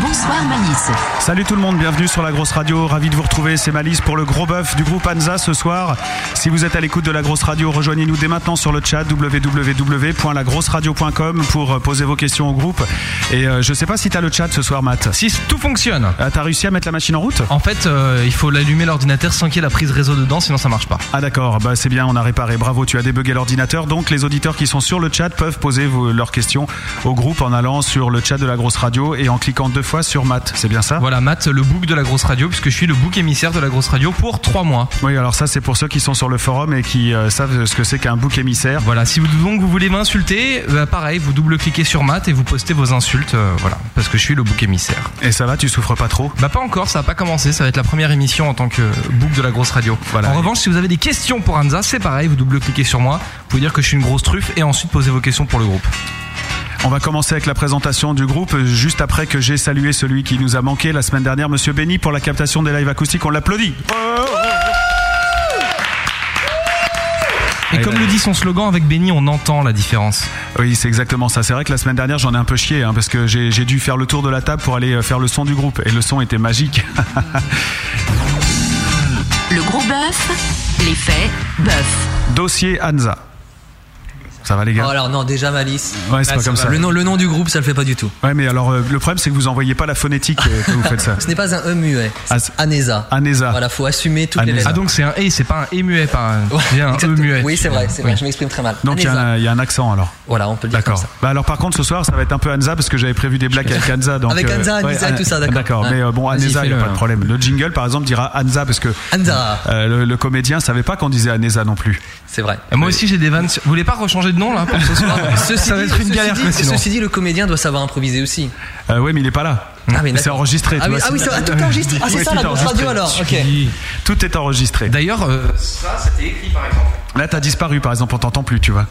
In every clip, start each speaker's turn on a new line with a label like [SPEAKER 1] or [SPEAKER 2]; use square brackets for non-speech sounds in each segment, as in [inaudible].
[SPEAKER 1] Bonsoir Malice.
[SPEAKER 2] Salut tout le monde, bienvenue sur la grosse radio, ravi de vous retrouver, c'est Malice pour le gros bœuf du groupe Anza ce soir. Si vous êtes à l'écoute de la grosse radio, rejoignez-nous dès maintenant sur le chat www.lagrosseradio.com pour euh, poser vos questions au groupe. Et euh, je sais pas si t'as le chat ce soir Matt.
[SPEAKER 3] Si tout fonctionne.
[SPEAKER 2] Ah, t'as réussi à mettre la machine en route
[SPEAKER 3] En fait, euh, il faut l'allumer l'ordinateur sans qu'il y ait la prise réseau dedans, sinon ça marche pas.
[SPEAKER 2] Ah d'accord, bah c'est bien, on a réparé, bravo, tu as débugué l'ordinateur. Donc les auditeurs qui sont sur le chat peuvent poser vos- leurs questions au groupe en allant sur le chat de la grosse radio et en cliquant deux fois sur Matt, c'est bien ça
[SPEAKER 3] Voilà, Matt, le book de la grosse radio, puisque je suis le book émissaire de la grosse radio pour 3 mois.
[SPEAKER 2] Oui, alors ça c'est pour ceux qui sont sur le forum et qui euh, savent ce que c'est qu'un bouc émissaire.
[SPEAKER 3] Voilà, si vous, donc vous voulez m'insulter, bah, pareil, vous double-cliquez sur Matt et vous postez vos insultes, euh, voilà, parce que je suis le book émissaire.
[SPEAKER 2] Et ça va, tu souffres pas trop
[SPEAKER 3] Bah pas encore, ça a pas commencé, ça va être la première émission en tant que book de la grosse radio.
[SPEAKER 2] Voilà.
[SPEAKER 3] En revanche, si vous avez des questions pour Anza, c'est pareil, vous double-cliquez sur moi, vous pouvez dire que je suis une grosse truffe et ensuite posez vos questions pour le groupe.
[SPEAKER 2] On va commencer avec la présentation du groupe, euh, juste après que j'ai salué celui qui nous a manqué la semaine dernière, Monsieur Benny, pour la captation des lives acoustiques. On l'applaudit
[SPEAKER 3] Et
[SPEAKER 2] Allez,
[SPEAKER 3] comme
[SPEAKER 2] allez.
[SPEAKER 3] le dit son slogan avec Benny, on entend la différence.
[SPEAKER 2] Oui, c'est exactement ça. C'est vrai que la semaine dernière, j'en ai un peu chié, hein, parce que j'ai j'ai dû faire le tour de la table pour aller euh, faire le son du groupe, et le son était magique. [laughs]
[SPEAKER 1] Le gros bœuf, l'effet bœuf.
[SPEAKER 2] Dossier Anza. Ça va les gars
[SPEAKER 4] Oh, alors non, déjà Malice.
[SPEAKER 2] Ouais, Hein. c'est
[SPEAKER 4] Ah,
[SPEAKER 2] pas comme
[SPEAKER 4] va.
[SPEAKER 2] ça.
[SPEAKER 4] Le nom, le nom du groupe, ça le fait pas du tout.
[SPEAKER 2] Ouais, mais alors euh, le problème, c'est que vous envoyez pas la phonétique euh, que vous faites
[SPEAKER 4] [laughs]
[SPEAKER 2] ça.
[SPEAKER 4] Ce n'est pas un E muet.
[SPEAKER 2] Ah,
[SPEAKER 4] C'est
[SPEAKER 2] c'est-
[SPEAKER 4] Anesa.
[SPEAKER 2] Anesa.
[SPEAKER 4] Voilà, faut assumer toutes
[SPEAKER 2] Anesa.
[SPEAKER 4] les
[SPEAKER 3] Ah
[SPEAKER 4] lettres.
[SPEAKER 3] donc c'est un E, c'est pas un E muet, pas
[SPEAKER 5] Ah,
[SPEAKER 3] un,
[SPEAKER 4] Ouais,
[SPEAKER 3] c'est un E
[SPEAKER 4] exactement.
[SPEAKER 3] muet.
[SPEAKER 4] Oui, c'est vrai, c'est vrai.
[SPEAKER 3] Oui.
[SPEAKER 4] Je m'exprime très mal.
[SPEAKER 2] Donc il y a
[SPEAKER 4] Anesa.
[SPEAKER 2] un- il y a un accent alors.
[SPEAKER 4] Voilà, on peut le dire comme
[SPEAKER 2] D'accord.
[SPEAKER 4] ça.
[SPEAKER 2] Bah alors par contre ce soir ça va être un peu Anza parce que j'avais prévu des blagues avec Anza. Donc, euh,
[SPEAKER 4] Avec Anza, Anisa et tout ça, d'accord. Ouais.
[SPEAKER 2] mais euh, bon
[SPEAKER 3] Vas-y,
[SPEAKER 2] Anza il n'y a
[SPEAKER 3] fais-le,
[SPEAKER 2] pas de problème. Le jingle par exemple dira Anza parce que
[SPEAKER 4] Anza.
[SPEAKER 2] euh, le, le comédien savait pas qu'on disait Anza non plus.
[SPEAKER 4] C'est vrai.
[SPEAKER 3] Et Moi aussi j'ai des vannes. sur- Vous voulez pas rechanger de nom là pour ce soir
[SPEAKER 4] [laughs] Ceci
[SPEAKER 3] Ça va
[SPEAKER 4] dit-
[SPEAKER 3] être une
[SPEAKER 4] ceci
[SPEAKER 3] galère
[SPEAKER 4] dit-
[SPEAKER 3] quoi, sinon.
[SPEAKER 4] Ceci dit, le comédien doit savoir improviser aussi.
[SPEAKER 2] Euh, ouais mais il est pas là.
[SPEAKER 4] Ah oui,
[SPEAKER 2] Mais c'est
[SPEAKER 4] d'accord.
[SPEAKER 2] enregistré. tu
[SPEAKER 4] Ah oui,
[SPEAKER 2] vois,
[SPEAKER 4] ah oui,
[SPEAKER 2] c'est-
[SPEAKER 4] c'est vrai, tout est enregistré. Ah, c'est
[SPEAKER 2] Oui,
[SPEAKER 4] ça,
[SPEAKER 2] tout
[SPEAKER 4] la
[SPEAKER 2] est
[SPEAKER 4] grosse
[SPEAKER 2] enregistré.
[SPEAKER 4] radio, alors, ok.
[SPEAKER 2] Tout est enregistré.
[SPEAKER 3] D'ailleurs, euh, ça c'était écrit par exemple.
[SPEAKER 2] Là t'as disparu par exemple on t'entend plus tu vois.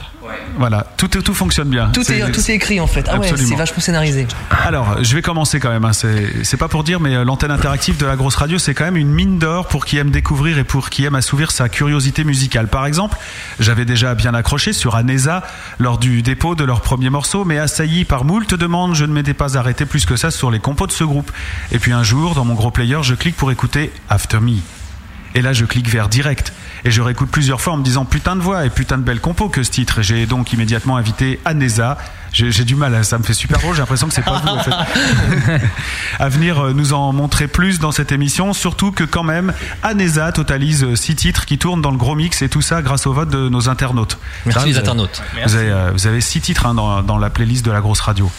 [SPEAKER 2] Voilà tout tout fonctionne bien.
[SPEAKER 4] Tout est, tout est écrit en fait. Ah ouais,
[SPEAKER 2] Absolument.
[SPEAKER 4] c'est vachement scénarisé.
[SPEAKER 2] Alors, je vais commencer quand même. hein. C'est c'est pas pour dire, mais euh, l'antenne interactive de la grosse radio, c'est quand même une mine d'or pour qui aime découvrir et pour qui aime assouvir sa curiosité musicale. Par exemple, j'avais déjà bien accroché sur Anesa lors du dépôt de leur premier morceau, mais assailli par moult demandes, je ne m'étais pas arrêté plus que ça sur les compos de ce groupe. Et puis un jour, dans mon gros player, je clique pour écouter After Me. Et là, je clique vers direct. Et je réécoute plusieurs fois en me disant putain de voix et putain de belle compo que ce titre. J'ai donc immédiatement invité Anesa. J'ai j'ai du mal, ça me fait super drôle, j'ai l'impression que c'est pas vous en fait. à venir euh, nous en montrer plus dans cette émission, surtout que quand même, Anesa totalise euh, six titres qui tournent dans le gros mix et tout ça grâce au vote de nos internautes.
[SPEAKER 4] Merci
[SPEAKER 2] Ça,
[SPEAKER 4] les
[SPEAKER 2] vous avez-
[SPEAKER 4] internautes.
[SPEAKER 2] Vous avez, euh, vous avez six titres hein, dans, dans la playlist de la grosse radio.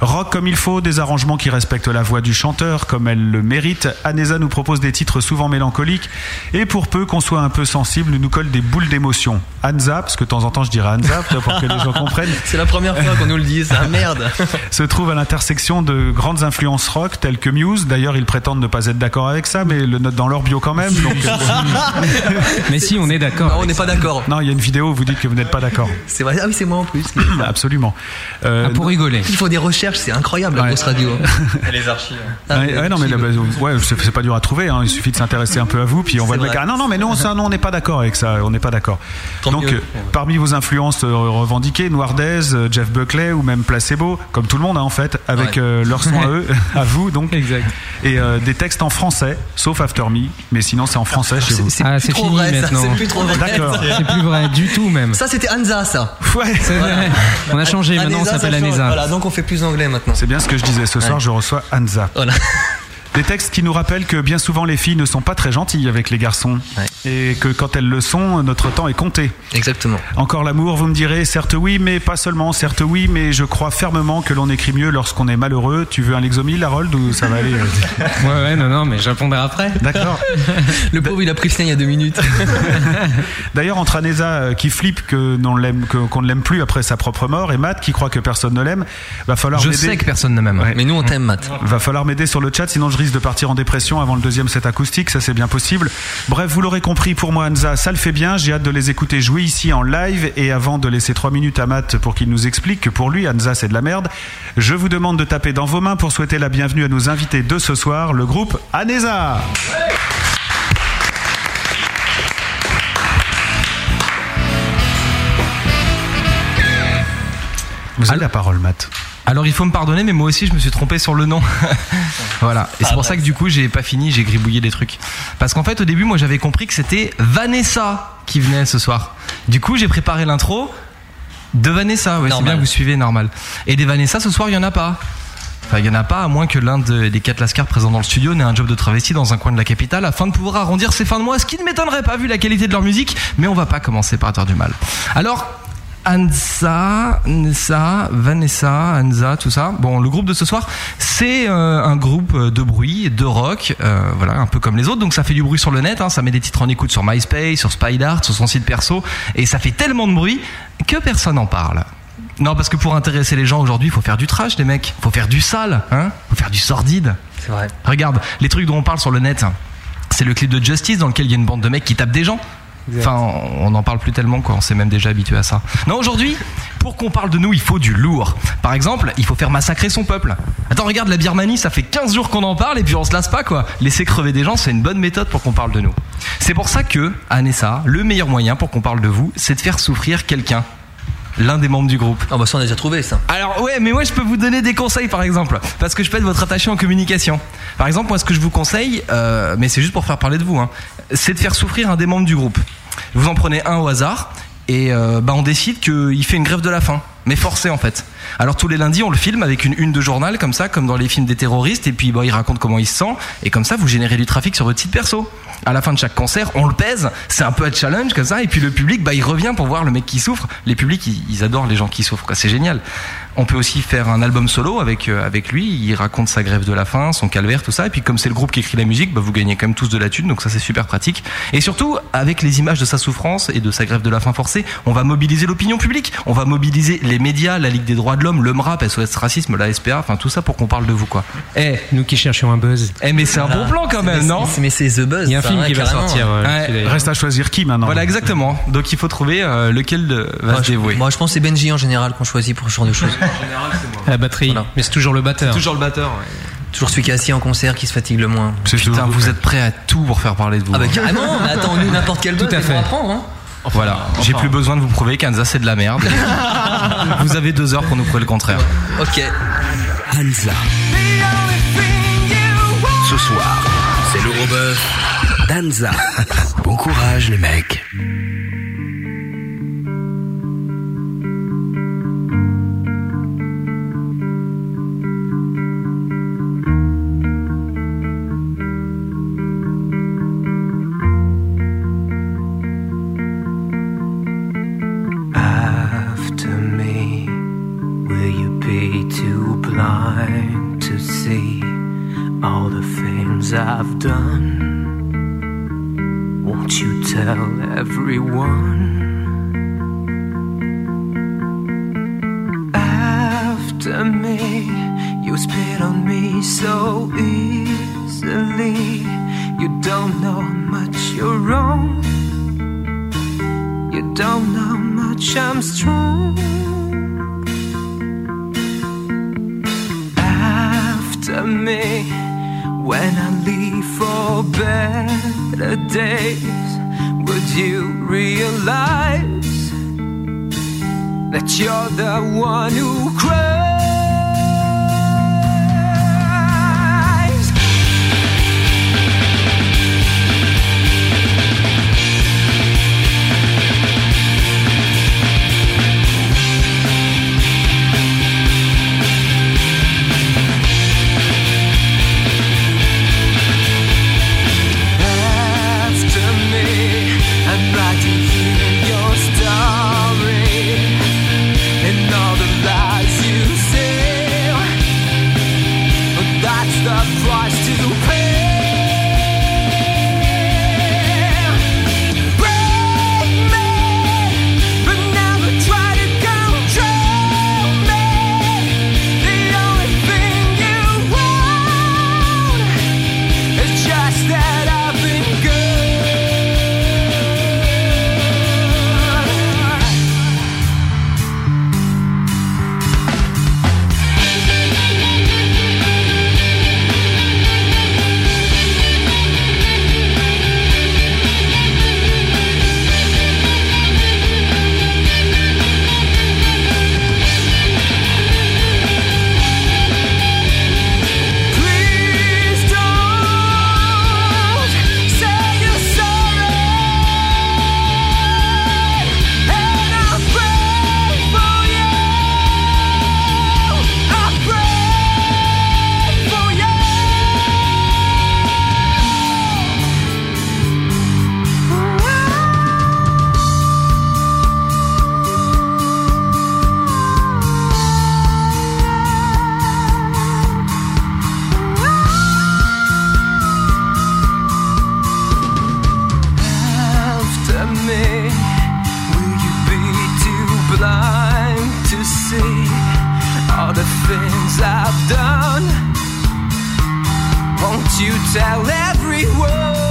[SPEAKER 2] Rock comme il faut, des arrangements qui respectent la voix du chanteur comme elle le mérite. Anesa nous propose des titres souvent mélancoliques et pour peu qu'on soit un peu sensible, nous colle des boules d'émotion. Anza, parce que de temps en temps je dirais Anza pour que les gens
[SPEAKER 4] [laughs]
[SPEAKER 2] comprennent,
[SPEAKER 4] C'est la première fois qu'on nous le [laughs] dit, ça merde.
[SPEAKER 2] se trouve à l'intersection de grandes influences rock telles que Muse. D'ailleurs, ils prétendent ne pas être d'accord avec ça, mais le notent dans leur bio quand même. donc, euh,
[SPEAKER 5] Mais si, on est
[SPEAKER 4] Non,
[SPEAKER 5] d'accord.
[SPEAKER 4] Ah, on n'est pas d'accord.
[SPEAKER 2] non, il y a une vidéo où vous dites que vous n'êtes pas d'accord. [clears throat]
[SPEAKER 4] C'est vrai. Ah oui, c'est moi en plus.
[SPEAKER 2] Absolument. Euh,
[SPEAKER 5] Ah, pour rigoler.
[SPEAKER 4] Il faut des recherches, c'est incroyable
[SPEAKER 2] Ouais.
[SPEAKER 4] la grosse radio. hein.
[SPEAKER 3] les archives.
[SPEAKER 4] Ah,
[SPEAKER 2] ouais, ouais, non, mais là, bah, ouais, c'est c'est pas dur à trouver. hein. Il suffit de s'intéresser un peu à vous, puis on
[SPEAKER 4] C'est
[SPEAKER 2] voit le mec.
[SPEAKER 4] vrai.
[SPEAKER 2] Ah non, non, mais non, ça, non, on n'est pas d'accord avec ça. On n'est pas d'accord.
[SPEAKER 4] Tant
[SPEAKER 2] Donc,
[SPEAKER 4] mieux.
[SPEAKER 2] euh, parmi vos influences euh, revendiquées, Noirdez, euh, Jeff Buckley ou même Placebo, comme tout le monde hein, en fait, avec
[SPEAKER 4] Ouais.
[SPEAKER 2] euh, leur son à eux, [laughs] à vous, donc.
[SPEAKER 5] Exact.
[SPEAKER 2] Et euh, des textes en français, sauf After Me, mais sinon c'est en français chez vous.
[SPEAKER 4] C'est
[SPEAKER 5] Ah,
[SPEAKER 4] plus
[SPEAKER 5] c'est
[SPEAKER 4] trop
[SPEAKER 5] fini
[SPEAKER 4] vrai, ça.
[SPEAKER 5] maintenant.
[SPEAKER 4] C'est plus trop vrai.
[SPEAKER 2] D'accord.
[SPEAKER 4] ça.
[SPEAKER 5] C'est plus vrai du tout même.
[SPEAKER 4] Ça, c'était Anza, ça.
[SPEAKER 2] Ouais.
[SPEAKER 5] C'est vrai. On a changé,
[SPEAKER 4] Anesa,
[SPEAKER 5] maintenant on
[SPEAKER 4] ça
[SPEAKER 5] s'appelle
[SPEAKER 4] change.
[SPEAKER 5] Anesa.
[SPEAKER 4] Voilà, donc on fait plus anglais maintenant.
[SPEAKER 2] C'est bien ce que je disais. Ce soir, je reçois Anza.
[SPEAKER 4] Voilà. [laughs]
[SPEAKER 2] Des textes qui nous rappellent que bien souvent les filles ne sont pas très gentilles avec les garçons.
[SPEAKER 4] Ouais.
[SPEAKER 2] et que quand elles le sont, notre temps est compté.
[SPEAKER 4] Exactement.
[SPEAKER 2] Encore l'amour, vous me direz, certes oui, mais pas seulement, certes oui, mais je crois fermement que l'on écrit mieux lorsqu'on est malheureux. Tu veux un Lexomil, Harold, ou ça va
[SPEAKER 5] [laughs]
[SPEAKER 2] aller euh
[SPEAKER 6] Ouais, ouais, non, non, mais je répondrai après.
[SPEAKER 2] D'accord.
[SPEAKER 4] Le pauvre, il a pris le sien il y a deux minutes.
[SPEAKER 2] D'ailleurs, entre Anesa euh, qui flippe que non l'aime, que- qu'on ne l'aime plus après sa propre mort, et Matt qui croit que personne ne l'aime, va falloir
[SPEAKER 5] Je
[SPEAKER 2] m'aider-
[SPEAKER 5] sais que personne ne m'aime.
[SPEAKER 4] Mais nous, on t'aime, Matt.
[SPEAKER 2] Va falloir m'aider sur le chat, sinon je risque de partir en dépression avant le deuxième set acoustique, ça c'est bien possible. Bref, vous l'aurez compris, pour moi Hansa, ça le fait bien, j'ai hâte de les écouter jouer ici en live, et avant de laisser trois minutes à Matt pour qu'il nous explique que pour lui, Hansa c'est de la merde, je vous demande de taper dans vos mains pour souhaiter la bienvenue à nos invités de ce soir, le groupe Hanesa Vous avez la parole, Matt.
[SPEAKER 5] Alors il faut me pardonner, mais moi aussi je me suis trompé sur le nom. [laughs] voilà. Et c'est pour ça que du coup j'ai pas fini, j'ai gribouillé des trucs. Parce qu'en fait au début moi j'avais compris que c'était Vanessa qui venait ce soir. Du coup j'ai préparé l'intro de Vanessa. Ouais, c'est
[SPEAKER 4] Normal.
[SPEAKER 5] bien que vous suivez, normal. Et des Vanessa ce soir il y en a pas. Enfin, il y en a pas, à moins que l'un de- des quatre lascars présents dans le studio n'ait un job de travesti dans un coin de la capitale afin de pouvoir arrondir ses fins de mois, ce qui ne m'étonnerait pas vu la qualité de leur musique, mais on va pas commencer par dire du mal. Alors, Anza, Nessa, Vanessa, Anza, tout ça. Bon, le groupe de ce soir, c'est euh, un groupe de bruit, de rock, euh, voilà, un peu comme les autres, donc ça fait du bruit sur le net, hein, ça met des titres en écoute sur MySpace, sur SpyDart, sur son site perso, et ça fait tellement de bruit que personne n'en parle. Non, parce que pour intéresser les gens aujourd'hui, il faut faire du trash, les mecs. faut faire du sale, hein faut faire du sordide.
[SPEAKER 4] C'est vrai.
[SPEAKER 5] Regarde, les trucs dont on parle sur le net, c'est le clip de Justice dans lequel il y a une bande de mecs qui tapent des gens. Enfin, on n'en parle plus tellement, quoi. On s'est même déjà habitué à ça. Non, aujourd'hui, pour qu'on parle de nous, il faut du lourd. Par exemple, il faut faire massacrer son peuple. Attends, regarde la Birmanie, ça fait 15 jours qu'on en parle et puis on se lasse pas, quoi. Laisser crever des gens, c'est une bonne méthode pour qu'on parle de nous. C'est pour ça que, à Nessa, le meilleur moyen pour qu'on parle de vous, c'est de faire souffrir quelqu'un. L'un des membres du groupe.
[SPEAKER 4] Ah bah ça, on a déjà trouvé, ça.
[SPEAKER 5] Alors ouais, mais moi je peux vous donner des conseils par exemple, parce que je peux être votre attaché en communication. Par exemple, moi ce que je vous conseille, euh, mais c'est juste pour faire parler de vous, hein, c'est de faire souffrir un des membres du groupe. Vous en prenez un au hasard et euh, bah, on décide qu'il fait une grève de la faim, mais forcé en fait. Alors tous les lundis on le filme avec une une de journal comme ça, comme dans les films des terroristes, et puis bah, il raconte comment il se sent, et comme ça vous générez du trafic sur votre site perso. À la fin de chaque concert, on le pèse, c'est un peu un challenge comme ça, et puis le public, bah, il revient pour voir le mec qui souffre. Les publics, ils, ils adorent les gens qui souffrent, quoi. c'est génial. On peut aussi faire un album solo avec, euh, avec lui, il raconte sa grève de la faim, son calvaire, tout ça, et puis comme c'est le groupe qui écrit la musique, bah, vous gagnez quand même tous de la thune, donc ça c'est super pratique. Et surtout, avec les images de sa souffrance et de sa grève de la faim forcée, on va mobiliser l'opinion publique, on va mobiliser les médias, la Ligue des droits de l'homme, l'OMRAP, SOS Racisme, la SPA, enfin tout ça pour qu'on parle de vous, quoi. Eh,
[SPEAKER 6] Nous qui cherchions un buzz.
[SPEAKER 5] eh, mais c'est un bon plan quand même,
[SPEAKER 4] Mais
[SPEAKER 5] non
[SPEAKER 4] c'est- Mais c'est The Buzz.
[SPEAKER 6] Il y a un
[SPEAKER 4] ça,
[SPEAKER 6] film
[SPEAKER 4] ouais,
[SPEAKER 6] qui va
[SPEAKER 4] carrément.
[SPEAKER 6] sortir. euh,
[SPEAKER 5] Ouais.
[SPEAKER 6] là-dessus, d'ailleurs.
[SPEAKER 2] Reste à choisir qui maintenant
[SPEAKER 5] Voilà, exactement. Donc il faut trouver euh, lequel de- va
[SPEAKER 4] Moi,
[SPEAKER 5] se
[SPEAKER 4] je,
[SPEAKER 5] dévouer.
[SPEAKER 4] moi, je pense que c'est Benji en général qu'on choisit pour ce genre de choses.
[SPEAKER 6] La batterie.
[SPEAKER 4] Voilà.
[SPEAKER 6] Mais c'est toujours le batteur.
[SPEAKER 5] Toujours le batteur.
[SPEAKER 4] Toujours celui qui est assis en concert qui se fatigue le moins.
[SPEAKER 2] C'est
[SPEAKER 5] Putain,
[SPEAKER 2] toujours-
[SPEAKER 5] vous êtes prêts à tout pour faire parler de vous.
[SPEAKER 4] Ah bah
[SPEAKER 5] hein.
[SPEAKER 4] carrément, mais attends, nous n'importe quel buzz,
[SPEAKER 6] à
[SPEAKER 4] ils
[SPEAKER 6] fait.
[SPEAKER 4] vont apprendre. Hein.
[SPEAKER 5] voilà, j'ai plus besoin de vous prouver qu'Anza c'est de la [laughs] merde. vous avez deux heures pour nous prouver le contraire.
[SPEAKER 4] Ok.
[SPEAKER 7] Hansa. Ce soir, c'est le gros bœuf d'Hansa. Bon courage, les mecs.
[SPEAKER 3] after me? Will you be too blind to see all the things I've done? Won't you tell everyone? After me, you spit on me so easily. You don't know how much you're wrong. You don't know how much I'm strong. After me, when I leave for better days, would you realize that you're the one who cries? after me. price to pay. Break me, but never try to control me. The only thing you want is just that I've been good. Please don't say you're sorry, and I pray for you. I pray for you.
[SPEAKER 8] after me? Will you be too blind to see all the things I've done? Won't you tell everyone?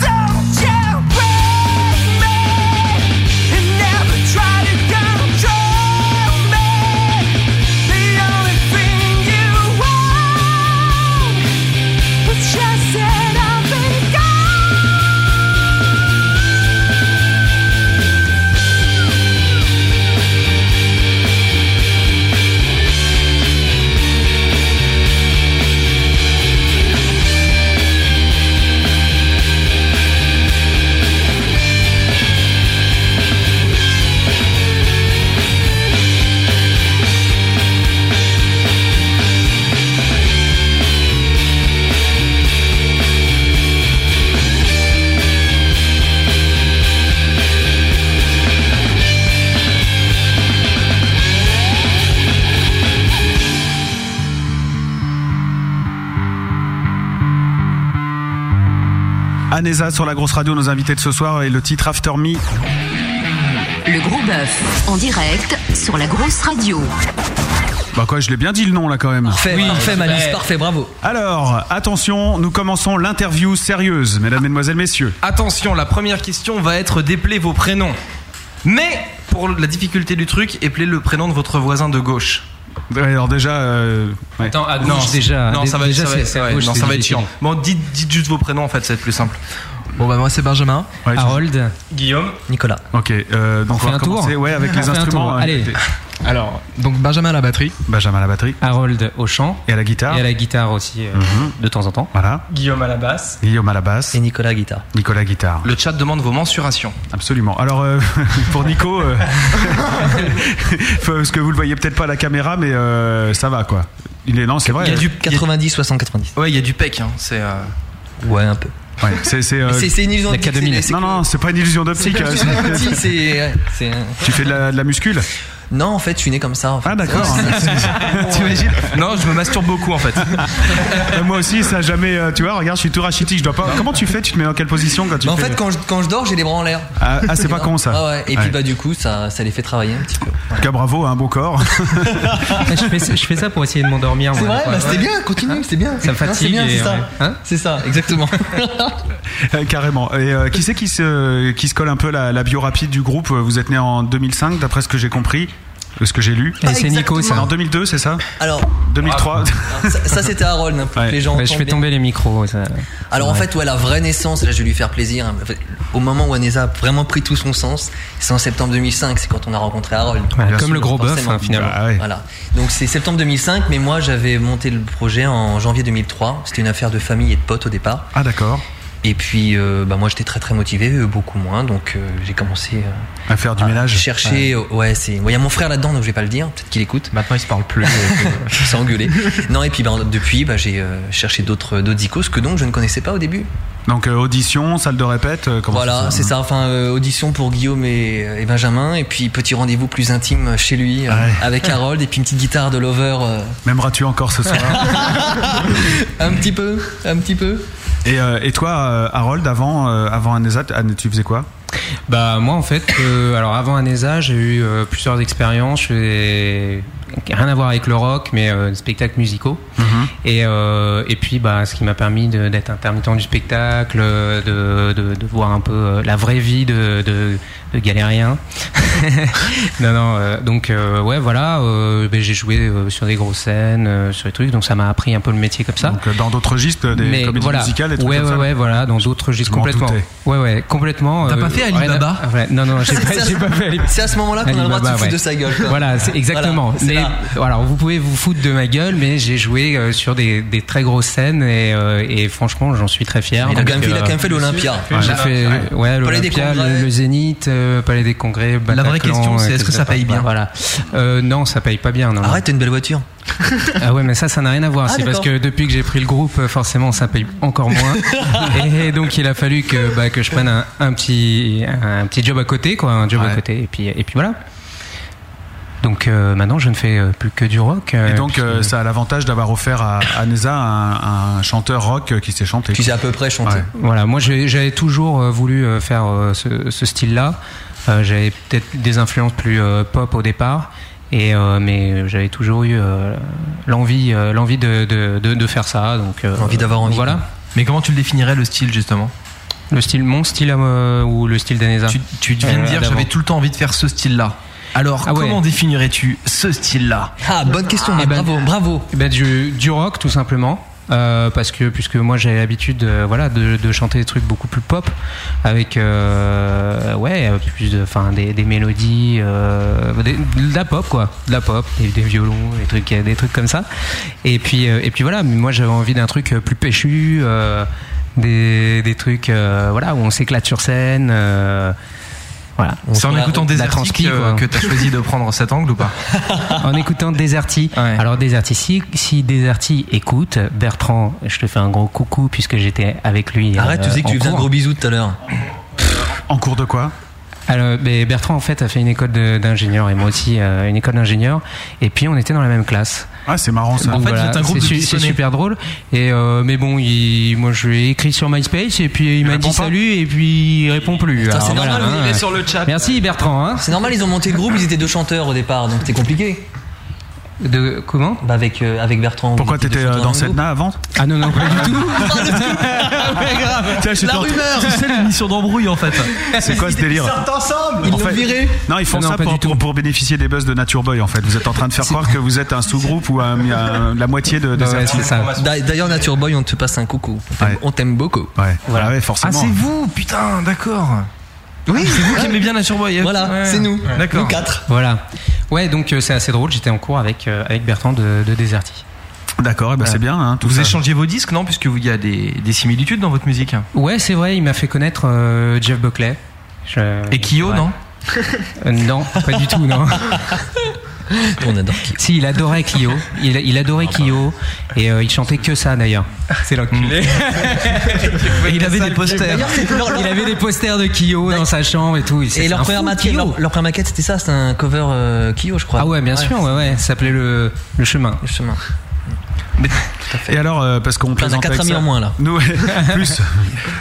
[SPEAKER 8] Don't you break me and never try to control me. The only thing you want was just that I've been gone.
[SPEAKER 2] Anesa sur la grosse radio, nos invités de ce soir, et le titre After Me.
[SPEAKER 1] Le gros bœuf en direct sur la grosse radio.
[SPEAKER 2] Bah quoi, je l'ai bien dit le nom là quand même.
[SPEAKER 4] Parfait, parfait, Malice, parfait, bravo.
[SPEAKER 2] Alors, attention, nous commençons l'interview sérieuse, mesdames, mesdemoiselles, messieurs.
[SPEAKER 5] Attention, la première question va être d'épeler vos prénoms. Mais pour la difficulté du truc, épeler le prénom de votre voisin de gauche.
[SPEAKER 2] Ouais, Alors déjà, euh, ouais.
[SPEAKER 9] Attends, à
[SPEAKER 5] Non,
[SPEAKER 9] gauche déjà.
[SPEAKER 5] Non, ça va,
[SPEAKER 9] déjà,
[SPEAKER 5] ça va-
[SPEAKER 9] c'est- c'est à
[SPEAKER 5] ouais,
[SPEAKER 9] gauche,
[SPEAKER 5] non,
[SPEAKER 9] c'est
[SPEAKER 5] ça va être
[SPEAKER 9] difficile.
[SPEAKER 5] chiant. Bon, dites, dites juste vos prénoms en fait, ça va être plus simple.
[SPEAKER 4] Bon, bah, moi, c'est Benjamin.
[SPEAKER 2] Ouais, tu-
[SPEAKER 9] Harold,
[SPEAKER 5] Guillaume.
[SPEAKER 4] Nicolas.
[SPEAKER 2] Ok, euh, donc
[SPEAKER 9] Ah, on fait
[SPEAKER 2] va
[SPEAKER 9] un tour.
[SPEAKER 2] commencer, ouais, avec
[SPEAKER 9] On
[SPEAKER 2] les
[SPEAKER 9] fait un
[SPEAKER 2] instruments.
[SPEAKER 9] tour,
[SPEAKER 2] euh,
[SPEAKER 9] allez.
[SPEAKER 2] t'es-
[SPEAKER 9] Alors,
[SPEAKER 4] Donc, Benjamin à la batterie.
[SPEAKER 2] Benjamin à la batterie
[SPEAKER 9] Harold au chant.
[SPEAKER 2] et à la guitare.
[SPEAKER 9] Et à la guitare aussi, euh,
[SPEAKER 5] Mhm.
[SPEAKER 9] de temps en temps.
[SPEAKER 2] Voilà,
[SPEAKER 5] Guillaume à la basse.
[SPEAKER 2] Guillaume à la basse,
[SPEAKER 4] Et Nicolas guitare.
[SPEAKER 2] Nicolas guitare.
[SPEAKER 5] Le chat demande vos mensurations.
[SPEAKER 2] Absolument. Alors euh, [laughs] pour Nico,
[SPEAKER 9] [laughs]
[SPEAKER 2] euh, [laughs] parce que vous le voyez peut-être pas à la caméra, mais euh, ça va quoi. Il est lent, c'est vrai.
[SPEAKER 5] Il y a du
[SPEAKER 4] 90, 60, 90.
[SPEAKER 5] Ouais, il y a du pec. Hein. C'est. euh,
[SPEAKER 4] Ouais, un [laughs] peu.
[SPEAKER 2] Ouais, c'est- c'est, euh,
[SPEAKER 4] C'est c'est une illusion d'optique.
[SPEAKER 9] l'académie.
[SPEAKER 4] c'est- c'est-
[SPEAKER 2] non non, c'est pas une illusion
[SPEAKER 4] C'est
[SPEAKER 2] d'optique.
[SPEAKER 4] comme
[SPEAKER 2] euh,
[SPEAKER 4] si j'étais petit, c'est. ouais, c'est-
[SPEAKER 2] tu fais de la, de la muscule
[SPEAKER 4] Non, en fait, je suis né comme ça. En fait.
[SPEAKER 2] Ah d'accord. [laughs]
[SPEAKER 5] [laughs] T'imagines Non, je me masturbe beaucoup en fait.
[SPEAKER 2] Euh, Moi aussi, ça jamais. euh, tu vois, regarde, je suis tout rachitique. Je dois pas. Comment tu fais Tu te mets en quelle position quand tu
[SPEAKER 4] Bah, en
[SPEAKER 2] fais
[SPEAKER 4] fait, quand je, quand je dors, j'ai les bras en l'air.
[SPEAKER 2] Ah, ah, c'est pas con ça.
[SPEAKER 4] Ah ouais, et
[SPEAKER 2] Ouais.
[SPEAKER 4] puis bah, du coup, ça, ça les fait travailler un petit peu.
[SPEAKER 2] En tout cas, bravo, un beau
[SPEAKER 4] [laughs]
[SPEAKER 2] corps.
[SPEAKER 9] Ah, [laughs] je, fais, je fais ça pour essayer de m'endormir.
[SPEAKER 4] C'est
[SPEAKER 9] moi,
[SPEAKER 4] vrai,
[SPEAKER 9] des fois.
[SPEAKER 4] bah, c'était bien, continue, c'est bien.
[SPEAKER 9] Ça me
[SPEAKER 4] Non,
[SPEAKER 9] fatigue
[SPEAKER 4] C'est bien,
[SPEAKER 9] et,
[SPEAKER 4] c'est
[SPEAKER 9] ouais.
[SPEAKER 4] ça.
[SPEAKER 9] Hein
[SPEAKER 4] c'est ça,
[SPEAKER 9] [laughs]
[SPEAKER 4] exactement.
[SPEAKER 2] Euh, Carrément. Et euh, qui c'est qui se, qui se colle un peu la, la bio rapide du groupe Vous êtes né en 2005, d'après ce que j'ai compris, de ce que j'ai lu.
[SPEAKER 9] Et c'est Nico,
[SPEAKER 2] En
[SPEAKER 9] ça.
[SPEAKER 2] 2002, c'est ça
[SPEAKER 4] Alors,
[SPEAKER 2] 2003
[SPEAKER 4] ça, ça, c'était Harold, hein, pour
[SPEAKER 2] Ouais,
[SPEAKER 4] que les gens
[SPEAKER 9] Ouais, je
[SPEAKER 4] entendent
[SPEAKER 9] fais
[SPEAKER 4] bien.
[SPEAKER 9] tomber les micros. ça.
[SPEAKER 4] Alors en fait, ouais, la vraie naissance, là je vais lui faire plaisir. hein. En fait, Au moment où Anessa a vraiment pris tout son sens, c'est en septembre 2005, c'est quand on a rencontré Harold.
[SPEAKER 9] Ouais,
[SPEAKER 2] bien
[SPEAKER 9] comme
[SPEAKER 2] sûr,
[SPEAKER 9] le gros bœuf,
[SPEAKER 4] forcément.
[SPEAKER 9] hein, finalement.
[SPEAKER 2] Bah, ouais.
[SPEAKER 4] Voilà. Donc c'est septembre 2005, mais moi j'avais monté le projet en janvier 2003. C'était une affaire de famille et de potes au départ.
[SPEAKER 2] [laughs] Ah d'accord.
[SPEAKER 4] Et puis euh, bah, moi j'étais très très motivé, eux beaucoup moins. Donc euh, j'ai commencé euh,
[SPEAKER 2] À faire du
[SPEAKER 4] à
[SPEAKER 2] ménage.
[SPEAKER 4] chercher. euh, Ouais, c'est. Il y a mon frère là-dedans, donc je vais pas le dire. Peut-être qu'il écoute. [laughs]
[SPEAKER 9] Maintenant, ils se parlent plus.
[SPEAKER 4] Il s'est engueulé. non et puis bah, depuis, bah, j'ai euh, cherché d'autres d'autres icônes que donc je ne connaissais pas au début.
[SPEAKER 2] Donc euh, audition, salle de répète, euh, comment
[SPEAKER 4] Voilà, c'est
[SPEAKER 10] hein
[SPEAKER 4] ça. Enfin, euh, audition pour Guillaume et, euh, et Benjamin, et puis petit rendez-vous plus intime chez lui euh, avec Harold, et puis une petite guitare de Lover. euh,
[SPEAKER 2] M'aimeras-tu encore ce soir
[SPEAKER 4] Un petit peu, un petit peu.
[SPEAKER 2] Et, euh, et toi, euh, Harold, avant, euh, avant Anesa, t- Anne, tu faisais quoi
[SPEAKER 10] Bah moi en fait, euh, alors avant Anesa, j'ai eu euh, plusieurs expériences, je faisais- rien à voir avec le rock, mais euh, des spectacles musicaux. Et, euh, et puis bah ce qui m'a permis de- d'être intermittent du spectacle, euh, de, de, de voir un peu euh, la vraie vie de, de, de galérien. [laughs] non non, euh, donc euh, ouais voilà, euh, ben, j'ai joué euh, sur des grosses scènes, euh, sur des trucs, donc ça m'a appris un peu le métier comme ça.
[SPEAKER 2] Donc, euh, Dans d'autres registres, des
[SPEAKER 10] Mais
[SPEAKER 2] comédies
[SPEAKER 10] voilà.
[SPEAKER 2] musicales, des trucs
[SPEAKER 10] ouais,
[SPEAKER 2] comme
[SPEAKER 10] ouais,
[SPEAKER 2] ça
[SPEAKER 10] ouais, voilà, dans d'autres registres
[SPEAKER 2] m'en
[SPEAKER 10] complètement.
[SPEAKER 2] doutais.
[SPEAKER 10] Ouais, ouais, complètement.
[SPEAKER 5] T'as pas fait Alibaba
[SPEAKER 10] rien à- ouais, Non, non, [laughs] j'ai
[SPEAKER 4] C'est
[SPEAKER 10] pas,
[SPEAKER 4] ça.
[SPEAKER 10] j'ai pas fait Alibaba.
[SPEAKER 4] C'est à ce moment-là qu'on a le droit de se
[SPEAKER 10] Alibaba,
[SPEAKER 4] foutre
[SPEAKER 10] ouais.
[SPEAKER 4] de sa gueule. quoi.
[SPEAKER 10] Voilà, c'est exactement.
[SPEAKER 4] Voilà, c'est
[SPEAKER 10] mais
[SPEAKER 4] là.
[SPEAKER 10] alors, vous pouvez vous foutre de ma gueule, mais j'ai joué euh, sur des, des très grosses scènes et, euh, et franchement, j'en suis très fier.
[SPEAKER 4] Il a,
[SPEAKER 10] Donc,
[SPEAKER 4] quand même, il a
[SPEAKER 10] euh,
[SPEAKER 4] quand même fait l'Olympia.
[SPEAKER 10] J'ai fait ouais,
[SPEAKER 4] Palais des
[SPEAKER 10] l'Olympia,
[SPEAKER 4] Congrès.
[SPEAKER 10] le, le Zénith, euh, Palais des Congrès.
[SPEAKER 5] La vraie
[SPEAKER 10] Bataclan,
[SPEAKER 5] question, c'est
[SPEAKER 10] euh,
[SPEAKER 5] est-ce que ça paye bien
[SPEAKER 10] Voilà. Euh, non, ça paye pas bien. Non, non.
[SPEAKER 4] Arrête, t'as une belle voiture.
[SPEAKER 10] Ah ouais, mais ça, ça n'a rien à voir.
[SPEAKER 4] Ah,
[SPEAKER 10] c'est parce
[SPEAKER 4] d'accord.
[SPEAKER 10] que depuis que j'ai pris le groupe, euh, forcément, ça paye
[SPEAKER 4] [laughs]
[SPEAKER 10] encore moins. et donc, il a fallu que, bah, que je prenne un, un petit, un petit job à côté, quoi, un job à
[SPEAKER 5] Ouais.
[SPEAKER 10] côté. Et puis, et puis voilà. Donc euh, maintenant, je ne fais euh, plus que du rock. euh,
[SPEAKER 2] Et donc,
[SPEAKER 10] puis-
[SPEAKER 2] euh, ça a l'avantage d'avoir offert à Anesa un, un chanteur rock euh, qui sait chanter.
[SPEAKER 4] Tu sais à peu près chanter.
[SPEAKER 2] Ouais.
[SPEAKER 10] Voilà, moi j'ai- j'avais toujours euh, voulu euh, faire euh, ce, ce style-là. Euh, j'avais peut-être des influences plus euh, pop au départ, et euh, mais j'avais toujours eu euh, l'envie, euh, l'envie de, de, de, de faire ça. Donc euh,
[SPEAKER 4] L'envie d'avoir envie.
[SPEAKER 10] Voilà,
[SPEAKER 5] Mais comment tu le définirais le style justement
[SPEAKER 10] le style, mon style à moi, ou le style d'Anesa.
[SPEAKER 5] tu, tu viens de
[SPEAKER 10] Euh,
[SPEAKER 5] dire
[SPEAKER 10] d'avant.
[SPEAKER 5] j'avais tout le temps envie de faire ce style-là. Alors
[SPEAKER 10] Ah ouais.
[SPEAKER 5] comment définirais-tu ce style-là
[SPEAKER 4] Ah, bonne question, mais
[SPEAKER 10] ben-
[SPEAKER 4] bravo, bravo.
[SPEAKER 10] Eh ben, du, du rock tout simplement. Euh, parce que puisque moi j'ai l'habitude euh, voilà de, de chanter des trucs beaucoup plus pop avec euh, ouais euh, plus de enfin des, des mélodies euh, des- de la pop quoi de la pop des, des violons des trucs des trucs comme ça et puis euh, et puis voilà mais moi j'avais envie d'un truc euh, plus péchu euh, des, des trucs euh, voilà où on s'éclate sur scène euh, voilà
[SPEAKER 5] C'est en
[SPEAKER 4] la-
[SPEAKER 5] écoutant
[SPEAKER 10] la
[SPEAKER 5] des
[SPEAKER 10] transpi, quoi.
[SPEAKER 5] que t'as choisi de prendre cet angle ou pas
[SPEAKER 10] en écoutant Deserti.
[SPEAKER 5] Ouais.
[SPEAKER 10] Alors Deserti, si, si Deserti écoute, Bertrand, je te fais un gros coucou puisque j'étais avec lui.
[SPEAKER 4] Arrête, tu
[SPEAKER 10] euh,
[SPEAKER 4] sais que
[SPEAKER 10] en
[SPEAKER 4] tu faisais un
[SPEAKER 10] cours.
[SPEAKER 4] gros bisou tout à l'heure.
[SPEAKER 2] En cours de quoi
[SPEAKER 10] Alors, mais Bertrand en fait a fait une école de- d'ingénieur et moi aussi euh, une école d'ingénieur et puis on était dans la même classe.
[SPEAKER 2] Ah, c'est marrant ça.
[SPEAKER 10] Donc
[SPEAKER 5] fait, vous êtes un groupe
[SPEAKER 10] c'est
[SPEAKER 5] de
[SPEAKER 10] su-
[SPEAKER 5] pistonnés.
[SPEAKER 10] C'est super drôle. Et euh, mais bon, il- moi je lui ai écrit sur MySpace et puis il, m'a
[SPEAKER 2] répond
[SPEAKER 10] dit
[SPEAKER 2] pas
[SPEAKER 10] salut et puis il répond plus.
[SPEAKER 4] Ça, c'est
[SPEAKER 10] Alors,
[SPEAKER 4] normal,
[SPEAKER 10] voilà,
[SPEAKER 4] il est
[SPEAKER 10] hein.
[SPEAKER 5] sur le chat.
[SPEAKER 10] Merci Bertrand. hein.
[SPEAKER 4] C'est normal, ils ont monté le groupe, ils étaient deux chanteurs au départ, donc c'était compliqué.
[SPEAKER 10] De comment
[SPEAKER 4] Bah avec, euh, avec Bertrand.
[SPEAKER 2] Pourquoi
[SPEAKER 4] vous étiez
[SPEAKER 2] t'étais
[SPEAKER 4] deux
[SPEAKER 2] euh,
[SPEAKER 4] chanteurs
[SPEAKER 2] dans
[SPEAKER 4] le groupe.
[SPEAKER 2] Sedna avant
[SPEAKER 10] Ah non non pas du tout.
[SPEAKER 2] Tiens, j'étais en-
[SPEAKER 5] C'est l'émission d'embrouille en fait.
[SPEAKER 2] C'est
[SPEAKER 10] [laughs]
[SPEAKER 2] quoi ce délire
[SPEAKER 4] Ils
[SPEAKER 2] En
[SPEAKER 4] l'ont
[SPEAKER 2] fait-
[SPEAKER 4] viré.
[SPEAKER 2] Non, ils font
[SPEAKER 10] Ah non,
[SPEAKER 2] ça
[SPEAKER 10] pas
[SPEAKER 2] pour,
[SPEAKER 10] du tout.
[SPEAKER 2] pour- pour bénéficier des buzz de Nature Boy en fait. Vous êtes en train de faire croire que vous êtes un sous-groupe ou un- un- la moitié de, des
[SPEAKER 10] Ouais,
[SPEAKER 2] artistes.
[SPEAKER 10] c'est ça.
[SPEAKER 4] euh, D'a- D'ailleurs, Nature Boy, on te passe un coucou. On t'aime-
[SPEAKER 2] Ouais.
[SPEAKER 4] On t'aime beaucoup.
[SPEAKER 2] Ouais, Ah ouais,
[SPEAKER 5] Ah
[SPEAKER 2] forcément.
[SPEAKER 5] c'est vous, putain, d'accord. Oui, c'est vous qui aimez bien Nature Boy.
[SPEAKER 4] Voilà,
[SPEAKER 5] Ouais.
[SPEAKER 4] c'est nous. Nous
[SPEAKER 5] D'accord.
[SPEAKER 4] quatre.
[SPEAKER 10] [laughs] Voilà. Ouais, donc euh, c'est assez drôle. J'étais en cours avec, euh, avec Bertrand de, de Deserti.
[SPEAKER 2] D'accord, eh ben, c'est bien. hein, tout
[SPEAKER 5] Vous
[SPEAKER 2] ça.
[SPEAKER 5] échangez vos disques, non Puisque vous- il y a des, des similitudes dans votre musique.
[SPEAKER 10] Ouais, c'est vrai, il m'a fait connaître euh, Jeff Buckley. Je-
[SPEAKER 5] Et Kyo,
[SPEAKER 10] Ouais.
[SPEAKER 5] non
[SPEAKER 10] Euh, Non, pas du tout, non.
[SPEAKER 4] On adore qui
[SPEAKER 10] si, il adorait Clio. Il, il adorait Clio. Et euh, il chantait que ça, d'ailleurs. Mm. C'est l'enculé.
[SPEAKER 5] Et Il avait des posters.
[SPEAKER 10] il avait des posters de Clio dans sa chambre et tout. Il- c'est
[SPEAKER 4] Et leur
[SPEAKER 10] un
[SPEAKER 4] première,
[SPEAKER 10] fou de
[SPEAKER 4] maquette,
[SPEAKER 10] Clio.
[SPEAKER 4] leur, leur première maquette, c'était ça, c'était un cover euh, Kyo, je crois.
[SPEAKER 10] Ah ouais, bien sûr, ouais, ouais. Ça s'appelait le, le chemin.
[SPEAKER 4] Le chemin.
[SPEAKER 2] Et alors, euh, parce qu'on
[SPEAKER 4] Plein de
[SPEAKER 2] plaisante
[SPEAKER 4] quatre
[SPEAKER 2] avec
[SPEAKER 4] amis
[SPEAKER 2] ça.
[SPEAKER 4] en moins, là.
[SPEAKER 2] Nous, [laughs] plus.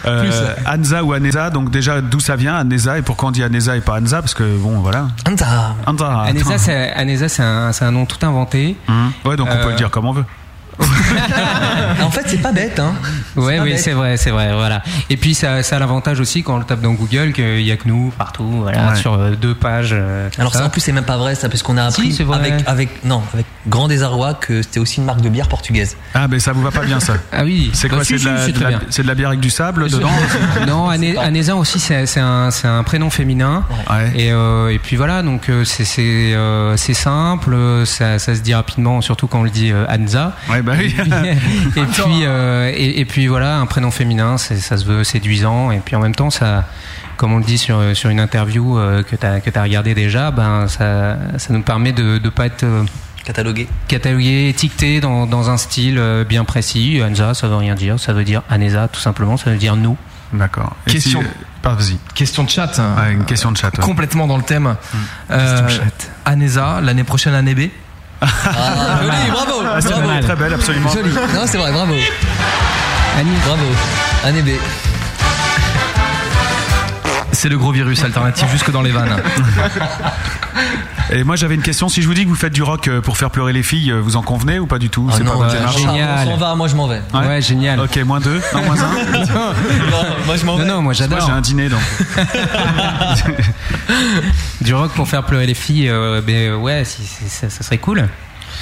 [SPEAKER 2] Euh, Anza ou Anesa, donc déjà d'où ça vient, Anesa, et pourquoi on dit Anesa et pas Anza, parce que bon, voilà.
[SPEAKER 4] Anta.
[SPEAKER 2] Anza.
[SPEAKER 10] Anesa, c'est Anesa, c'est un, c'est un nom tout inventé.
[SPEAKER 2] [laughs] Hum, Ouais, donc on peut
[SPEAKER 10] Euh,
[SPEAKER 2] le dire comme on veut.
[SPEAKER 4] En fait, c'est pas bête, hein.
[SPEAKER 10] Ouais,
[SPEAKER 4] pas
[SPEAKER 10] oui,
[SPEAKER 4] bête.
[SPEAKER 10] c'est vrai, c'est vrai, voilà. Et puis ça, ça a l'avantage aussi quand on le tape dans Google qu'il y a que nous partout, voilà,
[SPEAKER 2] Ouais.
[SPEAKER 10] sur euh, deux pages. euh, tout
[SPEAKER 4] Alors ça,
[SPEAKER 10] ça.
[SPEAKER 4] en plus c'est même pas vrai ça parce qu'on a
[SPEAKER 10] Si,
[SPEAKER 4] appris
[SPEAKER 10] c'est vrai.
[SPEAKER 4] avec avec non avec grand désarroi que c'était aussi une marque de bière portugaise.
[SPEAKER 2] Ah, mais ça vous va pas bien, ça.
[SPEAKER 10] [laughs] Ah oui.
[SPEAKER 2] C'est quoi
[SPEAKER 10] Bah, si,
[SPEAKER 2] C'est
[SPEAKER 10] si,
[SPEAKER 2] de, la-
[SPEAKER 10] si,
[SPEAKER 2] de
[SPEAKER 10] très
[SPEAKER 2] la-
[SPEAKER 10] bien.
[SPEAKER 2] c'est de la bière avec du sable
[SPEAKER 10] [laughs]
[SPEAKER 2] dedans
[SPEAKER 10] Non, Ané- Anésa aussi, c'est c'est un, c'est un prénom féminin.
[SPEAKER 2] Ouais.
[SPEAKER 10] Et, euh, et puis voilà, donc euh, c'est c'est, euh, c'est simple, euh, ça, ça se dit rapidement, surtout quand on le dit euh,
[SPEAKER 2] [laughs]
[SPEAKER 10] Anza.
[SPEAKER 2] Ouais, bah
[SPEAKER 10] [laughs]
[SPEAKER 2] oui.
[SPEAKER 10] et puis euh, et, et puis voilà un prénom féminin c'est- ça se veut séduisant et puis en même temps ça comme on le dit sur, sur une interview euh, que tu as, que as regardé déjà ben ça, ça nous permet de ne pas être euh, [laughs]
[SPEAKER 4] Catalogué.
[SPEAKER 10] catalogué, étiqueté dans, dans un style euh, bien précis. Anza, ça veut rien dire, ça veut dire Anesa, tout simplement, ça veut dire nous.
[SPEAKER 2] D'accord. Et
[SPEAKER 1] Question.
[SPEAKER 2] si- Pas- vas-y.
[SPEAKER 1] Question de chat.
[SPEAKER 2] Ouais, une question de chat. ouais.
[SPEAKER 1] Complètement dans le thème.
[SPEAKER 5] Mm.
[SPEAKER 1] Euh, Anesa, l'année prochaine, année B.
[SPEAKER 4] Ah, joli, bravo,
[SPEAKER 2] Ah, c'est
[SPEAKER 4] bravo.
[SPEAKER 2] mal. très belle, absolument.
[SPEAKER 4] Joli. [laughs] Non, c'est vrai, bravo. Bravo. Année B.
[SPEAKER 1] C'est le gros virus alternatif jusque dans les vannes.
[SPEAKER 2] Et moi j'avais une question. Si je vous dis que vous faites du rock euh, pour faire pleurer les filles, euh, vous en convenez ou pas du tout
[SPEAKER 4] Ah
[SPEAKER 2] C'est
[SPEAKER 4] non,
[SPEAKER 2] pas votre
[SPEAKER 4] on
[SPEAKER 2] démarche
[SPEAKER 4] s'en va,
[SPEAKER 10] Génial.
[SPEAKER 4] On s'en va, moi je m'en vais.
[SPEAKER 2] Ouais.
[SPEAKER 10] génial.
[SPEAKER 2] Ok, moins deux, non, moins un.
[SPEAKER 4] Non, [laughs] moi je m'en
[SPEAKER 10] Non,
[SPEAKER 4] vais.
[SPEAKER 10] non, moi
[SPEAKER 2] Moi
[SPEAKER 10] j'adore.
[SPEAKER 2] j'ai un dîner donc.
[SPEAKER 10] Du rock pour faire pleurer les filles, euh, ben, euh, ouais, si, si, ça, ça serait cool.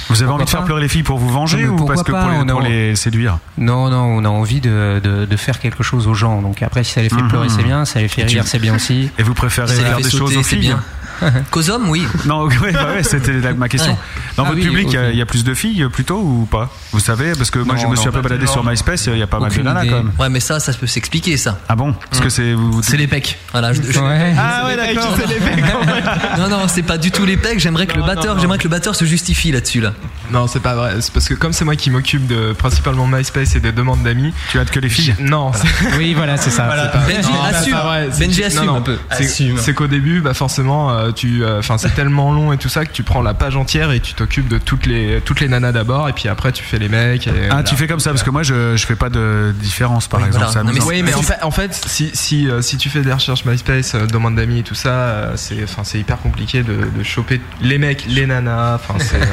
[SPEAKER 2] Vous avez envie de
[SPEAKER 10] Pourquoi
[SPEAKER 2] faire
[SPEAKER 10] pas
[SPEAKER 2] pleurer les filles pour vous venger
[SPEAKER 10] Non, mais
[SPEAKER 2] ou parce
[SPEAKER 10] pourquoi
[SPEAKER 2] que
[SPEAKER 10] pas,
[SPEAKER 2] pour, les,
[SPEAKER 10] on a-
[SPEAKER 2] pour les séduire
[SPEAKER 10] Non, non, on a envie de, de, de faire quelque chose aux gens. Donc après, si ça les fait pleurer, c'est bien. Si ça les fait
[SPEAKER 2] Mhm. Et tu-
[SPEAKER 10] rire, c'est
[SPEAKER 2] [laughs]
[SPEAKER 10] bien aussi.
[SPEAKER 2] Et vous préférez
[SPEAKER 4] Si ça les
[SPEAKER 2] faire
[SPEAKER 4] fait
[SPEAKER 2] des
[SPEAKER 4] sauter,
[SPEAKER 2] choses aux
[SPEAKER 4] c'est
[SPEAKER 2] filles
[SPEAKER 4] bien. [laughs] Qu'aux hommes, oui.
[SPEAKER 2] Non, [laughs] ouais, bah ouais, c'était la- ma question.
[SPEAKER 4] Ouais.
[SPEAKER 2] Dans
[SPEAKER 10] Ah
[SPEAKER 2] votre
[SPEAKER 10] oui,
[SPEAKER 2] public,
[SPEAKER 10] aux
[SPEAKER 2] il y a-
[SPEAKER 10] filles.
[SPEAKER 2] il y, a plus de filles euh, plutôt ou pas Vous savez, parce que moi
[SPEAKER 1] Non,
[SPEAKER 2] je me suis
[SPEAKER 1] non,
[SPEAKER 2] un peu
[SPEAKER 1] pas
[SPEAKER 2] baladé sur
[SPEAKER 1] tellement.
[SPEAKER 2] MySpace, il y a pas mal de
[SPEAKER 10] Aucune
[SPEAKER 2] nanas
[SPEAKER 10] idée.
[SPEAKER 2] quand même.
[SPEAKER 4] Ouais, mais ça, ça peut s'expliquer, ça.
[SPEAKER 2] Ah bon Parce que c'est. Vous, vous-
[SPEAKER 1] C'est les pecs.
[SPEAKER 4] Voilà, je- je-
[SPEAKER 10] Ouais.
[SPEAKER 2] Ah ouais, d'accord.
[SPEAKER 4] Non, non, c'est pas du tout les pecs. J'aimerais que le batteur, j'aimerais que le batteur se justifie là-dessus, là.
[SPEAKER 5] [laughs] Non, c'est pas vrai. C'est parce que comme c'est moi qui m'occupe de principalement MySpace et des demandes d'amis.
[SPEAKER 2] Tu hâte que les filles
[SPEAKER 5] Non, c'est-
[SPEAKER 10] Oui, voilà, c'est ça.
[SPEAKER 5] Voilà.
[SPEAKER 10] c'est pas-
[SPEAKER 4] Benji,
[SPEAKER 5] Non, c'est
[SPEAKER 4] assume.
[SPEAKER 5] pas vrai. Ah, C'est-
[SPEAKER 4] Benji,
[SPEAKER 5] non,
[SPEAKER 4] assume
[SPEAKER 5] non.
[SPEAKER 4] un peu.
[SPEAKER 5] C'est-
[SPEAKER 1] Assume.
[SPEAKER 5] C'est qu'au début, bah forcément, euh, tu, enfin, c'est tellement long et tout ça que tu prends la page entière et tu t'occupes de toutes les toutes les nanas d'abord et puis après tu fais les mecs. Et
[SPEAKER 2] Ah,
[SPEAKER 5] voilà.
[SPEAKER 2] tu fais comme ça parce que moi je, je fais pas de différence par
[SPEAKER 4] Oui,
[SPEAKER 2] exemple.
[SPEAKER 4] voilà.
[SPEAKER 2] c'est
[SPEAKER 4] Non, mais
[SPEAKER 2] amusant.
[SPEAKER 5] Oui, mais en fait, en fait, si, si, euh, si tu fais des recherches MySpace, euh, demande d'amis et tout ça, euh, c'est enfin, c'est hyper compliqué de, de choper les mecs, les nanas. Enfin, c'est euh,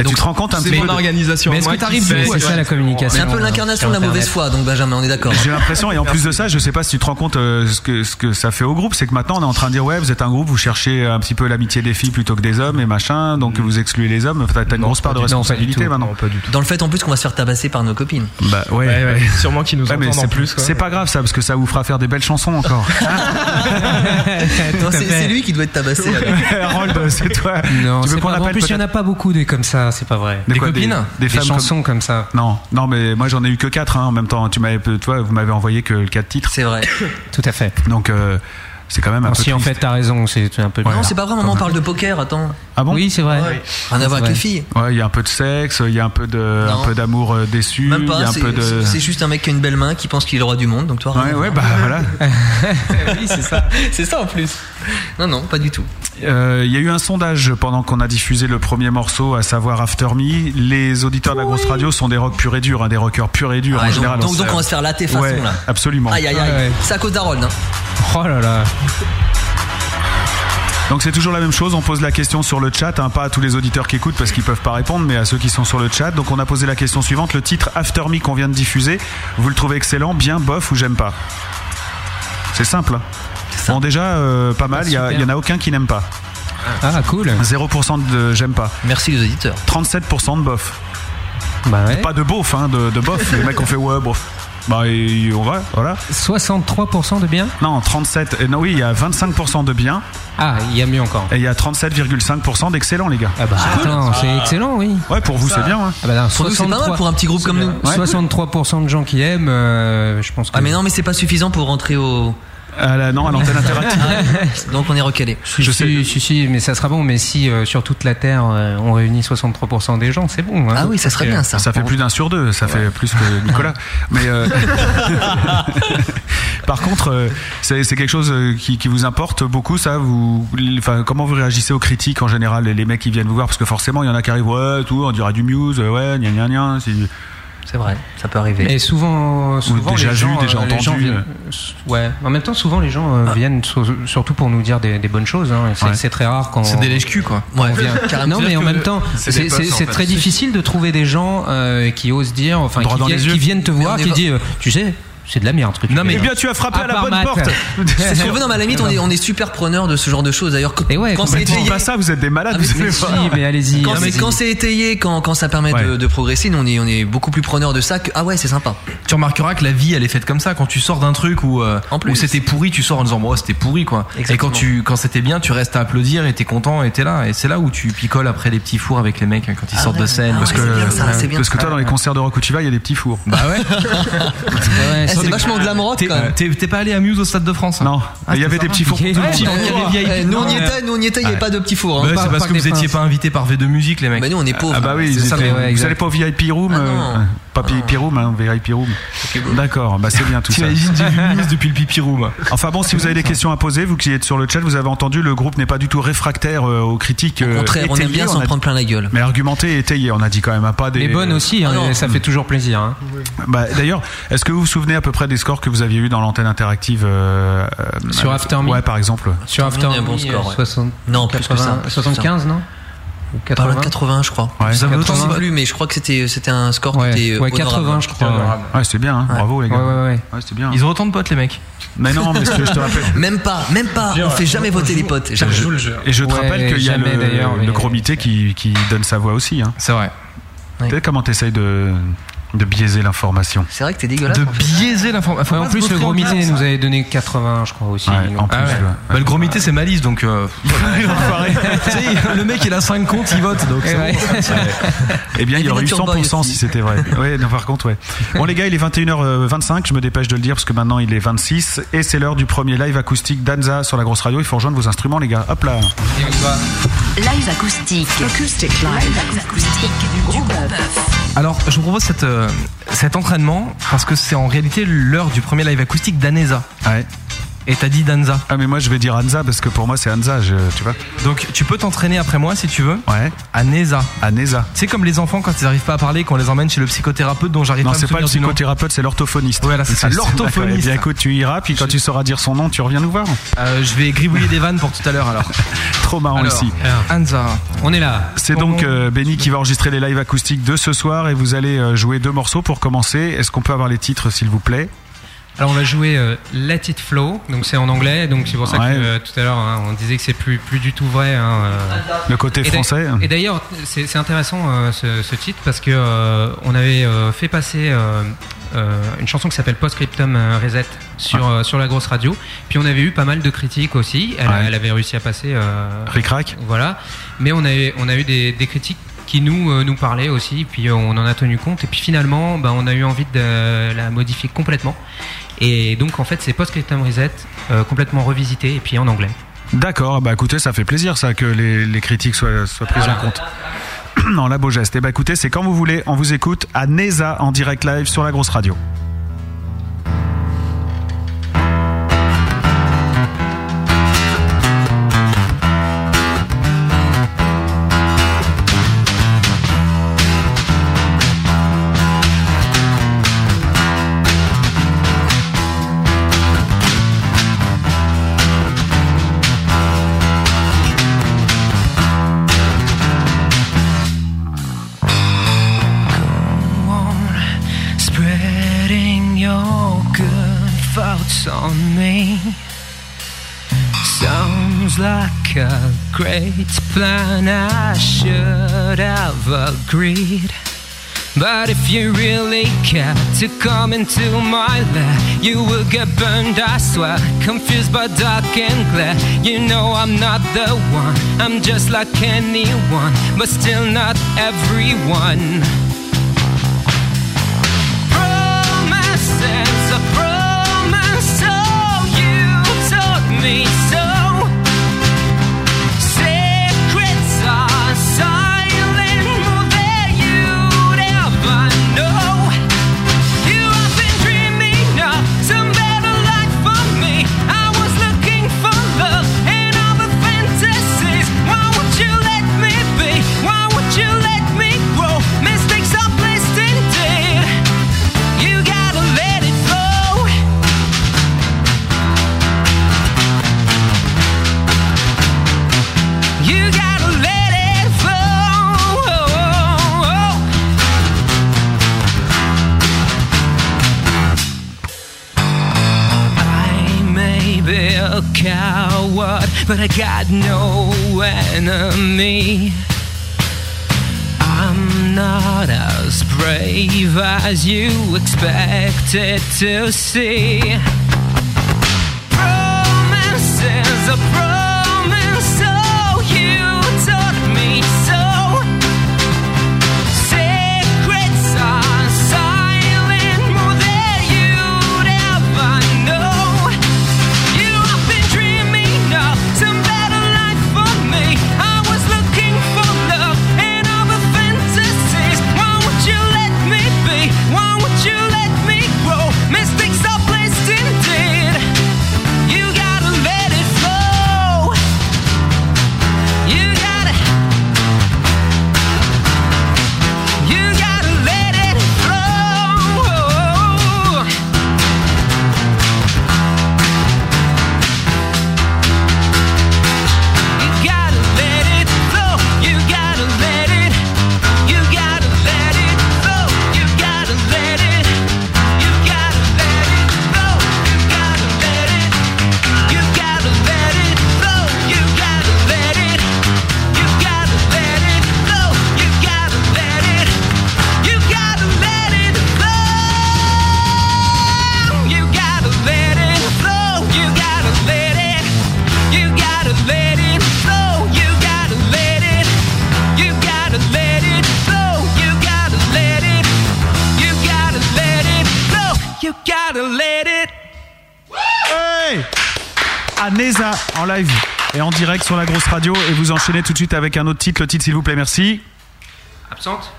[SPEAKER 2] Et tu te rends compte un
[SPEAKER 5] c'est
[SPEAKER 2] petit peu
[SPEAKER 5] mon
[SPEAKER 2] de-
[SPEAKER 5] organisation.
[SPEAKER 1] Mais est-ce
[SPEAKER 5] Moi
[SPEAKER 1] que
[SPEAKER 5] qui
[SPEAKER 1] t'arrives
[SPEAKER 5] fais-
[SPEAKER 1] beaucoup
[SPEAKER 10] C'est ça la communication.
[SPEAKER 4] C'est un peu l'incarnation de la mauvaise foi, donc Benjamin, on est d'accord.
[SPEAKER 2] J'ai l'impression, et en plus de ça, je sais pas si tu te rends compte euh, ce, que, ce que ça fait au groupe, c'est que maintenant on est en train de dire ouais, vous êtes un groupe, vous cherchez un petit peu l'amitié des filles plutôt que des hommes et machin, donc vous excluez les hommes. T'as t'as une grosse part de
[SPEAKER 10] pas du- Mm. non, pas du
[SPEAKER 2] responsabilité
[SPEAKER 10] tout.
[SPEAKER 2] maintenant. Pas du tout.
[SPEAKER 4] Dans le fait en plus qu'on va se faire tabasser par nos copines.
[SPEAKER 2] Bah ouais.
[SPEAKER 5] Ouais, ouais,
[SPEAKER 2] ouais.
[SPEAKER 5] sûrement qu'ils nous
[SPEAKER 2] Ouais, mais
[SPEAKER 5] entendent en
[SPEAKER 2] c'est
[SPEAKER 5] plus. quoi.
[SPEAKER 2] c'est pas grave ça parce que ça vous fera faire des belles chansons
[SPEAKER 10] [laughs]
[SPEAKER 2] encore. [laughs]
[SPEAKER 4] Non, c'est c'est lui qui doit être tabassé. alors.
[SPEAKER 2] Harold, c'est toi.
[SPEAKER 10] Non,
[SPEAKER 2] tu
[SPEAKER 10] c'est
[SPEAKER 2] veux qu'on
[SPEAKER 10] pas vrai. En
[SPEAKER 2] appelle
[SPEAKER 10] plus, il y en a pas beaucoup des comme ça, c'est pas vrai.
[SPEAKER 2] Des quoi, des-
[SPEAKER 1] copines
[SPEAKER 2] des,
[SPEAKER 10] Des
[SPEAKER 2] femmes comme-
[SPEAKER 10] chansons comme ça.
[SPEAKER 2] Non, non, mais moi j'en ai eu que quatre hein, en même temps. Tu m'avais, toi, vous m'avez envoyé que quatre titres,
[SPEAKER 4] C'est vrai.
[SPEAKER 10] Tout à fait.
[SPEAKER 2] donc euh, c'est quand même un
[SPEAKER 10] Non,
[SPEAKER 2] peu.
[SPEAKER 10] si en
[SPEAKER 2] triste.
[SPEAKER 10] fait t'as raison, c'est un peu.
[SPEAKER 4] Non, c'est pas vrai, maman on parle de poker, attends.
[SPEAKER 2] ah bon
[SPEAKER 10] Oui, c'est vrai.
[SPEAKER 4] Rien à voir avec
[SPEAKER 10] Ouais.
[SPEAKER 4] les filles.
[SPEAKER 2] Ouais, il y a un peu de sexe, il y a un peu de,
[SPEAKER 4] Non.
[SPEAKER 2] un peu d'amour euh, déçu,
[SPEAKER 4] Même
[SPEAKER 2] il y
[SPEAKER 4] pas,
[SPEAKER 2] a un
[SPEAKER 4] c'est
[SPEAKER 2] peu de.
[SPEAKER 4] c'est juste un mec qui a une belle main qui pense qu'il est le roi du monde, donc toi, rien
[SPEAKER 2] Ouais, bah
[SPEAKER 4] à
[SPEAKER 2] ouais,
[SPEAKER 4] voir.
[SPEAKER 2] bah voilà.
[SPEAKER 4] oui, c'est ça. [laughs] c'est ça en plus. Non, non, pas du tout.
[SPEAKER 2] Euh, Il y a eu un sondage pendant qu'on a diffusé le premier morceau, à savoir After Me. Les auditeurs de la grosse radio sont des rocks purs et durs, hein, des rockers purs et durs
[SPEAKER 4] Ah,
[SPEAKER 2] en
[SPEAKER 4] donc,
[SPEAKER 2] général. euh,
[SPEAKER 4] donc, donc on va se faire latter façon
[SPEAKER 2] Ouais,
[SPEAKER 4] là.
[SPEAKER 2] absolument.
[SPEAKER 4] Aïe aïe
[SPEAKER 10] Ouais,
[SPEAKER 4] aïe.
[SPEAKER 10] ouais.
[SPEAKER 4] C'est à cause d'Harold. Hein.
[SPEAKER 10] Oh là là.
[SPEAKER 2] Donc c'est toujours la même chose, on pose la question sur le chat, hein, pas à tous les auditeurs qui écoutent parce qu'ils peuvent pas répondre, mais à ceux qui sont sur le chat. Donc on a posé la question suivante, le titre After Me qu'on vient de diffuser, vous le trouvez excellent, bien, bof ou j'aime pas C'est simple. hein. Bon déjà, euh, pas mal, il y, a-
[SPEAKER 10] super.
[SPEAKER 2] il y en a aucun qui n'aime pas.
[SPEAKER 10] Ah cool.
[SPEAKER 2] 0% de j'aime pas,
[SPEAKER 4] Merci les auditeurs.
[SPEAKER 2] 37% de bof.
[SPEAKER 10] Bah ouais.
[SPEAKER 2] Pas de beauf, hein, de, de bof. Les mecs ont fait ouais, bof. Bah, et on va, voilà.
[SPEAKER 10] 63% de bien.
[SPEAKER 2] Non, 37. et non, oui, il y a 25% de bien
[SPEAKER 10] Ah, il y a mieux encore.
[SPEAKER 2] et il y a 37,5% d'excellent, les gars.
[SPEAKER 10] Ah bah attends, c'est excellent, oui.
[SPEAKER 2] Ouais, pour vous, c'est bien, hein.
[SPEAKER 10] Ah bah non,
[SPEAKER 4] Pour nous, c'est pas mal pour un petit groupe comme nous.
[SPEAKER 2] Ouais.
[SPEAKER 10] 63% de gens qui aiment, euh, je pense que.
[SPEAKER 4] Ah mais non, mais c'est pas suffisant pour rentrer au.
[SPEAKER 2] À la- non, à [laughs] l'antenne interactive.
[SPEAKER 4] [laughs] Donc on est recalé.
[SPEAKER 10] Si,
[SPEAKER 2] je
[SPEAKER 10] si,
[SPEAKER 2] sais-
[SPEAKER 10] si, si, mais ça sera bon. Mais si euh, sur toute la Terre, euh, on réunit 63% des gens, c'est bon. hein.
[SPEAKER 4] Ah oui, ça serait bien ça.
[SPEAKER 2] Ça fait plus d'un sur deux, ça fait plus que Nicolas. Mais euh, par contre, euh, c'est c'est quelque chose euh, qui, qui vous importe beaucoup, ça. Vous, enfin, comment vous réagissez aux critiques en général, les, les mecs qui viennent vous voir, parce que forcément, il y en a qui arrivent, ouais, tout, on dirait du Muse, euh, ouais, gna gna gna. c'est-
[SPEAKER 4] C'est vrai, ça peut arriver.
[SPEAKER 10] Et souvent, souvent
[SPEAKER 2] déjà
[SPEAKER 10] les
[SPEAKER 2] vu,
[SPEAKER 10] gens,
[SPEAKER 2] déjà
[SPEAKER 10] euh, les
[SPEAKER 2] entendu,
[SPEAKER 10] gens viennent- euh, ouais. En même temps, souvent les gens
[SPEAKER 4] Ah.
[SPEAKER 10] euh, viennent sur- surtout pour nous dire des, des bonnes choses. hein. C'est
[SPEAKER 2] Ouais.
[SPEAKER 10] c'est très rare quand.
[SPEAKER 5] C'est des lèches-culs, quoi.
[SPEAKER 4] Ouais,
[SPEAKER 10] on vient-
[SPEAKER 4] [laughs] carrément.
[SPEAKER 10] Non, mais en
[SPEAKER 5] que
[SPEAKER 10] même [laughs] temps,
[SPEAKER 5] c'est
[SPEAKER 10] c'est
[SPEAKER 5] des potes,
[SPEAKER 10] c'est-
[SPEAKER 5] en
[SPEAKER 10] c'est
[SPEAKER 5] fait.
[SPEAKER 10] très difficile de trouver des gens euh, qui osent dire, enfin,
[SPEAKER 2] Droit
[SPEAKER 10] qui,
[SPEAKER 2] dans les
[SPEAKER 10] viennent,
[SPEAKER 2] yeux.
[SPEAKER 10] qui viennent te voir,
[SPEAKER 4] on est
[SPEAKER 10] qui
[SPEAKER 4] va-
[SPEAKER 10] disent, euh, tu sais, c'est de la merde. ce que tu
[SPEAKER 1] Non,
[SPEAKER 10] fais,
[SPEAKER 1] mais-
[SPEAKER 2] Eh
[SPEAKER 10] hein. [laughs]
[SPEAKER 2] bien, tu as frappé à,
[SPEAKER 10] À
[SPEAKER 2] la
[SPEAKER 10] part
[SPEAKER 2] bonne
[SPEAKER 10] Matt. [laughs]
[SPEAKER 2] porte.
[SPEAKER 4] C'est ce qu'on veut, non, mais à la limite, on est, on est super preneur de ce genre de choses. D'ailleurs, quand,
[SPEAKER 10] Et ouais,
[SPEAKER 4] quand c'est
[SPEAKER 10] complètement.
[SPEAKER 4] étayé,
[SPEAKER 2] Pas ça, vous êtes des malades,
[SPEAKER 4] Ah, mais
[SPEAKER 2] vous savez
[SPEAKER 4] c'est
[SPEAKER 2] pas.
[SPEAKER 10] Si, mais allez-y.
[SPEAKER 4] quand
[SPEAKER 10] hein,
[SPEAKER 4] c'est-
[SPEAKER 10] mais-
[SPEAKER 4] quand c'est étayé, quand, quand ça permet de,
[SPEAKER 2] Ouais.
[SPEAKER 4] de progresser, nous, on est, on est beaucoup plus preneur de ça que ah ouais, c'est sympa.
[SPEAKER 1] Tu remarqueras que la vie, elle est faite comme ça. Quand tu sors d'un truc où, euh,
[SPEAKER 4] En plus.
[SPEAKER 1] où c'était pourri, tu sors en disant, bon, c'était pourri, quoi.
[SPEAKER 4] Exactement.
[SPEAKER 1] Et quand tu, quand c'était bien, tu restes à applaudir et t'es content et t'es là. Et c'est là où tu picoles après les petits fours avec les mecs hein, quand ils
[SPEAKER 4] Ah
[SPEAKER 1] sortent
[SPEAKER 4] ouais.
[SPEAKER 1] de scène.
[SPEAKER 4] Ah
[SPEAKER 1] Parce
[SPEAKER 4] ouais,
[SPEAKER 1] que
[SPEAKER 4] c'est bien ça, c'est bien.
[SPEAKER 2] Parce que toi, dans les concerts de rock où tu vas, il y a des petits fours.
[SPEAKER 1] bah ouais.
[SPEAKER 10] Ouais,
[SPEAKER 4] Eh,
[SPEAKER 10] sauf
[SPEAKER 5] t'es-
[SPEAKER 4] vachement glamrock,
[SPEAKER 5] t'es-
[SPEAKER 4] quand même.
[SPEAKER 5] T'es t'es pas allé à Muse au stade de France hein. Non.
[SPEAKER 2] Il y avait des petits fours-
[SPEAKER 5] Il y
[SPEAKER 4] Ouais,
[SPEAKER 5] avait vieilles
[SPEAKER 4] eh, nous on y était, nous on y était, il n'y avait
[SPEAKER 5] Ouais.
[SPEAKER 4] pas de petits fours. hein.
[SPEAKER 5] Bah, c'est parce que vous étiez pas invité par V2 Musique, les mecs.
[SPEAKER 4] Bah, nous, on est pauvres.
[SPEAKER 2] Ah bah oui,
[SPEAKER 5] C'est
[SPEAKER 2] ils
[SPEAKER 5] ça,
[SPEAKER 2] étaient-
[SPEAKER 5] mais ouais,
[SPEAKER 2] vous
[SPEAKER 5] exact.
[SPEAKER 2] allez pas au VIP room, euh, pas VIP room, hein, VIP room. D'accord, bah c'est bien tout ça.
[SPEAKER 5] T'imagines, j'ai vu Muse depuis le pipi room.
[SPEAKER 2] Enfin bon, si vous avez des questions à poser, vous qui êtes sur le chat, vous avez entendu, le groupe n'est pas du tout réfractaire euh, aux critiques.
[SPEAKER 4] Au contraire, on aime bien s'en prendre plein la gueule.
[SPEAKER 2] Mais argumenté et étayé, on a dit quand même hein, pas des.
[SPEAKER 11] Les
[SPEAKER 5] euh,
[SPEAKER 11] bonnes aussi, hein,
[SPEAKER 2] Ah non.
[SPEAKER 11] et ça fait toujours plaisir. hein.
[SPEAKER 5] Mmh.
[SPEAKER 2] Bah, D'ailleurs, est-ce que vous vous souvenez à peu près des scores que vous aviez eu dans l'antenne interactive euh, euh,
[SPEAKER 11] Sur After Me.
[SPEAKER 2] Ouais, par exemple.
[SPEAKER 11] Sur After
[SPEAKER 4] un bon
[SPEAKER 11] Me,
[SPEAKER 4] score,
[SPEAKER 11] euh,
[SPEAKER 4] ouais.
[SPEAKER 11] 60
[SPEAKER 4] Non, plus que ça,
[SPEAKER 11] 80,
[SPEAKER 4] plus que ça.
[SPEAKER 11] 75, non Ou
[SPEAKER 4] Pas loin de 80, je crois.
[SPEAKER 2] Ouais.
[SPEAKER 4] Ça me
[SPEAKER 11] 80.
[SPEAKER 4] sais plus, mais je crois que c'était c'était un score
[SPEAKER 11] Ouais,
[SPEAKER 4] qui était euh,
[SPEAKER 11] ouais,
[SPEAKER 4] honorable.
[SPEAKER 11] 80, je crois.
[SPEAKER 4] Honorable.
[SPEAKER 2] Ouais, c'est bien, hein, bravo les gars.
[SPEAKER 11] Ouais, ouais, ouais.
[SPEAKER 2] Ouais, c'était bien.
[SPEAKER 5] Ils ont autant de potes, les mecs.
[SPEAKER 2] Mais non, mais ce que je te rappelle.
[SPEAKER 4] Même pas, même pas. On fait jamais voter les potes. Jamais.
[SPEAKER 2] Et je te
[SPEAKER 11] Ouais,
[SPEAKER 2] rappelle qu'il y a
[SPEAKER 11] jamais, d'ailleurs,
[SPEAKER 2] le,
[SPEAKER 11] mais-
[SPEAKER 2] le gros mité qui, qui donne sa voix aussi. Hein.
[SPEAKER 5] C'est vrai.
[SPEAKER 2] Tu sais comment t'essayes de, de biaiser l'information
[SPEAKER 4] C'est vrai que t'es dégueulasse.
[SPEAKER 5] De
[SPEAKER 4] en fait.
[SPEAKER 5] biaiser l'information.
[SPEAKER 11] Ouais, en plus, le gros mité nous avait donné 80, je crois aussi.
[SPEAKER 2] Ouais, en
[SPEAKER 11] Donc,
[SPEAKER 2] plus,
[SPEAKER 5] Ah ouais.
[SPEAKER 2] ouais.
[SPEAKER 5] Bah, le gros mité c'est malice donc euh,
[SPEAKER 1] [laughs]
[SPEAKER 5] l'enfoiré. Tu sais, le mec il a 5 comptes il vote donc c'est
[SPEAKER 11] ouais.
[SPEAKER 5] bon.
[SPEAKER 4] [laughs]
[SPEAKER 2] Eh bien, il y
[SPEAKER 4] des
[SPEAKER 2] aurait eu
[SPEAKER 4] Nature
[SPEAKER 2] 100%
[SPEAKER 4] Boy
[SPEAKER 2] si
[SPEAKER 4] aussi.
[SPEAKER 2] c'était
[SPEAKER 5] [laughs]
[SPEAKER 2] vrai. Ouais, non, par contre, ouais. Bon, les gars, il est 21h25. Je me dépêche de le dire parce que maintenant il est 26 et c'est l'heure du premier live acoustique d'Anza sur la grosse radio. Il faut rejoindre vos instruments, les gars. Hop là.
[SPEAKER 1] Live acoustique. Acoustic live. acoustique du gros bœuf.
[SPEAKER 5] Alors je vous propose cette, euh, cet entraînement parce que c'est en réalité l'heure du premier live acoustique d'Anesa
[SPEAKER 2] Ouais.
[SPEAKER 5] et t'as dit Danza
[SPEAKER 2] Ah, mais moi je vais dire Anza parce que pour moi c'est Anza, je, tu vois.
[SPEAKER 5] donc tu peux t'entraîner après moi si tu veux
[SPEAKER 2] Ouais.
[SPEAKER 5] à Neza
[SPEAKER 2] Anesa.
[SPEAKER 5] c'est comme les enfants quand ils arrivent pas à parler qu'on les emmène chez le psychothérapeute dont j'arrive
[SPEAKER 2] Non,
[SPEAKER 5] pas à me
[SPEAKER 2] c'est pas le
[SPEAKER 5] souvenir du nom
[SPEAKER 2] psychothérapeute, c'est l'orthophoniste.
[SPEAKER 5] Voilà, c'est ça,
[SPEAKER 2] L'orthophoniste. Eh
[SPEAKER 5] l'orthophoniste.
[SPEAKER 2] bien, écoute, tu iras, puis quand tu sauras dire son nom, tu reviens nous voir.
[SPEAKER 5] Euh, je vais gribouiller des vannes pour tout à
[SPEAKER 2] [laughs]
[SPEAKER 5] l'heure alors
[SPEAKER 2] Trop marrant
[SPEAKER 5] Alors,
[SPEAKER 2] ici.
[SPEAKER 5] Anza
[SPEAKER 11] On est là.
[SPEAKER 2] C'est
[SPEAKER 5] Ton
[SPEAKER 2] donc
[SPEAKER 5] nom.
[SPEAKER 2] euh, Benny qui va enregistrer les lives acoustiques de ce soir et vous allez euh, jouer deux morceaux pour commencer. Est-ce qu'on peut avoir les titres s'il vous plaît
[SPEAKER 11] Alors on va jouer euh, Let It Flow, donc c'est en anglais, donc c'est pour ça
[SPEAKER 2] Ouais.
[SPEAKER 11] que euh, tout à l'heure hein, on disait que c'est plus, plus du tout vrai. hein, euh.
[SPEAKER 2] Le côté
[SPEAKER 11] Et d'a-
[SPEAKER 2] français hein.
[SPEAKER 11] Et d'ailleurs, c'est c'est intéressant euh, ce, ce titre parce que euh, on avait euh, fait passer euh, euh, une chanson qui s'appelle Postscriptum euh, Reset
[SPEAKER 2] Ah.
[SPEAKER 11] sur, euh, sur la grosse radio. Puis on avait eu pas mal de critiques aussi. Elle,
[SPEAKER 2] Ouais.
[SPEAKER 11] elle avait réussi à passer. euh,
[SPEAKER 2] Ric-rac
[SPEAKER 11] Voilà. Mais on a, on a eu des, des critiques qui nous, euh, nous parlaient aussi, puis euh, on en a tenu compte. Et puis finalement, bah, on a eu envie de euh, la modifier complètement. Et donc en fait, c'est Postscriptum Reset euh, complètement revisité et puis en anglais.
[SPEAKER 2] D'accord, bah écoutez, ça fait plaisir ça que les, les critiques soient, soient prises en compte. [clears throat] Non, la beau geste. Et bah écoutez, c'est quand vous voulez, on vous écoute à Neza en direct live sur la grosse radio.
[SPEAKER 10] on spreading your good thoughts on me. Sounds like a great plan, I should have agreed. But if you really care to come into my lair, you will get burned, I swear. Confused by dark and glare, you know I'm not the one. I'm just like anyone, but still not everyone. Promises, a promise, oh, you told me so. Secrets are silent, more than you'd ever know. You have been dreaming of some better life for me. I was looking for love and other fantasies. Why would you let me be? Why would you let me grow? Mistakes are placed indeed. You gotta let it flow. You gotta let it flow. I may be a coward, but I got no enemy. I'm not as brave as you expected to see. Promises, a promise, oh, you taught me so. Secrets are silent, more than you'd
[SPEAKER 12] you gotta let it.
[SPEAKER 2] Hey Anesa en live et en direct sur la grosse radio et vous enchaînez tout de suite avec un autre titre. Le titre s'il vous plaît, merci.
[SPEAKER 5] Absente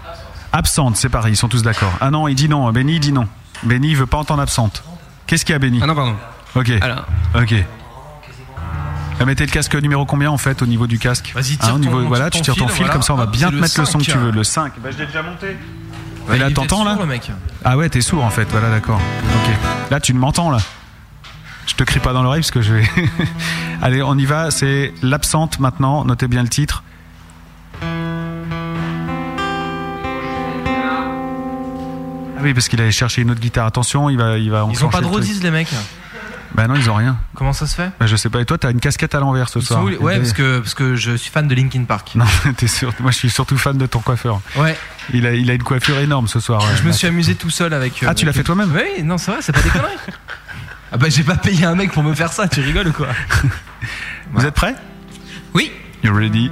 [SPEAKER 2] Absente, c'est pareil, ils sont tous d'accord. Ah non, il dit non, Benny il dit non. Benny il veut pas entendre absente. Qu'est-ce qu'il y a Benny Ah
[SPEAKER 5] non, pardon.
[SPEAKER 3] Bah,
[SPEAKER 2] Ok. Ok. Ah, Mettez le casque numéro combien en fait au niveau du casque Vas-y,
[SPEAKER 13] tire
[SPEAKER 2] au
[SPEAKER 13] ton-
[SPEAKER 2] niveau,
[SPEAKER 13] tire
[SPEAKER 2] Voilà,
[SPEAKER 13] ton
[SPEAKER 2] tu tires ton
[SPEAKER 13] fil,
[SPEAKER 2] fil,
[SPEAKER 13] voilà.
[SPEAKER 2] comme ça on va
[SPEAKER 13] Ah,
[SPEAKER 2] bien
[SPEAKER 13] c'est
[SPEAKER 2] te
[SPEAKER 13] le
[SPEAKER 2] mettre le son
[SPEAKER 13] 5,
[SPEAKER 2] que tu veux,
[SPEAKER 13] euh.
[SPEAKER 2] le 5. Bah, je l'ai déjà monté. Et là,
[SPEAKER 13] il était
[SPEAKER 2] t'entends là
[SPEAKER 13] sourd, le mec.
[SPEAKER 2] Ah ouais, t'es sourd en fait, voilà, d'accord. Ok. Là, tu ne m'entends là Je te crie pas dans l'oreille parce que je vais. [laughs] Allez, on y va, c'est L'absente maintenant, notez bien le titre. Ah oui, parce qu'il allait chercher une autre guitare, attention, il va. Il va
[SPEAKER 3] Ils ont pas de
[SPEAKER 2] redis
[SPEAKER 3] rodis les mecs.
[SPEAKER 2] Bah non, ils ont rien.
[SPEAKER 3] Comment ça se fait
[SPEAKER 2] Bah, je sais pas, et toi, t'as une casquette à l'envers ce
[SPEAKER 3] Ils
[SPEAKER 2] soir.
[SPEAKER 3] sont où les- Ouais, parce que, parce que je suis fan de Linkin Park.
[SPEAKER 2] Non, [laughs] t'es sûr. Moi, je suis surtout fan de ton coiffeur.
[SPEAKER 3] Ouais.
[SPEAKER 2] Il a, il a une coiffure énorme ce soir.
[SPEAKER 3] Je me suis amusé tout seul avec.
[SPEAKER 2] Ah, tu l'as fait toi-même
[SPEAKER 3] Oui, non, c'est vrai, c'est pas
[SPEAKER 2] [laughs]
[SPEAKER 3] des conneries. ah bah j'ai pas payé un mec pour me faire ça, tu rigoles ou quoi
[SPEAKER 2] Vous êtes prêts
[SPEAKER 3] Oui.
[SPEAKER 2] You ready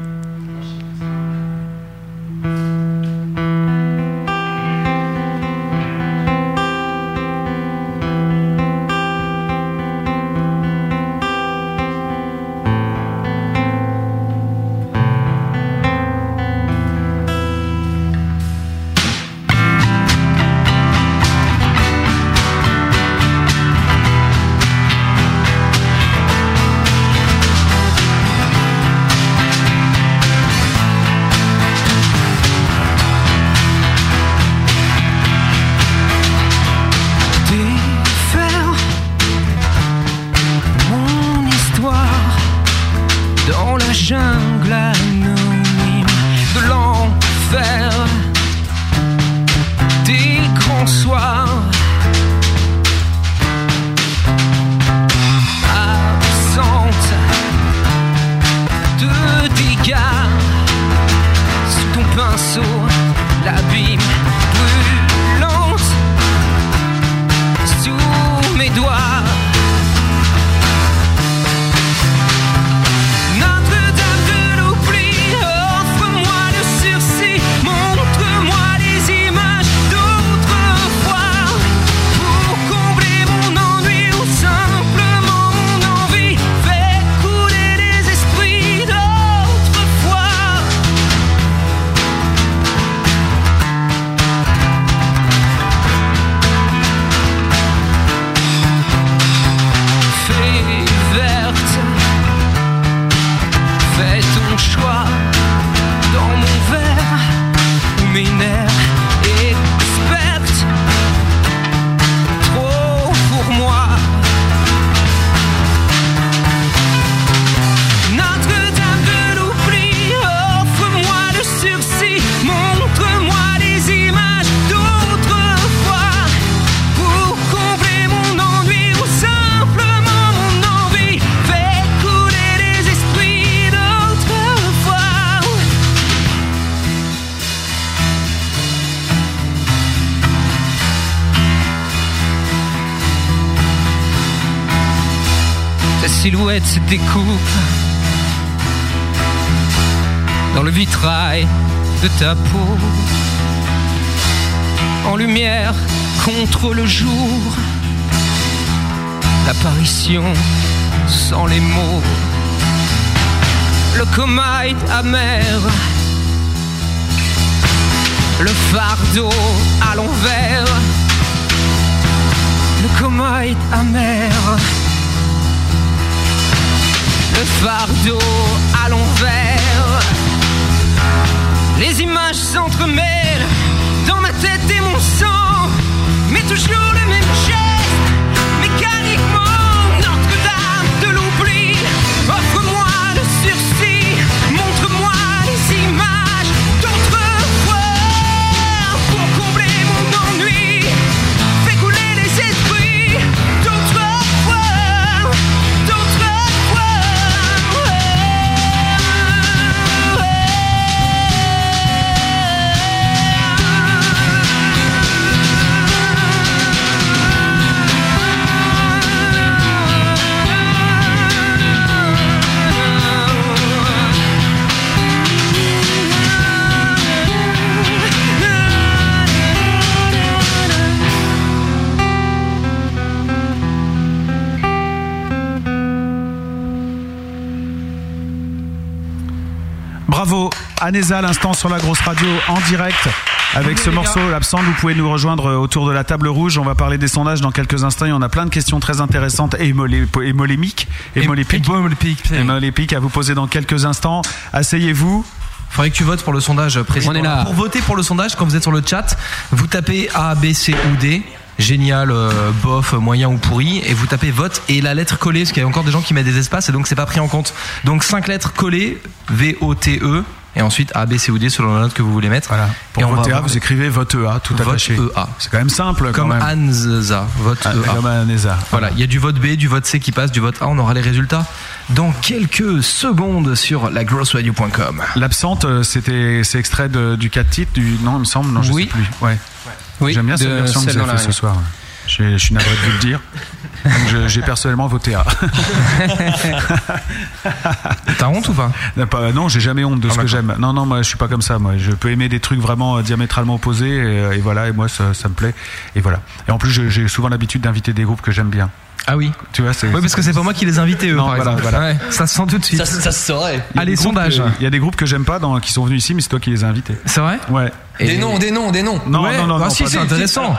[SPEAKER 10] Défaire mon histoire dans la jungle anonyme de l'enfer. Des grands soirs absente de dégâts sous ton pinceau, l'abîme brûlante sous mes doigts. Notre-Dame de l'oubli, offre-moi le sursis, montre-moi les images d'autrefois. Pour combler mon ennui ou simplement mon envie, fais couler les esprits d'autrefois. Fée verte, fais ton choix dans mon verre, mes nerfs expertes, trop pour moi. Notre-Dame de l'oubli, offre-moi le sursis, montre-moi les images d'autrefois. Pour combler mon ennui ou simplement mon envie, fais couler les esprits d'autrefois.
[SPEAKER 12] Ta silhouette se découpe
[SPEAKER 10] dans le vitrail de ta peau. En lumière contre le jour, l'apparition sans les mots. Le comaille amer, le fardeau à l'envers, le comaille amer, le fardeau à l'envers. Les images s'entremêlent dans ma tête et mon sang, mais toujours le même geste, mécaniquement. Notre-Dame de l'oubli, offre-moi le sursis, montre-moi les images d'autrefois pour combler mon ennui, fais couler les esprits d'autrefois, d'autrefois.
[SPEAKER 2] Anesa à l'instant sur la grosse radio en direct. Avec ce morceau, l'absente, vous pouvez nous rejoindre euh, autour de la table rouge. On va parler des sondages dans quelques instants. et On a plein de questions très intéressantes et émolé- émolémiques. Émolépiques. Émolépiques à vous poser dans quelques instants. Asseyez-vous.
[SPEAKER 3] Faudrait que tu votes pour le sondage euh, président.
[SPEAKER 2] On est là.
[SPEAKER 3] Pour voter pour le sondage, quand vous êtes sur le chat, vous tapez A, B, C ou D. Génial, euh, bof, moyen ou pourri, et vous tapez vote et la lettre collée, parce qu'il y a encore des gens qui mettent des espaces et donc c'est pas pris en compte. Donc cinq lettres collées, V, O, T, E, et ensuite A, B, C ou D selon la note que vous voulez mettre. Voilà.
[SPEAKER 2] Pour voter A, vous écrivez vote EA, tout attaché. C'est quand même simple.
[SPEAKER 3] E Comme
[SPEAKER 2] quand même.
[SPEAKER 3] Anza, vote
[SPEAKER 2] Ah,
[SPEAKER 3] EA.
[SPEAKER 2] comme Anza.
[SPEAKER 3] Voilà, il y a du vote B, du vote C qui passe, du vote A, on aura les résultats dans quelques secondes sur lagrossradio.com.
[SPEAKER 2] L'absente, euh, c'était, c'est extrait de- du 4 titres, du, non, il me semble, non, je
[SPEAKER 3] Oui.
[SPEAKER 2] sais plus. Ouais.
[SPEAKER 3] Oui,
[SPEAKER 2] J'aime bien cette
[SPEAKER 3] de
[SPEAKER 2] version que
[SPEAKER 3] celle
[SPEAKER 2] vous avez
[SPEAKER 3] dans
[SPEAKER 2] fait
[SPEAKER 3] l'araignée.
[SPEAKER 2] ce soir. Je, je suis navré de vous le dire. Donc, je- j'ai personnellement voté A. [laughs]
[SPEAKER 3] T'as honte ou pas
[SPEAKER 2] Non, j'ai jamais honte de
[SPEAKER 3] Ah,
[SPEAKER 2] ce que j'aime. Non, non, moi je suis pas comme ça. Moi, je peux aimer des trucs vraiment euh, diamétralement opposés et, euh, et voilà. Et moi, ça, ça me plaît. Et voilà. Et en plus, je- j'ai souvent l'habitude d'inviter des groupes que j'aime bien.
[SPEAKER 3] Ah oui.
[SPEAKER 2] Tu vois, c'est.
[SPEAKER 3] Oui, parce que c'est pas moi qui les invitais, eux,
[SPEAKER 2] Non,
[SPEAKER 3] par
[SPEAKER 2] voilà,
[SPEAKER 3] exemple.
[SPEAKER 2] voilà.
[SPEAKER 3] Ouais, ça se sent tout de
[SPEAKER 2] Il
[SPEAKER 3] suite.
[SPEAKER 2] y a
[SPEAKER 3] Allez,
[SPEAKER 2] des groupes
[SPEAKER 3] sondage.
[SPEAKER 2] que- Il y a des groupes que j'aime pas dans- qui sont venus ici, mais c'est toi qui les as invités.
[SPEAKER 3] C'est vrai
[SPEAKER 2] Ouais.
[SPEAKER 4] Des noms, des noms, des noms.
[SPEAKER 2] Non, non,
[SPEAKER 3] Ah,
[SPEAKER 2] non, non, pas-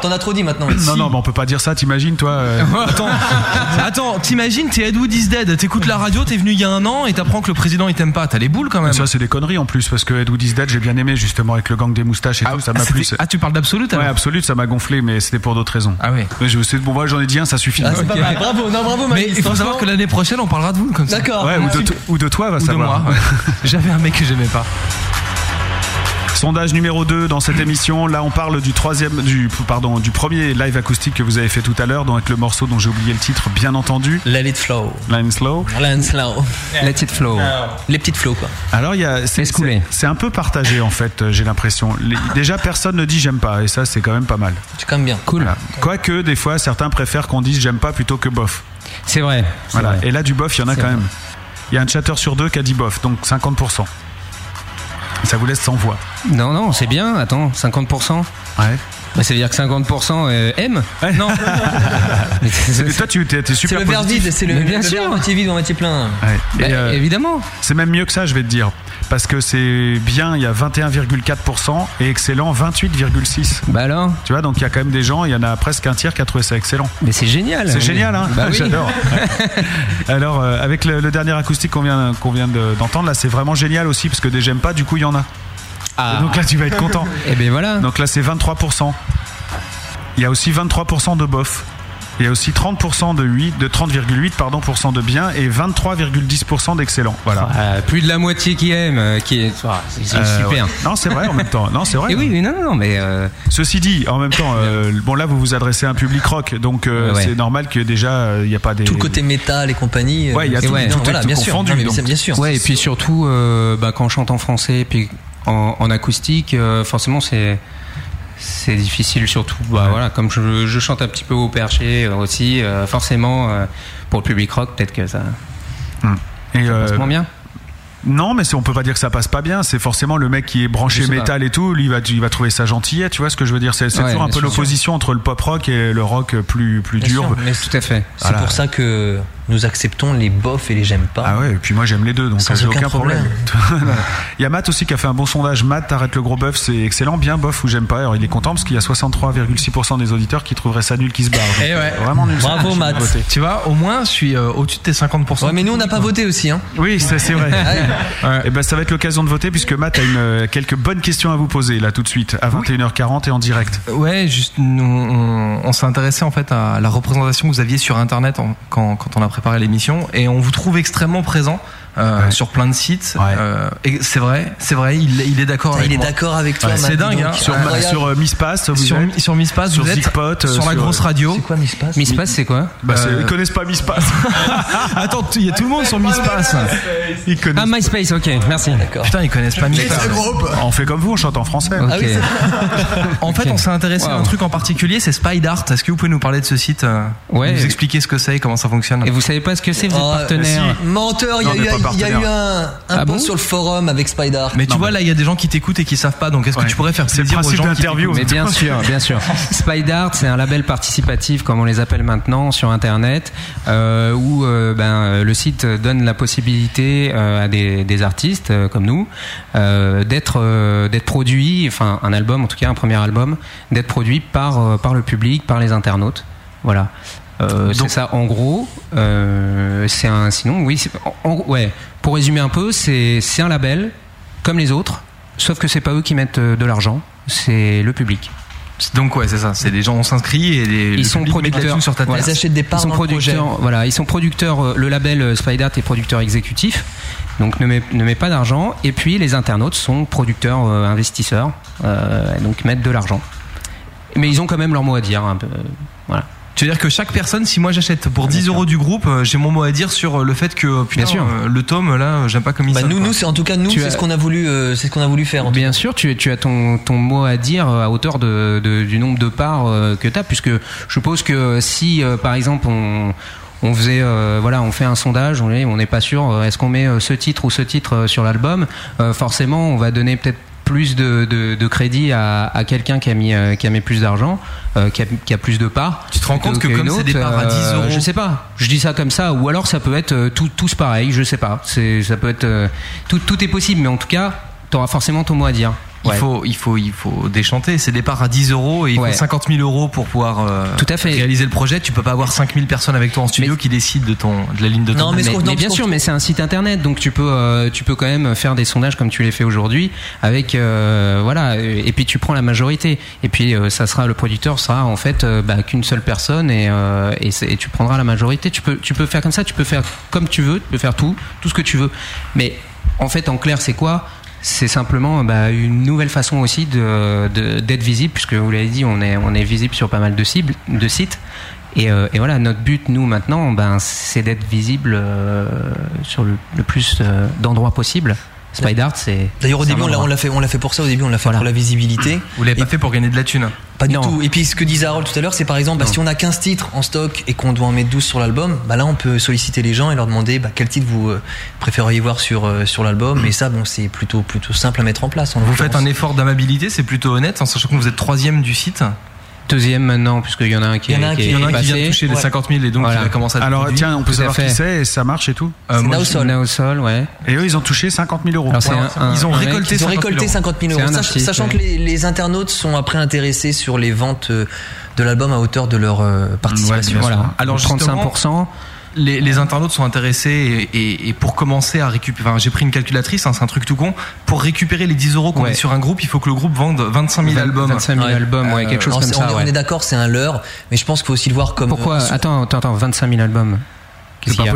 [SPEAKER 4] T'en as trop dit maintenant.
[SPEAKER 2] Non, non, mais on peut pas dire ça, t'imagines, toi
[SPEAKER 3] [laughs]
[SPEAKER 2] euh,
[SPEAKER 3] [laughs] Attends, attends, t'imagines, t'es Edwood is dead, t'écoutes la radio, t'es venu il y a un an et t'apprends que le président il t'aime pas, t'as les boules quand même.
[SPEAKER 2] Ça, c'est des conneries en plus, parce que Ed Wood is Dead, j'ai bien aimé justement avec le gang des moustaches et tout, ça m'a
[SPEAKER 3] c'était-
[SPEAKER 2] plu.
[SPEAKER 3] ah, tu parles d'Absolute
[SPEAKER 2] Ouais, Absolute, ça m'a gonflé, mais c'était pour d'autres raisons.
[SPEAKER 3] Ah oui.
[SPEAKER 2] Je sais, bon, moi j'en ai dit un, ça suffit.
[SPEAKER 3] Ah, c'est pas mal.
[SPEAKER 4] Bravo, non, bravo,
[SPEAKER 3] Mais
[SPEAKER 4] Maïs,
[SPEAKER 3] il faut savoir
[SPEAKER 4] franchement.
[SPEAKER 3] que l'année prochaine on parlera de vous comme ça.
[SPEAKER 4] D'accord.
[SPEAKER 2] Ouais, ou, de, to- ou de toi, va
[SPEAKER 3] Ou de
[SPEAKER 2] savoir. [laughs]
[SPEAKER 3] moi, ouais. J'avais un mec que j'aimais pas.
[SPEAKER 2] Sondage numéro 2 dans cette émission. Là, on parle du troisième, du pardon, du premier live acoustique que vous avez fait tout à l'heure, donc avec le morceau dont j'ai oublié le titre, bien entendu.
[SPEAKER 4] Let it flow.
[SPEAKER 2] Line slow.
[SPEAKER 4] Let it flow. Les petites flots, quoi.
[SPEAKER 2] Alors, il y a, c'est, c'est- c'est un peu partagé en fait, euh, j'ai l'impression. Les- déjà, personne ne dit j'aime pas, et ça, c'est quand même pas mal.
[SPEAKER 4] C'est quand même bien.
[SPEAKER 2] Cool. Quoique, des fois, certains préfèrent qu'on dise j'aime pas plutôt que bof.
[SPEAKER 5] C'est vrai. c'est
[SPEAKER 2] Voilà.
[SPEAKER 5] vrai.
[SPEAKER 2] Et là, du bof, il y en a
[SPEAKER 5] C'est
[SPEAKER 2] quand
[SPEAKER 5] vrai.
[SPEAKER 2] même. Il y a un chatter sur deux qui a dit bof, donc 50%. Ça vous laisse sans voix.
[SPEAKER 5] Non, non, c'est bien. Attends, 50%. Ouais. Bah, ça veut dire que 50% euh, aime
[SPEAKER 2] [laughs]
[SPEAKER 5] Non.
[SPEAKER 2] Mais toi, tu t'es, t'es
[SPEAKER 4] C'est
[SPEAKER 2] super
[SPEAKER 4] le verre
[SPEAKER 2] positif.
[SPEAKER 4] vide, c'est le,
[SPEAKER 5] Mais bien
[SPEAKER 4] le
[SPEAKER 5] sûr.
[SPEAKER 4] verre moitié vide ou moitié plein.
[SPEAKER 2] Ouais.
[SPEAKER 5] Bah,
[SPEAKER 2] Et, euh,
[SPEAKER 5] évidemment.
[SPEAKER 2] C'est même mieux que ça, je vais te dire. Parce que c'est bien, il y a 21,4% et excellent, 28,6%.
[SPEAKER 5] Bah alors
[SPEAKER 2] Tu vois, donc il y a quand même des gens, il y en a presque un tiers qui a trouvé ça excellent.
[SPEAKER 5] Mais c'est génial.
[SPEAKER 2] C'est
[SPEAKER 5] Mais-
[SPEAKER 2] génial, hein [laughs]
[SPEAKER 5] Bah oui. [laughs]
[SPEAKER 2] J'adore. Ouais. Alors, euh, avec le, le dernier acoustique qu'on vient, qu'on vient de- d'entendre, là, c'est vraiment génial aussi, parce que des j'aime pas, du coup, il y en a.
[SPEAKER 5] Ah.
[SPEAKER 2] Et donc là, tu vas être content.
[SPEAKER 5] Et ben voilà.
[SPEAKER 2] Donc là, c'est 23%. Il y a aussi 23% de bof. Il y a aussi 30% de 8, de 30,8 pardon pour cent de bien et 23,10% d'excellent. Voilà.
[SPEAKER 5] Euh, plus de la moitié qui aime, euh, qui est, ah, c'est c'est
[SPEAKER 2] Euh,
[SPEAKER 5] super.
[SPEAKER 2] ouais. Non, c'est vrai en même temps. Non, c'est vrai.
[SPEAKER 5] Et oui, oui, non, non, non, mais euh,
[SPEAKER 2] Ceci dit, en même temps, euh, bon là vous vous adressez à un public rock, donc euh,
[SPEAKER 5] Ouais.
[SPEAKER 2] c'est normal que déjà euh, il n'y a pas des
[SPEAKER 4] Tout le côté métal et compagnie. euh,
[SPEAKER 2] Ouais, il y a
[SPEAKER 4] c'est-
[SPEAKER 2] tout-
[SPEAKER 4] non,
[SPEAKER 2] tout est
[SPEAKER 4] voilà,
[SPEAKER 2] tout
[SPEAKER 4] bien sûr.
[SPEAKER 2] confondu,
[SPEAKER 4] Non, mais
[SPEAKER 2] donc.
[SPEAKER 4] c'est- Bien sûr.
[SPEAKER 5] ouais, et puis surtout, euh, bah, quand on chante en français, et puis en, en acoustique, euh, forcément, c'est c'est difficile surtout. Bah voilà, comme je, je chante un petit peu au perché euh, aussi, euh, forcément, euh, pour le public rock, peut-être que ça.
[SPEAKER 2] Et, euh,
[SPEAKER 5] passe moins bien.
[SPEAKER 2] Non, mais c'est- on peut pas dire que ça passe pas bien. C'est forcément le mec qui est branché
[SPEAKER 5] Je sais pas.
[SPEAKER 2] métal et tout, lui il va, il va trouver ça gentillet. Tu vois ce que je veux dire C'est c'est
[SPEAKER 5] Ouais,
[SPEAKER 2] toujours un
[SPEAKER 5] bien
[SPEAKER 2] peu
[SPEAKER 5] sûr.
[SPEAKER 2] l'opposition entre le pop rock et le rock plus plus
[SPEAKER 4] Bien
[SPEAKER 2] dur.
[SPEAKER 4] sûr, mais
[SPEAKER 5] Tout à fait.
[SPEAKER 4] C'est
[SPEAKER 2] Voilà.
[SPEAKER 4] pour ça que nous acceptons les bofs et les j'aime pas.
[SPEAKER 2] Ah ouais, et puis moi j'aime les deux, donc
[SPEAKER 4] Sans
[SPEAKER 2] j'ai
[SPEAKER 4] aucun
[SPEAKER 2] aucun problème. [laughs] il y a Matt aussi qui a fait un bon sondage. Matt, t'arrêtes le gros bœuf, c'est excellent, bien bof ou j'aime pas. Alors il est content parce qu'il y a 63,6% des auditeurs qui trouveraient ça nul qui se barre. Donc,
[SPEAKER 3] Eh ouais.
[SPEAKER 2] Vraiment nul.
[SPEAKER 4] Bravo,
[SPEAKER 2] ça,
[SPEAKER 4] Matt.
[SPEAKER 2] j'ai voté.
[SPEAKER 3] Tu vois, au moins je suis euh, au-dessus de tes 50%.
[SPEAKER 4] Ouais, mais nous on n'a pas voté aussi. Hein.
[SPEAKER 2] Oui, ça, c'est
[SPEAKER 3] [laughs]
[SPEAKER 2] vrai. [laughs] Et ben ça va être l'occasion de voter puisque Matt a une, euh, quelques bonnes questions à vous poser là tout de suite à 21h40 et en direct.
[SPEAKER 3] Ouais, juste, nous, on, on s'est intéressé en fait à la représentation que vous aviez sur Internet en- quand, quand on a préparé l'émission et on vous trouve extrêmement présent euh, sur plein de sites. Euh, et c'est vrai, c'est vrai, il, il est d'accord
[SPEAKER 4] Putain,
[SPEAKER 3] avec
[SPEAKER 4] il est
[SPEAKER 3] moi.
[SPEAKER 4] d'accord avec toi.
[SPEAKER 3] Ouais, c'est
[SPEAKER 4] Matt, dis
[SPEAKER 3] dingue,
[SPEAKER 4] donc. Ah,
[SPEAKER 3] hein.
[SPEAKER 2] Sur,
[SPEAKER 4] Incroyable.
[SPEAKER 2] sur euh, MySpace, vous
[SPEAKER 3] Sur,
[SPEAKER 2] êtes
[SPEAKER 3] sur Miss Pass,
[SPEAKER 2] Sur
[SPEAKER 3] vous êtes
[SPEAKER 2] Zigpot, euh,
[SPEAKER 3] sur la
[SPEAKER 2] sur-
[SPEAKER 3] grosse radio.
[SPEAKER 4] C'est quoi Miss Pass
[SPEAKER 5] Miss Pass, c'est quoi
[SPEAKER 2] Bah, c'est-
[SPEAKER 3] Euh,
[SPEAKER 2] Ils connaissent pas MySpace.
[SPEAKER 3] [laughs] Attends, il y a tout le monde sur Miss Pass.
[SPEAKER 2] Ils connaissent.
[SPEAKER 5] Ah, MySpace, ok, merci.
[SPEAKER 4] D'accord.
[SPEAKER 3] Ah,
[SPEAKER 4] Ah
[SPEAKER 3] Putain, ils connaissent pas Miss Pass.
[SPEAKER 2] Bah, On fait comme vous, on chante en français.
[SPEAKER 5] Ok.
[SPEAKER 4] oui,
[SPEAKER 3] En fait,
[SPEAKER 5] Ok.
[SPEAKER 3] on s'est intéressé à un
[SPEAKER 5] Wow.
[SPEAKER 3] truc en particulier, c'est SpyDart. Est-ce que vous pouvez nous parler de ce site euh,
[SPEAKER 5] Ouais.
[SPEAKER 3] Nous expliquer ce que c'est et comment ça fonctionne
[SPEAKER 5] Et vous savez pas ce que c'est, vous êtes
[SPEAKER 4] Oh,
[SPEAKER 5] partenaire
[SPEAKER 4] Menteur, il y a
[SPEAKER 2] Non, mais
[SPEAKER 4] eu-
[SPEAKER 2] pas
[SPEAKER 4] il Il y a eu un, un
[SPEAKER 3] Ah
[SPEAKER 4] post
[SPEAKER 3] bon
[SPEAKER 4] sur le forum avec Spider.
[SPEAKER 3] Mais tu vois, là, il y a des gens qui t'écoutent et qui savent pas, donc est-ce que Ah, tu pourrais faire plaisir aux gens qui t'écoutent
[SPEAKER 2] [laughs]
[SPEAKER 5] Mais bien sûr, bien sûr. SpyDart, c'est un label participatif, comme on les appelle maintenant, sur Internet, euh, où euh, ben, le site donne la possibilité euh, à des, des artistes euh, comme nous euh, d'être euh, d'être produits, enfin un album, en tout cas un premier album, d'être produit par, euh, par le public, par les internautes. Voilà. Euh, c'est ça en gros. Euh, c'est un sinon oui. c'est- en- en- ouais. Pour résumer un peu, c'est c'est un label comme les autres, sauf que c'est pas eux qui mettent euh, de l'argent, c'est le public.
[SPEAKER 3] Donc ouais, c'est ça. C'est des gens on s'inscrit et les,
[SPEAKER 5] ils sont producteurs.
[SPEAKER 3] sur ta tête.
[SPEAKER 5] voilà. Ils sont producteurs. Voilà, ils sont producteurs. euh, Le label euh, Spydart est producteur exécutif, donc ne met, ne met pas d'argent. Et puis les internautes sont producteurs euh, investisseurs, euh, donc mettent de l'argent. Mais ils ont quand même leur mot à dire. Un peu, euh, voilà.
[SPEAKER 3] Tu veux dire que chaque personne, si moi j'achète pour 10 euros du groupe, euh, j'ai mon mot à dire sur euh, le fait que euh, putain,
[SPEAKER 5] Bien sûr.
[SPEAKER 3] euh, le tome là, euh, j'aime pas comme il
[SPEAKER 4] Bah,
[SPEAKER 3] sonne,
[SPEAKER 4] nous,
[SPEAKER 3] quoi.
[SPEAKER 4] nous, c'est en tout cas nous,
[SPEAKER 3] Tu
[SPEAKER 4] c'est
[SPEAKER 3] as-
[SPEAKER 4] ce qu'on a voulu, euh, c'est ce qu'on a voulu faire.
[SPEAKER 5] Bien sûr, tu, tu as ton, ton mot à dire euh, à hauteur de, de- du nombre de parts euh, que tu as, puisque je suppose que si, euh, par exemple, on, on faisait, euh, voilà, on fait un sondage, on est- on n'est pas sûr, euh, est-ce qu'on met euh, ce titre ou ce titre euh, sur l'album, euh, forcément, on va donner peut-être plus de, de- de crédit à, à quelqu'un qui a mis euh, qui a mis plus d'argent, euh, qui, a, qui a plus de parts. Tu te
[SPEAKER 3] rends compte que comme c'est des parts à 10 euros.
[SPEAKER 5] euh, je sais pas. Je dis ça comme ça, ou alors ça peut être euh, tout, tous pareil, je sais pas. C'est ça peut être euh, tout, tout est possible, mais en tout cas, t'auras forcément ton mot à dire.
[SPEAKER 3] Il faut, il faut, il faut déchanter. C'est des parts à 10 euros et il
[SPEAKER 5] Ouais.
[SPEAKER 3] faut 50 000 euros pour pouvoir euh, réaliser le projet. Tu peux pas avoir 5 000 personnes avec toi en studio qui décident de ton, de la ligne de ton.
[SPEAKER 5] bien sûr, mais c'est un site internet, donc tu peux, euh, tu peux quand même faire des sondages comme tu les fais aujourd'hui, avec euh, voilà, et puis tu prends la majorité, et puis euh, ça sera le producteur sera en fait euh, bah, qu'une seule personne et, euh, et, c'est- et tu prendras la majorité. Tu peux, tu peux faire comme ça, tu peux faire comme tu veux, tu peux faire tout, tout ce que tu veux, mais en fait en clair c'est quoi c'est simplement bah, une nouvelle façon aussi de- de- d'être visible, puisque vous l'avez dit, on est, on est visible sur pas mal de cibles, de sites. Et, euh, et voilà, notre but, nous, maintenant, ben, c'est d'être visible euh, sur le, le plus euh, d'endroits possible. Spydart, c'est.
[SPEAKER 4] D'ailleurs, au
[SPEAKER 5] c'est un
[SPEAKER 4] début, on l'a-
[SPEAKER 5] endroit.
[SPEAKER 4] on l'a fait, on l'a fait pour ça. Au début, on l'a fait pour la visibilité.
[SPEAKER 3] Vous l'avez pas fait pour gagner de la thune.
[SPEAKER 4] Pas du tout. Et puis ce que disait Harold tout à l'heure, c'est par exemple, bah, si on a 15 titres en stock et qu'on doit en mettre 12 sur l'album, bah là on peut solliciter les gens et leur demander bah, quel titre vous euh, préfériez voir sur, euh, sur l'album. Et ça, bon, c'est plutôt, plutôt simple à mettre en place. en
[SPEAKER 3] Mm. Vous
[SPEAKER 4] l'occurrence.
[SPEAKER 3] faites un effort d'amabilité, c'est plutôt honnête, en sachant que vous êtes troisième du site.
[SPEAKER 5] Deuxième maintenant, puisqu'il y en a un qui
[SPEAKER 3] Il y en a un
[SPEAKER 5] est-
[SPEAKER 3] qui-
[SPEAKER 5] est
[SPEAKER 3] il y en a un qui vient
[SPEAKER 5] passé.
[SPEAKER 3] de toucher les
[SPEAKER 5] Ouais.
[SPEAKER 3] 50 000 et donc il va commencer à être
[SPEAKER 2] Alors
[SPEAKER 3] produit.
[SPEAKER 2] tiens, on
[SPEAKER 3] Tout
[SPEAKER 2] peut
[SPEAKER 3] à
[SPEAKER 2] savoir
[SPEAKER 3] fait.
[SPEAKER 2] qui c'est et ça marche et tout.
[SPEAKER 3] Euh, moi, je-
[SPEAKER 5] Naosol, ouais.
[SPEAKER 2] Et eux, ils ont touché 50 000 euros.
[SPEAKER 5] Alors, c'est
[SPEAKER 2] Ouais,
[SPEAKER 5] un- un-
[SPEAKER 2] ils ont
[SPEAKER 5] un mec
[SPEAKER 2] récolté
[SPEAKER 4] Ils ont récolté 50 000 euros,
[SPEAKER 2] C'est un
[SPEAKER 4] Sach-
[SPEAKER 2] artiste,
[SPEAKER 4] sachant
[SPEAKER 2] ouais.
[SPEAKER 4] que les, les internautes sont après intéressés sur les ventes euh, de l'album à hauteur de leur euh, participation.
[SPEAKER 3] Alors justement, Les, les internautes sont intéressés et, et- et pour commencer à récupérer, enfin, j'ai pris une calculatrice, hein, c'est un truc tout con. Pour récupérer les 10 euros qu'on
[SPEAKER 5] Ouais.
[SPEAKER 3] met sur un groupe, il faut que le groupe vende 25 000 albums.
[SPEAKER 5] 25 000 albums, ouais, quelque chose
[SPEAKER 4] Alors,
[SPEAKER 5] comme
[SPEAKER 4] c'est- on
[SPEAKER 5] ça.
[SPEAKER 4] est-
[SPEAKER 5] ouais.
[SPEAKER 4] On est d'accord, c'est un leurre, mais je pense qu'il faut aussi le voir comme.
[SPEAKER 5] Pourquoi
[SPEAKER 4] euh,
[SPEAKER 5] attends, attends, attends, 25 000 albums. Qu'est-ce qu'il y a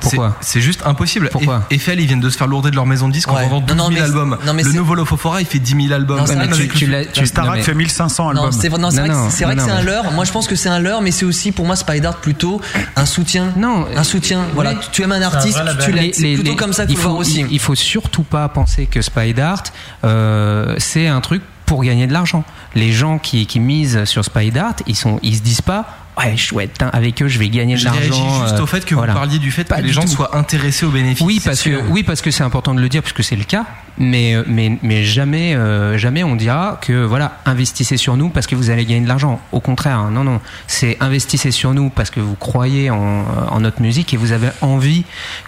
[SPEAKER 5] Pourquoi
[SPEAKER 3] C'est c'est juste impossible. Pourquoi Eiffel, ils viennent de se faire lourder de leur maison de disques en vendant 12 000 albums. le nouveau Lofofora, il fait 10 000 albums.
[SPEAKER 4] Non, c'est vrai
[SPEAKER 3] Même
[SPEAKER 4] que
[SPEAKER 3] avec
[SPEAKER 4] tu-
[SPEAKER 3] le-
[SPEAKER 4] tu l'as- tu- non, mais-
[SPEAKER 2] 1500
[SPEAKER 4] Non, c'est vrai, non, c'est vrai que- c'est vrai que c'est un
[SPEAKER 3] mais-
[SPEAKER 4] leurre. Moi, je pense que c'est un leurre, mais c'est aussi pour moi Spydart plutôt un soutien.
[SPEAKER 5] Non,
[SPEAKER 4] un soutien. Voilà, tu- tu aimes un artiste, tu l'aimes. C'est
[SPEAKER 5] Les-
[SPEAKER 4] plutôt
[SPEAKER 5] les-
[SPEAKER 4] comme ça qu'il
[SPEAKER 5] il
[SPEAKER 4] faut
[SPEAKER 5] faut
[SPEAKER 4] le voir aussi.
[SPEAKER 5] Il, il faut surtout pas penser que Spydart, euh, c'est un truc pour gagner de l'argent. Les gens qui, qui misent sur Spydart, ils sont, ils se disent pas, ouais, chouette, tain, avec eux, je vais gagner de
[SPEAKER 3] Je réagis
[SPEAKER 5] l'argent.
[SPEAKER 3] juste
[SPEAKER 5] euh,
[SPEAKER 3] au fait que
[SPEAKER 5] voilà.
[SPEAKER 3] vous parliez du fait
[SPEAKER 5] Pas
[SPEAKER 3] que les
[SPEAKER 5] du
[SPEAKER 3] gens
[SPEAKER 5] tout.
[SPEAKER 3] soient intéressés aux bénéfices.
[SPEAKER 5] Oui, parce que oui, parce que c'est important de le dire, puisque c'est le cas. Mais euh, mais mais jamais euh, jamais on dira que voilà investissez sur nous parce que vous allez gagner de l'argent. Au contraire, hein, non non, c'est investissez sur nous parce que vous croyez en, euh, en notre musique et vous avez envie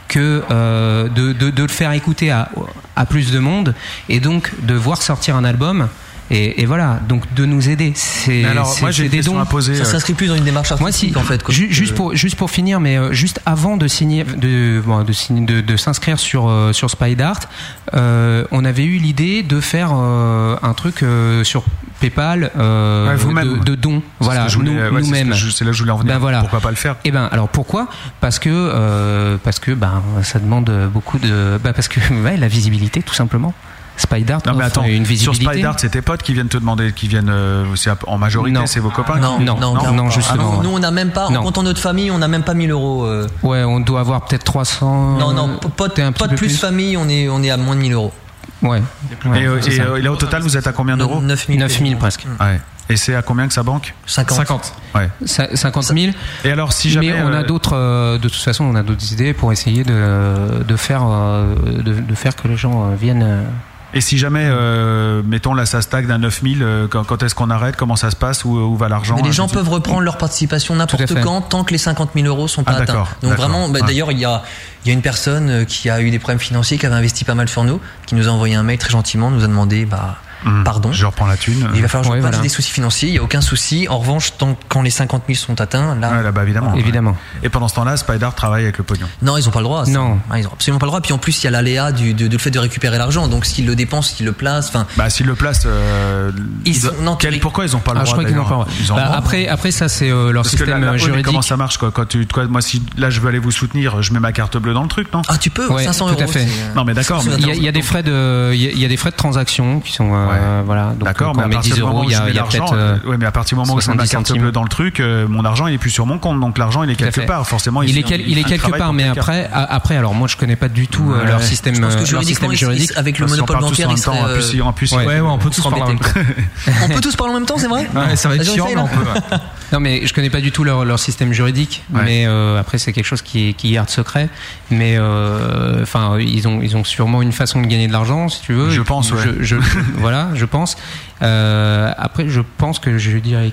[SPEAKER 5] que euh, de, de de le faire écouter à à plus de monde et donc de voir sortir un album. Et, et voilà, donc de nous aider, c'est
[SPEAKER 2] Mais alors,
[SPEAKER 5] c'est-
[SPEAKER 2] moi, j'ai
[SPEAKER 5] c'est
[SPEAKER 2] une
[SPEAKER 5] des
[SPEAKER 2] question
[SPEAKER 5] dons.
[SPEAKER 2] à poser, Ça euh. s'inscrit
[SPEAKER 4] plus dans une démarche
[SPEAKER 5] artistique
[SPEAKER 4] en fait. quoi.
[SPEAKER 5] Ju- juste
[SPEAKER 4] Euh,
[SPEAKER 5] pour juste pour finir, mais euh, juste avant de signer, de bon, de, signer- de, de s'inscrire sur euh, sur Spydart, euh, on avait eu l'idée de faire euh, un truc euh, sur PayPal euh,
[SPEAKER 2] Ouais, vous-même.
[SPEAKER 5] de, de dons,
[SPEAKER 2] C'est
[SPEAKER 5] voilà,
[SPEAKER 2] ce que je voulais-
[SPEAKER 5] nous-
[SPEAKER 2] ouais, c'est ce que
[SPEAKER 5] nous-mêmes.
[SPEAKER 2] je- C'est là que je voulais en venir.
[SPEAKER 5] Ben voilà.
[SPEAKER 2] Pourquoi pas le faire
[SPEAKER 5] Et ben alors pourquoi Parce que euh, parce que ben ça demande beaucoup de bah parce que [laughs] ouais, la visibilité tout simplement. Spydart
[SPEAKER 2] Non mais
[SPEAKER 5] offre
[SPEAKER 2] attends,
[SPEAKER 5] une
[SPEAKER 2] sur
[SPEAKER 5] visibilité.
[SPEAKER 2] Spydart, c'est tes potes qui viennent te demander, qui viennent euh, c'est en majorité,
[SPEAKER 5] Non.
[SPEAKER 2] c'est vos copains
[SPEAKER 5] Non,
[SPEAKER 2] qui-
[SPEAKER 5] non, non,
[SPEAKER 2] Ah,
[SPEAKER 5] justement.
[SPEAKER 4] Nous, on n'a même pas, en
[SPEAKER 5] Non.
[SPEAKER 4] comptant notre famille, on n'a même pas 1000 euros. euh.
[SPEAKER 5] Ouais, on doit avoir peut-être 300
[SPEAKER 4] Non, non, pote, pote plus, famille, on est, on est à moins de 1000 euros.
[SPEAKER 5] Ouais.
[SPEAKER 2] euh, Et, euh, et, euh, et là, au total, vous êtes à combien d'euros
[SPEAKER 4] 9000.
[SPEAKER 5] 9000 presque.
[SPEAKER 2] Ouais. Et c'est à combien que ça banque
[SPEAKER 4] 50.
[SPEAKER 2] 50. Ouais.
[SPEAKER 5] 50 000.
[SPEAKER 2] Et alors, si jamais.
[SPEAKER 5] Mais on a
[SPEAKER 2] euh,
[SPEAKER 5] d'autres, euh, de toute façon, on a d'autres idées pour essayer de, de faire, euh, de, de faire que les gens euh, viennent. euh,
[SPEAKER 2] Et si jamais, euh, mettons, là, ça stagne d'un 9000, euh, quand, quand est-ce qu'on arrête Comment ça se passe Où, où va l'argent
[SPEAKER 4] Mais les gens
[SPEAKER 2] Ainsi de
[SPEAKER 4] peuvent
[SPEAKER 2] suite.
[SPEAKER 4] reprendre leur participation n'importe
[SPEAKER 2] Tout à fait.
[SPEAKER 4] quand, tant que les 50 000 euros sont pas
[SPEAKER 2] Ah,
[SPEAKER 4] atteints.
[SPEAKER 2] d'accord,
[SPEAKER 4] Donc
[SPEAKER 2] d'accord,
[SPEAKER 4] vraiment, bah,
[SPEAKER 2] ouais.
[SPEAKER 4] d'ailleurs, il y a, il y a une personne euh, qui a eu des problèmes financiers, qui avait investi pas mal sur nous, qui nous a envoyé un mail très gentiment, nous a demandé, bah, pardon.
[SPEAKER 2] Mmh. Je reprends la thune.
[SPEAKER 4] Il va falloir que je
[SPEAKER 2] Ouais,
[SPEAKER 4] vous passe
[SPEAKER 2] voilà.
[SPEAKER 4] des soucis financiers, il n'y a aucun souci. En revanche, tant, quand les 50 000 sont atteints, là.
[SPEAKER 2] Ouais, là, bah, évidemment.
[SPEAKER 5] Ah. Évidemment.
[SPEAKER 2] Et pendant ce temps-là, Spider travaille avec le pognon.
[SPEAKER 4] Non, ils n'ont pas le droit. à ça.
[SPEAKER 2] Non.
[SPEAKER 4] Ah, ils n'ont absolument pas le droit. Puis en plus, il y a l'aléa du, de- de le fait de récupérer l'argent. Donc s'ils le dépensent, s'ils le placent, enfin.
[SPEAKER 2] Bah, s'ils le placent, euh,
[SPEAKER 4] ils non, quel-
[SPEAKER 2] Pourquoi ils n'ont pas le
[SPEAKER 5] Ah,
[SPEAKER 2] droit
[SPEAKER 5] je crois qu'ils n'ont pas
[SPEAKER 2] d'ailleurs
[SPEAKER 5] le droit.
[SPEAKER 2] Ils en
[SPEAKER 5] Bah,
[SPEAKER 2] ont.
[SPEAKER 5] après, après, ça, c'est euh, leur
[SPEAKER 2] Parce que là,
[SPEAKER 5] système
[SPEAKER 2] là,
[SPEAKER 5] euh,
[SPEAKER 2] oui, mais
[SPEAKER 5] juridique.
[SPEAKER 2] comment ça marche quoi Quand tu, quoi, moi, si là je veux aller vous soutenir, je mets ma carte bleue dans le truc, non
[SPEAKER 4] Ah, tu peux,
[SPEAKER 5] Ouais, tout à fait.
[SPEAKER 4] euh,
[SPEAKER 2] Non, mais d'accord. mais-
[SPEAKER 5] Il y, a- il y a des frais de, il y a- il y a des frais de transaction qui sont, euh, voilà. Donc,
[SPEAKER 2] D'accord,
[SPEAKER 5] quand
[SPEAKER 2] mais
[SPEAKER 5] on
[SPEAKER 2] à
[SPEAKER 5] met
[SPEAKER 2] partir
[SPEAKER 5] 10
[SPEAKER 2] du moment
[SPEAKER 5] euros,
[SPEAKER 2] où
[SPEAKER 5] il y
[SPEAKER 2] je
[SPEAKER 5] a,
[SPEAKER 2] mets
[SPEAKER 5] il y a
[SPEAKER 2] l'argent,
[SPEAKER 5] peut-être. euh,
[SPEAKER 2] euh, ouais, mais à partir du moment où je mets ma
[SPEAKER 5] 70
[SPEAKER 2] carte
[SPEAKER 5] centimes.
[SPEAKER 2] bleue dans le truc, euh, mon argent il est plus sur mon compte, donc l'argent il est
[SPEAKER 5] Tout à
[SPEAKER 2] quelque
[SPEAKER 5] fait.
[SPEAKER 2] part. Forcément,
[SPEAKER 5] il est,
[SPEAKER 2] font
[SPEAKER 5] quel-
[SPEAKER 2] du-
[SPEAKER 5] il est
[SPEAKER 2] un
[SPEAKER 5] quelque
[SPEAKER 2] travail
[SPEAKER 5] part,
[SPEAKER 2] pour
[SPEAKER 5] mais
[SPEAKER 2] quelqu'un.
[SPEAKER 5] après, a- après, alors moi je connais pas du tout euh,
[SPEAKER 2] Ouais.
[SPEAKER 5] leur système,
[SPEAKER 2] Je pense que
[SPEAKER 5] euh, leur
[SPEAKER 2] juridiquement,
[SPEAKER 5] système
[SPEAKER 2] ils-
[SPEAKER 5] juridique.
[SPEAKER 2] ils- avec le Parce qu'on monopole Bah, parle tous en bancaire, même ils temps, seraient, hein, plus, euh, en plus, ils- Ouais, ouais, on peut tous parler en même
[SPEAKER 4] on peut tous parler en même temps, c'est vrai Ah, j'en sais, là.
[SPEAKER 3] [laughs]
[SPEAKER 5] Non, mais je connais pas du tout leur, leur système juridique.
[SPEAKER 4] Ouais.
[SPEAKER 5] Mais euh, après, c'est quelque chose qui, est- qui garde secret. Mais euh, enfin, ils ont ils ont sûrement une façon de gagner de l'argent, si tu veux.
[SPEAKER 2] Je
[SPEAKER 5] Et
[SPEAKER 2] pense,
[SPEAKER 5] puis,
[SPEAKER 2] ouais.
[SPEAKER 5] je- [laughs] je- voilà, je pense. Euh, après, je pense que je dirais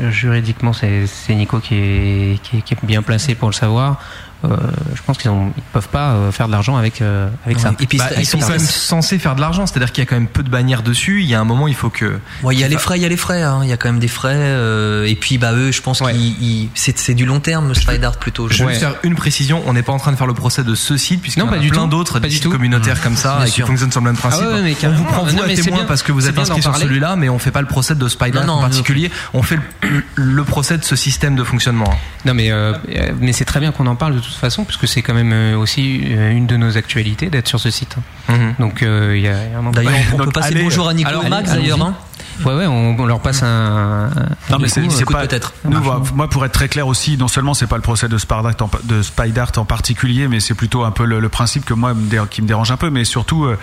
[SPEAKER 5] euh, juridiquement, c'est c'est Nico qui est, qui, est, qui est bien placé pour le savoir. Euh, je pense qu'ils ont- ils peuvent pas euh, faire de l'argent avec euh, avec ça.
[SPEAKER 3] Bah, ils sont quand même censés faire de l'argent, c'est-à-dire qu'il y a quand même peu de bannières dessus. Il y a un moment, il faut que.
[SPEAKER 4] Ouais, il y a les frais, il y a les frais, hein. il y a quand même des frais. euh, et puis, bah, eux, je pense qu'ils. ils- C'est c'est du long terme, Spider Art plutôt.
[SPEAKER 3] Je vais juste faire une précision, on n'est pas en train de faire le procès de ce site, puisqu'il y
[SPEAKER 4] Non,
[SPEAKER 3] en a
[SPEAKER 4] pas du
[SPEAKER 3] plein
[SPEAKER 4] tout.
[SPEAKER 3] d'autres,
[SPEAKER 4] Pas
[SPEAKER 3] des
[SPEAKER 4] du
[SPEAKER 3] sites
[SPEAKER 4] tout.
[SPEAKER 3] communautaires comme
[SPEAKER 4] Bien
[SPEAKER 3] ça, et qui
[SPEAKER 4] sûr.
[SPEAKER 3] fonctionnent sur le même
[SPEAKER 4] Ah
[SPEAKER 3] principe.
[SPEAKER 4] ouais, ouais, mais
[SPEAKER 3] on vous
[SPEAKER 4] carrément.
[SPEAKER 3] prend vous
[SPEAKER 4] Non,
[SPEAKER 3] à
[SPEAKER 4] mais c'est
[SPEAKER 3] témoin
[SPEAKER 4] bien-
[SPEAKER 3] parce que vous
[SPEAKER 4] c'est
[SPEAKER 3] êtes
[SPEAKER 4] bien d'en
[SPEAKER 3] inscrit sur
[SPEAKER 4] parler.
[SPEAKER 3] celui-là, mais on fait pas le procès de Spider
[SPEAKER 5] Non, non,
[SPEAKER 3] en
[SPEAKER 5] mais-
[SPEAKER 3] particulier, on fait le, le procès de ce système de fonctionnement.
[SPEAKER 5] Non, mais, euh, euh, mais c'est très bien qu'on en parle de toute façon, puisque c'est quand même euh, aussi euh, une de nos actualités d'être sur ce site.
[SPEAKER 2] Mhm.
[SPEAKER 5] Donc, euh, il y a il y a un moment-
[SPEAKER 4] D'ailleurs,
[SPEAKER 5] [laughs]
[SPEAKER 4] on peut
[SPEAKER 5] Donc,
[SPEAKER 4] passer
[SPEAKER 5] allez,
[SPEAKER 4] bonjour à Nico
[SPEAKER 5] alors,
[SPEAKER 4] et Max,
[SPEAKER 5] allez,
[SPEAKER 4] d'ailleurs,
[SPEAKER 5] allons-y.
[SPEAKER 4] hein.
[SPEAKER 5] [laughs] Ouais, ouais, on, on leur passe un. un-
[SPEAKER 2] Non,
[SPEAKER 5] du
[SPEAKER 2] mais c'est
[SPEAKER 5] coup,
[SPEAKER 2] c'est
[SPEAKER 5] euh,
[SPEAKER 2] pas. Nous, voilà, moi, pour être très clair aussi, non seulement c'est pas le procès de Spardart en, pa- de Spydart en particulier, mais c'est plutôt un peu le, le principe que moi me dé- qui me dérange un peu. Mais surtout, euh,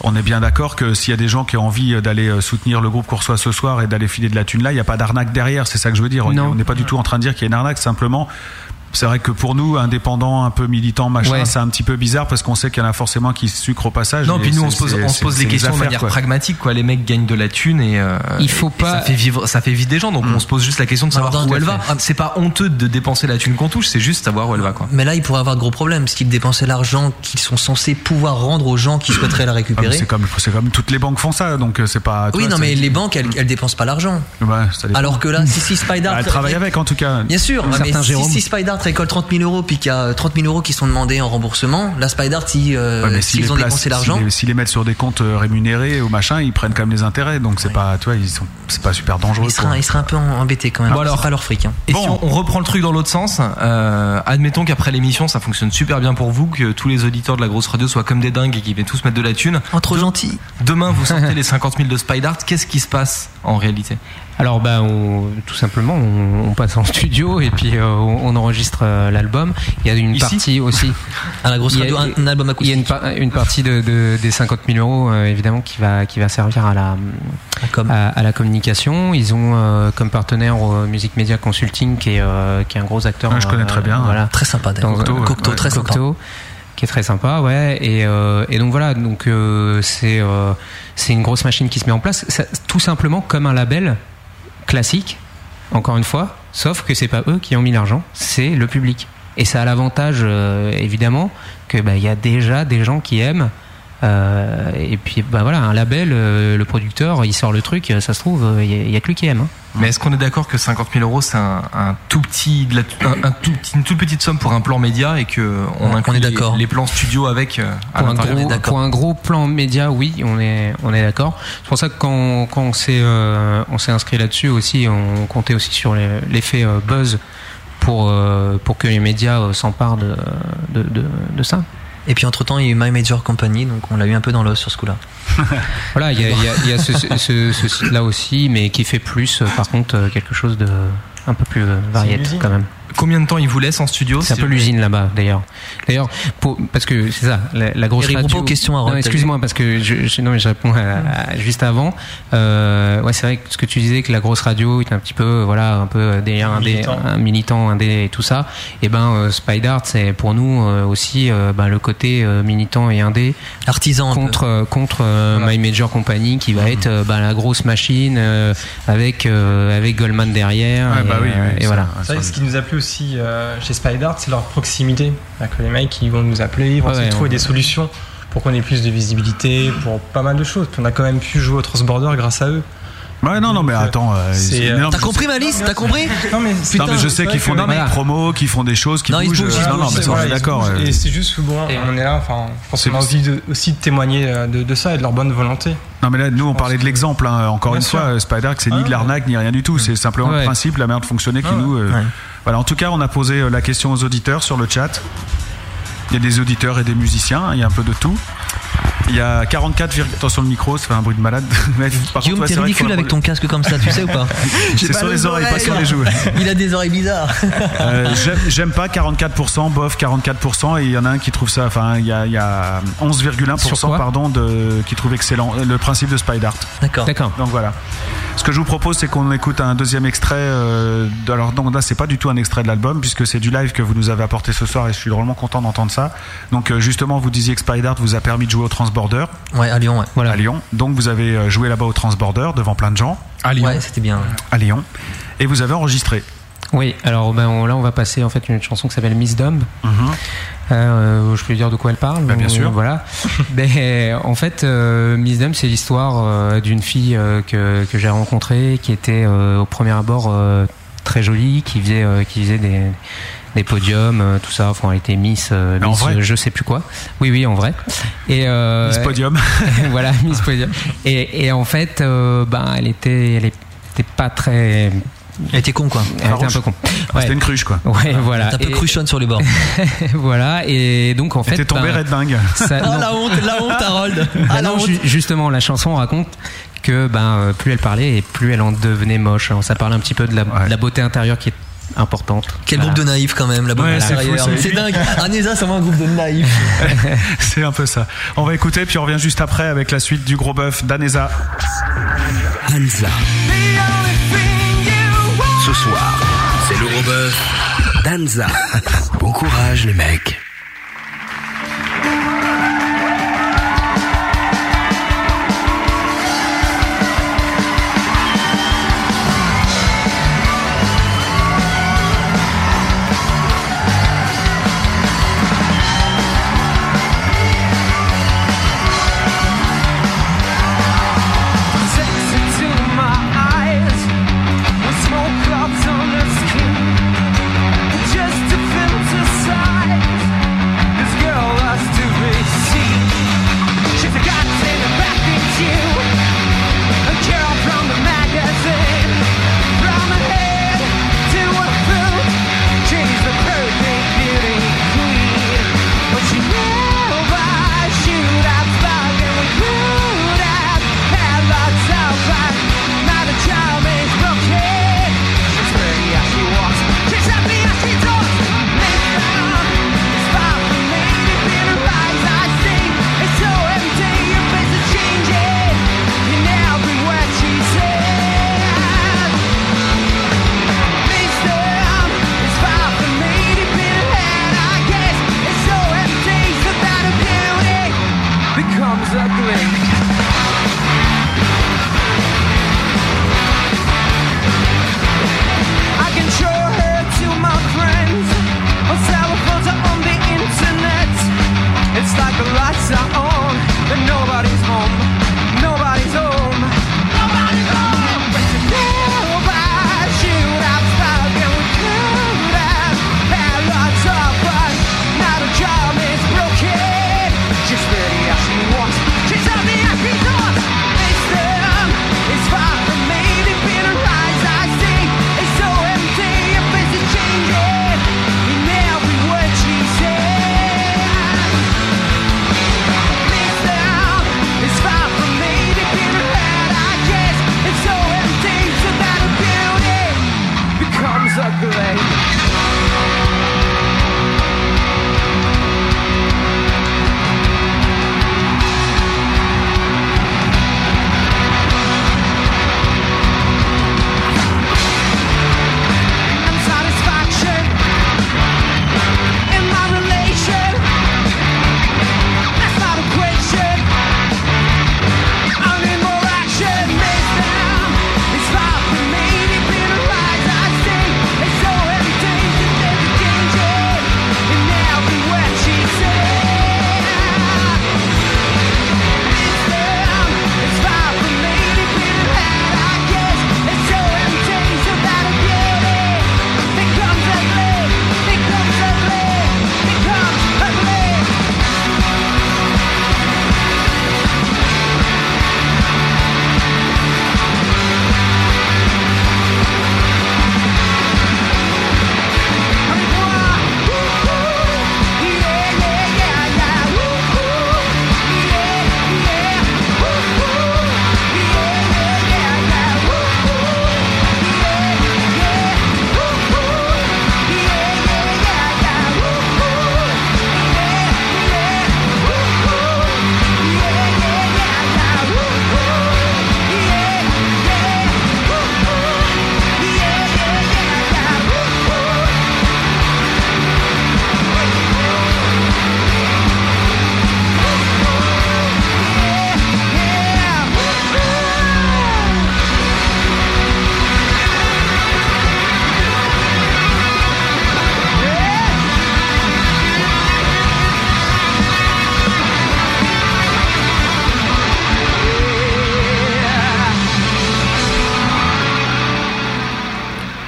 [SPEAKER 2] on est bien d'accord que s'il y a des gens qui ont envie euh, d'aller euh, soutenir le groupe Coursois ce soir et d'aller filer de la thune là, il n'y a pas d'arnaque derrière. C'est ça que je veux dire. On-
[SPEAKER 5] Non.
[SPEAKER 2] On n'est pas du tout en train de dire qu'il y a une arnaque. Simplement. C'est vrai que pour nous, indépendants, un peu militants, machin,
[SPEAKER 3] Ouais.
[SPEAKER 2] c'est un petit peu bizarre parce qu'on sait qu'il y en a forcément qui se sucrent au passage.
[SPEAKER 3] Non,
[SPEAKER 2] et
[SPEAKER 3] puis nous, on
[SPEAKER 2] c'est-
[SPEAKER 3] se pose,
[SPEAKER 2] c'est-
[SPEAKER 3] on se
[SPEAKER 2] c'est-
[SPEAKER 3] pose
[SPEAKER 2] c'est
[SPEAKER 3] les
[SPEAKER 2] des
[SPEAKER 3] questions de
[SPEAKER 2] affaires,
[SPEAKER 3] manière
[SPEAKER 2] quoi.
[SPEAKER 3] pragmatique. Quoi. Les mecs gagnent de la thune et, euh,
[SPEAKER 5] Il faut
[SPEAKER 3] et
[SPEAKER 5] pas-
[SPEAKER 3] ça fait vivre, ça fait vivre des gens. Donc
[SPEAKER 4] Hum.
[SPEAKER 3] on se pose juste la question de savoir
[SPEAKER 4] Attends,
[SPEAKER 3] où elle
[SPEAKER 4] tout à
[SPEAKER 3] va. C'est pas honteux de dépenser la thune qu'on touche, c'est juste savoir où elle va. Quoi.
[SPEAKER 4] Mais là, ils pourraient avoir de gros problèmes, parce qu'ils dépensaient l'argent qu'ils sont censés pouvoir rendre aux gens qui souhaiteraient la
[SPEAKER 2] Ah, mais
[SPEAKER 4] récupérer.
[SPEAKER 2] c'est comme, c'est comme toutes les banques font ça, donc euh, c'est pas. tu
[SPEAKER 4] oui,
[SPEAKER 2] vois,
[SPEAKER 4] non,
[SPEAKER 2] c'est-
[SPEAKER 4] mais les banques, elles, elles dépensent pas l'argent.
[SPEAKER 2] Ouais, ça dépend.
[SPEAKER 4] Alors que là, si, si Spider.
[SPEAKER 2] Bah, elle travaille avec en tout cas.
[SPEAKER 4] Bien sûr,
[SPEAKER 2] Un
[SPEAKER 4] mais
[SPEAKER 2] certain
[SPEAKER 4] si,
[SPEAKER 2] Jérôme.
[SPEAKER 4] si Spydart récolte 30 000 euros puis qu'il y a 30 000 euros qui sont demandés en remboursement, là Spydart, si, euh,
[SPEAKER 2] Ouais, mais s'ils
[SPEAKER 4] s'ils
[SPEAKER 2] les
[SPEAKER 4] ont
[SPEAKER 2] placent-
[SPEAKER 4] dépensé l'argent,
[SPEAKER 2] s'ils les- S'ils les mettent sur des comptes euh, rémunérés ou machin, ils prennent quand même les intérêts, donc c'est pas, tu vois, ils sont, c'est pas super dangereux.
[SPEAKER 4] ils seraient
[SPEAKER 2] quoi.
[SPEAKER 4] il sera un peu embêtés quand même.
[SPEAKER 3] Bon,
[SPEAKER 4] C'est
[SPEAKER 3] alors.
[SPEAKER 4] pas leur fric. hein.
[SPEAKER 3] Et si on, on reprend le truc dans l'autre sens, euh, admettons qu'après l'émission ça fonctionne super bien pour vous, que tous les auditeurs de la grosse radio soient comme des dingues et qu'ils viennent tous mettre de la thune.
[SPEAKER 4] Entre gentils.
[SPEAKER 3] Demain
[SPEAKER 5] [laughs]
[SPEAKER 3] vous sortez les 50 000 de Spydart, qu'est-ce qui se passe en réalité
[SPEAKER 5] Alors, bah, on- tout simplement, on, on passe en studio et puis euh, on, on enregistre euh, l'album. Il y a une
[SPEAKER 4] Ici
[SPEAKER 5] partie aussi.
[SPEAKER 4] À Ah, la grosse
[SPEAKER 5] Il y a-
[SPEAKER 4] radio, un, un album
[SPEAKER 5] Il y a
[SPEAKER 4] acoustique.
[SPEAKER 5] une, par- une partie de, de- des 50 000 euros, euh, évidemment, qui va, qui va servir à la,
[SPEAKER 4] Ah.
[SPEAKER 5] à, à la communication. Ils ont euh, comme partenaire euh, Music Media Consulting, qui est, euh, qui est un gros acteur.
[SPEAKER 2] Ah, je connais
[SPEAKER 5] euh,
[SPEAKER 2] très bien.
[SPEAKER 5] voilà.
[SPEAKER 4] Très sympa
[SPEAKER 5] Dans-
[SPEAKER 4] d'ailleurs. Cocteau,
[SPEAKER 5] euh, ouais,
[SPEAKER 4] très sympa.
[SPEAKER 5] Cocteau, qui est très sympa, ouais. Et, euh, et donc voilà, donc euh, c'est euh, c'est une grosse machine qui se met en place, Ça- tout simplement comme un label classique, encore une fois, sauf que c'est pas eux qui ont mis l'argent, c'est le public. Et ça a l'avantage, euh, évidemment, que bah, il y a déjà des gens qui aiment. euh, et puis bah voilà, un label, euh, le producteur, il sort le truc, euh, ça se trouve, euh, il y a- il y, a que lui qui aime. hein.
[SPEAKER 3] Mais est-ce qu'on est d'accord que 50 000 euros c'est un, un tout petit, de la- un, un tout petit- une toute petite somme pour un plan média et que on
[SPEAKER 4] Ouais,
[SPEAKER 3] inclut
[SPEAKER 4] on est
[SPEAKER 3] les-
[SPEAKER 4] d'accord.
[SPEAKER 3] les, plans studio avec euh, à
[SPEAKER 5] pour un,
[SPEAKER 3] l'intérieur.
[SPEAKER 5] gros, pour un gros plan média, oui, on est, on est d'accord. C'est pour ça que quand, quand on s'est, euh, on s'est inscrit là-dessus aussi, on comptait aussi sur les- l'effet euh, buzz pour, euh, pour que les médias euh, s'emparent de, de, de, de ça.
[SPEAKER 4] Et puis entre temps, il y a eu My Major Company, donc on l'a eu un peu dans l'os sur ce coup-là.
[SPEAKER 5] Voilà, il y a, il y a- il y a ce, ce- ce- ce site-là aussi, mais qui fait plus, euh, par contre, euh, quelque chose de un peu plus euh, varié
[SPEAKER 3] C'est une usine.
[SPEAKER 5] quand même.
[SPEAKER 3] combien de temps ils vous laissent en studio
[SPEAKER 5] C'est un
[SPEAKER 3] si
[SPEAKER 5] peu
[SPEAKER 3] jamais-
[SPEAKER 5] l'usine là-bas, d'ailleurs. D'ailleurs, pour- parce que c'est ça, la, la grosse
[SPEAKER 3] Eric
[SPEAKER 5] radio.
[SPEAKER 3] Roupeau, question à
[SPEAKER 5] Non,
[SPEAKER 3] Rod,
[SPEAKER 5] excuse-moi, parce que je, je- non, mais je réponds à- à- juste avant. Euh, ouais, c'est vrai que ce que tu disais que la grosse radio est un petit peu, euh, voilà, un peu euh, derrière un, des,
[SPEAKER 13] Militant.
[SPEAKER 5] un militant, un des et tout ça. Et ben, euh, Spydart, c'est pour nous euh, aussi euh, ben, le côté euh, militant et indé.
[SPEAKER 4] Artisan.
[SPEAKER 5] Contre, euh, contre euh, My Major Company qui
[SPEAKER 13] Mmh.
[SPEAKER 5] va être euh, ben, la grosse machine euh, avec, euh, avec Goldman derrière. et,
[SPEAKER 13] bah
[SPEAKER 2] bah
[SPEAKER 5] euh, et voilà.
[SPEAKER 13] C'est vrai que ce qui nous a plu aussi euh, chez Spydart, c'est leur proximité. C'est-à-dire Que les mecs, ils vont nous appeler, ils vont
[SPEAKER 5] Ouais,
[SPEAKER 13] essayer de
[SPEAKER 5] ouais,
[SPEAKER 13] trouver
[SPEAKER 5] ouais.
[SPEAKER 13] des solutions pour qu'on ait plus de visibilité, pour pas mal de choses. Puis on a quand même pu jouer au Transborder grâce à eux.
[SPEAKER 2] Ouais, non, non, mais attends. euh, c'est une énorme-
[SPEAKER 13] Non, mais,
[SPEAKER 2] non, mais je sais qu'ils font des
[SPEAKER 13] Voilà.
[SPEAKER 2] promos, qu'ils font des choses, qu'ils
[SPEAKER 13] Non, ils
[SPEAKER 2] bougent. euh,
[SPEAKER 13] bougent, ils
[SPEAKER 2] non, non,
[SPEAKER 13] bougent,
[SPEAKER 2] mais
[SPEAKER 13] c'est
[SPEAKER 2] ça, on
[SPEAKER 13] vrai,
[SPEAKER 2] est
[SPEAKER 13] ils
[SPEAKER 2] d'accord.
[SPEAKER 13] bougent.
[SPEAKER 2] euh,
[SPEAKER 13] Et c'est juste que bon, on est là, enfin, je pense qu'on a envie de- aussi de témoigner euh, de, de ça et de leur bonne volonté.
[SPEAKER 2] Non mais là nous on parlait de l'exemple hein. encore
[SPEAKER 13] Bien
[SPEAKER 2] une
[SPEAKER 13] sûr. Ah
[SPEAKER 2] fois euh, Spider que c'est ni de l'arnaque ni rien du tout c'est simplement
[SPEAKER 13] Ouais. Ah
[SPEAKER 2] le principe la manière de fonctionner qui nous euh, voilà en tout cas on a posé euh, la question aux auditeurs sur le chat il y a des auditeurs et des musiciens hein, il y a un peu de tout il y a 44 vir- attention le micro ça fait un bruit de malade [laughs] mais par
[SPEAKER 4] Guillaume,
[SPEAKER 2] ouais,
[SPEAKER 4] t'es
[SPEAKER 2] c'est vrai que
[SPEAKER 4] ridicule
[SPEAKER 2] faut-
[SPEAKER 4] avec ton casque comme ça, tu sais ou pas
[SPEAKER 2] [laughs] C'est sur les oreilles, pas sur les joues.
[SPEAKER 4] Il a des oreilles bizarres.
[SPEAKER 2] Euh, j'aime- J'aime pas 44%, bof 44%, et il y en a un qui trouve ça, enfin il y a, il y a
[SPEAKER 5] Sur
[SPEAKER 2] 11,1%
[SPEAKER 5] quoi
[SPEAKER 2] pardon de, qui trouve excellent euh, le principe de Spider
[SPEAKER 4] D'accord.
[SPEAKER 2] Donc voilà. Ce que je vous propose, c'est qu'on écoute un deuxième extrait. euh, de- alors non, là c'est pas du tout un extrait de l'album puisque c'est du live que vous nous avez apporté ce soir et je suis drôlement content d'entendre ça. Donc euh, justement, vous disiez que Spider vous a permis de jouer au Transborder.
[SPEAKER 4] Ouais, à Lyon, ouais.
[SPEAKER 5] Voilà.
[SPEAKER 2] À Lyon. Donc vous avez euh, joué là-bas au Transborder devant plein de gens.
[SPEAKER 3] À Lyon.
[SPEAKER 4] Ouais, c'était bien.
[SPEAKER 2] À Lyon. Et vous avez enregistré.
[SPEAKER 5] Oui, alors ben, on- là on va passer en fait une chanson qui s'appelle Miss Dumb. Euh, je peux dire de quoi elle parle
[SPEAKER 2] Bah, Mhm. bien
[SPEAKER 5] ou-
[SPEAKER 2] sûr. [laughs]
[SPEAKER 5] Voilà. Mais en fait, euh, Miss Dumb, c'est l'histoire euh, d'une fille euh, que, que j'ai rencontrée qui était euh, au premier abord euh, très jolie, qui faisait, euh, qui faisait des, des podiums, euh, tout ça. Enfin, elle était Miss, euh,
[SPEAKER 2] Mais en
[SPEAKER 5] Miss,
[SPEAKER 2] vrai
[SPEAKER 5] euh, je sais plus quoi. Oui, oui, en vrai. Et, euh, [laughs]
[SPEAKER 2] Miss Podium. [laughs]
[SPEAKER 5] voilà, Miss Podium. Et, et en fait, euh, ben, elle était, elle était pas très.
[SPEAKER 4] Elle était con quoi.
[SPEAKER 5] Elle était un peu con. Ouais.
[SPEAKER 2] C'était une cruche quoi.
[SPEAKER 5] Ouais, voilà.
[SPEAKER 4] T'es un peu
[SPEAKER 5] Et-
[SPEAKER 4] cruchonne sur les [laughs] bords.
[SPEAKER 5] voilà, et donc en fait.
[SPEAKER 2] T'es tombé
[SPEAKER 5] ben,
[SPEAKER 2] red dingue.
[SPEAKER 5] [laughs]
[SPEAKER 2] [laughs]
[SPEAKER 5] ça-
[SPEAKER 4] oh
[SPEAKER 5] non.
[SPEAKER 4] la honte, la honte, Harold.
[SPEAKER 5] Ben
[SPEAKER 4] Ah, la
[SPEAKER 5] non,
[SPEAKER 4] honte.
[SPEAKER 5] ju- justement, la chanson raconte que ben, euh, plus elle parlait et plus elle en devenait moche. Alors, ça parle un petit peu de la, de la beauté intérieure qui est importante.
[SPEAKER 4] Quel groupe de naïfs quand même, la bonne
[SPEAKER 5] Ouais, c'est
[SPEAKER 4] intérieure.
[SPEAKER 5] fou, ça.
[SPEAKER 4] C'est dingue. Anesa, c'est vraiment un groupe de naïfs.
[SPEAKER 2] c'est un peu ça. On va écouter puis on revient juste après avec la suite du gros bœuf d'Anesa.
[SPEAKER 7] Anza. Ce soir, c'est le bœuf d'Anza. Bon courage les mecs.
[SPEAKER 10] Takes it to my eyes, with small clouds on her skin. Just to fantasize, this girl has to receive. She's a godsend of acting you, a girl from the magazine. From her head to her foot, she's the perfect beauty queen. But she never should have spoken with rude eyes. Had lots of fun, now the charm is broken. She's pretty as she walks, she's happy as she talks. Miss Brown is far from native in her eyes. I see it's so empty, your face is changing in every word she says. Miss Brown is far from native in her head. I guess it's so empty, so that her beauty becomes ugly. I can show her to my friends on cell phones or on the internet. It's like the lights are on, but nobody's home. Nobody's home. Nobody's home. But you know I should have spoken with prudence. Had lots of fun. Now the charm is broken. She's pretty as she wants. She's happy as she does. This them is far from me. Deep in her eyes, I see it's so empty. Her face is changing in every word she says. This town is far from me. Deep in her head, I guess it's so empty. So that her beauty becomes ugly.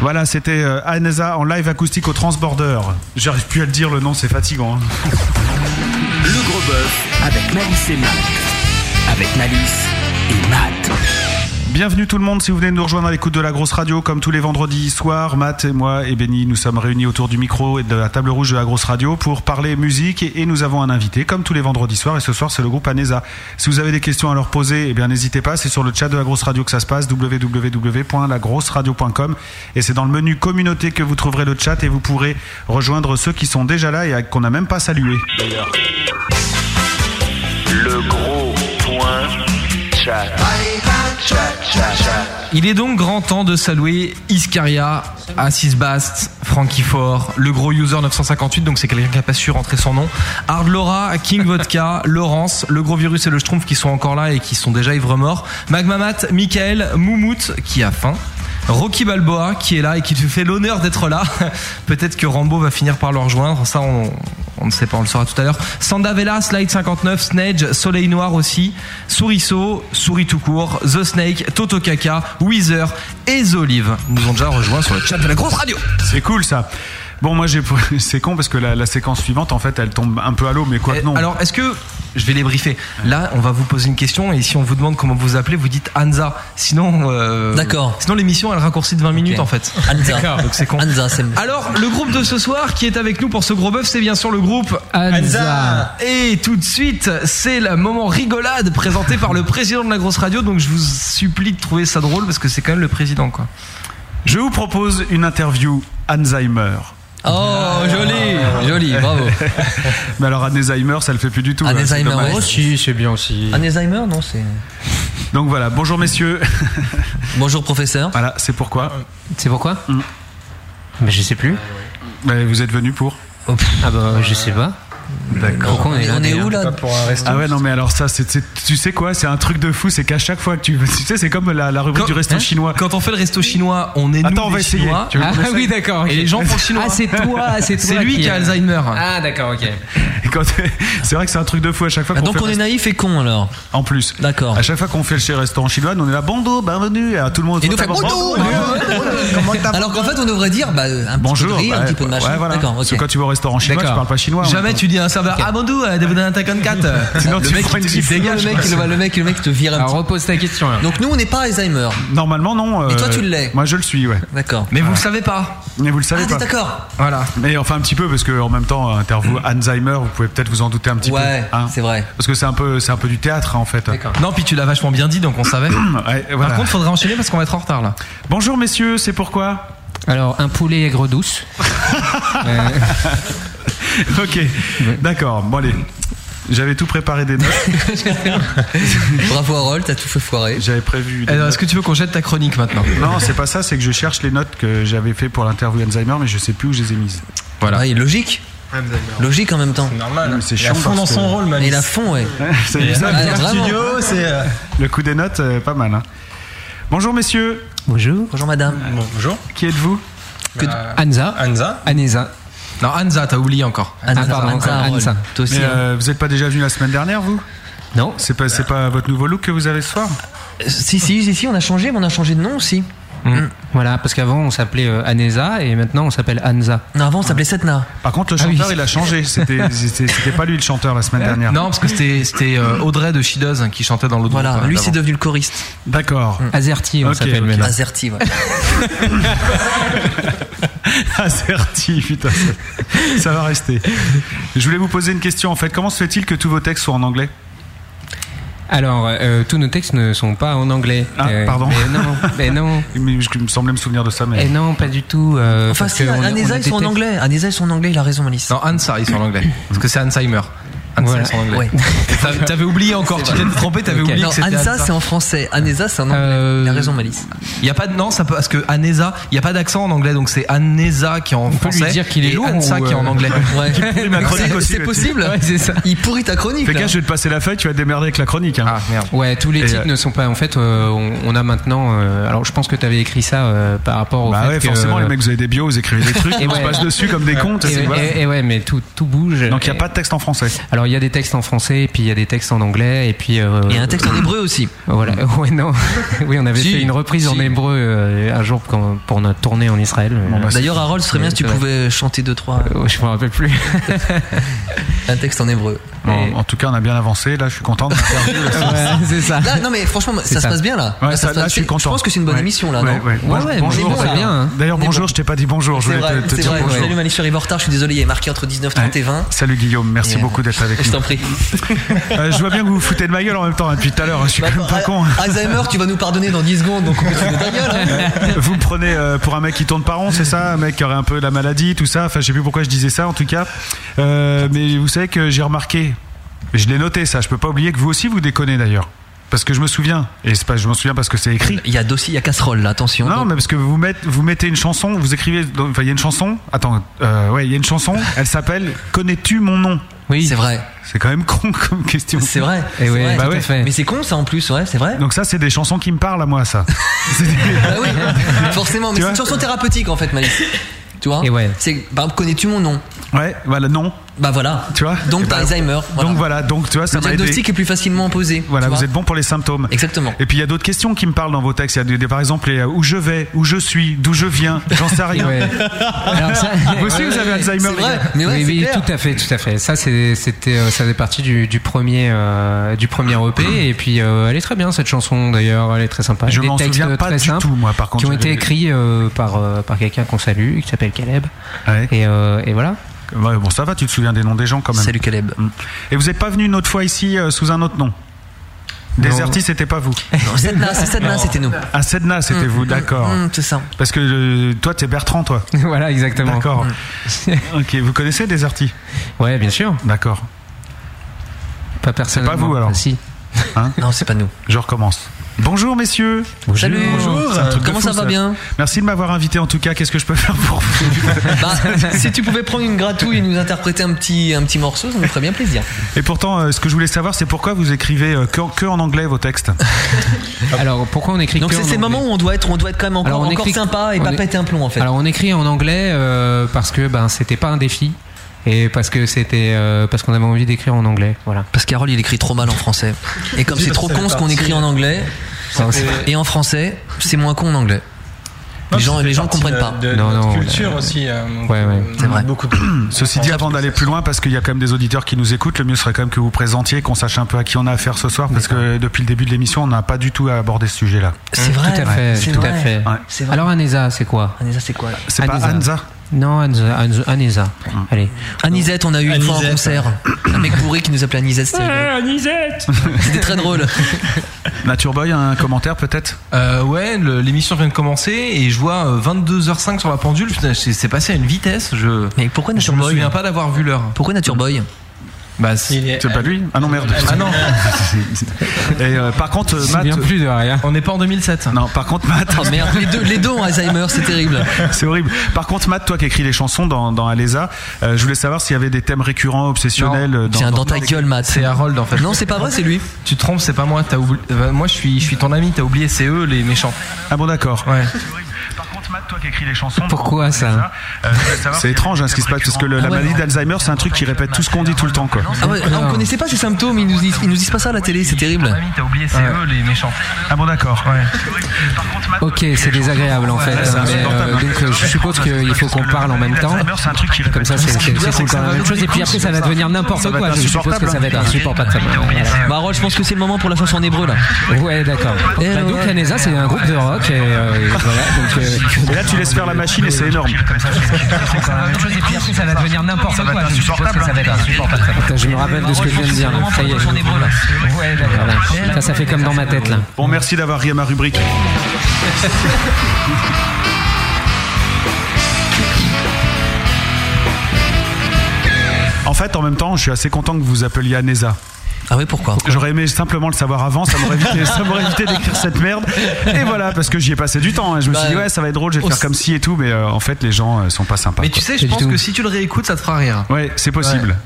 [SPEAKER 2] Voilà, c'était euh, Anesa en live acoustique au Transborder. J'arrive plus à le dire, le nom, c'est fatigant. hein.
[SPEAKER 7] Le gros bœuf avec Malice et Matt. Avec Malice et Matt.
[SPEAKER 2] Bienvenue tout le monde, si vous venez de nous rejoindre à l'écoute de la grosse radio, comme tous les vendredis soirs, Matt et moi et Benny, nous sommes réunis autour du micro et de la table rouge de la grosse radio pour parler musique et, et nous avons un invité, comme tous les vendredis soirs, et ce soir c'est le groupe Anesa. Si vous avez des questions à leur poser, eh bien n'hésitez pas, c'est sur le chat de la grosse radio que ça se passe, www.lagrosseradio.com et c'est dans le menu communauté que vous trouverez le chat et vous pourrez rejoindre ceux qui sont déjà là et à- qu'on n'a même pas salué.
[SPEAKER 14] Le gros point chat.
[SPEAKER 3] Il est donc grand temps de saluer Iscaria, Assis Bast, Frankie Fort, le gros user 958, donc c'est quelqu'un qui n'a pas su rentrer son nom, Hard Laura, King Vodka, [laughs] Laurence, le gros virus et le Schtroumpf qui sont encore là et qui sont déjà ivres morts, Magmamat, Michael, Moumout qui a faim. Rocky Balboa qui est là et qui te fait l'honneur d'être là. [laughs] Peut-être que Rambo va finir par le rejoindre, ça on, on ne sait pas, on le saura tout à l'heure. Sanda Vela, Slide 59, Snedge, Soleil Noir aussi, Sourisso, Souris tout court, The Snake, Toto Kaka, Weezer et The Olive nous ont déjà rejoints sur le chat de la grosse radio.
[SPEAKER 2] C'est cool ça. Bon, moi j'ai. [laughs] C'est con parce que la, la séquence suivante, en fait, elle tombe un peu à l'eau, mais quoi que non.
[SPEAKER 3] Eh, Alors, est-ce que je vais les briefer Là, on va vous poser une question et si on vous demande comment vous appelez, vous dites Anza. Sinon, euh,
[SPEAKER 4] D'accord.
[SPEAKER 3] Sinon, l'émission elle raccourcit de 20 minutes en fait.
[SPEAKER 4] Anza.
[SPEAKER 3] D'accord, donc c'est con.
[SPEAKER 4] Anza, c'est
[SPEAKER 3] Alors, le groupe de ce soir qui est avec nous pour ce gros bœuf, c'est bien sûr le groupe
[SPEAKER 13] Anza.
[SPEAKER 3] Et tout de suite, c'est la moment rigolade présenté par le président de la grosse radio. Donc, je vous supplie de trouver ça drôle parce que c'est quand même le président quoi.
[SPEAKER 2] Je vous propose une interview Alzheimer.
[SPEAKER 4] Oh, joli, joli, bravo.
[SPEAKER 2] mais alors, Alzheimer, ça le fait plus du tout. là, c'est dommage.
[SPEAKER 4] c'est bien aussi. Alzheimer, non, c'est.
[SPEAKER 2] Donc voilà, bonjour messieurs.
[SPEAKER 4] Bonjour professeur.
[SPEAKER 2] Voilà, c'est pourquoi.
[SPEAKER 5] C'est pourquoi Je sais plus.
[SPEAKER 2] vous êtes venu pour
[SPEAKER 5] Ah bah je sais pas. Pourquoi on est là, d'ailleurs
[SPEAKER 2] Ah ouais, non, mais alors ça, c'est, c'est- tu sais quoi, c'est un truc de fou, c'est qu'à chaque fois que tu. Tu sais, c'est comme la, la rubrique du resto
[SPEAKER 3] hein
[SPEAKER 2] chinois.
[SPEAKER 3] Quand on fait le resto chinois, on est
[SPEAKER 2] Attends,
[SPEAKER 3] nous
[SPEAKER 2] on va
[SPEAKER 3] les
[SPEAKER 2] essayer.
[SPEAKER 3] Chinois.
[SPEAKER 2] Tu veux
[SPEAKER 3] Ah
[SPEAKER 2] qu'on essaye
[SPEAKER 3] oui, d'accord, ok.
[SPEAKER 2] Et les gens font le chinois.
[SPEAKER 5] Ah, c'est toi,
[SPEAKER 3] [laughs]
[SPEAKER 5] c'est toi.
[SPEAKER 3] C'est lui qui a Alzheimer.
[SPEAKER 5] Ah, d'accord, ok.
[SPEAKER 2] Et quand- [laughs] c'est vrai que c'est un truc de fou à chaque fois
[SPEAKER 5] Ah,
[SPEAKER 2] qu'on
[SPEAKER 5] donc
[SPEAKER 2] fait
[SPEAKER 5] on est
[SPEAKER 4] naïf et con alors.
[SPEAKER 2] En plus. D'accord. À chaque fois qu'on fait le chez restaurant chinois, nous, on est là, bandeau, bienvenue. Et à tout le monde.
[SPEAKER 4] Il nous fait
[SPEAKER 2] autour de la table,
[SPEAKER 4] bonjour. Alors qu'en fait, on devrait dire bah, un petit peu
[SPEAKER 2] Bonjour.
[SPEAKER 4] de rire, un
[SPEAKER 2] bah,
[SPEAKER 4] petit peu de machin.
[SPEAKER 2] ouais, voilà.
[SPEAKER 4] D'accord,
[SPEAKER 2] Parce que
[SPEAKER 4] ok. Ah,
[SPEAKER 2] quand tu vas au restaurant chinois, tu
[SPEAKER 3] D'accord.
[SPEAKER 2] parles pas chinois.
[SPEAKER 3] Jamais tu dis à un serveur Ah bon, d'où, euh, de vous donner un Tekken [laughs]
[SPEAKER 2] [laughs]
[SPEAKER 3] 4
[SPEAKER 2] Sinon,
[SPEAKER 3] Le
[SPEAKER 2] tu
[SPEAKER 3] mec,
[SPEAKER 2] prends
[SPEAKER 3] il
[SPEAKER 2] une
[SPEAKER 3] te-
[SPEAKER 2] gifle.
[SPEAKER 3] il dégage,
[SPEAKER 2] Le mec, il
[SPEAKER 3] quoi.
[SPEAKER 2] va-
[SPEAKER 4] le mec, le mec te vire un
[SPEAKER 5] Alors, repose ta question. Là.
[SPEAKER 4] Donc nous, on n'est pas Alzheimer.
[SPEAKER 2] Normalement, non.
[SPEAKER 4] Mais toi,
[SPEAKER 2] euh,
[SPEAKER 4] tu l'es.
[SPEAKER 2] Moi, je le suis, ouais.
[SPEAKER 4] D'accord.
[SPEAKER 3] Mais vous le savez pas.
[SPEAKER 2] Mais vous le savez
[SPEAKER 4] Ah,
[SPEAKER 2] pas.
[SPEAKER 4] t'es d'accord. Mm.
[SPEAKER 3] Voilà.
[SPEAKER 2] Mais enfin, un petit peu, parce que en même temps, interview Alzheimer, vous pouvez peut-être vous en douter un petit peu.
[SPEAKER 3] Ouais,
[SPEAKER 2] c'est
[SPEAKER 4] vrai.
[SPEAKER 2] Parce que c'est un peu, c'est un peu du théâtre, hein, en fait.
[SPEAKER 3] Non, puis tu l'as vachement bien dit, donc on savait.
[SPEAKER 2] voilà.
[SPEAKER 3] Par contre, faudrait enchaîner parce qu'on va être en retard là.
[SPEAKER 2] Bonjour messieurs, c'est pourquoi [laughs]
[SPEAKER 5] Alors, un poulet aigre douce.
[SPEAKER 2] ok, d'accord. Bon, allez. J'avais tout préparé des
[SPEAKER 4] [laughs]
[SPEAKER 2] notes.
[SPEAKER 4] Bravo Harold, t'as tout fait foirer.
[SPEAKER 2] J'avais prévu. des
[SPEAKER 3] Alors,
[SPEAKER 2] notes.
[SPEAKER 3] est-ce que tu veux qu'on jette ta chronique maintenant
[SPEAKER 2] Non, c'est pas ça, c'est que je cherche les notes que j'avais fait pour l'interview Alzheimer, mais je sais plus où je les ai mises.
[SPEAKER 4] Ah,
[SPEAKER 3] Voilà.
[SPEAKER 4] logique.
[SPEAKER 2] Ah,
[SPEAKER 4] Logique en même temps. C'est
[SPEAKER 2] normal. Ah, hein. Mais c'est
[SPEAKER 4] Il
[SPEAKER 2] chiant
[SPEAKER 4] a fond
[SPEAKER 2] parce
[SPEAKER 4] dans
[SPEAKER 2] que-
[SPEAKER 4] son rôle, Malice. Il a fond, ouais.
[SPEAKER 2] [laughs] c'est
[SPEAKER 4] Il a
[SPEAKER 2] bizarre.
[SPEAKER 4] fond, Ouais, vraiment. studio,
[SPEAKER 2] Le coup des notes, euh, pas mal. hein. Bonjour messieurs.
[SPEAKER 5] Bonjour.
[SPEAKER 4] Bonjour madame.
[SPEAKER 2] Bonjour. Qui êtes-vous
[SPEAKER 3] Euh,
[SPEAKER 5] Anza.
[SPEAKER 3] Anza.
[SPEAKER 5] Anesa.
[SPEAKER 3] Non, Anza, t'as oublié encore.
[SPEAKER 5] Ah, pardon, encore Anza.
[SPEAKER 4] Toi aussi,
[SPEAKER 2] Mais,
[SPEAKER 4] hein.
[SPEAKER 2] euh, vous n'êtes pas déjà venu la semaine dernière, vous
[SPEAKER 5] Non.
[SPEAKER 2] C'est pas, c'est pas votre nouveau look que vous avez ce soir
[SPEAKER 4] Euh, Si, si, si, si, on a changé, mais on a changé de nom aussi.
[SPEAKER 5] Voilà, parce qu'avant on s'appelait euh, Anesa et maintenant on s'appelle Anza.
[SPEAKER 4] Non, avant on s'appelait Setna.
[SPEAKER 2] Par contre, le
[SPEAKER 5] Ah oui. Euh,
[SPEAKER 2] chanteur, il a changé.
[SPEAKER 5] [laughs]
[SPEAKER 2] C'était, c'était, c'était pas lui le chanteur la semaine dernière.
[SPEAKER 3] Non, parce que c'était c'était, euh, Audrey de Shidoz qui chantait dans l'autre
[SPEAKER 2] Voilà,
[SPEAKER 3] groupe, hein,
[SPEAKER 2] lui, c'est
[SPEAKER 3] d'avant.
[SPEAKER 4] devenu le choriste.
[SPEAKER 2] D'accord.
[SPEAKER 5] Mm.
[SPEAKER 2] [laughs]
[SPEAKER 5] Azerty,
[SPEAKER 2] on s'appelle maintenant.
[SPEAKER 4] Azerty, ouais.
[SPEAKER 2] Azerty, putain, ça, ça va rester. Je voulais vous poser une question en fait. Comment se fait-il que tous vos textes soient en anglais
[SPEAKER 5] Alors, euh, tous nos textes ne sont pas en anglais.
[SPEAKER 2] Ah,
[SPEAKER 5] Euh,
[SPEAKER 2] pardon.
[SPEAKER 5] mais non,
[SPEAKER 2] [laughs]
[SPEAKER 5] mais non.
[SPEAKER 2] Mais je il me semblais me souvenir de ça, mais.
[SPEAKER 5] Eh non, pas du tout. euh,
[SPEAKER 4] Enfin,
[SPEAKER 5] parce
[SPEAKER 4] si,
[SPEAKER 5] que on a- on
[SPEAKER 4] Anesa,
[SPEAKER 5] a
[SPEAKER 4] ils
[SPEAKER 5] des
[SPEAKER 4] sont en
[SPEAKER 5] textes-
[SPEAKER 4] anglais. Anesa, ils sont en anglais, il a raison, Malice.
[SPEAKER 3] Non, Ansa, ils sont
[SPEAKER 4] [laughs]
[SPEAKER 3] en anglais. Parce que c'est Alzheimer. Ansa,
[SPEAKER 4] Voilà.
[SPEAKER 3] ils sont en anglais.
[SPEAKER 4] Ouais.
[SPEAKER 3] [laughs] T'avais- T'avais oublié encore, tu t'es trompé, t'avais oublié
[SPEAKER 4] Non,
[SPEAKER 3] que c'était
[SPEAKER 4] Anza, c'est en français. Anesa, c'est en anglais. Il a raison, Malice.
[SPEAKER 3] Il y a pas de non, ça peut, parce que Anesa, il y a pas d'accent en anglais, donc c'est Anesa qui est
[SPEAKER 4] peut
[SPEAKER 3] en
[SPEAKER 4] lui
[SPEAKER 3] français.
[SPEAKER 4] dire qu'il est
[SPEAKER 3] et
[SPEAKER 4] lourd
[SPEAKER 3] Ansa
[SPEAKER 4] ou,
[SPEAKER 3] qui est en
[SPEAKER 4] euh,
[SPEAKER 3] anglais.
[SPEAKER 4] [laughs] Ouais.
[SPEAKER 2] Qui pourrit ma chronique
[SPEAKER 4] C'est-
[SPEAKER 2] aussi,
[SPEAKER 4] c'est
[SPEAKER 2] le
[SPEAKER 4] possible
[SPEAKER 2] titre.
[SPEAKER 4] Ouais, c'est ça. Il pourrit ta chronique.
[SPEAKER 2] Fais
[SPEAKER 4] là.
[SPEAKER 2] gaffe, je vais te passer la feuille, tu vas te démerder avec la chronique. Ah
[SPEAKER 3] merde.
[SPEAKER 5] Ouais, tous les titres ne sont pas. En fait, euh, on, on a maintenant. euh, alors, je pense que tu avais écrit ça euh, par rapport au.
[SPEAKER 2] Bah
[SPEAKER 5] fait
[SPEAKER 2] ouais,
[SPEAKER 5] que- euh,
[SPEAKER 2] forcément, les mecs, vous avez des bios,
[SPEAKER 5] [laughs]
[SPEAKER 2] vous écrivez des trucs, on se passe dessus comme des
[SPEAKER 5] Ouais.
[SPEAKER 2] comptes.
[SPEAKER 5] Et, ouais, et- et ouais, mais tout, tout bouge.
[SPEAKER 2] Donc il n'y a pas de texte en français.
[SPEAKER 5] Alors, il y a des textes en français, et puis il y a des textes en anglais, et puis. euh,
[SPEAKER 4] Il y a un texte en hébreu aussi.
[SPEAKER 2] Ah,
[SPEAKER 5] Voilà. [laughs] Ouais, non. oui, on avait
[SPEAKER 4] Si,
[SPEAKER 5] fait une reprise en
[SPEAKER 4] si.
[SPEAKER 5] hébreu euh, un jour quand- pour notre tournée en Israël.
[SPEAKER 2] bah,
[SPEAKER 5] Euh,
[SPEAKER 4] D'ailleurs, Harold, ce serait bien si tu pouvais chanter deux trois.
[SPEAKER 5] je me rappelle plus. [laughs]
[SPEAKER 4] un texte en hébreu.
[SPEAKER 2] Bon, En tout cas, on a bien avancé. Là, je suis content de l'interview.
[SPEAKER 5] [laughs] c'est ça.
[SPEAKER 4] Là, non mais franchement, ça,
[SPEAKER 2] Ah. C'est
[SPEAKER 4] se
[SPEAKER 2] ça.
[SPEAKER 4] passe bien là.
[SPEAKER 2] Ouais,
[SPEAKER 4] Là,
[SPEAKER 2] ça-
[SPEAKER 4] se passe-
[SPEAKER 2] là, je suis
[SPEAKER 4] Je pense que c'est une bonne
[SPEAKER 2] Ouais.
[SPEAKER 4] émission là.
[SPEAKER 2] Ouais,
[SPEAKER 4] non
[SPEAKER 2] ouais. Bonjour,
[SPEAKER 4] on est
[SPEAKER 2] bonjour,
[SPEAKER 4] bon,
[SPEAKER 2] c'est
[SPEAKER 4] là.
[SPEAKER 2] bien, hein. D'ailleurs,
[SPEAKER 4] On est
[SPEAKER 2] bonjour,
[SPEAKER 4] bon.
[SPEAKER 2] je t'ai pas dit bonjour, je
[SPEAKER 4] C'est
[SPEAKER 2] voulais
[SPEAKER 4] vrai,
[SPEAKER 2] te- te
[SPEAKER 4] c'est
[SPEAKER 2] dire
[SPEAKER 4] vrai.
[SPEAKER 2] bonjour.
[SPEAKER 4] Salut Manu, je suis arrivé en retard, je suis désolé, il est marqué entre 19h30 et 20.
[SPEAKER 2] Salut Guillaume, merci
[SPEAKER 4] Et, euh,
[SPEAKER 2] beaucoup d'être avec
[SPEAKER 4] je
[SPEAKER 2] nous.
[SPEAKER 4] t'en prie. Bah, ah,
[SPEAKER 2] Euh, je vois bien que vous vous foutez de ma gueule en même temps hein, depuis tout à l'heure. hein, Je suis quand même [laughs] pas con. hein.
[SPEAKER 4] Alzheimer, tu vas nous pardonner dans 10 secondes, donc on peut se foutre de ta gueule. hein.
[SPEAKER 2] Vous me prenez euh, pour un mec qui tourne pas rond, c'est ça Un mec qui aurait un peu la maladie, tout ça. Enfin, je sais plus pourquoi je disais ça en tout cas. Euh, mais vous savez que j'ai remarqué, je l'ai noté ça, je peux pas oublier que vous aussi vous déconnez d'ailleurs. Parce que je me souviens, et c'est pas, je me souviens parce que c'est écrit.
[SPEAKER 4] Il y a dossier, il y a casserole là, attention.
[SPEAKER 2] Non, mais parce que vous mettez, vous mettez une chanson, vous écrivez. dans- Enfin, il y a une chanson. Attends, euh, ouais, il y a une chanson. Elle s'appelle Connais-tu mon nom
[SPEAKER 5] Oui,
[SPEAKER 4] c'est vrai.
[SPEAKER 2] C'est quand même [laughs] con comme question.
[SPEAKER 4] C'est vrai.
[SPEAKER 2] Et
[SPEAKER 4] C'est vrai,
[SPEAKER 2] bah
[SPEAKER 4] tout à
[SPEAKER 2] ouais.
[SPEAKER 4] fait. Mais c'est con ça en plus, ouais, c'est vrai.
[SPEAKER 2] Donc ça, c'est des chansons qui me parlent à moi, ça.
[SPEAKER 4] Bah
[SPEAKER 2] [laughs]
[SPEAKER 4] oui, forcément, mais c'est une chanson
[SPEAKER 2] euh,
[SPEAKER 4] thérapeutique en fait, Malice. Tu
[SPEAKER 2] Eh
[SPEAKER 4] vois C'est par exemple, connais-tu mon nom
[SPEAKER 2] Ouais, voilà, non.
[SPEAKER 4] Bah voilà.
[SPEAKER 2] Tu vois
[SPEAKER 4] Donc
[SPEAKER 2] Et bah,
[SPEAKER 4] t'as Alzheimer.
[SPEAKER 2] Donc voilà, donc tu vois, ça
[SPEAKER 4] Le
[SPEAKER 2] m'a aidé.
[SPEAKER 4] diagnostic est plus facilement posé.
[SPEAKER 2] Voilà,
[SPEAKER 4] tu
[SPEAKER 2] vous
[SPEAKER 4] vois.
[SPEAKER 2] êtes bon pour les symptômes.
[SPEAKER 4] Exactement.
[SPEAKER 2] Et puis il y a d'autres questions qui me parlent dans vos textes. Il y a des, des- par exemple les, euh, où je vais, où je suis, d'où je viens, j'en sais rien.
[SPEAKER 5] Ouais. Alors [laughs] ça-
[SPEAKER 2] vous aussi, vous avez Alzheimer. les gars.
[SPEAKER 5] oui, oui, tout à fait, tout à fait. Ça, c'est- c'était, euh, ça faisait partie du, du premier, euh, du premier
[SPEAKER 2] [coughs]
[SPEAKER 5] EP. Et puis, euh, elle est très bien cette chanson d'ailleurs. Elle est très sympa.
[SPEAKER 2] Je
[SPEAKER 5] Des
[SPEAKER 2] m'en
[SPEAKER 5] textes
[SPEAKER 2] souviens pas
[SPEAKER 5] très
[SPEAKER 2] du
[SPEAKER 5] simples
[SPEAKER 2] tout, moi, par contre,
[SPEAKER 5] qui ont été
[SPEAKER 2] j'avais-
[SPEAKER 5] écrits euh, par euh, par quelqu'un qu'on salue, qui s'appelle Caleb.
[SPEAKER 2] Et,
[SPEAKER 5] euh, et voilà. [laughs]
[SPEAKER 2] Ouais, bon, ça va, tu te souviens des noms des gens quand même.
[SPEAKER 4] Salut Caleb.
[SPEAKER 2] Et vous n'êtes pas venu une autre fois ici euh, sous un autre nom Deserti, c'était pas
[SPEAKER 4] [laughs]
[SPEAKER 2] vous.
[SPEAKER 4] Sedna, c'est
[SPEAKER 2] [laughs]
[SPEAKER 4] Sedna,
[SPEAKER 2] Non.
[SPEAKER 4] c'était nous.
[SPEAKER 2] Ah, Sedna, c'était vous, d'accord.
[SPEAKER 4] mm, c'est ça.
[SPEAKER 2] Parce que euh, toi, t'es Bertrand, toi.
[SPEAKER 5] voilà, exactement.
[SPEAKER 2] D'accord.
[SPEAKER 4] Mm.
[SPEAKER 2] ok, vous connaissez Deserti
[SPEAKER 5] Ouais, bien sûr.
[SPEAKER 2] D'accord.
[SPEAKER 5] Pas personnellement.
[SPEAKER 2] C'est pas vous alors
[SPEAKER 5] Si.
[SPEAKER 4] non, c'est pas nous.
[SPEAKER 2] Je recommence. Bonjour messieurs.
[SPEAKER 4] Bonjour. Salut.
[SPEAKER 2] C'est un truc de
[SPEAKER 4] Comment
[SPEAKER 2] fou,
[SPEAKER 4] ça va bien
[SPEAKER 2] Merci de m'avoir invité en tout cas. Qu'est-ce que je peux [laughs] faire pour vous
[SPEAKER 4] Bah, [laughs] si tu pouvais prendre une gratouille et nous interpréter un petit, un petit morceau, ça nous ferait bien plaisir.
[SPEAKER 2] Et pourtant, euh, ce que je voulais savoir, c'est pourquoi vous écrivez euh, que, que en anglais vos textes. Ah
[SPEAKER 5] Alors pourquoi on écrit
[SPEAKER 4] Donc
[SPEAKER 5] que
[SPEAKER 4] c'est
[SPEAKER 5] en
[SPEAKER 4] ces
[SPEAKER 5] anglais
[SPEAKER 4] moments où on doit être, on doit être quand même encore,
[SPEAKER 5] Alors, on
[SPEAKER 4] encore
[SPEAKER 5] écrit-
[SPEAKER 4] sympa et
[SPEAKER 5] on
[SPEAKER 4] pas
[SPEAKER 5] est-
[SPEAKER 4] péter un plomb en fait.
[SPEAKER 5] Alors on écrit en anglais euh, parce que ben c'était pas un défi et parce que c'était euh, parce qu'on avait envie d'écrire en anglais. Voilà.
[SPEAKER 4] Parce qu'Harold il écrit trop mal en français. Et comme c'est trop con ce qu'on écrit en anglais
[SPEAKER 5] Non,
[SPEAKER 4] et en français, c'est moins con en anglais. Les gens, les gens comprennent pas.
[SPEAKER 13] De, de
[SPEAKER 2] Non,
[SPEAKER 13] notre
[SPEAKER 2] non,
[SPEAKER 13] culture aussi. euh, donc, euh,
[SPEAKER 4] C'est vrai.
[SPEAKER 2] Ceci dit, avant d'aller plus loin, parce qu'il y a quand même des auditeurs qui nous écoutent, le mieux serait quand même que vous présentiez, qu'on sache un peu à qui on a affaire ce soir, parce que depuis le début de l'émission, on n'a pas du tout abordé ce sujet-là.
[SPEAKER 4] C'est vrai.
[SPEAKER 5] Tout à fait.
[SPEAKER 4] c'est
[SPEAKER 5] tout
[SPEAKER 4] vrai.
[SPEAKER 5] à fait.
[SPEAKER 2] Ouais.
[SPEAKER 5] Alors Anesa, c'est quoi
[SPEAKER 4] Anesa, c'est quoi
[SPEAKER 2] C'est pas Anza
[SPEAKER 5] Non, Anza, Anza- Anesa.
[SPEAKER 4] Mm.
[SPEAKER 5] Allez.
[SPEAKER 4] Anisette, on a eu une fois un
[SPEAKER 5] Anisette.
[SPEAKER 4] concert. Un mec bourré qui nous appelait Anisette. c'était rigolo. [laughs] C'était très drôle.
[SPEAKER 2] Nature Boy, un commentaire peut-être
[SPEAKER 3] Euh, ouais, le- l'émission vient de commencer et je vois euh, 22h05 sur la pendule. Putain, c'est c'est passé à une vitesse. Je.
[SPEAKER 4] Mais pourquoi
[SPEAKER 3] Je
[SPEAKER 4] Nature
[SPEAKER 3] me
[SPEAKER 4] Boy
[SPEAKER 3] souviens pas d'avoir vu l'heure.
[SPEAKER 4] Pourquoi Nature Boy
[SPEAKER 3] Bah, c'est
[SPEAKER 2] C'est pas lui Ah non, merde.
[SPEAKER 3] Ah
[SPEAKER 2] [laughs]
[SPEAKER 3] non.
[SPEAKER 2] Et euh, par contre, euh, Matt.
[SPEAKER 5] plus de rien.
[SPEAKER 3] On n'est pas en 2007.
[SPEAKER 2] Non, par contre, Matt.
[SPEAKER 4] Oh merde, les deux, les deux ont Alzheimer, c'est terrible.
[SPEAKER 2] [laughs] C'est horrible. Par contre, Matt, toi qui écris les chansons dans, dans Alésa, euh, je voulais savoir s'il y avait des thèmes récurrents, obsessionnels. euh,
[SPEAKER 4] Tiens, dans ta gueule, Matt.
[SPEAKER 3] C'est Harold en fait.
[SPEAKER 4] Non, c'est pas vrai, c'est lui.
[SPEAKER 3] Tu te trompes, c'est pas moi. T'as oublié. euh, Moi, je suis, je suis ton ami. T'as oublié, c'est eux les méchants.
[SPEAKER 2] Ah bon, d'accord.
[SPEAKER 3] Ouais.
[SPEAKER 2] Par contre, Matt, toi qui écris les chansons.
[SPEAKER 5] Pourquoi ça
[SPEAKER 3] Ah
[SPEAKER 2] C'est étrange hein, ce qui se passe, parce que le- la maladie d'Alzheimer, c'est un truc qui répète tout ce qu'on dit tout le temps. Quoi.
[SPEAKER 4] Ah ouais, non, on connaissait pas ses symptômes, ils nous disent, ils nous disent pas ça à la télé, c'est terrible.
[SPEAKER 3] T'as oublié, c'est eux les méchants.
[SPEAKER 2] Ah bon, d'accord.
[SPEAKER 5] Ok, c'est désagréable en fait.
[SPEAKER 2] Ouais, c'est
[SPEAKER 5] Mais,
[SPEAKER 2] insupportable.
[SPEAKER 5] euh, donc euh, je suppose qu'il faut qu'on parle en même temps.
[SPEAKER 2] c'est un truc qui
[SPEAKER 5] Comme ça, c'est c'est- c'est tout le temps la même chose. Et puis après, ça va devenir n'importe quoi. Je suppose que ça va être insupportable.
[SPEAKER 4] Bah, Harold, je pense que c'est le moment pour la chanson en hébreu là.
[SPEAKER 5] Ouais, d'accord.
[SPEAKER 4] Eh,
[SPEAKER 5] Bah, donc
[SPEAKER 4] ouais.
[SPEAKER 5] l'ANESA, c'est un groupe de rock. Et, euh, et voilà, donc, euh,
[SPEAKER 2] Et là, tu laisses faire la machine et c'est énorme.
[SPEAKER 5] Ah, Et puis après, ça va devenir n'importe quoi. Je suppose que ça va être insupportable. Putain, Je me rappelle de ce que je viens de dire. là. Ça y est. Voilà. Ça, ça fait comme dans ma tête là.
[SPEAKER 2] Bon, merci d'avoir ri à ma rubrique. En fait, en même temps, je suis assez content que vous appeliez Anesa.
[SPEAKER 4] Ah oui, pourquoi
[SPEAKER 2] J'aurais aimé simplement le savoir avant, ça m'aurait évité, ça m'aurait évité d'écrire cette merde. Et voilà, parce que j'y ai passé du temps. hein. Je me
[SPEAKER 4] Bah,
[SPEAKER 2] suis dit, ouais, ça va être drôle, je vais
[SPEAKER 4] on
[SPEAKER 2] faire
[SPEAKER 4] s-
[SPEAKER 2] comme si et tout, mais euh, en fait, les gens euh, sont pas sympas.
[SPEAKER 3] Mais tu
[SPEAKER 2] quoi.
[SPEAKER 3] sais, je pense que si tu le réécoutes, ça te fera rire.
[SPEAKER 2] Ouais, c'est possible.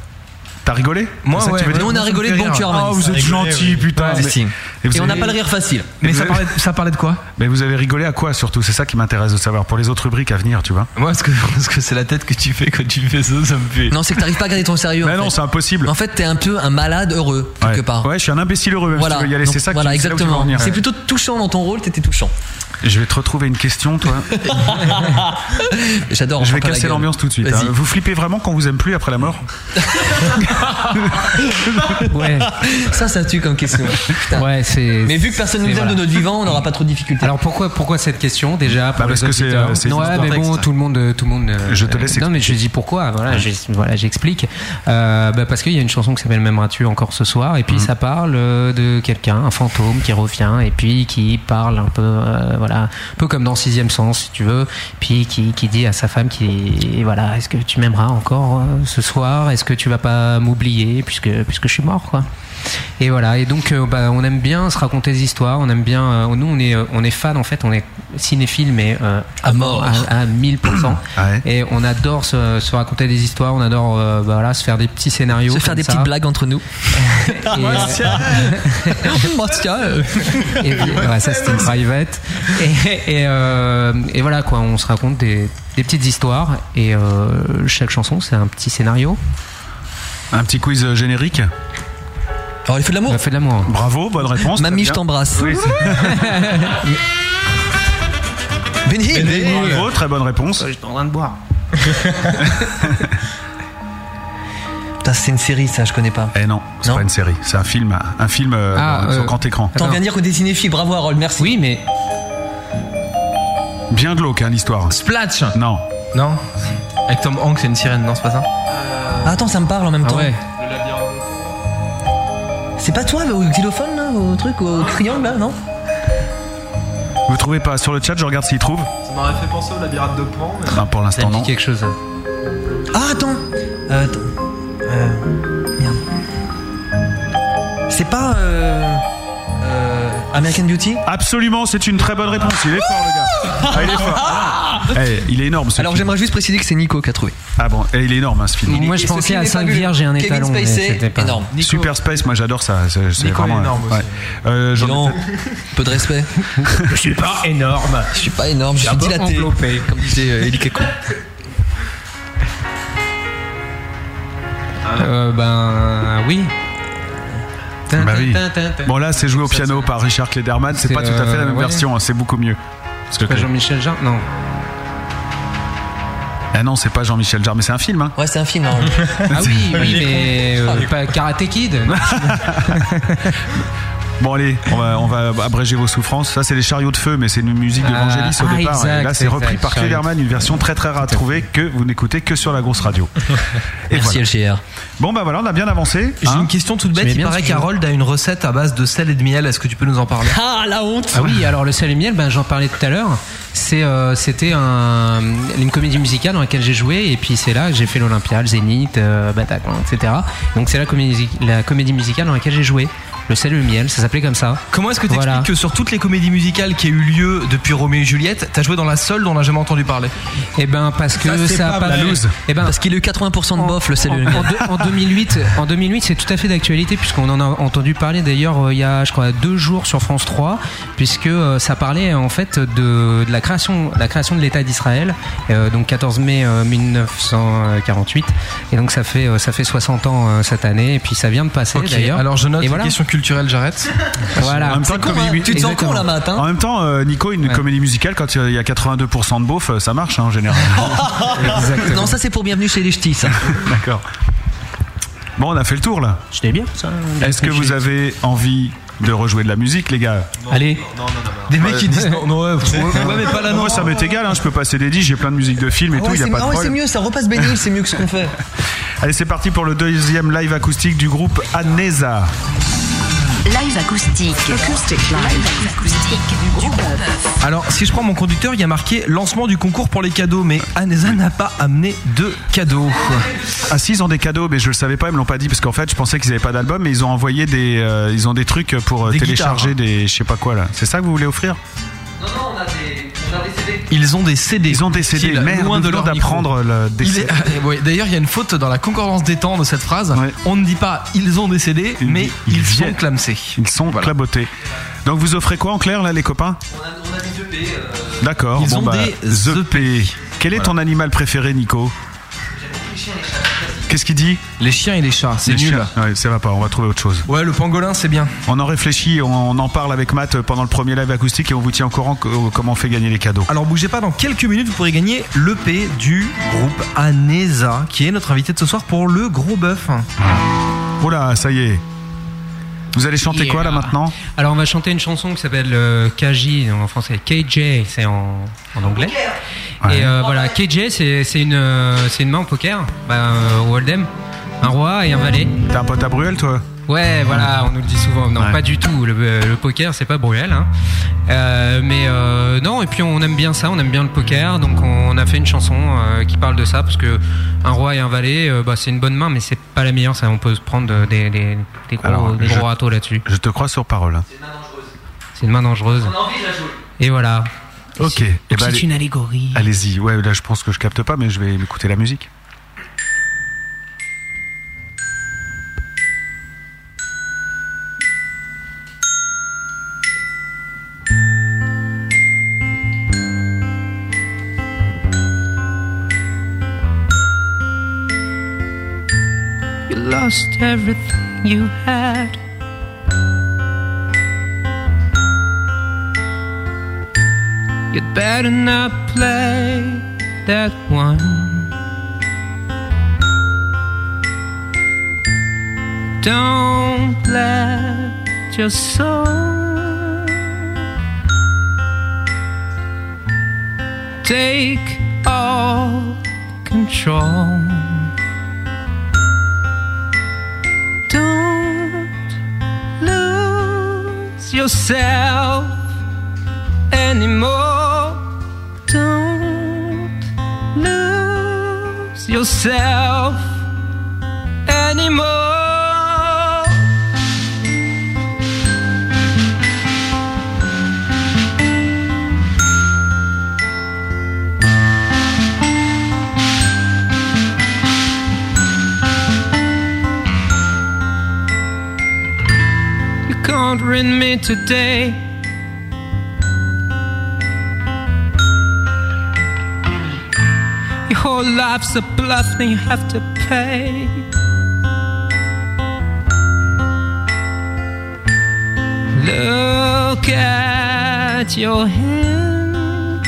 [SPEAKER 2] T'as rigolé
[SPEAKER 3] Moi,
[SPEAKER 2] C'est ça que
[SPEAKER 3] ouais,
[SPEAKER 2] tu veux
[SPEAKER 3] ouais,
[SPEAKER 2] dire
[SPEAKER 3] nous, on a rigolé de bon cœur,
[SPEAKER 2] Ah, vous
[SPEAKER 3] Vanessa. On a
[SPEAKER 2] êtes
[SPEAKER 3] rigolé,
[SPEAKER 2] gentil,
[SPEAKER 3] oui.
[SPEAKER 2] putain.
[SPEAKER 3] Ouais, si. Et on n'a pas le rire facile. Mais [laughs] ça parlait-
[SPEAKER 2] ça parlait de quoi Mais vous avez rigolé à quoi surtout C'est ça qui m'intéresse de savoir pour les autres rubriques à venir, tu vois.
[SPEAKER 3] Moi, parce que [laughs] parce que c'est la tête que tu fais quand tu fais ça, ça me fait.
[SPEAKER 4] Non, c'est que t'arrives pas à garder ton sérieux.
[SPEAKER 3] Mais
[SPEAKER 4] en
[SPEAKER 3] non,
[SPEAKER 4] fait.
[SPEAKER 3] c'est impossible.
[SPEAKER 4] En fait, t'es un peu un malade heureux, quelque part.
[SPEAKER 2] Ouais, je suis un imbécile heureux, même si
[SPEAKER 4] voilà.
[SPEAKER 2] tu veux y aller.
[SPEAKER 4] Donc,
[SPEAKER 2] C'est ça qui-
[SPEAKER 4] Voilà,
[SPEAKER 2] c'est là où tu veux en
[SPEAKER 4] exactement.
[SPEAKER 2] venir.
[SPEAKER 4] C'est
[SPEAKER 2] Ouais.
[SPEAKER 4] plutôt touchant dans ton rôle, t'étais touchant.
[SPEAKER 2] Je vais te retrouver une question, toi.
[SPEAKER 4] J'adore. on
[SPEAKER 2] Je vais
[SPEAKER 4] prend pas la
[SPEAKER 2] casser
[SPEAKER 4] gueule.
[SPEAKER 2] l'ambiance tout de suite.
[SPEAKER 4] Vas-y.
[SPEAKER 2] hein. Vous flippez vraiment quand vous aime plus après la mort
[SPEAKER 5] [laughs] Ouais.
[SPEAKER 4] Ça, ça tue comme
[SPEAKER 2] [laughs]
[SPEAKER 4] question.
[SPEAKER 5] Ouais, c'est.
[SPEAKER 4] Mais vu que personne nous aime de notre vivant, on n'aura pas trop de difficultés.
[SPEAKER 5] Alors pourquoi, pourquoi cette question déjà pour
[SPEAKER 2] parce
[SPEAKER 5] les
[SPEAKER 2] que c'est,
[SPEAKER 5] auditeurs
[SPEAKER 2] euh, c'est une
[SPEAKER 5] Non, ouais,
[SPEAKER 2] histoire
[SPEAKER 5] mais bon,
[SPEAKER 2] texte.
[SPEAKER 5] tout le monde, euh, tout le monde. euh,
[SPEAKER 2] Je te laisse
[SPEAKER 5] Non, mais je dis pourquoi. Voilà, j'ai- voilà, j'explique. Euh, bah, parce qu'il y a une chanson qui s'appelle M'aimeras-tu encore ce soir,
[SPEAKER 2] Mm.
[SPEAKER 5] et puis ça parle euh, de quelqu'un, un fantôme qui revient, et puis qui parle un peu, euh, voilà, un peu comme dans Sixième Sens, si tu veux, puis qui, qui dit à sa femme, qui, voilà, est-ce que tu m'aimeras encore euh, ce soir Est-ce que tu vas pas m'oublier puisque puisque je suis mort, quoi. Et voilà. Et donc, euh, bah, on aime bien se raconter des histoires. On aime bien. euh, nous, on est, euh, on est fan en fait. On est cinéphile, mais euh, à mort, à, à 1000
[SPEAKER 2] [clears throat] Ah
[SPEAKER 5] Et on adore se, se raconter des histoires. On adore, euh, bah, voilà, se faire des petits scénarios.
[SPEAKER 4] Se faire
[SPEAKER 5] comme
[SPEAKER 4] des
[SPEAKER 5] ça.
[SPEAKER 4] petites blagues entre nous.
[SPEAKER 2] [laughs] Ah,
[SPEAKER 4] Moi, tiens, euh.
[SPEAKER 5] Et puis, ouais, ça c'était une private. Et, et, euh, et voilà quoi, on se raconte des, des petites histoires et euh, chaque chanson c'est un petit scénario.
[SPEAKER 2] Un petit quiz euh, générique
[SPEAKER 4] Alors, il fait de l'amour.
[SPEAKER 5] Il fait Bah, de l'amour. hein.
[SPEAKER 2] Bravo, bonne réponse.
[SPEAKER 4] Mamie,
[SPEAKER 2] très
[SPEAKER 4] je
[SPEAKER 2] bien.
[SPEAKER 4] t'embrasse. [laughs]
[SPEAKER 2] Oui,
[SPEAKER 4] Ben Hill.
[SPEAKER 2] Ben Hill. Bravo, très bonne réponse.
[SPEAKER 4] Euh,
[SPEAKER 5] J'étais en train de boire.
[SPEAKER 4] Putain, c'est une série, ça, je connais pas.
[SPEAKER 2] Eh non, c'est pas une série, c'est un film, un film euh,
[SPEAKER 4] Ah,
[SPEAKER 2] sur
[SPEAKER 4] euh,
[SPEAKER 2] grand écran.
[SPEAKER 4] T'en viens dire que des cinéphiles, bravo Harold, merci.
[SPEAKER 5] Oui, mais.
[SPEAKER 2] Bien glauque hein, l'histoire.
[SPEAKER 3] Splatch
[SPEAKER 4] Ah,
[SPEAKER 2] Non.
[SPEAKER 3] Non Avec Tom Hanks, c'est une sirène, non, c'est pas ça
[SPEAKER 4] attends, ça me parle en même temps.
[SPEAKER 3] ouais.
[SPEAKER 4] C'est pas toi, au xylophone, là, au truc, au triangle, là, non
[SPEAKER 2] Vous trouvez pas sur le chat, je regarde s'il trouve.
[SPEAKER 15] Ça m'aurait fait penser au labyrinthe de Pan.
[SPEAKER 2] Ah, pour l'instant non.
[SPEAKER 5] quelque chose.
[SPEAKER 4] Ah, attends. Euh, attends. Euh, merde. C'est pas. euh, euh, American Beauty
[SPEAKER 2] Absolument, c'est une très bonne réponse. Il est fort, le gars. Ah, il est fort.
[SPEAKER 4] [laughs]
[SPEAKER 2] Eh, il est énorme ce
[SPEAKER 4] Alors
[SPEAKER 2] film.
[SPEAKER 4] j'aimerais juste préciser que c'est Nico qui a trouvé.
[SPEAKER 2] Ah bon, eh, il est énorme hein, ce film.
[SPEAKER 5] Il est- Moi, je et ce pensais film à est Cinq fabuleux. Vierges et un Kevin étalon, mais Spacey, c'était pas- énorme.
[SPEAKER 2] Super Space, moi j'adore ça. C'est c'est
[SPEAKER 4] Nico est
[SPEAKER 2] vraiment
[SPEAKER 4] énorme
[SPEAKER 2] ouais. Euh, j'en ai
[SPEAKER 4] Non,
[SPEAKER 2] fait-
[SPEAKER 4] peu de respect.
[SPEAKER 5] Je suis pas énorme.
[SPEAKER 4] Je suis pas énorme, je
[SPEAKER 5] J'ai
[SPEAKER 4] suis
[SPEAKER 5] un peu
[SPEAKER 4] dilaté.
[SPEAKER 5] enveloppé.
[SPEAKER 4] Comme disait euh, Eli Kekou.
[SPEAKER 5] Euh, ben oui. Tin,
[SPEAKER 2] Bah
[SPEAKER 5] tin,
[SPEAKER 2] oui.
[SPEAKER 5] tin, tin, tin.
[SPEAKER 2] Bon là, c'est joué au piano par Richard Klederman. C'est
[SPEAKER 5] C'est,
[SPEAKER 2] pas tout à fait la
[SPEAKER 5] euh,
[SPEAKER 2] même
[SPEAKER 5] ouais.
[SPEAKER 2] version. hein, C'est beaucoup mieux. Parce que
[SPEAKER 5] Pas Jean-Michel Jarre Non.
[SPEAKER 2] Ah non, c'est pas Jean-Michel Jarre, mais c'est un film. Hein.
[SPEAKER 4] Ouais, c'est un film. hein.
[SPEAKER 5] Ah [laughs] oui, oui, mais euh, pas Karate [laughs] Kid. non.
[SPEAKER 2] Bon allez, on va, on va abréger vos souffrances. Ça c'est les chariots de feu, mais c'est une musique de
[SPEAKER 5] Ah,
[SPEAKER 2] Vangelis au
[SPEAKER 5] ah,
[SPEAKER 2] départ.
[SPEAKER 5] exact,
[SPEAKER 2] et là c'est
[SPEAKER 5] exact,
[SPEAKER 2] repris par
[SPEAKER 5] chariots.
[SPEAKER 2] Klederman, une version très très rare à trouver que vous n'écoutez que sur la grosse
[SPEAKER 4] [laughs]
[SPEAKER 2] radio. Et
[SPEAKER 4] Merci
[SPEAKER 2] voilà.
[SPEAKER 4] LGR.
[SPEAKER 2] Bon bah voilà, on a bien avancé.
[SPEAKER 3] J'ai
[SPEAKER 2] hein.
[SPEAKER 3] une question toute
[SPEAKER 5] Mais
[SPEAKER 3] bête. Il
[SPEAKER 5] bien
[SPEAKER 3] paraît
[SPEAKER 5] sûr.
[SPEAKER 3] qu'Harold a une recette à base de sel et de miel. Est-ce que tu peux nous en parler
[SPEAKER 4] Ah la honte
[SPEAKER 5] Ah oui, alors le sel et miel, ben, j'en parlais tout à l'heure. C'est, euh, c'était un, une comédie musicale dans laquelle j'ai joué et puis c'est là que j'ai fait l'Olympia, le Zénith, euh, Bataclan, etc. Donc c'est la comédie, la comédie musicale dans laquelle j'ai joué. Le sel et le miel, ça s'appelait comme ça.
[SPEAKER 3] Comment est-ce que tu
[SPEAKER 5] Voilà.
[SPEAKER 3] que sur toutes les comédies musicales qui a eu lieu depuis Roméo et Juliette, t'as joué dans la seule dont on n'a jamais entendu parler
[SPEAKER 5] Eh ben parce que ça, a pas Eh ben,
[SPEAKER 4] Parce qu'il a eu 80% de bof, le
[SPEAKER 5] En,
[SPEAKER 4] cellule.
[SPEAKER 5] en deux- en 2008, en 2008, c'est tout à fait d'actualité puisqu'on en a entendu parler d'ailleurs euh, il y a je crois deux jours sur France 3 puisque euh, ça parlait euh, en fait de, de la création, la création de l'État d'Israël euh, donc 14 mai euh, 1948 et donc ça fait euh, ça fait 60 ans euh, cette année et puis ça vient de passer
[SPEAKER 3] Ok,
[SPEAKER 5] d'ailleurs.
[SPEAKER 3] alors je note
[SPEAKER 5] et
[SPEAKER 3] la
[SPEAKER 5] voilà.
[SPEAKER 3] question culturelle, j'arrête.
[SPEAKER 5] Voilà.
[SPEAKER 2] En même temps,
[SPEAKER 4] con,
[SPEAKER 2] comédie
[SPEAKER 4] hein.
[SPEAKER 2] mu-
[SPEAKER 4] Tu te sens con
[SPEAKER 2] Exactement.
[SPEAKER 4] là matin.
[SPEAKER 3] hein?
[SPEAKER 2] En même temps, euh, Nico, une
[SPEAKER 5] Ouais.
[SPEAKER 2] comédie musicale, quand il y a 82% de beauf, euh, ça marche hein, en général.
[SPEAKER 4] [laughs]
[SPEAKER 5] Exactement.
[SPEAKER 4] Non, ça c'est pour bienvenue chez les ch'tis, ça.
[SPEAKER 2] [laughs] D'accord. Bon, on a fait le tour là.
[SPEAKER 5] C'était bien ça.
[SPEAKER 2] Est-ce que vous avez envie de rejouer de la musique, les gars
[SPEAKER 5] Allez.
[SPEAKER 3] Des mecs qui disent non, non, [laughs] ouais, ouais, mais pas là, non.
[SPEAKER 2] Moi, ça m'est égal, hein, je peux passer des 10, j'ai plein de musique de film et
[SPEAKER 4] Euh, Ah
[SPEAKER 2] tout,
[SPEAKER 4] ouais,
[SPEAKER 2] il
[SPEAKER 4] c'est
[SPEAKER 2] a pas de
[SPEAKER 4] ah ouais, c'est
[SPEAKER 2] problème.
[SPEAKER 4] mieux, ça repasse bénil, c'est mieux que ce qu'on fait.
[SPEAKER 2] Allez, c'est parti pour le deuxième live acoustique du groupe Anesa.
[SPEAKER 1] Live acoustique. Acoustic live. acoustique du groupe Bœuf.
[SPEAKER 3] Alors, si je prends mon conducteur, il y a marqué lancement du concours pour les cadeaux, mais Anesa n'a pas amené de cadeaux.
[SPEAKER 2] Ah si, ils ont des cadeaux, mais je le savais pas, ils me l'ont pas dit parce qu'en fait, je pensais qu'ils avaient pas d'album, mais ils ont envoyé des, euh, ils ont des trucs pour euh,
[SPEAKER 3] Des
[SPEAKER 2] télécharger des, je sais pas quoi là. C'est ça que vous voulez offrir
[SPEAKER 4] Non, non, on a des.
[SPEAKER 3] Ils ont des CD.
[SPEAKER 2] Ils ont des CD.
[SPEAKER 3] Ils,
[SPEAKER 2] Merde,
[SPEAKER 3] loin
[SPEAKER 2] nous
[SPEAKER 3] de
[SPEAKER 2] venons
[SPEAKER 3] leur
[SPEAKER 2] d'apprendre euh,
[SPEAKER 3] micro.
[SPEAKER 2] le- des
[SPEAKER 3] Il
[SPEAKER 2] CD.
[SPEAKER 3] est- [laughs] ouais, D'ailleurs, il y a une faute dans la concordance des temps de cette phrase. On ne dit pas ils ont des CD, mais ils, sont clamsés.
[SPEAKER 2] Ils sont clabotés. Donc vous offrez quoi en clair là les copains D'accord.
[SPEAKER 3] Ils
[SPEAKER 2] bon,
[SPEAKER 3] ont
[SPEAKER 2] bah,
[SPEAKER 3] des E
[SPEAKER 2] The P. Quel est ton animal préféré Nico Qu'est-ce qu'il dit
[SPEAKER 3] Les chiens et les chats, c'est nul.
[SPEAKER 2] Chiens. Ouais, ça va pas, on va trouver autre chose.
[SPEAKER 3] Ouais, le pangolin, c'est bien.
[SPEAKER 2] On en réfléchit, on, on en parle avec Matt pendant le premier live acoustique et on vous tient au courant que- euh, comment on fait gagner les cadeaux.
[SPEAKER 3] Alors bougez pas, dans quelques minutes vous pourrez gagner l'EP du groupe Anesa, qui est notre invité de ce soir pour le gros bœuf.
[SPEAKER 2] Oula, ça y est. Vous allez chanter quoi là
[SPEAKER 16] Yeah.
[SPEAKER 2] maintenant
[SPEAKER 16] Alors on va chanter une chanson qui s'appelle euh, KJ, donc en français KJ, c'est en, en anglais. Et euh, voilà, KJ c'est c'est une, euh, c'est une main au poker, bah, euh, au Hold'em, un roi et un valet.
[SPEAKER 2] T'es un pote à Bruel toi
[SPEAKER 16] Ouais, voilà, on nous le dit souvent. Non, pas du tout. Le, euh, le poker, c'est pas Bruel. hein. Euh, mais euh, non, et puis on aime bien ça, on aime bien le poker. Donc on a fait une chanson euh, qui parle de ça parce que un roi et un valet, euh, bah, c'est une bonne main, mais c'est pas la meilleure. Ça, on peut se prendre euh, des, des, des gros,
[SPEAKER 2] Alors,
[SPEAKER 16] des
[SPEAKER 2] je-
[SPEAKER 16] gros râteaux là-dessus.
[SPEAKER 2] Je te crois sur parole. hein.
[SPEAKER 16] C'est une main dangereuse. Et voilà.
[SPEAKER 2] Ok.
[SPEAKER 16] Donc,
[SPEAKER 2] Eh ben,
[SPEAKER 16] c'est
[SPEAKER 2] allez-
[SPEAKER 16] une allégorie.
[SPEAKER 2] Allez-y, ouais, là je pense que je capte pas, mais je vais m'écouter la musique.
[SPEAKER 5] You lost everything you had. You'd better not play that one. Don't let your soul take all control. Don't lose yourself anymore. Don't lose yourself anymore. You can't ring me today. Your whole life's a bluff, and you have to pay. Look at your hand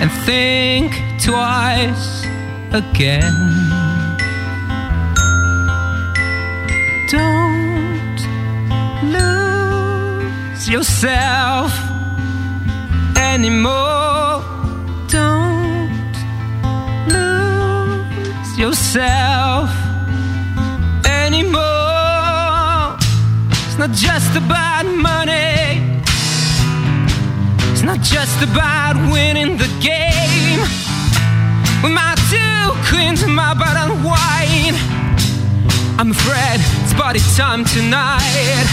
[SPEAKER 5] and think twice again. Don't lose yourself anymore. Don't lose yourself anymore. It's not just about money, it's not just about winning the game. With my two queens and my bottle of wine. I'm afraid it's party time tonight.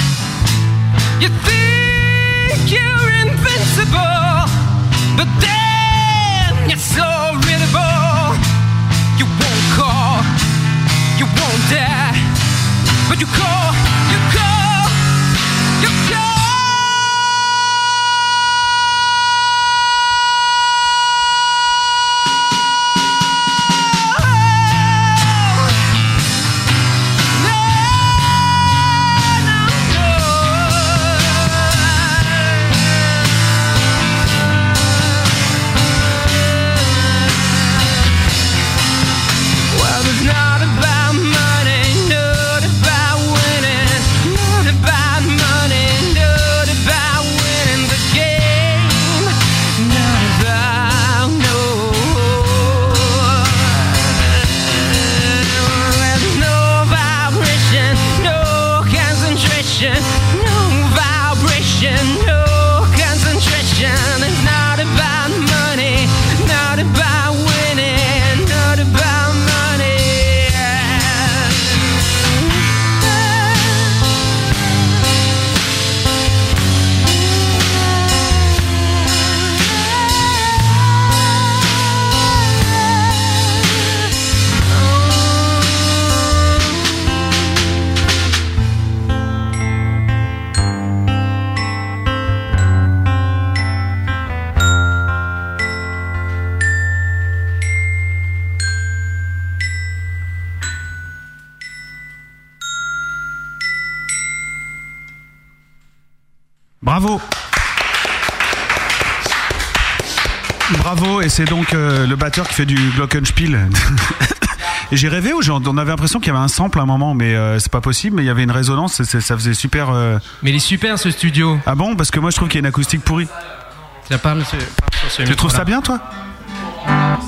[SPEAKER 5] You think you're invincible, but then you're so irritable. You won't call, you won't dare, but you call, you call, you call. Well, it's not about money, not about winning.
[SPEAKER 2] Bravo Bravo, et c'est donc euh, le batteur qui fait du Glockenspiel. [laughs] Et J'ai rêvé ou j'ai- on avait l'impression qu'il y avait un sample à un moment, mais euh, c'est pas possible, mais il y avait une résonance, et c'est- ça faisait super. euh, Mais il est super ce studio. Ah bon Parce que moi je trouve qu'il y a une acoustique pourrie.
[SPEAKER 17] Tiens, parle sur- parle sur ce
[SPEAKER 2] Tu trouves ça
[SPEAKER 17] micro-là.
[SPEAKER 2] bien toi Bah,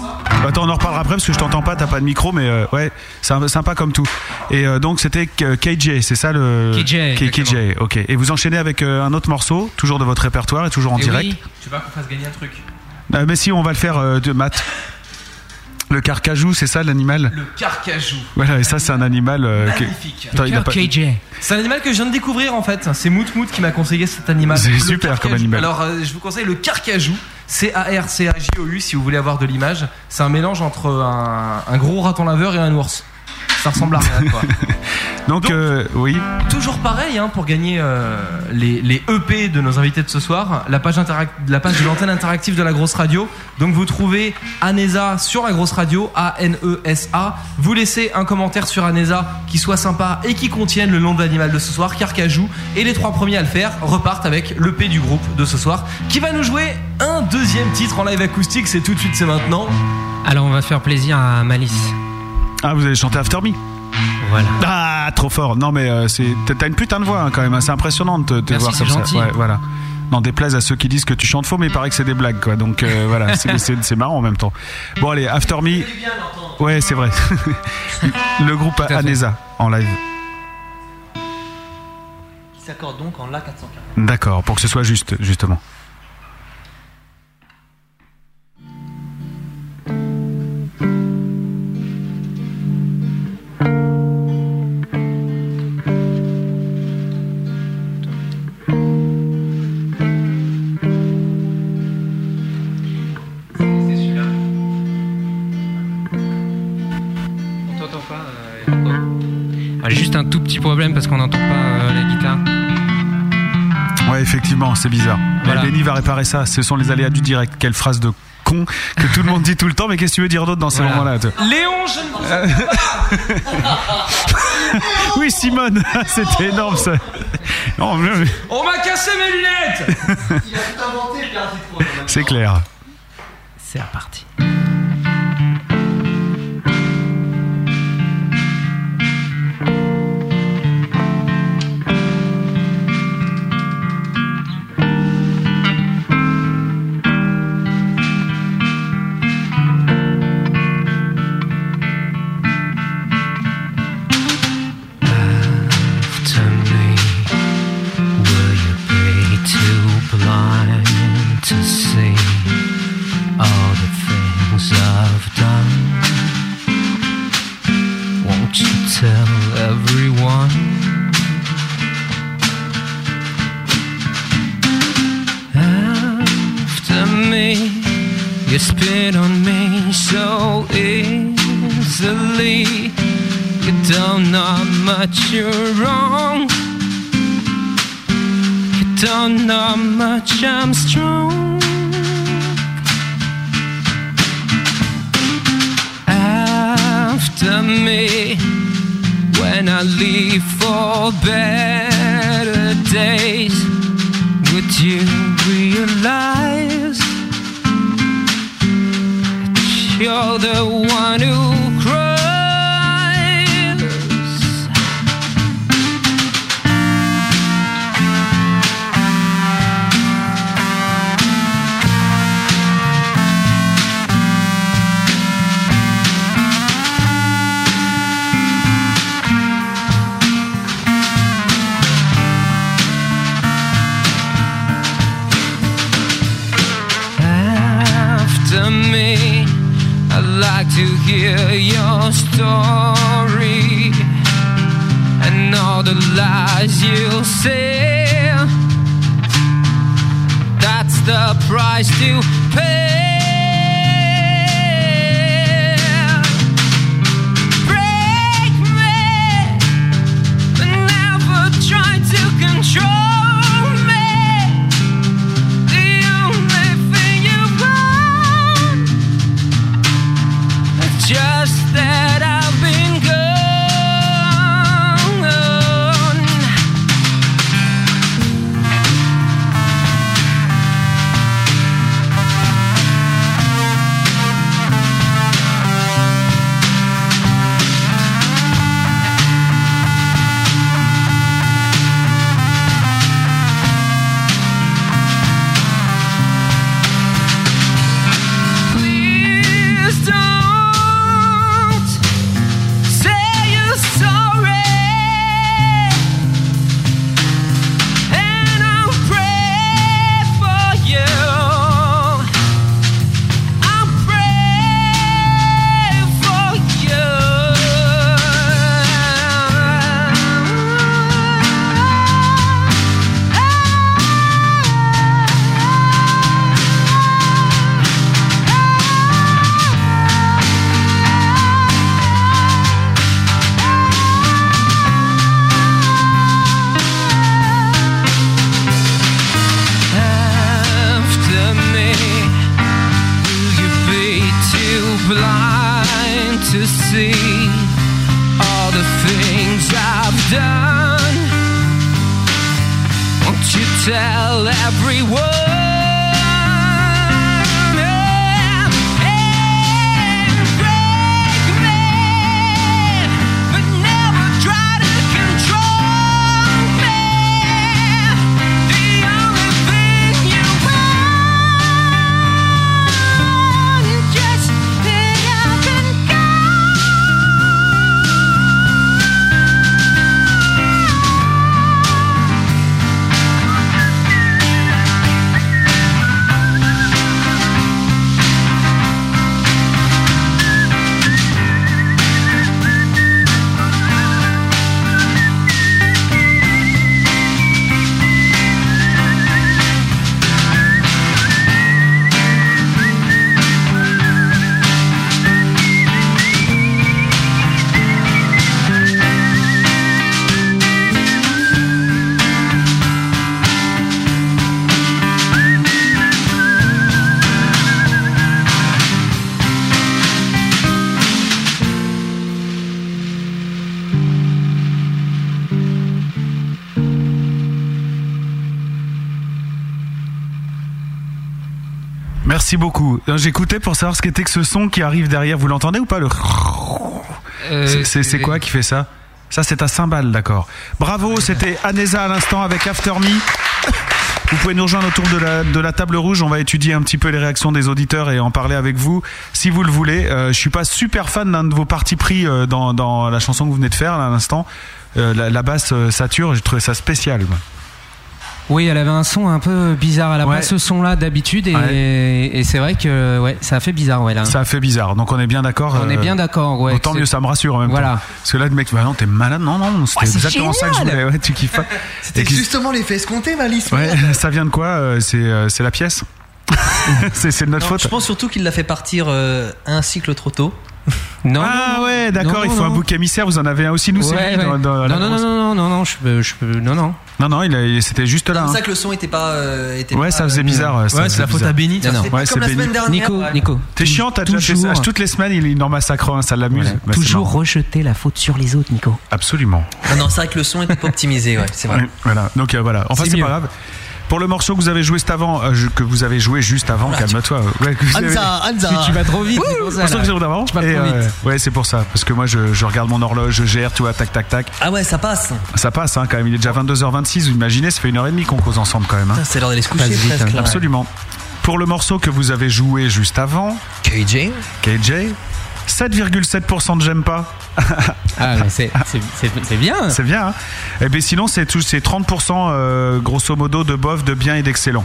[SPEAKER 2] Attends, on en reparlera après parce que je t'entends pas, t'as pas de micro, mais euh, ouais, c'est un- sympa comme tout. Et euh, donc c'était K- KJ, c'est ça le.
[SPEAKER 17] KJ,
[SPEAKER 2] K- KJ, ok. Et vous enchaînez avec euh, un autre morceau, toujours de votre répertoire et toujours en
[SPEAKER 3] Eh
[SPEAKER 2] direct.
[SPEAKER 3] oui, Tu vas qu'on fasse gagner un truc.
[SPEAKER 2] Euh, mais si, on va le faire euh, de Matt. Le carcajou, c'est ça l'animal
[SPEAKER 3] Le carcajou.
[SPEAKER 2] Voilà, et ça c'est un animal. euh, que-
[SPEAKER 3] Magnifique.
[SPEAKER 2] Attends, il a pas-
[SPEAKER 3] C'est un animal que je viens de découvrir en fait. C'est Moutmout qui m'a conseillé cet animal.
[SPEAKER 2] C'est
[SPEAKER 3] Le
[SPEAKER 2] super
[SPEAKER 3] carcajou.
[SPEAKER 2] comme animal.
[SPEAKER 3] Alors euh, je vous conseille le carcajou. C-A-R-C-A-J-O-U si vous voulez avoir de l'image. C'est un mélange entre un, un gros raton laveur et un ours. Ça ressemble à rien quoi.
[SPEAKER 2] Donc, euh, oui.
[SPEAKER 3] Toujours pareil hein, pour gagner euh, les, les EP de nos invités de ce soir, la page, interac- la page de l'antenne interactive de la grosse radio. Donc vous trouvez Anesa sur la grosse radio, A-N-E-S-A. Vous laissez un commentaire sur Anesa qui soit sympa et qui contienne le nom de l'animal de ce soir, Carcajou. Et les trois premiers à le faire repartent avec l'EP du groupe de ce soir qui va nous jouer un deuxième titre en live acoustique. C'est tout de suite, c'est maintenant.
[SPEAKER 17] Alors on va faire plaisir à Malice.
[SPEAKER 2] Ah, vous allez chanter After Me
[SPEAKER 17] Voilà.
[SPEAKER 2] Ah, trop fort. Non, mais euh, c'est- t'as- t'as une putain de voix hein, quand même. hein. C'est impressionnant de te, te
[SPEAKER 17] Merci,
[SPEAKER 2] voir
[SPEAKER 17] c'est
[SPEAKER 2] comme
[SPEAKER 17] gentil.
[SPEAKER 2] ça. Ouais, voilà. N'en déplaise à ceux qui disent que tu chantes faux, mais il paraît que c'est des blagues, quoi. Donc euh, voilà, c'est- c'est c'est marrant en même temps. Bon, allez, After Me. Ouais, c'est vrai. [laughs] Le groupe Anesa en live.
[SPEAKER 4] Qui s'accorde donc en La 440.
[SPEAKER 2] D'accord, pour que ce soit juste, justement.
[SPEAKER 17] On t'entend pas Ah, juste un tout petit problème parce qu'on n'entend pas euh, la guitare.
[SPEAKER 2] Ouais, effectivement, c'est bizarre.
[SPEAKER 17] Voilà.
[SPEAKER 2] Mais Benny va réparer ça. Ce sont les aléas du direct. Quelle phrase de con que tout le monde dit tout le temps. Mais qu'est-ce que tu veux dire d'autre dans ces
[SPEAKER 17] Voilà.
[SPEAKER 2] moments-là toi
[SPEAKER 3] Léon, je ne vous
[SPEAKER 2] [laughs] Oui, Simone, [laughs] c'était énorme ça. Non, mais-
[SPEAKER 3] On m'a cassé mes lunettes
[SPEAKER 2] Il a tout inventé, C'est clair.
[SPEAKER 17] C'est reparti.
[SPEAKER 5] to me? Will you be too blind to see all the things I've done? Won't you tell everyone?
[SPEAKER 18] After me,
[SPEAKER 5] You spit on me so easily. You don't know much you're wrong.
[SPEAKER 18] you don't know much I'm strong.
[SPEAKER 5] After me, when I leave for better days, would you realize that you're the one who cries? after me. I'd like to hear your story and all the lies you say. That's the price to pay.
[SPEAKER 18] Break me, but never try to control me. The only thing you want
[SPEAKER 5] It's just that I've been gone.
[SPEAKER 19] to see all the things I've done. Won't you tell everyone? And- and break me, but never try to control me. The only thing you want is just that I've been
[SPEAKER 2] Merci beaucoup. Euh, J'écoutais pour savoir ce qu'était que ce son qui arrive derrière. Vous l'entendez ou pas le
[SPEAKER 5] Mmh.
[SPEAKER 2] C'est- C'est c'est quoi qui fait ça Ça, c'est un cymbale, d'accord. Bravo, c'était Anesa à l'instant avec After Me. [laughs] Vous pouvez nous rejoindre autour de la, de la table rouge. On va étudier un petit peu les réactions des auditeurs et en parler avec vous si vous le voulez. Euh, je suis pas super fan d'un de vos partis pris euh, dans, dans la chanson que vous venez de faire là, à l'instant. Euh, la, la basse euh, sature, j'ai trouvé ça spécial. moi.
[SPEAKER 5] Oui, elle avait un son un peu bizarre. Elle a
[SPEAKER 2] Ouais.
[SPEAKER 5] pas ce son-là d'habitude et,
[SPEAKER 2] Ouais.
[SPEAKER 5] et c'est vrai que ouais, ça a fait bizarre. Ouais, là.
[SPEAKER 2] Ça a fait bizarre. Donc on est bien d'accord.
[SPEAKER 5] Hein. On est bien d'accord, ouais,
[SPEAKER 2] Tant
[SPEAKER 5] que
[SPEAKER 2] mieux,
[SPEAKER 5] c'est-
[SPEAKER 2] ça me rassure en même
[SPEAKER 5] Voilà.
[SPEAKER 2] temps. Parce que là, le mec, bah non, t'es malade. Non, non, c'était
[SPEAKER 4] Ouais, c'est
[SPEAKER 2] exactement ça que je
[SPEAKER 4] génial.
[SPEAKER 2] voulais. Ouais, tu kiffes
[SPEAKER 5] [laughs]
[SPEAKER 2] pas. Et
[SPEAKER 4] C'était
[SPEAKER 2] qui-
[SPEAKER 4] justement l'effet escompté, Malice.
[SPEAKER 2] Ouais, [laughs]
[SPEAKER 4] merde.
[SPEAKER 2] ça vient de quoi euh, C'est euh, c'est la pièce [laughs] C'est c'est de notre
[SPEAKER 4] Non,
[SPEAKER 2] faute
[SPEAKER 4] Je pense surtout qu'il l'a fait partir euh, un cycle trop tôt.
[SPEAKER 5] Non.
[SPEAKER 2] Ah ouais, d'accord,
[SPEAKER 4] Non,
[SPEAKER 2] il faut
[SPEAKER 4] non.
[SPEAKER 2] un bouc émissaire. Vous en avez un aussi, nous, c'est
[SPEAKER 5] Ouais,
[SPEAKER 2] lui, dans-
[SPEAKER 5] ouais.
[SPEAKER 2] dans la
[SPEAKER 5] non, non, non,
[SPEAKER 2] grosse-
[SPEAKER 5] non, non, non, non, je peux, je peux, non, non.
[SPEAKER 2] Non, non, il a- il- c'était juste
[SPEAKER 4] C'est
[SPEAKER 2] là.
[SPEAKER 4] comme
[SPEAKER 2] hein.
[SPEAKER 4] ça que le son était pas. euh, était
[SPEAKER 2] Ouais,
[SPEAKER 4] pas,
[SPEAKER 2] ça faisait
[SPEAKER 4] euh,
[SPEAKER 2] bizarre.
[SPEAKER 4] non.
[SPEAKER 2] ça faisait bizarre.
[SPEAKER 4] Ça, c'est
[SPEAKER 2] Ouais,
[SPEAKER 4] comme
[SPEAKER 2] c'est
[SPEAKER 4] la semaine
[SPEAKER 2] béni.
[SPEAKER 4] dernière. ouais.
[SPEAKER 2] T'es chiant, t'as déjà fait ça.
[SPEAKER 5] toujours.
[SPEAKER 2] Toutes les semaines, il il en massacre un, ça l'amuse.
[SPEAKER 5] Voilà.
[SPEAKER 2] Bah, c'est
[SPEAKER 5] Toujours
[SPEAKER 2] marrant.
[SPEAKER 5] rejeter la faute sur les autres, Nico.
[SPEAKER 2] Absolument.
[SPEAKER 4] Non, non, c'est vrai que le son était pas optimisé, ouais, c'est vrai.
[SPEAKER 2] Oui, Voilà. Donc euh, voilà. Enfin,
[SPEAKER 4] C'est
[SPEAKER 2] c'est
[SPEAKER 4] mieux.
[SPEAKER 2] pas grave. Pour le morceau que vous avez joué juste avant, euh, je- que vous avez joué juste avant, calme-toi. Ouais, que vous avez-
[SPEAKER 4] Anza, Anza.
[SPEAKER 5] Tu- tu vas trop vite,
[SPEAKER 2] Ouh,
[SPEAKER 5] c'est pour ça,
[SPEAKER 2] morceau
[SPEAKER 5] là.
[SPEAKER 2] que j'ai joué d'avant.
[SPEAKER 5] Tu vas
[SPEAKER 2] Et,
[SPEAKER 5] trop
[SPEAKER 2] euh,
[SPEAKER 5] vite.
[SPEAKER 2] ouais, c'est pour ça. Parce que moi, je, je regarde mon horloge, je gère, tu vois, tac, tac, tac.
[SPEAKER 4] Ah ouais, ça passe.
[SPEAKER 2] Ça passe hein, quand même. Il est déjà 22h26. Vous imaginez, ça fait une heure et demie qu'on cause ensemble quand même. hein.
[SPEAKER 4] Putain, c'est l'heure d'aller se coucher, Passe vite, presque, hein. là.
[SPEAKER 2] Absolument. Pour le morceau que vous avez joué juste avant,
[SPEAKER 4] KJ,
[SPEAKER 2] KJ, 7,7% de j'aime pas.
[SPEAKER 5] Ah, mais c'est bien.
[SPEAKER 2] C'est bien. hein. Eh bien, sinon, c'est tout- c'est 30% euh, grosso modo de bof, de bien et d'excellent.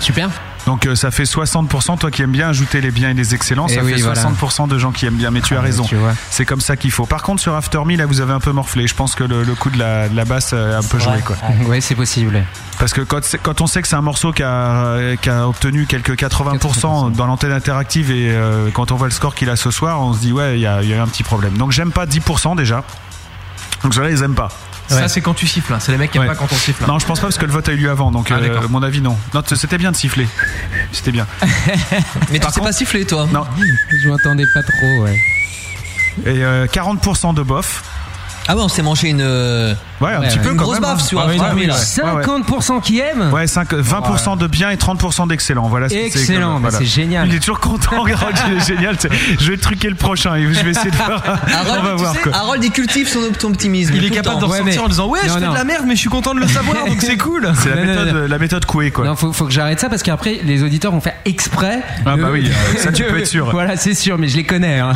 [SPEAKER 5] Super.
[SPEAKER 2] Donc euh, ça fait 60%, toi qui aimes bien ajouter les biens et les excellents,
[SPEAKER 5] Eh
[SPEAKER 2] ça
[SPEAKER 5] oui,
[SPEAKER 2] fait
[SPEAKER 5] voilà.
[SPEAKER 2] 60% de gens qui aiment bien, mais tu as
[SPEAKER 5] Ah,
[SPEAKER 2] raison.
[SPEAKER 5] tu vois.
[SPEAKER 2] C'est comme ça qu'il faut. Par contre sur After Me, là vous avez un peu morflé, je pense que le, le coup de la, de la basse euh, a un peu joué. Quoi.
[SPEAKER 5] Ouais, c'est possible.
[SPEAKER 2] Parce que quand, c'est- quand on sait que c'est un morceau qui a, euh, qui a obtenu quelques 80%, dans l'antenne interactive et euh, quand on voit le score qu'il a ce soir, on se dit ouais, il y, a il y a eu un petit problème. Donc j'aime pas 10% déjà. Donc ceux-là, ils aiment pas.
[SPEAKER 3] Ça, c'est quand tu siffles. hein. C'est les mecs qui aiment pas quand on siffle. hein.
[SPEAKER 2] Non, je pense pas parce que le vote a eu lieu avant, donc
[SPEAKER 3] Ah,
[SPEAKER 2] euh,
[SPEAKER 3] d'accord.
[SPEAKER 2] à mon avis non. Non, c'était bien de siffler. C'était bien.
[SPEAKER 4] Mais tu sais pas siffler, toi.
[SPEAKER 2] Non.
[SPEAKER 5] Je m'entendais pas trop, ouais.
[SPEAKER 2] Et euh, 40% de bof.
[SPEAKER 4] Ah ouais, on s'est mangé une. euh,
[SPEAKER 2] Ouais, un petit peu
[SPEAKER 4] une
[SPEAKER 2] quand
[SPEAKER 4] grosse
[SPEAKER 2] même,
[SPEAKER 4] baffe
[SPEAKER 2] hein.
[SPEAKER 4] sur
[SPEAKER 2] Ah oui,
[SPEAKER 4] After
[SPEAKER 2] oui,
[SPEAKER 4] Me,
[SPEAKER 2] oui,
[SPEAKER 4] là.
[SPEAKER 2] ouais. Ouais, ouais.
[SPEAKER 5] 50% qui aiment
[SPEAKER 2] Ouais, cinq- 20% de bien et 30% d'excellent. Voilà, c'est- c'est-
[SPEAKER 5] Excellent, mais c'est génial.
[SPEAKER 2] Il est toujours content, Harold, il est génial. tu sais. Je vais truquer le prochain, et je vais essayer de faire.
[SPEAKER 4] Harold,
[SPEAKER 2] On va
[SPEAKER 4] tu
[SPEAKER 2] voir
[SPEAKER 4] sais,
[SPEAKER 2] quoi.
[SPEAKER 4] Harold, il cultive son op- optimisme.
[SPEAKER 3] Il est
[SPEAKER 4] tout le
[SPEAKER 3] capable
[SPEAKER 4] temps.
[SPEAKER 3] d'en sortir en disant Ouais, je
[SPEAKER 5] Non,
[SPEAKER 3] fais
[SPEAKER 5] non.
[SPEAKER 3] de la merde, mais je suis content de le savoir, donc
[SPEAKER 5] [laughs]
[SPEAKER 3] c'est cool.
[SPEAKER 2] C'est la
[SPEAKER 5] Non, non,
[SPEAKER 2] méthode,
[SPEAKER 5] non.
[SPEAKER 2] la méthode couée, quoi.
[SPEAKER 5] Non, faut, faut que j'arrête ça parce qu'après les auditeurs vont faire exprès.
[SPEAKER 2] Ah,
[SPEAKER 5] de-
[SPEAKER 2] bah oui, euh, ça, tu peux être sûr.
[SPEAKER 5] [laughs] Voilà, c'est sûr, mais je les connais. hein.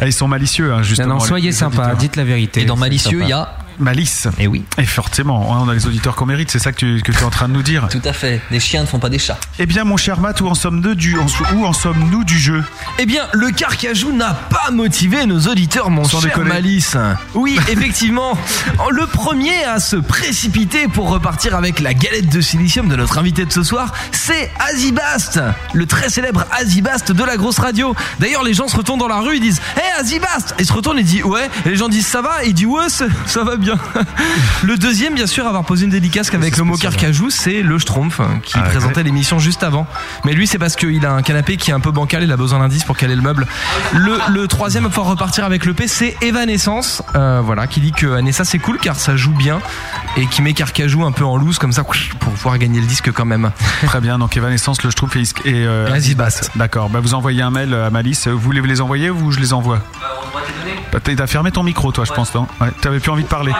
[SPEAKER 2] Ah, ils sont malicieux, hein, justement.
[SPEAKER 5] Non, non,
[SPEAKER 2] les-
[SPEAKER 5] soyez
[SPEAKER 2] les
[SPEAKER 5] sympa,
[SPEAKER 2] auditeurs.
[SPEAKER 5] dites la vérité.
[SPEAKER 4] Et dans
[SPEAKER 5] C'est
[SPEAKER 4] malicieux,
[SPEAKER 5] sympa.
[SPEAKER 4] il y a.
[SPEAKER 2] Malice.
[SPEAKER 3] Eh
[SPEAKER 4] Et oui.
[SPEAKER 2] Et forcément, hein, on a les auditeurs qu'on mérite, c'est ça que tu, que tu es en train de nous dire.
[SPEAKER 4] Tout à fait. Les chiens ne font pas des chats.
[SPEAKER 2] Eh bien, mon cher Matt, où en sommes-nous du, en- où en sommes-nous du
[SPEAKER 3] [laughs]
[SPEAKER 2] jeu
[SPEAKER 3] Eh bien, le carcajou n'a pas motivé nos auditeurs, mon
[SPEAKER 2] Sans
[SPEAKER 3] cher
[SPEAKER 2] déconner.
[SPEAKER 3] Malice. [laughs] Oui, effectivement, le premier à se précipiter pour repartir avec la galette de silicium de notre invité de ce soir, c'est Azibast, le très célèbre Azibast de la grosse radio. D'ailleurs, les gens se retournent dans la rue, ils disent Hé hey, Azibast Il se retourne et dit Ouais, et les gens disent Ça va Il dit Ouais, ça, ça va bien. [laughs] Le deuxième, bien sûr, à avoir posé une dédicace avec le mot carcajou, c'est le Schtroumpf euh, qui
[SPEAKER 15] Ah, ouais.
[SPEAKER 3] présentait l'émission juste avant. Mais lui, c'est parce qu'il a un canapé qui est un peu bancal, il a besoin d'indices pour caler le meuble. Le, le troisième, à pouvoir repartir avec le P, c'est Evanescence, euh, voilà, qui dit que Vanessa c'est cool car ça joue bien et qui met carcajou un peu en loose comme ça pour pouvoir gagner le disque quand même.
[SPEAKER 2] Très bien, donc Evanescence, le Schtroumpf et, Is- et euh, Isbast. D'accord, bah, vous envoyez un mail à Malice. Vous voulez les envoyer ou je les envoie Bah, t'as- T'as fermé ton micro, toi, je pense, non ouais, T'avais plus envie de parler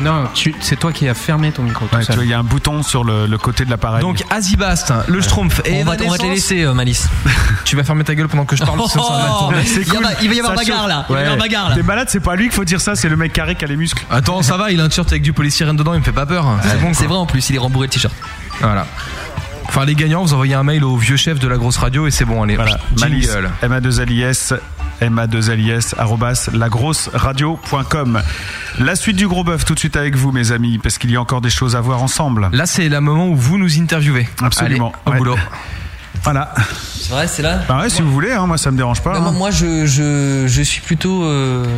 [SPEAKER 5] Non, c'est toi qui as fermé ton micro.
[SPEAKER 2] Ouais, tu vois, il y a un bouton sur le, le côté de l'appareil.
[SPEAKER 3] Donc Azibast, le Schtroumpf et
[SPEAKER 2] On va- on va te
[SPEAKER 3] Evanescence.
[SPEAKER 2] les laisser,
[SPEAKER 4] euh, Malice.
[SPEAKER 3] tu vas fermer ta gueule pendant que je parle. parce que ça va
[SPEAKER 2] Oh,
[SPEAKER 3] tourner.
[SPEAKER 2] c'est
[SPEAKER 3] Il y a
[SPEAKER 2] cool.
[SPEAKER 3] ba- il va y avoir
[SPEAKER 2] Ça
[SPEAKER 3] bagarre,
[SPEAKER 2] chauffe.
[SPEAKER 3] là. Il va y avoir
[SPEAKER 2] Ouais.
[SPEAKER 3] bagarre, là.
[SPEAKER 2] T'es malade, c'est pas lui qu'il faut dire ça, c'est le mec carré qui a les muscles.
[SPEAKER 3] [laughs] Attends, ça va, il a un t-shirt avec du polystyrène dedans, il me fait pas peur.
[SPEAKER 2] Ouais. C'est
[SPEAKER 3] vrai
[SPEAKER 4] en plus, il est rembourré de t-shirt.
[SPEAKER 3] Voilà. Enfin, les gagnants, vous envoyez un mail au vieux chef de la grosse radio et c'est bon, allez.
[SPEAKER 2] Voilà, Malice,
[SPEAKER 3] Jingle.
[SPEAKER 2] MA2LIS, MA2LIS, arrobas, lagrosseradio.com. La suite du gros bœuf tout de suite avec vous, mes amis, parce qu'il y a encore des choses à voir ensemble.
[SPEAKER 3] Là, c'est le moment où vous nous interviewez.
[SPEAKER 2] Absolument.
[SPEAKER 3] Allez, au
[SPEAKER 2] Ouais.
[SPEAKER 3] [laughs] boulot.
[SPEAKER 2] Voilà.
[SPEAKER 4] C'est vrai, c'est là
[SPEAKER 2] Bah ouais, si vous voulez, hein, moi ça me dérange pas.
[SPEAKER 4] Non, moi, je, je, je suis plutôt. Euh... hein.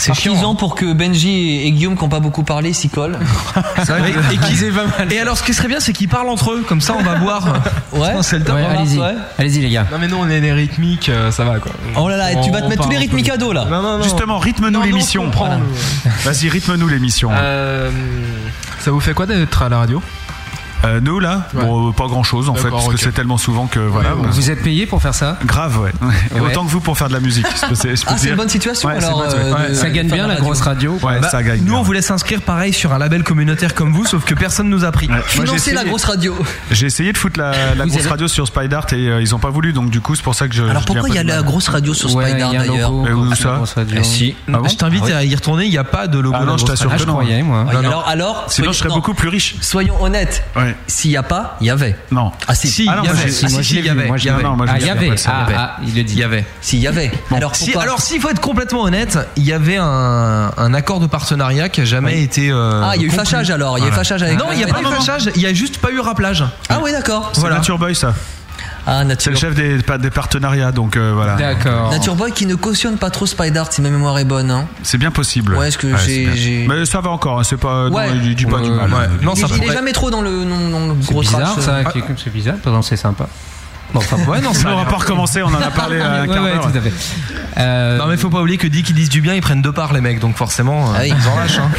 [SPEAKER 3] C'est
[SPEAKER 4] pour que Benji et Guillaume, qui n'ont pas beaucoup parlé,
[SPEAKER 2] [laughs]
[SPEAKER 4] s'y collent.
[SPEAKER 3] Et, et qu'ils- et alors, ce qui serait bien, c'est qu'ils parlent entre eux, comme ça on va boire.
[SPEAKER 4] Ouais.
[SPEAKER 3] Putain, c'est le top,
[SPEAKER 4] Ouais,
[SPEAKER 3] on va boire,
[SPEAKER 4] allez-y.
[SPEAKER 3] ouais.
[SPEAKER 5] Allez-y, les gars.
[SPEAKER 15] Non, mais non, on est les rythmiques, euh, ça va quoi.
[SPEAKER 4] Oh là là, et tu vas te mettre tous les rythmiques à dos là.
[SPEAKER 2] Justement, rythme-nous l'émission.
[SPEAKER 15] comprend,
[SPEAKER 2] Vas-y, rythme-nous l'émission.
[SPEAKER 15] Euh, ça vous fait quoi d'être à la radio
[SPEAKER 2] Euh, nous là, bon, pas grand chose en fait,
[SPEAKER 15] D'accord,
[SPEAKER 2] parce
[SPEAKER 15] ok.
[SPEAKER 2] que c'est tellement souvent que voilà.
[SPEAKER 15] ouais. Vous
[SPEAKER 5] êtes payé pour faire ça
[SPEAKER 2] Grave, ouais.
[SPEAKER 5] Ouais.
[SPEAKER 2] Autant que vous pour faire de la musique. je peux- je peux
[SPEAKER 4] Ah, c'est
[SPEAKER 2] dire.
[SPEAKER 4] une bonne situation,
[SPEAKER 2] Ouais, c'est
[SPEAKER 4] alors,
[SPEAKER 2] une bonne-
[SPEAKER 4] euh,
[SPEAKER 2] ouais.
[SPEAKER 4] de-
[SPEAKER 5] Ça gagne
[SPEAKER 4] de
[SPEAKER 5] bien
[SPEAKER 4] faire
[SPEAKER 5] la
[SPEAKER 4] radio.
[SPEAKER 5] grosse radio.
[SPEAKER 2] Ouais,
[SPEAKER 3] Bah,
[SPEAKER 2] ça gagne.
[SPEAKER 3] Nous, on voulait s'inscrire pareil sur un label communautaire comme vous, sauf que personne nous a pris.
[SPEAKER 2] Moi, j'ai essayé.
[SPEAKER 4] radio.
[SPEAKER 2] J'ai essayé de foutre la, la
[SPEAKER 4] Vous
[SPEAKER 2] grosse
[SPEAKER 4] avez-
[SPEAKER 2] radio sur Spydart et euh, ils ont pas voulu, donc du coup c'est pour ça que je.
[SPEAKER 4] Alors
[SPEAKER 2] je l'ai un
[SPEAKER 4] pourquoi
[SPEAKER 2] peu
[SPEAKER 4] il y a
[SPEAKER 2] du mal.
[SPEAKER 4] la grosse radio sur
[SPEAKER 2] Ouais,
[SPEAKER 4] Spider
[SPEAKER 2] il y a un
[SPEAKER 4] d'ailleurs
[SPEAKER 2] logo. Et où ça
[SPEAKER 5] Eh si.
[SPEAKER 2] Ah bon
[SPEAKER 3] je t'invite à y retourner, il n'y a pas de logo.
[SPEAKER 2] Ah
[SPEAKER 3] de la
[SPEAKER 2] non, je
[SPEAKER 3] grosse
[SPEAKER 2] t'assure
[SPEAKER 3] radio.
[SPEAKER 2] que non.
[SPEAKER 4] Ouais, Alors, alors,
[SPEAKER 2] Sinon,
[SPEAKER 4] soyons-
[SPEAKER 2] je serais
[SPEAKER 4] non.
[SPEAKER 2] beaucoup plus riche.
[SPEAKER 4] Soyons honnêtes.
[SPEAKER 2] Ouais.
[SPEAKER 4] S'il n'y a pas, il y avait.
[SPEAKER 2] Non.
[SPEAKER 4] Ah si,
[SPEAKER 3] Si, il y avait. Ah, si, il y avait. il y avait. Ah, il y avait. Ah, ah,
[SPEAKER 5] il le dit.
[SPEAKER 3] Il y avait.
[SPEAKER 4] S'il y avait. Alors,
[SPEAKER 3] si,
[SPEAKER 4] pourquoi
[SPEAKER 3] alors s'il faut être complètement honnête, il y avait un, un accord de partenariat qui a jamais
[SPEAKER 4] Oui.
[SPEAKER 3] été. euh,
[SPEAKER 4] Ah, il y a eu
[SPEAKER 3] conclu.
[SPEAKER 4] fâchage, alors, il y a eu fâchage avec-
[SPEAKER 3] Non, il n'y a
[SPEAKER 2] Ah,
[SPEAKER 4] avec-
[SPEAKER 3] pas eu fâchage. Il y a juste pas eu rappelage.
[SPEAKER 4] Ah oui, d'accord.
[SPEAKER 2] C'est Nature Boy ça.
[SPEAKER 4] Ah,
[SPEAKER 2] C'est le chef des, pa- des partenariats, donc euh, voilà.
[SPEAKER 4] Nature Boy qui ne cautionne pas trop Spider si ma mémoire est bonne. hein.
[SPEAKER 2] C'est bien possible.
[SPEAKER 4] Ouais, est-ce que
[SPEAKER 2] c'est
[SPEAKER 4] j'ai-
[SPEAKER 2] bien.
[SPEAKER 4] j'ai-
[SPEAKER 2] Mais ça va encore, hein, c'est pas.
[SPEAKER 4] Ouais.
[SPEAKER 2] Non, il dit pas du mal.
[SPEAKER 3] Non,
[SPEAKER 4] il,
[SPEAKER 3] ça
[SPEAKER 4] il est
[SPEAKER 3] pourrait-
[SPEAKER 4] jamais trop dans le, non, dans le
[SPEAKER 5] C'est
[SPEAKER 4] gros
[SPEAKER 5] bizarre,
[SPEAKER 4] trash,
[SPEAKER 5] ça.
[SPEAKER 4] euh.
[SPEAKER 5] qui- C'est bizarre. Pendant, c'est sympa. Bon, enfin,
[SPEAKER 3] Ouais, non,
[SPEAKER 2] on va pas recommencer, on en a parlé à un
[SPEAKER 5] Ouais,
[SPEAKER 2] quart
[SPEAKER 5] ouais,
[SPEAKER 2] d'heure.
[SPEAKER 5] tout à fait.
[SPEAKER 3] Non mais faut pas oublier que dès qu'ils disent du bien, ils prennent deux parts les mecs, donc forcément, euh,
[SPEAKER 4] Ah oui.
[SPEAKER 3] ils en lâchent. hein.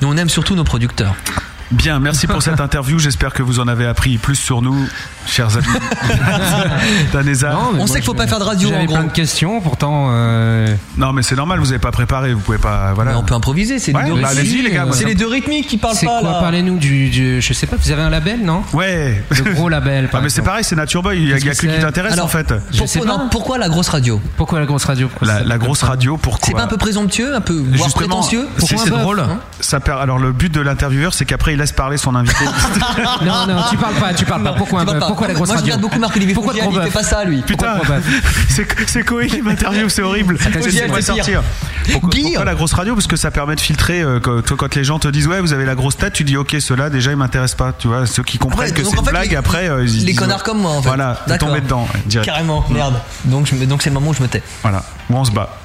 [SPEAKER 4] Nous, on aime surtout nos producteurs.
[SPEAKER 2] Bien, merci pour cette interview. J'espère que vous en avez appris plus sur nous, chers amis. Danesa.
[SPEAKER 5] Non, mais moi, je- J'avais plein de questions, pourtant. euh,
[SPEAKER 2] Non, mais c'est normal, vous n'avez pas préparé, vous pouvez pas. Voilà.
[SPEAKER 4] on peut improviser, c'est
[SPEAKER 2] ouais,
[SPEAKER 4] les deux-
[SPEAKER 2] bah, Allez-y, les gars. moi,
[SPEAKER 4] C'est
[SPEAKER 2] ça
[SPEAKER 4] les
[SPEAKER 2] me-
[SPEAKER 4] deux rythmiques qui parlent
[SPEAKER 5] C'est
[SPEAKER 4] pas
[SPEAKER 5] quoi
[SPEAKER 4] là.
[SPEAKER 5] Parlez-nous du, du- Je sais pas, vous avez un label, non
[SPEAKER 2] Ouais.
[SPEAKER 5] De gros label.
[SPEAKER 2] Ah, mais c'est pareil, c'est Nature Boy, il y a, il y a
[SPEAKER 5] Qu'est-ce
[SPEAKER 2] que
[SPEAKER 5] que
[SPEAKER 2] qui
[SPEAKER 5] c'est
[SPEAKER 2] t'intéresse en
[SPEAKER 5] Alors,
[SPEAKER 2] fait.
[SPEAKER 5] je sais
[SPEAKER 4] Pourquoi, non, pourquoi la grosse radio
[SPEAKER 5] Pourquoi la grosse radio Pourquoi
[SPEAKER 2] La,
[SPEAKER 5] ça
[SPEAKER 2] la grosse radio, pourquoi
[SPEAKER 4] C'est pas un peu présomptueux, un peu voire
[SPEAKER 2] Justement,
[SPEAKER 4] prétentieux
[SPEAKER 2] si c'est drôle.
[SPEAKER 4] hein
[SPEAKER 2] ça perd- Alors le but de l'intervieweur, c'est qu'après il laisse parler son
[SPEAKER 4] [laughs]
[SPEAKER 2] invité.
[SPEAKER 5] Non, non, tu parles pas, tu parles pas. Pourquoi,
[SPEAKER 4] Tu vois
[SPEAKER 5] euh,
[SPEAKER 4] pas.
[SPEAKER 5] pourquoi la
[SPEAKER 4] Moi,
[SPEAKER 5] grosse
[SPEAKER 4] je
[SPEAKER 5] radio
[SPEAKER 4] regarde beaucoup Marc-Olivier
[SPEAKER 5] Pourquoi
[SPEAKER 4] Fournier,
[SPEAKER 5] le gros
[SPEAKER 4] il fait
[SPEAKER 5] bœuf
[SPEAKER 4] pas ça, lui.
[SPEAKER 2] Putain,
[SPEAKER 5] Pourquoi le gros bœuf
[SPEAKER 2] c'est c'est Koé qui m'interviewe, c'est horrible.
[SPEAKER 5] Attends,
[SPEAKER 2] J'essaie de
[SPEAKER 5] c'est
[SPEAKER 2] sortir. Pourquoi, pourquoi la grosse radio Parce que ça permet de filtrer. euh, quand, toi, quand les gens te disent ouais, vous avez la grosse tête, tu dis ok, ceux-là déjà ils m'intéressent pas. Tu vois, ceux qui comprennent
[SPEAKER 4] Ouais,
[SPEAKER 2] que
[SPEAKER 4] donc,
[SPEAKER 2] c'est
[SPEAKER 4] en
[SPEAKER 2] une
[SPEAKER 4] fait,
[SPEAKER 2] blague,
[SPEAKER 4] les-
[SPEAKER 2] après euh, ils
[SPEAKER 4] les
[SPEAKER 2] disent,
[SPEAKER 4] connards comme moi, en fait.
[SPEAKER 2] Voilà, t'es
[SPEAKER 4] D'accord.
[SPEAKER 2] tombé dedans. ouais, direct.
[SPEAKER 4] Carrément, merde. Donc je me- donc c'est le moment où je me tais.
[SPEAKER 2] Voilà, ou on se bat.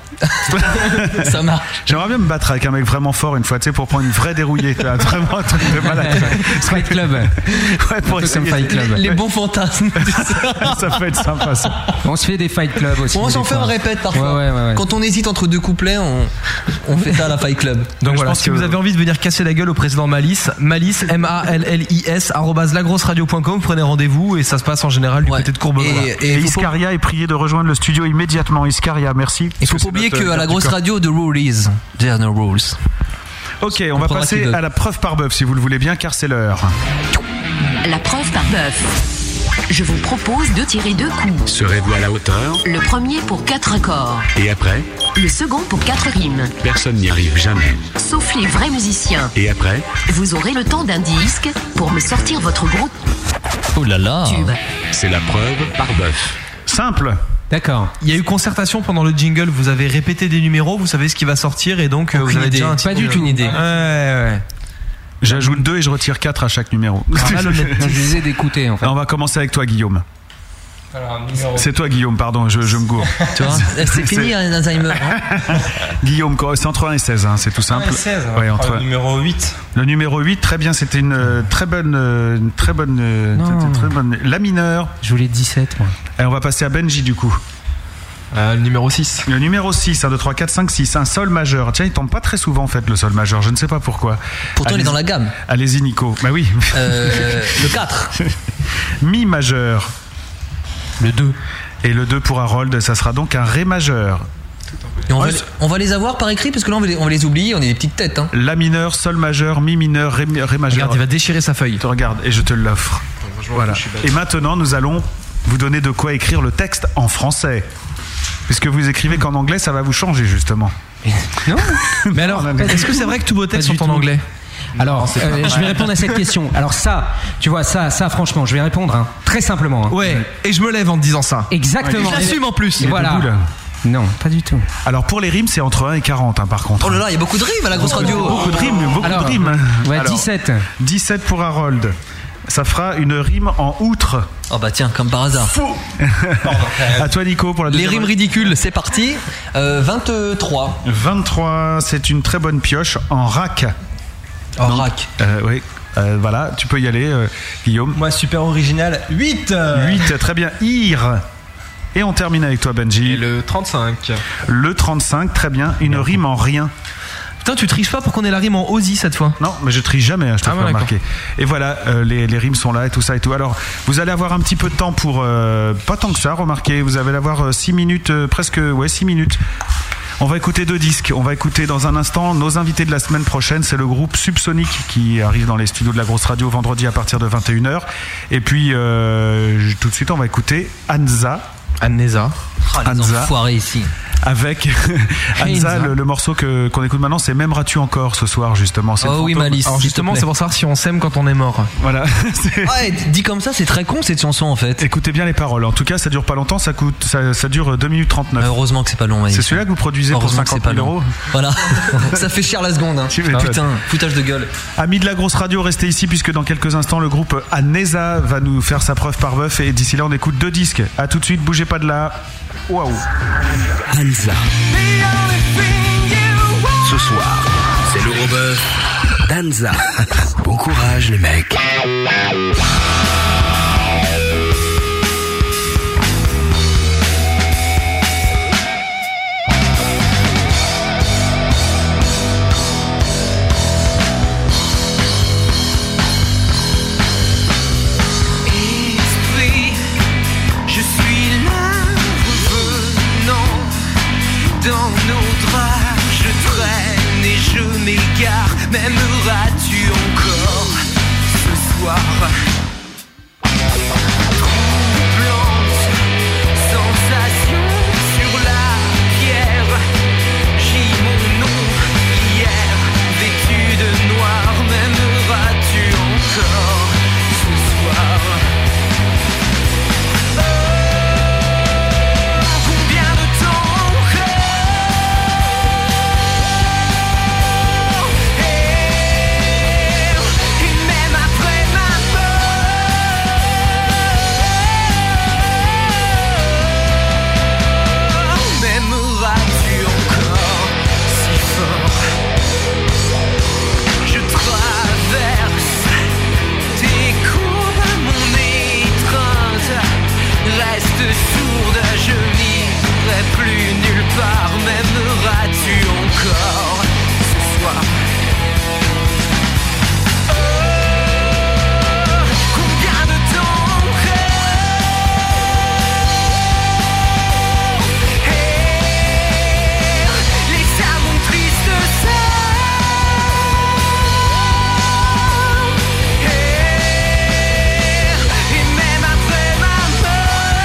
[SPEAKER 4] Ça marche.
[SPEAKER 2] J'aimerais bien me battre avec un mec vraiment fort une fois, tu sais, pour prendre une vraie dérouillée. tu vois, vraiment un truc de malade.
[SPEAKER 5] Fight Club.
[SPEAKER 2] Ouais, pour
[SPEAKER 5] Un peu comme
[SPEAKER 2] essayer.
[SPEAKER 5] Fight Club.
[SPEAKER 4] Les bons fantasmes.
[SPEAKER 2] [laughs] Ça peut être sympa ça.
[SPEAKER 5] On se fait des Fight Club aussi.
[SPEAKER 4] On s'en
[SPEAKER 5] des
[SPEAKER 4] fait,
[SPEAKER 5] fois.
[SPEAKER 4] on répète parfois.
[SPEAKER 5] Ouais, ouais, ouais, ouais.
[SPEAKER 4] Quand on hésite entre deux couplets, on, on fait ça à la Fight Club.
[SPEAKER 3] Donc
[SPEAKER 2] Je
[SPEAKER 3] voilà,
[SPEAKER 2] pense
[SPEAKER 3] si
[SPEAKER 2] que-
[SPEAKER 3] vous avez envie de venir casser la gueule au président Malice, Malice, M-A-L-L-I-S, arrobase lagrosseradio.com, prenez rendez-vous et ça se passe en général du côté de Courbevoie.
[SPEAKER 2] Et, Iscaria est prié de rejoindre le studio immédiatement. Iscaria, merci.
[SPEAKER 4] Il
[SPEAKER 2] Parce
[SPEAKER 4] faut pas
[SPEAKER 2] que
[SPEAKER 4] oublier
[SPEAKER 2] c'est notre-
[SPEAKER 4] qu'à la
[SPEAKER 2] notre
[SPEAKER 4] grosse
[SPEAKER 2] corps.
[SPEAKER 4] radio, the rule is there are no rules.
[SPEAKER 2] Ok, on, va
[SPEAKER 4] prendra qui
[SPEAKER 2] passer
[SPEAKER 4] veut.
[SPEAKER 2] à la preuve par bœuf si vous le voulez bien, car c'est l'heure.
[SPEAKER 1] La preuve par bœuf. Je vous propose de tirer deux coups.
[SPEAKER 20] Serez-vous à la hauteur
[SPEAKER 1] Le premier pour quatre accords.
[SPEAKER 20] Et après
[SPEAKER 1] Le second pour quatre rimes.
[SPEAKER 20] Personne n'y arrive jamais.
[SPEAKER 1] Sauf les vrais musiciens.
[SPEAKER 20] Et après
[SPEAKER 1] Vous aurez le temps d'un disque pour me sortir votre gros
[SPEAKER 4] Oh là là.
[SPEAKER 1] tube.
[SPEAKER 20] C'est la preuve par bœuf.
[SPEAKER 2] Simple.
[SPEAKER 5] D'accord.
[SPEAKER 3] Il y a eu concertation pendant le jingle, vous avez répété des numéros, vous savez ce qui va sortir et donc euh, vous
[SPEAKER 4] Aucune
[SPEAKER 3] avez
[SPEAKER 4] idée.
[SPEAKER 3] déjà un titre.
[SPEAKER 4] Pas du tout. Aucune idée.
[SPEAKER 3] Ouais, ouais.
[SPEAKER 2] J'ajoute deux et
[SPEAKER 3] Ah,
[SPEAKER 5] Ah,
[SPEAKER 2] je retire quatre à chaque numéro. [laughs]
[SPEAKER 5] Alors là, le- je disais d'écouter en fait.
[SPEAKER 2] on va commencer avec toi, Guillaume. C'est toi, Guillaume, pardon, je, je me gourre.
[SPEAKER 4] Tu vois, c'est fini hein, Alzheimer. hein.
[SPEAKER 2] Guillaume, quoi, c'est entre 1 et 16, hein, c'est tout
[SPEAKER 13] 1
[SPEAKER 2] simple.
[SPEAKER 13] et 16, on va
[SPEAKER 2] Ouais,
[SPEAKER 13] prendre
[SPEAKER 2] entre-
[SPEAKER 5] Oh,
[SPEAKER 13] le numéro 8.
[SPEAKER 2] Le numéro 8, très bien, c'était une euh, très bonne. euh, une très bonne, euh,
[SPEAKER 5] Non.
[SPEAKER 2] très bonne- La mineure.
[SPEAKER 5] Je voulais 17, moi.
[SPEAKER 2] Et on va passer à Benji du coup.
[SPEAKER 3] Euh,
[SPEAKER 2] le numéro 6. Le numéro 6, 1, 2, 3, 4, 5, 6, un sol majeur. Tiens, il tombe pas très souvent en fait le sol majeur, je ne sais pas pourquoi.
[SPEAKER 4] Pourtant, il est
[SPEAKER 2] Allez-y-
[SPEAKER 4] dans la gamme.
[SPEAKER 2] Allez-y Nico. Bah oui.
[SPEAKER 4] Euh, le 4.
[SPEAKER 2] [laughs] Mi majeur. Le 2. Et le 2 pour Harold, ça sera donc un Ré majeur.
[SPEAKER 4] Et on, va, on va les avoir par écrit parce que là on va les, on va les oublier, on est des petites têtes. Hein.
[SPEAKER 2] La mineur, sol majeur, mi mineur, ré, ré majeur. Regarde, il va déchirer sa feuille. Te regarde et je te l'offre. Voilà. Et maintenant, nous allons vous donner de quoi écrire le texte en français. Puisque vous écrivez qu'en anglais, ça va vous changer justement.
[SPEAKER 3] [laughs]
[SPEAKER 5] Non
[SPEAKER 3] Mais alors, est-ce que c'est vrai que tous vos textes sont en anglais
[SPEAKER 5] Alors,
[SPEAKER 3] c'est pas
[SPEAKER 5] euh,
[SPEAKER 3] vrai.
[SPEAKER 5] je vais répondre à cette question. Alors ça, tu vois, ça, ça, franchement, je vais répondre hein, très simplement.
[SPEAKER 3] Ouais, et je me lève en te disant ça.
[SPEAKER 5] Exactement.
[SPEAKER 3] Je l'assume en plus.
[SPEAKER 5] Et voilà. Non, pas du tout.
[SPEAKER 2] Alors pour les rimes, c'est entre 1 et 40 hein, par contre.
[SPEAKER 4] Oh là là, il y a beaucoup de rimes à la grosse
[SPEAKER 2] Beaucoup-
[SPEAKER 4] radio.
[SPEAKER 2] Beaucoup de rimes, beaucoup
[SPEAKER 4] Alors,
[SPEAKER 2] de rimes.
[SPEAKER 4] ouais, 17.
[SPEAKER 2] 17 pour Harold. Ça fera une rime en outre.
[SPEAKER 4] Oh bah tiens, comme par hasard.
[SPEAKER 2] Fou À toi Nico pour la
[SPEAKER 4] Les
[SPEAKER 2] deuxième.
[SPEAKER 4] rimes ridicules, c'est parti. Euh, 23.
[SPEAKER 2] 23, c'est une très bonne pioche en rack.
[SPEAKER 3] Oh.
[SPEAKER 4] En rack.
[SPEAKER 2] oui. Euh, voilà, tu peux y aller, euh, Guillaume.
[SPEAKER 13] Moi, super original. 8
[SPEAKER 2] 8, très bien. Ir. Et on termine avec toi, Benji. le 35. Le 35, très bien. Une rime en rien.
[SPEAKER 3] Putain, tu triches pas pour qu'on ait la rime en Ozzy cette fois
[SPEAKER 2] Non, mais je triche jamais, hein, je te fais remarquer. Et voilà, euh, les, les rimes sont là et tout ça et tout. Alors, vous allez avoir un petit peu de temps pour. euh, pas tant que ça, remarquez. Vous allez avoir 6 minutes, euh, presque. Ouais, 6 minutes. On va écouter deux disques. On va écouter dans un instant nos invités de la semaine prochaine. C'est le groupe Subsonic qui arrive dans les studios de la grosse radio vendredi à partir de 21h. Et puis, euh, tout de suite, on va écouter Anza.
[SPEAKER 3] Anza.
[SPEAKER 4] Oh, les enfoirés ici. [laughs]
[SPEAKER 2] Avec Anza,
[SPEAKER 3] Anza.
[SPEAKER 2] le, le morceau que- qu'on écoute maintenant, c'est Même tu encore ce soir, justement.
[SPEAKER 4] Oh
[SPEAKER 2] c'est le fantôme.
[SPEAKER 3] Alors justement, c'est pour savoir si on s'aime quand on est mort.
[SPEAKER 2] Voilà. [laughs]
[SPEAKER 4] Ouais, dit comme ça, c'est très con cette chanson en fait.
[SPEAKER 2] Écoutez bien les paroles. En tout cas, ça dure pas longtemps, ça, coûte, ça, ça dure 2 minutes 39.
[SPEAKER 4] Heureusement que c'est pas long,
[SPEAKER 2] C'est
[SPEAKER 4] Maïs.
[SPEAKER 2] celui-là que vous produisez pour
[SPEAKER 4] Ah Heureusement que
[SPEAKER 2] 50
[SPEAKER 4] c'est pas
[SPEAKER 2] 000
[SPEAKER 4] long.
[SPEAKER 2] euros. [laughs]
[SPEAKER 4] Voilà, ça fait cher la seconde. hein.
[SPEAKER 2] m'étonnes.
[SPEAKER 4] Putain, foutage de gueule.
[SPEAKER 2] Amis de la grosse radio, restez ici puisque dans quelques instants, le groupe Anesa va nous faire sa preuve par bœuf et d'ici là, on écoute deux disques. À tout de suite, bougez pas de là. Waouh! Anza.
[SPEAKER 7] Ce soir, c'est l'Eurobeuf Danza. [laughs] Bon courage les mecs.
[SPEAKER 12] Esprit, je suis là, revenant dans nos draps. Je traîne et je m'égare. M'aimeras-tu encore ce soir? Troublante sensation sur la pierre. J'ai mon nom hier, vêtu de noir. M'aimeras-tu encore ce soir? Combien de temps encore Et même après ma mort M'aimeras-tu encore si fort Je traverse tes courbes à mon étreinte Reste sourde, je n'irai plus nulle part M'aimeras-tu encore ce soir Oh, combien de temps encore Eh, Les amants tristes Et même après ma mort,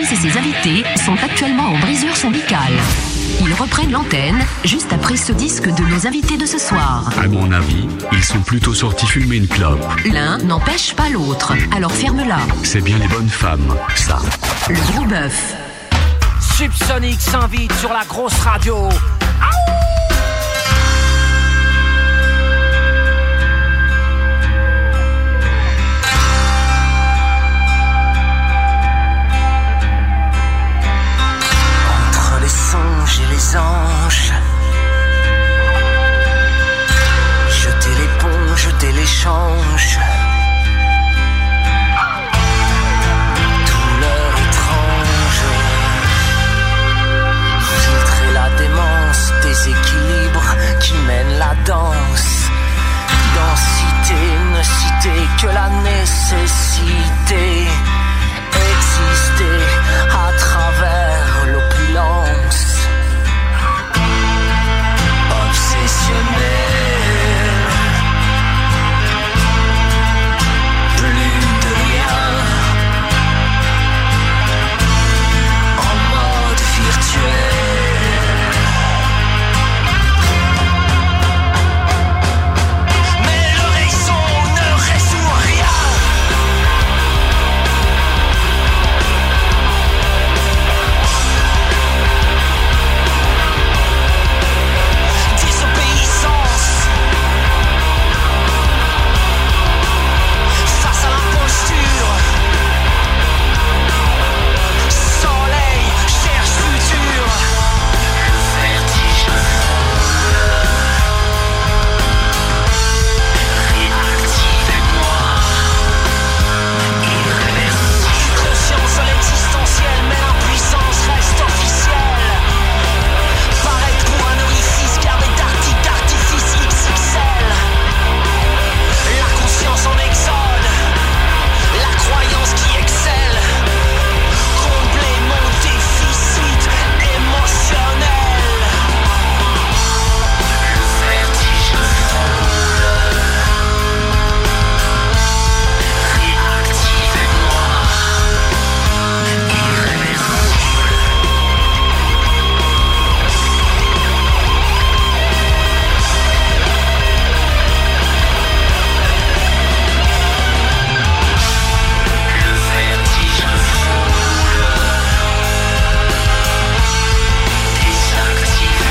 [SPEAKER 1] et ses invités sont actuellement en brisure syndicale. Ils reprennent l'antenne juste après ce disque de nos invités de ce soir.
[SPEAKER 7] À mon avis, ils sont plutôt sortis fumer une clope.
[SPEAKER 1] L'un n'empêche pas l'autre, alors ferme-la.
[SPEAKER 7] C'est bien les bonnes femmes, ça.
[SPEAKER 1] Le gros bœuf.
[SPEAKER 5] Subsonic s'invite sur la grosse radio.
[SPEAKER 10] Entre les songes et les anges. Jeter les ponts, jeter l'échange. Tout l'heure étrange. Filtrer la démence, déséquilibre qui mène la danse. Densité, ne citer que la nécessité exister à travers l'opulence obsessionnelle. Plus de rien en mode virtuel. Mais l'horizon ne résout rien. Désobéissance face à l'imposture. Soleil cherche futur. Le vertige réactive et noir. Irréversible. Conscience à l'existentiel, mais l'impuissance reste officielle. Paraître pour un orifice gardé d'article d'artifice XXL. La conscience en exode, la croyance qui excelle. Combler mon déficit émotionnel. Le vertige foule. Réactive et noire. Irréversible. Le vertige foule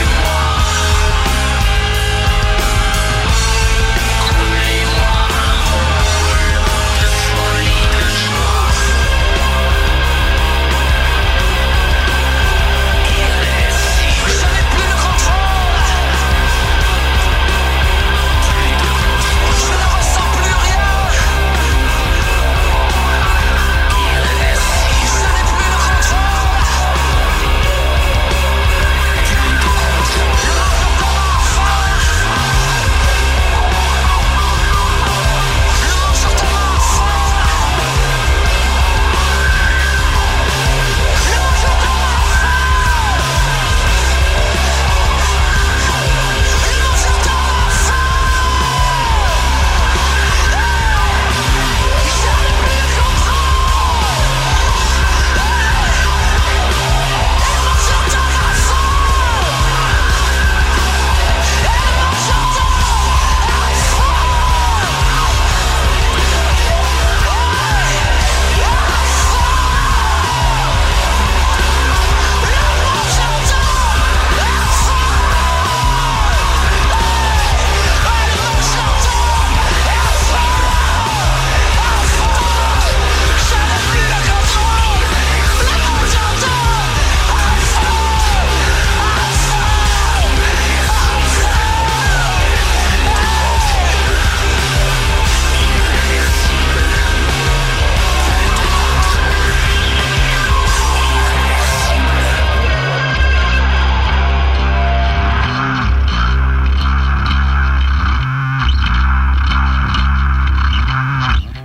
[SPEAKER 10] Désactive-moi Coulez-moi un rôle de folie, de joie Irréversible Je n'ai plus de contrôle Plus de contrôle Je ne ressens plus rien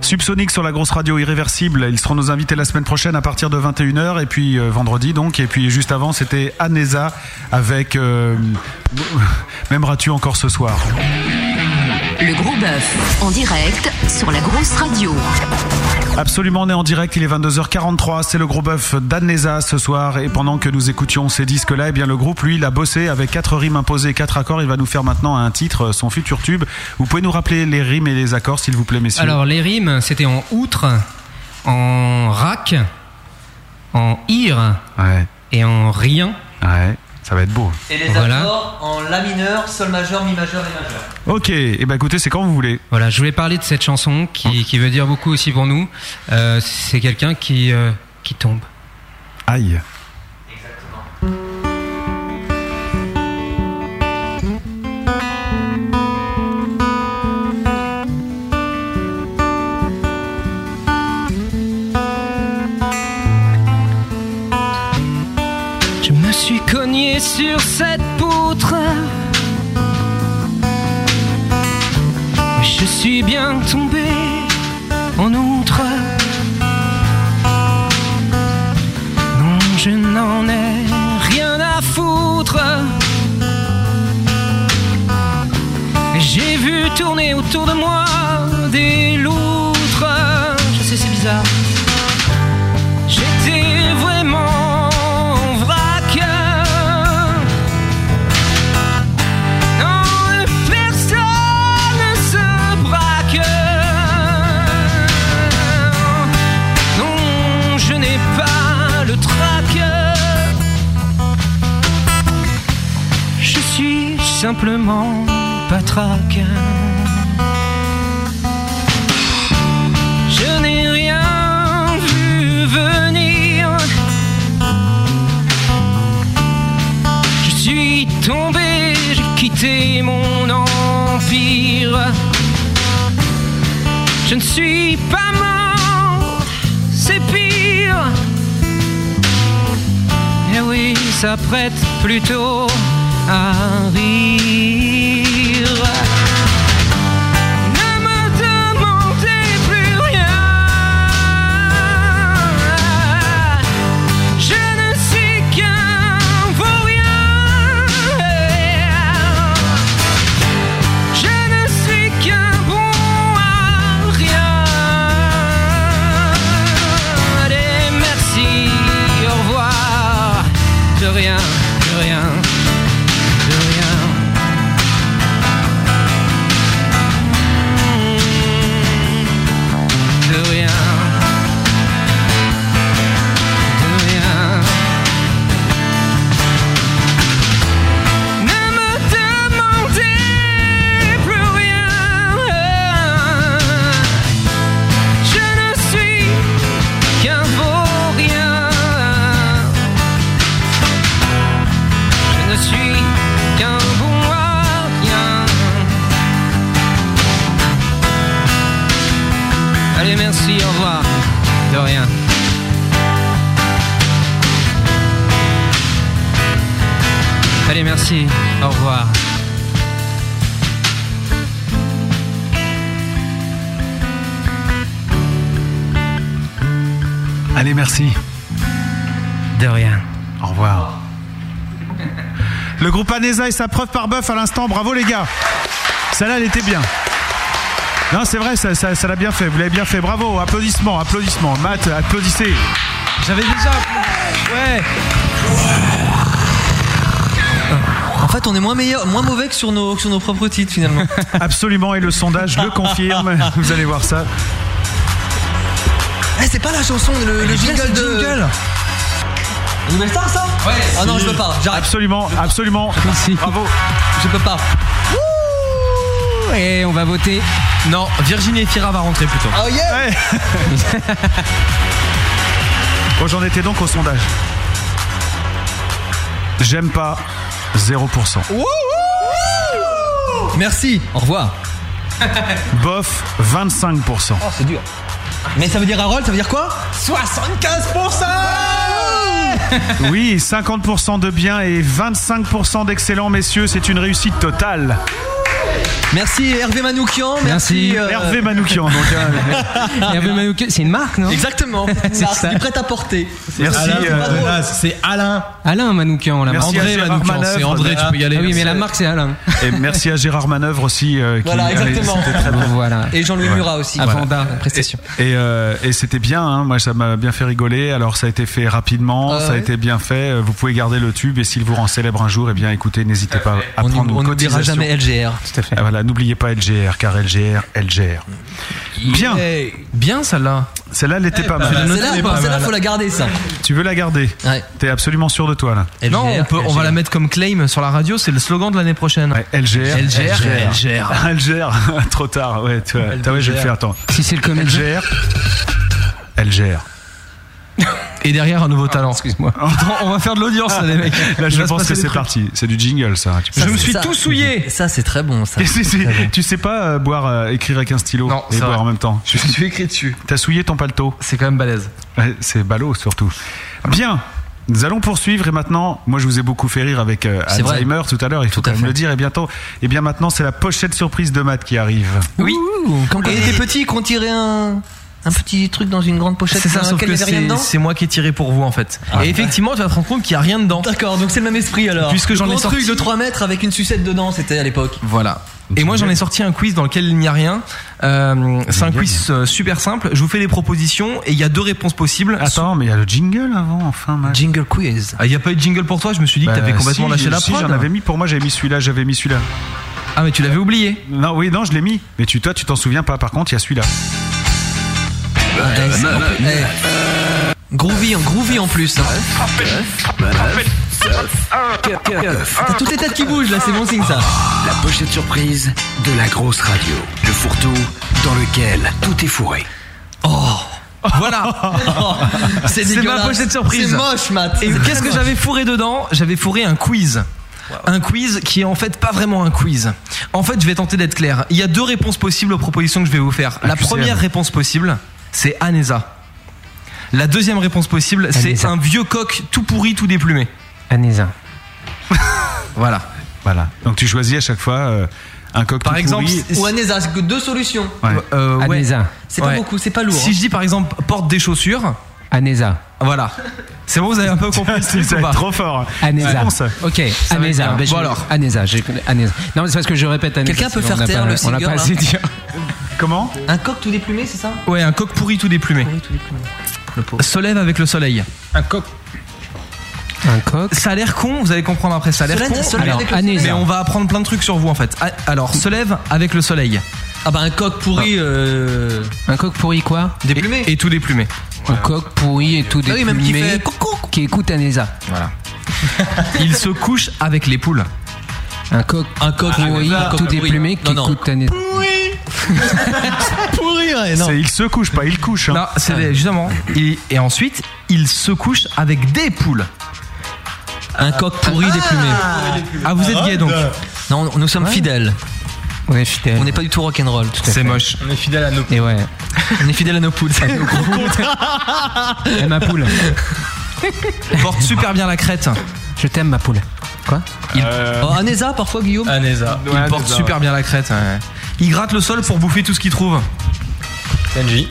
[SPEAKER 2] Subsonic sur la grosse radio irréversible. Ils seront nos invités la semaine prochaine à partir de 21h et puis euh, vendredi donc. Et puis juste avant, c'était Anesa avec. euh, M'aimeras-tu encore ce soir
[SPEAKER 1] Le gros bœuf en direct sur la grosse radio.
[SPEAKER 2] Absolument, on est en direct, il est 22h43, c'est le gros bœuf d'Anneza ce soir et pendant que nous écoutions ces disques-là, eh bien le groupe, lui, il a bossé avec quatre rimes imposées, quatre accords, il va nous faire maintenant un titre, euh, son futur tube. Vous pouvez nous rappeler les rimes et les accords s'il vous plaît messieurs
[SPEAKER 21] Alors, les rimes, c'était en outre, en rac, en ir
[SPEAKER 2] Ouais,
[SPEAKER 21] et en rien.
[SPEAKER 2] ouais, ça va être beau.
[SPEAKER 4] Et les accords en La mineur, Sol majeur, Mi majeur et majeur.
[SPEAKER 2] Ok, et ben écoutez, c'est quand vous voulez.
[SPEAKER 21] Voilà, je voulais parler de cette chanson
[SPEAKER 13] Oh.
[SPEAKER 21] qui, qui veut dire beaucoup aussi pour nous. Euh, c'est quelqu'un qui, euh, qui tombe.
[SPEAKER 2] Aïe.
[SPEAKER 5] Je me suis cogné sur cette poutre. Je suis bien tombé en outre. Non, je n'en ai rien à foutre. J'ai vu tourner autour de moi des loutres. Je sais, c'est bizarre. J'étais vraiment en vrac. Non, personne ne se braque. Non, je n'ai pas le trac. Je suis simplement patraque. Je n'ai rien vu venir. Je suis tombé, j'ai quitté mon empire. Je ne suis pas mort, c'est pire. Et oui, ça prête plutôt à rire. Ne me demandez plus rien. Je ne suis qu'un vaurien. Je ne suis qu'un bon à rien. Allez, merci, au revoir. De rien, de rien, de rien. de rien, de rien. Ne me demandez plus rien. Je ne suis qu'un vaurien. Je ne suis qu'un bon à rien. Allez, merci, au revoir. De rien. Allez, merci, au revoir.
[SPEAKER 2] Allez, merci.
[SPEAKER 21] De rien.
[SPEAKER 2] Au revoir. Le groupe Anesa et sa preuve par bœuf à l'instant, bravo les gars. Celle-là, elle était bien. Non, c'est vrai, ça ça- ça l'a bien fait, vous l'avez bien fait, bravo, applaudissements, applaudissements. Matt, applaudissez.
[SPEAKER 22] J'avais déjà. Ouais.
[SPEAKER 4] En fait, on est moins, meilleur, moins mauvais que sur nos, que sur nos propres titres finalement.
[SPEAKER 2] Absolument, et le sondage le confirme, vous allez voir ça.
[SPEAKER 4] [laughs] Eh, c'est pas la chanson, le, le jingle de. La Nouvelle star ça Ouais. Ah non, je peux pas. J'arrête.
[SPEAKER 2] Absolument, absolument. Bravo.
[SPEAKER 4] Je peux pas.
[SPEAKER 21] Et on va voter.
[SPEAKER 22] Non, Virginie Efira va rentrer plutôt.
[SPEAKER 5] Ah,
[SPEAKER 4] Oh yeah
[SPEAKER 2] Bon, j'en étais donc au sondage. J'aime pas 0%.
[SPEAKER 4] Merci, au revoir.
[SPEAKER 2] Bof, 25%.
[SPEAKER 4] Oh, c'est dur. Mais ça veut dire Harold, ça veut dire quoi 75%
[SPEAKER 2] Oui, 50% de bien et 25% d'excellent, messieurs, c'est une réussite totale.
[SPEAKER 4] Merci Hervé Manoukian. Merci. euh,
[SPEAKER 2] Hervé Manoukian. donc,
[SPEAKER 4] [laughs]
[SPEAKER 2] euh,
[SPEAKER 5] c'est une marque, non
[SPEAKER 4] Exactement.
[SPEAKER 5] C'est
[SPEAKER 4] Marque
[SPEAKER 5] ça.
[SPEAKER 4] du prêt à porter.
[SPEAKER 5] Merci,
[SPEAKER 4] Alain
[SPEAKER 5] euh,
[SPEAKER 4] Manoukian.
[SPEAKER 5] Donaz. C'est Alain. Alain Manoukian, la marque.
[SPEAKER 2] Merci à Gérard Manœuvre.
[SPEAKER 5] Ah oui, mais la marque, c'est Alain.
[SPEAKER 2] Et merci à Gérard Manœuvre aussi. euh, qui-
[SPEAKER 4] Voilà, exactement.
[SPEAKER 2] c'était très bon.
[SPEAKER 5] Voilà.
[SPEAKER 4] Et Jean-Louis
[SPEAKER 2] Ouais.
[SPEAKER 4] Murat aussi.
[SPEAKER 2] Ah,
[SPEAKER 4] Voilà.
[SPEAKER 2] Vanda.
[SPEAKER 4] Prestation.
[SPEAKER 2] Et, euh, et c'était bien, hein. moi ça m'a bien fait rigoler. Alors ça a été fait rapidement,
[SPEAKER 4] Ah
[SPEAKER 2] ça a
[SPEAKER 4] ouais.
[SPEAKER 2] été bien fait. Euh, Vous pouvez garder le tube et s'il vous rend célèbre un jour, eh bien écoutez, n'hésitez pas à
[SPEAKER 4] Euh, On n'y-
[SPEAKER 2] prendre vos
[SPEAKER 4] on n'oubliera
[SPEAKER 2] cotisations.
[SPEAKER 4] jamais LGR.
[SPEAKER 2] Tout à fait. Ah, Voilà, n'oubliez pas LGR car LGR, LGR. Bien,
[SPEAKER 3] bien celle-là.
[SPEAKER 2] Celle-là, elle était
[SPEAKER 4] Eh
[SPEAKER 2] pas
[SPEAKER 4] ben,
[SPEAKER 2] mal.
[SPEAKER 4] celle-là, celle-là, faut la garder ça.
[SPEAKER 2] Tu veux la garder
[SPEAKER 4] Ah.
[SPEAKER 2] T'es absolument sûr de toi là
[SPEAKER 3] non, on, peut- on va la mettre comme claim sur la radio, c'est le slogan de l'année prochaine.
[SPEAKER 2] LGR.
[SPEAKER 3] LGR.
[SPEAKER 2] LGR. LGR. [laughs] Trop tard. Ouais, tu vois. Attends, ouais, je vais le faire. Attends.
[SPEAKER 5] Si c'est le
[SPEAKER 2] comme LGR. LGR.
[SPEAKER 3] Et derrière, un
[SPEAKER 4] Ah,
[SPEAKER 3] nouveau talent. Excuse-moi. [laughs] on va faire de l'audience, là, les mecs.
[SPEAKER 2] Là,
[SPEAKER 3] Il
[SPEAKER 2] je
[SPEAKER 3] va se
[SPEAKER 2] pense
[SPEAKER 3] passer
[SPEAKER 2] que
[SPEAKER 3] des
[SPEAKER 2] c'est
[SPEAKER 3] trucs.
[SPEAKER 2] parti. C'est du jingle, ça. Tu peux-
[SPEAKER 4] Ça, c'est- ça- Ça, c'est très bon. Ça.
[SPEAKER 2] Et [laughs] si, si,
[SPEAKER 4] C'est très bon.
[SPEAKER 2] tu sais pas euh, boire, euh, écrire avec un stylo et
[SPEAKER 4] c'est
[SPEAKER 2] boire
[SPEAKER 4] vrai.
[SPEAKER 2] en même temps. Je suis écrit dessus. T'as souillé ton paletot.
[SPEAKER 3] C'est quand même balèze.
[SPEAKER 2] c'est ballot surtout. Bien. Nous allons poursuivre et maintenant, moi je vous ai beaucoup fait rire avec euh,
[SPEAKER 4] C'est vrai.
[SPEAKER 2] Alzheimer tout à l'heure, il faut quand même le dire et bientôt, et bien maintenant c'est la pochette surprise de Matt qui arrive.
[SPEAKER 4] Oui. Comme quand on était petit, qu'on tirait un, un petit truc dans une grande pochette.
[SPEAKER 3] C'est ça,
[SPEAKER 4] dans
[SPEAKER 3] sauf
[SPEAKER 4] laquelle
[SPEAKER 3] que
[SPEAKER 4] il y avait rien
[SPEAKER 3] c'est
[SPEAKER 4] dedans.
[SPEAKER 3] c'est moi qui ai tiré pour vous en fait.
[SPEAKER 4] Ah.
[SPEAKER 3] et effectivement, tu vas te rendre compte qu'il n'y a rien dedans.
[SPEAKER 4] D'accord, donc c'est le même esprit alors.
[SPEAKER 3] Puisque
[SPEAKER 4] Le
[SPEAKER 3] j'en ai
[SPEAKER 4] grand
[SPEAKER 3] sorti.
[SPEAKER 4] truc de 3 mètres avec une sucette dedans, c'était à l'époque.
[SPEAKER 3] Voilà. Et moi j'en ai sorti un quiz dans lequel il n'y a rien. Euh, c'est un quiz euh, super simple. Je vous fais des propositions et il y a deux réponses possibles.
[SPEAKER 2] Attends, mais il y a le jingle avant, enfin.
[SPEAKER 4] Jingle quiz.
[SPEAKER 3] Ah, Il n'y a pas eu de jingle pour toi. Je me suis dit que t'avais complètement lâché la
[SPEAKER 2] Bah, si,
[SPEAKER 3] prod.
[SPEAKER 2] j'en avais mis pour moi, j'avais mis celui-là, j'avais mis celui-là.
[SPEAKER 3] Ah mais tu l'avais oublié.
[SPEAKER 2] Non, oui, non, je l'ai mis. Mais tu, toi, tu t'en souviens pas. Par contre, il y a celui-là.
[SPEAKER 4] Nice. Ah, Eh. Groovy, en- groovy en plus. hein. T'as toutes les têtes qui bougent là, c'est bon signe ça.
[SPEAKER 7] La pochette surprise de la grosse radio. Le fourre-tout dans lequel tout est fourré.
[SPEAKER 4] Oh
[SPEAKER 3] Voilà.
[SPEAKER 4] c'est
[SPEAKER 3] [laughs] C'est ma
[SPEAKER 4] dégueulasse.
[SPEAKER 3] pochette surprise.
[SPEAKER 4] C'est moche, Matt.
[SPEAKER 3] Et
[SPEAKER 4] C'est très
[SPEAKER 3] qu'est-ce que
[SPEAKER 4] moche.
[SPEAKER 3] j'avais fourré dedans J'avais fourré un quiz. Un quiz qui est en fait pas vraiment un quiz. En fait, je vais tenter d'être clair. Il y a deux réponses possibles aux propositions que je vais vous faire. La
[SPEAKER 2] QCM.
[SPEAKER 3] première réponse possible, c'est Anesa. La deuxième réponse possible, c'est
[SPEAKER 5] Anesa.
[SPEAKER 3] un vieux coq tout pourri, tout déplumé.
[SPEAKER 5] Anesa.
[SPEAKER 3] Voilà.
[SPEAKER 2] Voilà. Donc tu choisis à chaque fois euh, un coq
[SPEAKER 3] Par
[SPEAKER 2] tout
[SPEAKER 3] exemple,
[SPEAKER 2] pourri.
[SPEAKER 3] si-
[SPEAKER 4] Ou Anesa, c'est que deux solutions.
[SPEAKER 2] Ouais.
[SPEAKER 3] Euh, ouais.
[SPEAKER 5] Anesa.
[SPEAKER 4] C'est pas beaucoup, c'est pas lourd. hein.
[SPEAKER 3] Si je dis par exemple porte des chaussures,
[SPEAKER 5] Anesa.
[SPEAKER 3] voilà. C'est bon, vous avez
[SPEAKER 4] [laughs]
[SPEAKER 3] un peu compris ce truc
[SPEAKER 2] Ça
[SPEAKER 3] ou
[SPEAKER 2] va
[SPEAKER 3] pas
[SPEAKER 2] être trop fort. C'est
[SPEAKER 5] Anesa.
[SPEAKER 2] bon, ça.
[SPEAKER 5] Ok,
[SPEAKER 3] Ça va être
[SPEAKER 5] Anesa.
[SPEAKER 3] bien.
[SPEAKER 5] Ben, je-
[SPEAKER 3] Bon, alors.
[SPEAKER 5] Anesa, j'ai- Anesa. Non, mais c'est parce que je répète Anesa.
[SPEAKER 4] Quelqu'un peut
[SPEAKER 5] sinon on
[SPEAKER 4] faire
[SPEAKER 5] n'a
[SPEAKER 4] taire
[SPEAKER 5] pas-
[SPEAKER 4] le
[SPEAKER 5] On l'a
[SPEAKER 4] singer,
[SPEAKER 5] pas
[SPEAKER 4] là
[SPEAKER 5] assez dit.
[SPEAKER 2] Comment
[SPEAKER 4] Un coq tout déplumé, c'est ça
[SPEAKER 3] Ouais, un coq pourri tout déplumé. Se lève avec le soleil.
[SPEAKER 5] Un coq. Un coq.
[SPEAKER 3] Ça a l'air con, vous allez comprendre après. Ça a l'air
[SPEAKER 4] Se lève-
[SPEAKER 3] con.
[SPEAKER 4] se lève
[SPEAKER 3] Alors,
[SPEAKER 4] avec le
[SPEAKER 3] Anesa.
[SPEAKER 4] soleil.
[SPEAKER 3] Mais on va apprendre plein de trucs sur vous en fait. Ah, Alors, se lève avec le soleil.
[SPEAKER 4] Ah bah un coq pourri euh,
[SPEAKER 5] Un coq pourri quoi
[SPEAKER 4] déplumé.
[SPEAKER 3] Et tout déplumé.
[SPEAKER 5] Un coq pourri et tout
[SPEAKER 4] Ah oui,
[SPEAKER 5] déplumé.
[SPEAKER 4] même qui fait coucou.
[SPEAKER 5] Qui écoute Anesa.
[SPEAKER 3] Voilà. Il se couche avec les poules.
[SPEAKER 5] Un coq.
[SPEAKER 4] Un coq
[SPEAKER 3] Ah,
[SPEAKER 5] pourri,
[SPEAKER 4] un Ah, coq
[SPEAKER 5] tout
[SPEAKER 4] pourri.
[SPEAKER 5] déplumé, qui
[SPEAKER 4] Non, non.
[SPEAKER 5] écoute Anesa.
[SPEAKER 4] Pourri, ouais, non.
[SPEAKER 2] C'est- Il se couche pas, il couche. hein.
[SPEAKER 3] Non,
[SPEAKER 4] Ah,
[SPEAKER 3] c'est les- justement. Et, et ensuite, il se couche avec des poules.
[SPEAKER 4] Un coq pourri déplumé.
[SPEAKER 3] Ah, vous êtes gay donc.
[SPEAKER 4] Non, nous sommes fidèles.
[SPEAKER 5] On est fidèles.
[SPEAKER 4] On n'est pas du tout rock'n'roll.
[SPEAKER 3] C'est moche.
[SPEAKER 13] On est fidèle à nos.
[SPEAKER 5] Et ouais.
[SPEAKER 4] On est fidèles à nos poules. [laughs]
[SPEAKER 5] Et ma poule.
[SPEAKER 3] Porte super bien la crête.
[SPEAKER 5] Je t'aime ma poule. Quoi
[SPEAKER 4] Oh, Anesa parfois, Guillaume.
[SPEAKER 13] Anesa.
[SPEAKER 3] Il porte super bien la crête. ouais. Il gratte le sol pour bouffer tout ce qu'il trouve.
[SPEAKER 13] Kenji.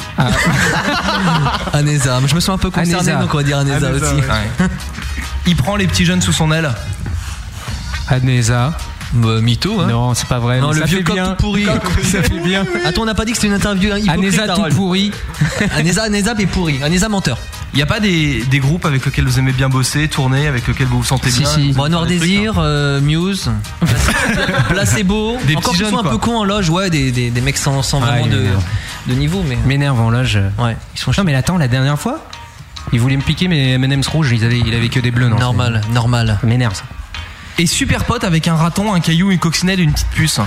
[SPEAKER 4] Anesa, je me sens un peu concerné,
[SPEAKER 5] Anesa.
[SPEAKER 4] donc on va dire Anesa, aussi. [laughs]
[SPEAKER 3] Ouais. Il prend les petits jeunes sous son aile.
[SPEAKER 5] Anesa.
[SPEAKER 4] Bah, mytho, hein.
[SPEAKER 5] Non, c'est pas vrai.
[SPEAKER 4] Non,
[SPEAKER 5] mais
[SPEAKER 4] le
[SPEAKER 5] ça
[SPEAKER 4] vieux
[SPEAKER 5] fait
[SPEAKER 4] coq
[SPEAKER 5] bien.
[SPEAKER 4] tout pourri.
[SPEAKER 5] Ça fait bien.
[SPEAKER 4] Attends, on n'a pas dit que c'était une interview hein. hypocrite,
[SPEAKER 5] Anesa tout
[SPEAKER 4] Harold.
[SPEAKER 5] pourri.
[SPEAKER 4] Anesa, Anesa, mais pourri. Anesa, menteur.
[SPEAKER 3] Il n'y a pas des, des groupes avec lesquels vous aimez bien bosser, tourner, avec lesquels vous vous sentez
[SPEAKER 5] Si,
[SPEAKER 3] bien
[SPEAKER 5] si.
[SPEAKER 3] vous
[SPEAKER 4] Bon,
[SPEAKER 3] faites
[SPEAKER 4] Noir
[SPEAKER 3] des trucs, hein
[SPEAKER 4] Désir, euh, [laughs] Muse, Placebo,
[SPEAKER 3] Des
[SPEAKER 4] encore
[SPEAKER 3] petits
[SPEAKER 4] qu'ils sont
[SPEAKER 3] jeunes,
[SPEAKER 4] un peu
[SPEAKER 3] quoi.
[SPEAKER 4] cons en loge, ouais, des, des, des mecs sans, sans
[SPEAKER 5] Ah,
[SPEAKER 4] vraiment
[SPEAKER 5] il
[SPEAKER 4] de,
[SPEAKER 5] m'énerve.
[SPEAKER 4] de niveau, mais.
[SPEAKER 5] M'énerve en loge.
[SPEAKER 4] Ouais, ils sont
[SPEAKER 5] Non
[SPEAKER 4] chiants.
[SPEAKER 5] mais attends, la dernière fois, il voulait me piquer mes M&M's rouges, ils avaient, il avait que des bleus. Non,
[SPEAKER 4] Normal, normal.
[SPEAKER 5] Ça m'énerve ça.
[SPEAKER 3] hein. Et super pote avec un raton, un caillou, une coccinelle, une petite puce.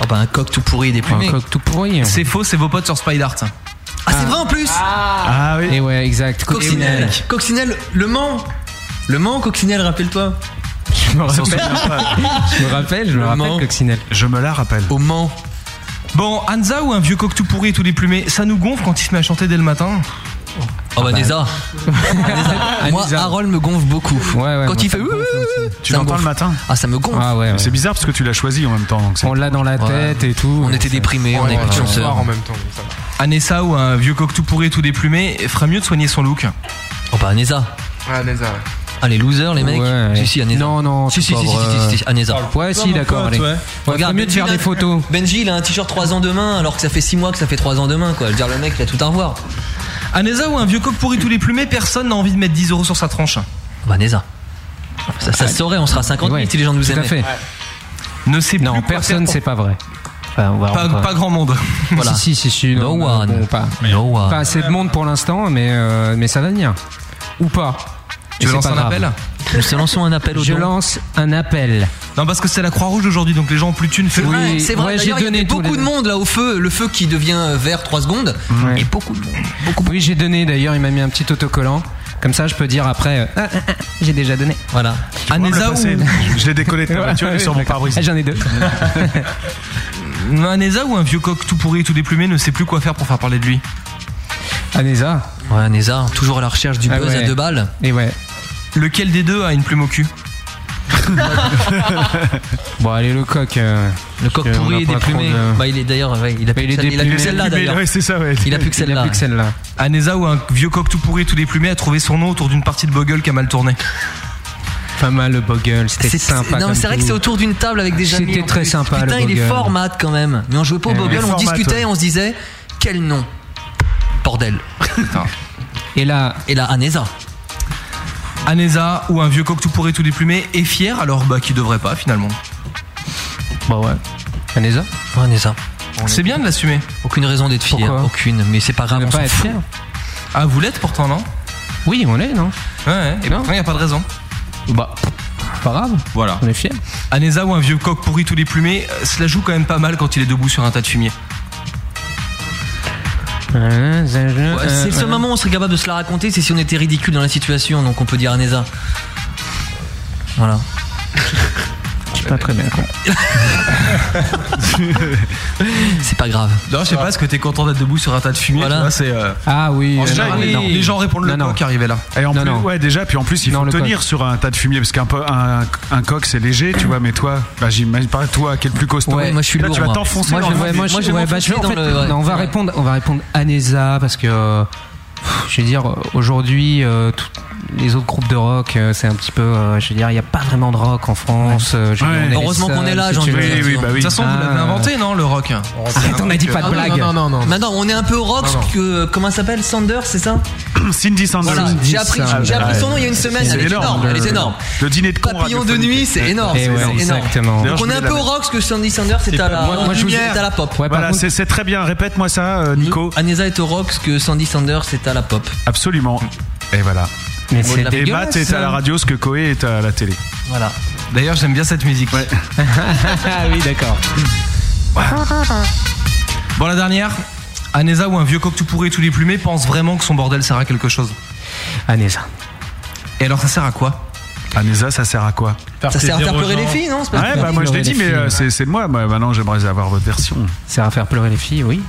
[SPEAKER 4] Oh bah, un coq tout pourri,
[SPEAKER 5] Un
[SPEAKER 4] déplumé.
[SPEAKER 5] coq tout pourri. hein.
[SPEAKER 3] C'est faux, c'est vos potes sur Spydart.
[SPEAKER 4] Ah, c'est vrai en plus
[SPEAKER 2] Ah oui.
[SPEAKER 5] Et ouais, exact.
[SPEAKER 4] Coccinelle. Coccinelle, le Mans. Le Mans, Coccinelle, rappelle-toi.
[SPEAKER 5] Je me
[SPEAKER 2] S'en
[SPEAKER 5] rappelle,
[SPEAKER 2] souvient pas.
[SPEAKER 5] je me rappelle, je me rappelle
[SPEAKER 4] Mans.
[SPEAKER 5] coccinelle.
[SPEAKER 2] Je me la rappelle.
[SPEAKER 4] Au Mans.
[SPEAKER 3] Bon, Hanza ou un vieux coq tout pourri et tout déplumé, ça nous gonfle quand il se met à chanter dès le matin.
[SPEAKER 4] Oh bah, Neza. [laughs] Moi, Harold me gonfle beaucoup. Quand
[SPEAKER 2] moi,
[SPEAKER 4] il
[SPEAKER 2] ça
[SPEAKER 4] fait.
[SPEAKER 2] me Tu
[SPEAKER 4] ça me
[SPEAKER 2] l'entends le
[SPEAKER 4] gonfle.
[SPEAKER 2] matin
[SPEAKER 4] Ah, ça me gonfle.
[SPEAKER 2] Mais C'est bizarre parce que tu l'as choisi en même temps. donc c'est-
[SPEAKER 5] On l'a dans la tête et tout.
[SPEAKER 4] On était déprimés,
[SPEAKER 2] on est
[SPEAKER 3] était
[SPEAKER 2] danseurs.
[SPEAKER 15] en même temps.
[SPEAKER 3] Anessa ou un vieux coq tout pourri tout déplumé ferait mieux de soigner son look.
[SPEAKER 4] Oh bah Anessa.
[SPEAKER 15] Ah, Neza, ouais.
[SPEAKER 4] Ah, les losers, les mecs. Si, si, Anesa. Non,
[SPEAKER 5] non,
[SPEAKER 4] si,
[SPEAKER 5] c'est
[SPEAKER 4] si,
[SPEAKER 5] pas
[SPEAKER 4] si, si,
[SPEAKER 5] vrai.
[SPEAKER 4] si, si, si, Anesa.
[SPEAKER 15] Oh,
[SPEAKER 5] Parle pas, Ouais, si, comme un d'accord, pote, allez. ouais. Ouais,
[SPEAKER 4] Regarde, mieux de faire des photos. Benji, il a un t-shirt 3 ans demain, alors que ça fait 6 mois que ça fait 3 ans demain, quoi. Je veux dire, le mec, il a tout à revoir.
[SPEAKER 3] Anessa ou un vieux coq pourri tout déplumé, personne n'a envie de mettre 10 euros sur sa tranche.
[SPEAKER 4] Bah Neza. Ça, ça se saurait, on sera à 50 000 si les gens nous
[SPEAKER 3] tout à
[SPEAKER 4] aimaient.
[SPEAKER 3] fait. Ne sait
[SPEAKER 5] Non, personne, c'est pas vrai. Enfin, on va-
[SPEAKER 3] Pas-
[SPEAKER 5] on va-
[SPEAKER 3] pas
[SPEAKER 5] [laughs]
[SPEAKER 3] grand monde.
[SPEAKER 4] Voilà.
[SPEAKER 5] Si, si, si, si, non,
[SPEAKER 4] No
[SPEAKER 5] euh,
[SPEAKER 4] one.
[SPEAKER 5] bon, pas,
[SPEAKER 4] No one.
[SPEAKER 5] pas assez de monde pour l'instant, mais, euh, mais ça va venir. Ou pas.
[SPEAKER 3] Tu
[SPEAKER 5] Et
[SPEAKER 3] veux
[SPEAKER 5] c'est
[SPEAKER 3] lancer
[SPEAKER 5] pas
[SPEAKER 3] un
[SPEAKER 5] grave.
[SPEAKER 3] appel
[SPEAKER 4] Nous se lançons un appel
[SPEAKER 5] au Je don. lance un appel.
[SPEAKER 3] Non, parce que c'est la Croix-Rouge aujourd'hui, donc les gens ont plus de thunes.
[SPEAKER 4] C'est vrai, c'est vrai. D'ailleurs, il y avait beaucoup de monde là au feu, le feu qui devient euh, vert 3 secondes. Et beaucoup de monde.
[SPEAKER 5] Oui, j'ai donné d'ailleurs, il m'a mis un petit autocollant. Comme ça, je peux dire après, euh, Ah, ah, ah, j'ai déjà donné.
[SPEAKER 4] Voilà.
[SPEAKER 2] Tu pourras me le passer. Je l'ai décollé de ta
[SPEAKER 5] Ouais,
[SPEAKER 2] voiture, il est
[SPEAKER 5] ouais,
[SPEAKER 2] sur mon
[SPEAKER 5] d'accord.
[SPEAKER 2] pare-brise.
[SPEAKER 5] Ah, J'en ai deux.
[SPEAKER 3] Anessa ou un vieux coq tout pourri tout déplumé ne sait plus quoi faire pour faire parler de lui.
[SPEAKER 5] Anessa
[SPEAKER 4] Ouais, Anessa, toujours à la recherche du buzz à deux balles.
[SPEAKER 5] Et Ah ouais.
[SPEAKER 3] Lequel des deux a une plume au cul
[SPEAKER 5] Bon, allez, le coq. euh,
[SPEAKER 4] le coq pourri, déplumé. Bah, il est d'ailleurs, ouais, il a plus que ça- il a plus que celle-là d'ailleurs. Il a plus que celle-là. ouais.
[SPEAKER 3] Anessa ou un vieux coq tout pourri tout déplumé a trouvé son nom autour d'une partie de Bogle qui a mal tourné.
[SPEAKER 5] Pas mal le Bogle,
[SPEAKER 4] C'est-
[SPEAKER 5] c'était sympa.
[SPEAKER 4] Non, mais
[SPEAKER 5] comme
[SPEAKER 4] c'est vrai
[SPEAKER 5] tout.
[SPEAKER 4] que c'est autour d'une table avec des amis.
[SPEAKER 5] C'était
[SPEAKER 4] en
[SPEAKER 5] très
[SPEAKER 4] plus.
[SPEAKER 5] sympa, le
[SPEAKER 4] Putain, il est
[SPEAKER 5] Bogle.
[SPEAKER 4] fort, Matt, quand même. Mais on jouait pas au
[SPEAKER 5] Ouais. Il
[SPEAKER 4] Bogle,
[SPEAKER 5] est
[SPEAKER 4] on
[SPEAKER 5] fort, Matt,
[SPEAKER 4] discutait,
[SPEAKER 5] ouais.
[SPEAKER 4] on se disait quel nom Bordel.
[SPEAKER 5] Et là.
[SPEAKER 4] Et là, Anessa.
[SPEAKER 3] Anessa ou un vieux coq tout pourri tout déplumé est fier alors bah qui devrait pas finalement.
[SPEAKER 5] Bah ouais. Anessa
[SPEAKER 4] Ouais, Anessa.
[SPEAKER 3] C'est bien de l'assumer.
[SPEAKER 4] Aucune raison d'être fier, aucune, mais c'est pas grave.
[SPEAKER 3] on
[SPEAKER 4] s'en
[SPEAKER 3] pas être
[SPEAKER 4] fout.
[SPEAKER 3] fier. Ah, vous l'êtes pourtant, non
[SPEAKER 5] Oui, on l'est, non
[SPEAKER 3] Ouais, ouais, et pourtant, y a pas de raison.
[SPEAKER 5] Bah, pas grave.
[SPEAKER 3] Voilà.
[SPEAKER 5] On est fiers.
[SPEAKER 3] Anessa ou un vieux coq pourri tout déplumé, euh, cela joue quand même pas mal quand il est debout sur un tas de fumier.
[SPEAKER 5] Euh, ça, je-
[SPEAKER 4] Ouais,
[SPEAKER 5] euh,
[SPEAKER 4] c'est le seul
[SPEAKER 5] euh,
[SPEAKER 4] moment où on serait capable de se la raconter, c'est si on était ridicule dans la situation, donc on peut dire Anessa. Voilà.
[SPEAKER 5] Je suis pas très bien con.
[SPEAKER 4] c'est pas grave.
[SPEAKER 3] Non, je sais pas, est-ce que t'es content d'être debout sur un tas de fumier
[SPEAKER 2] Voilà.
[SPEAKER 3] tu vois, c'est, euh,
[SPEAKER 5] Ah oui,
[SPEAKER 3] en général, les, les gens répondent le coq arrivé là.
[SPEAKER 2] Et en plus, ouais, déjà, puis en plus, il
[SPEAKER 3] Non,
[SPEAKER 2] faut
[SPEAKER 3] le
[SPEAKER 2] tenir
[SPEAKER 3] coq.
[SPEAKER 2] sur un tas de fumier parce qu'un peu- un, un coq c'est léger, tu vois. Mais toi, bah, j'imagine pas toi qui est le plus costaud.
[SPEAKER 5] Ouais, moi je suis
[SPEAKER 2] là,
[SPEAKER 5] lourd.
[SPEAKER 2] tu vas
[SPEAKER 5] moi.
[SPEAKER 2] t'enfoncer.
[SPEAKER 5] Moi,
[SPEAKER 2] dans
[SPEAKER 5] je-
[SPEAKER 2] le
[SPEAKER 5] ouais,
[SPEAKER 2] vide.
[SPEAKER 5] moi, je-
[SPEAKER 2] Moi, je
[SPEAKER 5] ouais, bah,
[SPEAKER 2] m'enfonce
[SPEAKER 5] je- en
[SPEAKER 2] dans
[SPEAKER 5] fait,
[SPEAKER 2] le- ouais.
[SPEAKER 5] non, on va répondre, on va répondre à Neza parce que euh, pff, je veux dire aujourd'hui euh, tout- les autres groupes de rock euh, c'est un petit peu euh, je veux dire il n'y a pas vraiment de rock en France. euh, je veux dire, on est les seuls, si tu veux.
[SPEAKER 2] bah
[SPEAKER 3] De toute façon, vous l'avez
[SPEAKER 5] Ah.
[SPEAKER 3] inventé, non, le rock [laughs]
[SPEAKER 5] Arrête, on a dit pas de
[SPEAKER 4] Ah,
[SPEAKER 5] blague.
[SPEAKER 4] Maintenant, on est un peu rock,
[SPEAKER 3] Non, non.
[SPEAKER 4] que- comment ça s'appelle Sanders, c'est ça
[SPEAKER 2] [laughs] Cindy Sanders.
[SPEAKER 4] Voilà, j'ai appris, j'ai appris son nom il y a une semaine,
[SPEAKER 2] C'est
[SPEAKER 4] elle est énorme, elle est
[SPEAKER 2] le-
[SPEAKER 4] énorme.
[SPEAKER 2] Le dîner de con
[SPEAKER 4] Papillon de
[SPEAKER 2] radiophonique.
[SPEAKER 4] nuit, c'est énorme,
[SPEAKER 2] Eh
[SPEAKER 4] c'est
[SPEAKER 2] ouais,
[SPEAKER 4] énorme.
[SPEAKER 2] exactement.
[SPEAKER 4] Donc on est un peu au rock, parce que Sandy Sanders est à la
[SPEAKER 2] Moi, moi, je vous-
[SPEAKER 4] lumière, est à la pop.
[SPEAKER 2] voilà, c'est- c'est très bien. Répète-moi ça, euh, Nico.
[SPEAKER 4] Anessa est au rock, parce que Sandy Sanders est à la pop.
[SPEAKER 2] Absolument. Et voilà.
[SPEAKER 4] Mais c'est
[SPEAKER 2] Et
[SPEAKER 4] dégueulasse,
[SPEAKER 2] Matt est à la
[SPEAKER 4] ça.
[SPEAKER 2] radio, ce que Koé est à la télé.
[SPEAKER 4] Voilà.
[SPEAKER 3] D'ailleurs, j'aime bien cette musique. [laughs]
[SPEAKER 5] ah oui, d'accord.
[SPEAKER 3] Bon, la dernière. Anessa ou un vieux coq tout pourri tout déplumé pense vraiment que son bordel sert à quelque chose.
[SPEAKER 5] Anessa.
[SPEAKER 3] Et alors, ça sert à quoi
[SPEAKER 2] Anessa, ça sert à quoi
[SPEAKER 3] Faire Ça sert à plaisir faire aux pleurer gens. les filles, non C'est
[SPEAKER 4] Ah,
[SPEAKER 3] pas
[SPEAKER 2] Ouais,
[SPEAKER 3] faire
[SPEAKER 2] bah moi je l'ai
[SPEAKER 3] pleurer
[SPEAKER 2] dit,
[SPEAKER 3] les
[SPEAKER 2] mais
[SPEAKER 3] filles,
[SPEAKER 2] euh,
[SPEAKER 3] ouais.
[SPEAKER 2] c'est c'est de moi. Bah, Maintenant, j'aimerais avoir votre version.
[SPEAKER 5] C'est à faire pleurer les filles, oui.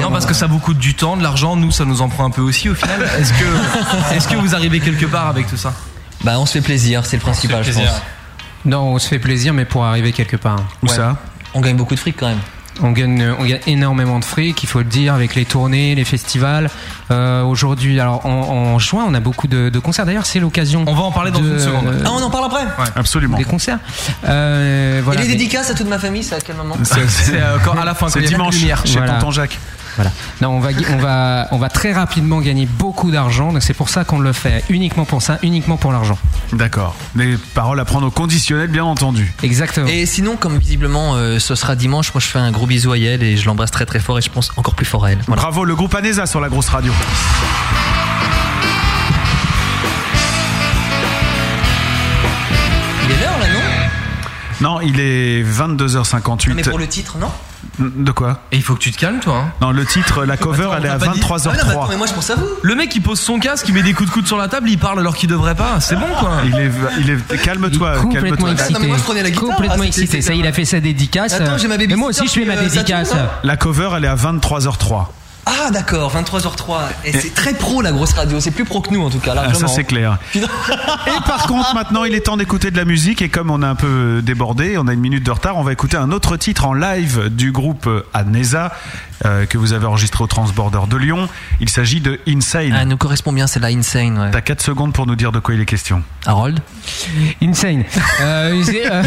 [SPEAKER 3] non, parce que ça vous coûte du temps, de l'argent, nous ça nous en prend un peu aussi au final. Est-ce que, est-ce que vous arrivez quelque part avec tout ça
[SPEAKER 4] Bah, on se fait plaisir, c'est le principal, je pense.
[SPEAKER 5] Non, on se fait plaisir, mais pour arriver quelque part.
[SPEAKER 4] Où ça On gagne beaucoup de fric quand même.
[SPEAKER 5] On gagne, euh, on gagne énormément de fric, il faut le dire, avec les tournées, les festivals. Euh, Aujourd'hui, alors en, en juin, on a beaucoup de, de concerts. D'ailleurs, c'est l'occasion. On
[SPEAKER 3] va en parler
[SPEAKER 4] dans une seconde. Ah, on en parle après
[SPEAKER 2] Absolument.
[SPEAKER 5] Des concerts. Euh, voilà,
[SPEAKER 4] Et les
[SPEAKER 5] mais-
[SPEAKER 4] dédicaces à toute ma famille, c'est à quel moment
[SPEAKER 3] encore à la fin,
[SPEAKER 2] [laughs] C'est euh,
[SPEAKER 3] euh, quand il y a
[SPEAKER 2] dimanche
[SPEAKER 3] plus de lumière.
[SPEAKER 2] chez
[SPEAKER 5] Voilà.
[SPEAKER 2] Tonton Jacques.
[SPEAKER 5] Voilà. Non, on va, on va, on va très rapidement gagner beaucoup d'argent. Donc c'est pour ça qu'on le fait, uniquement pour ça, uniquement pour l'argent.
[SPEAKER 2] D'accord. Les paroles à prendre au conditionnel, bien entendu.
[SPEAKER 5] Exactement.
[SPEAKER 4] Et sinon, comme visiblement euh, ce sera dimanche, moi je fais un gros bisou à Yael et je l'embrasse très très fort et je pense encore plus fort à elle. Voilà.
[SPEAKER 2] Bravo, le groupe Anesa sur la grosse radio.
[SPEAKER 4] Il est l'heure là, non
[SPEAKER 2] Non, il est 22h58.
[SPEAKER 4] Mais pour le titre, non
[SPEAKER 2] De quoi
[SPEAKER 3] Et il faut que tu te calmes, toi. hein.
[SPEAKER 2] Non, le titre,
[SPEAKER 3] [laughs]
[SPEAKER 2] la cover, elle est
[SPEAKER 4] Ah,
[SPEAKER 2] à 23h03.
[SPEAKER 4] je pense à vous.
[SPEAKER 3] Le mec il pose son casque, il met des coups de coude sur la table, il parle alors qu'il devrait pas. C'est bon quoi.
[SPEAKER 2] Il est, il est
[SPEAKER 4] euh,
[SPEAKER 2] calme-toi,
[SPEAKER 5] Complètement excité. Complètement
[SPEAKER 4] Ah,
[SPEAKER 5] excité. Ça, y est, il a fait sa dédicace.
[SPEAKER 2] Attends, j'ai ma baby
[SPEAKER 5] mais moi aussi, je
[SPEAKER 2] sister
[SPEAKER 5] fais ma
[SPEAKER 2] qui, euh,
[SPEAKER 5] dédicace.
[SPEAKER 2] s'attend, là. La cover, elle est à 23h03.
[SPEAKER 4] Ah d'accord, 23h03. Et c'est très pro la grosse radio, c'est plus pro que nous en tout cas.
[SPEAKER 2] Ah, ça
[SPEAKER 4] largement.
[SPEAKER 2] c'est [laughs] clair. Et par contre, maintenant, il est temps d'écouter de la musique. Et comme on a un peu débordé, on a une minute de retard, on va écouter un autre titre en live du groupe Anesa euh, que vous avez enregistré au Transborder de Lyon. Il s'agit de Insane.
[SPEAKER 4] Ah, elle nous correspond bien, c'est la Insane. Ouais.
[SPEAKER 2] T'as 4 secondes pour nous dire de quoi il est question.
[SPEAKER 4] Harold
[SPEAKER 5] Insane.
[SPEAKER 4] [laughs]
[SPEAKER 5] Euh, c'est, euh,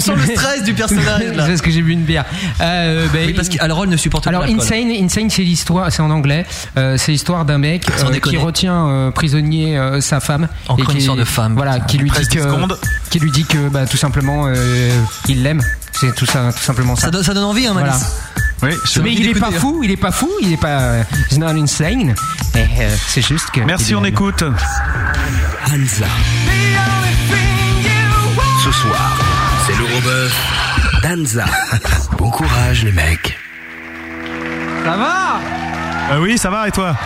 [SPEAKER 5] [laughs]
[SPEAKER 4] sent le stress du personnage, là.
[SPEAKER 5] C'est parce que j'ai bu une bière. Euh, ben,
[SPEAKER 4] Oui, parce qu'Alrol ne supporte pas
[SPEAKER 5] Alors
[SPEAKER 4] l'alcool.
[SPEAKER 5] Insane, Insane c'est l'histoire, c'est en anglais, euh, c'est l'histoire d'un mec
[SPEAKER 4] Ah, Sans
[SPEAKER 5] euh, qui
[SPEAKER 4] déconner.
[SPEAKER 5] retient euh, prisonnier euh, sa femme.
[SPEAKER 4] En
[SPEAKER 5] qui-
[SPEAKER 4] connaisseur de femme,
[SPEAKER 5] Voilà,
[SPEAKER 4] putain.
[SPEAKER 5] qui lui, dit
[SPEAKER 4] 13
[SPEAKER 5] que,
[SPEAKER 4] secondes.
[SPEAKER 5] qui lui dit que bah, tout simplement euh, il l'aime. C'est tout ça, tout simplement ça.
[SPEAKER 4] Ça donne- ça donne envie, hein, Manis.
[SPEAKER 2] Oui, je-
[SPEAKER 5] Mais il est
[SPEAKER 4] hein.
[SPEAKER 5] pas fou, il est pas fou, il est pas euh, he's not insane. Mais, euh, c'est juste que.
[SPEAKER 2] Merci, on écoute.
[SPEAKER 7] Ce soir, c'est l'Eurobeuf Danza. [laughs] Bon courage les mecs.
[SPEAKER 2] Ça va Ah Oui, ça va, et toi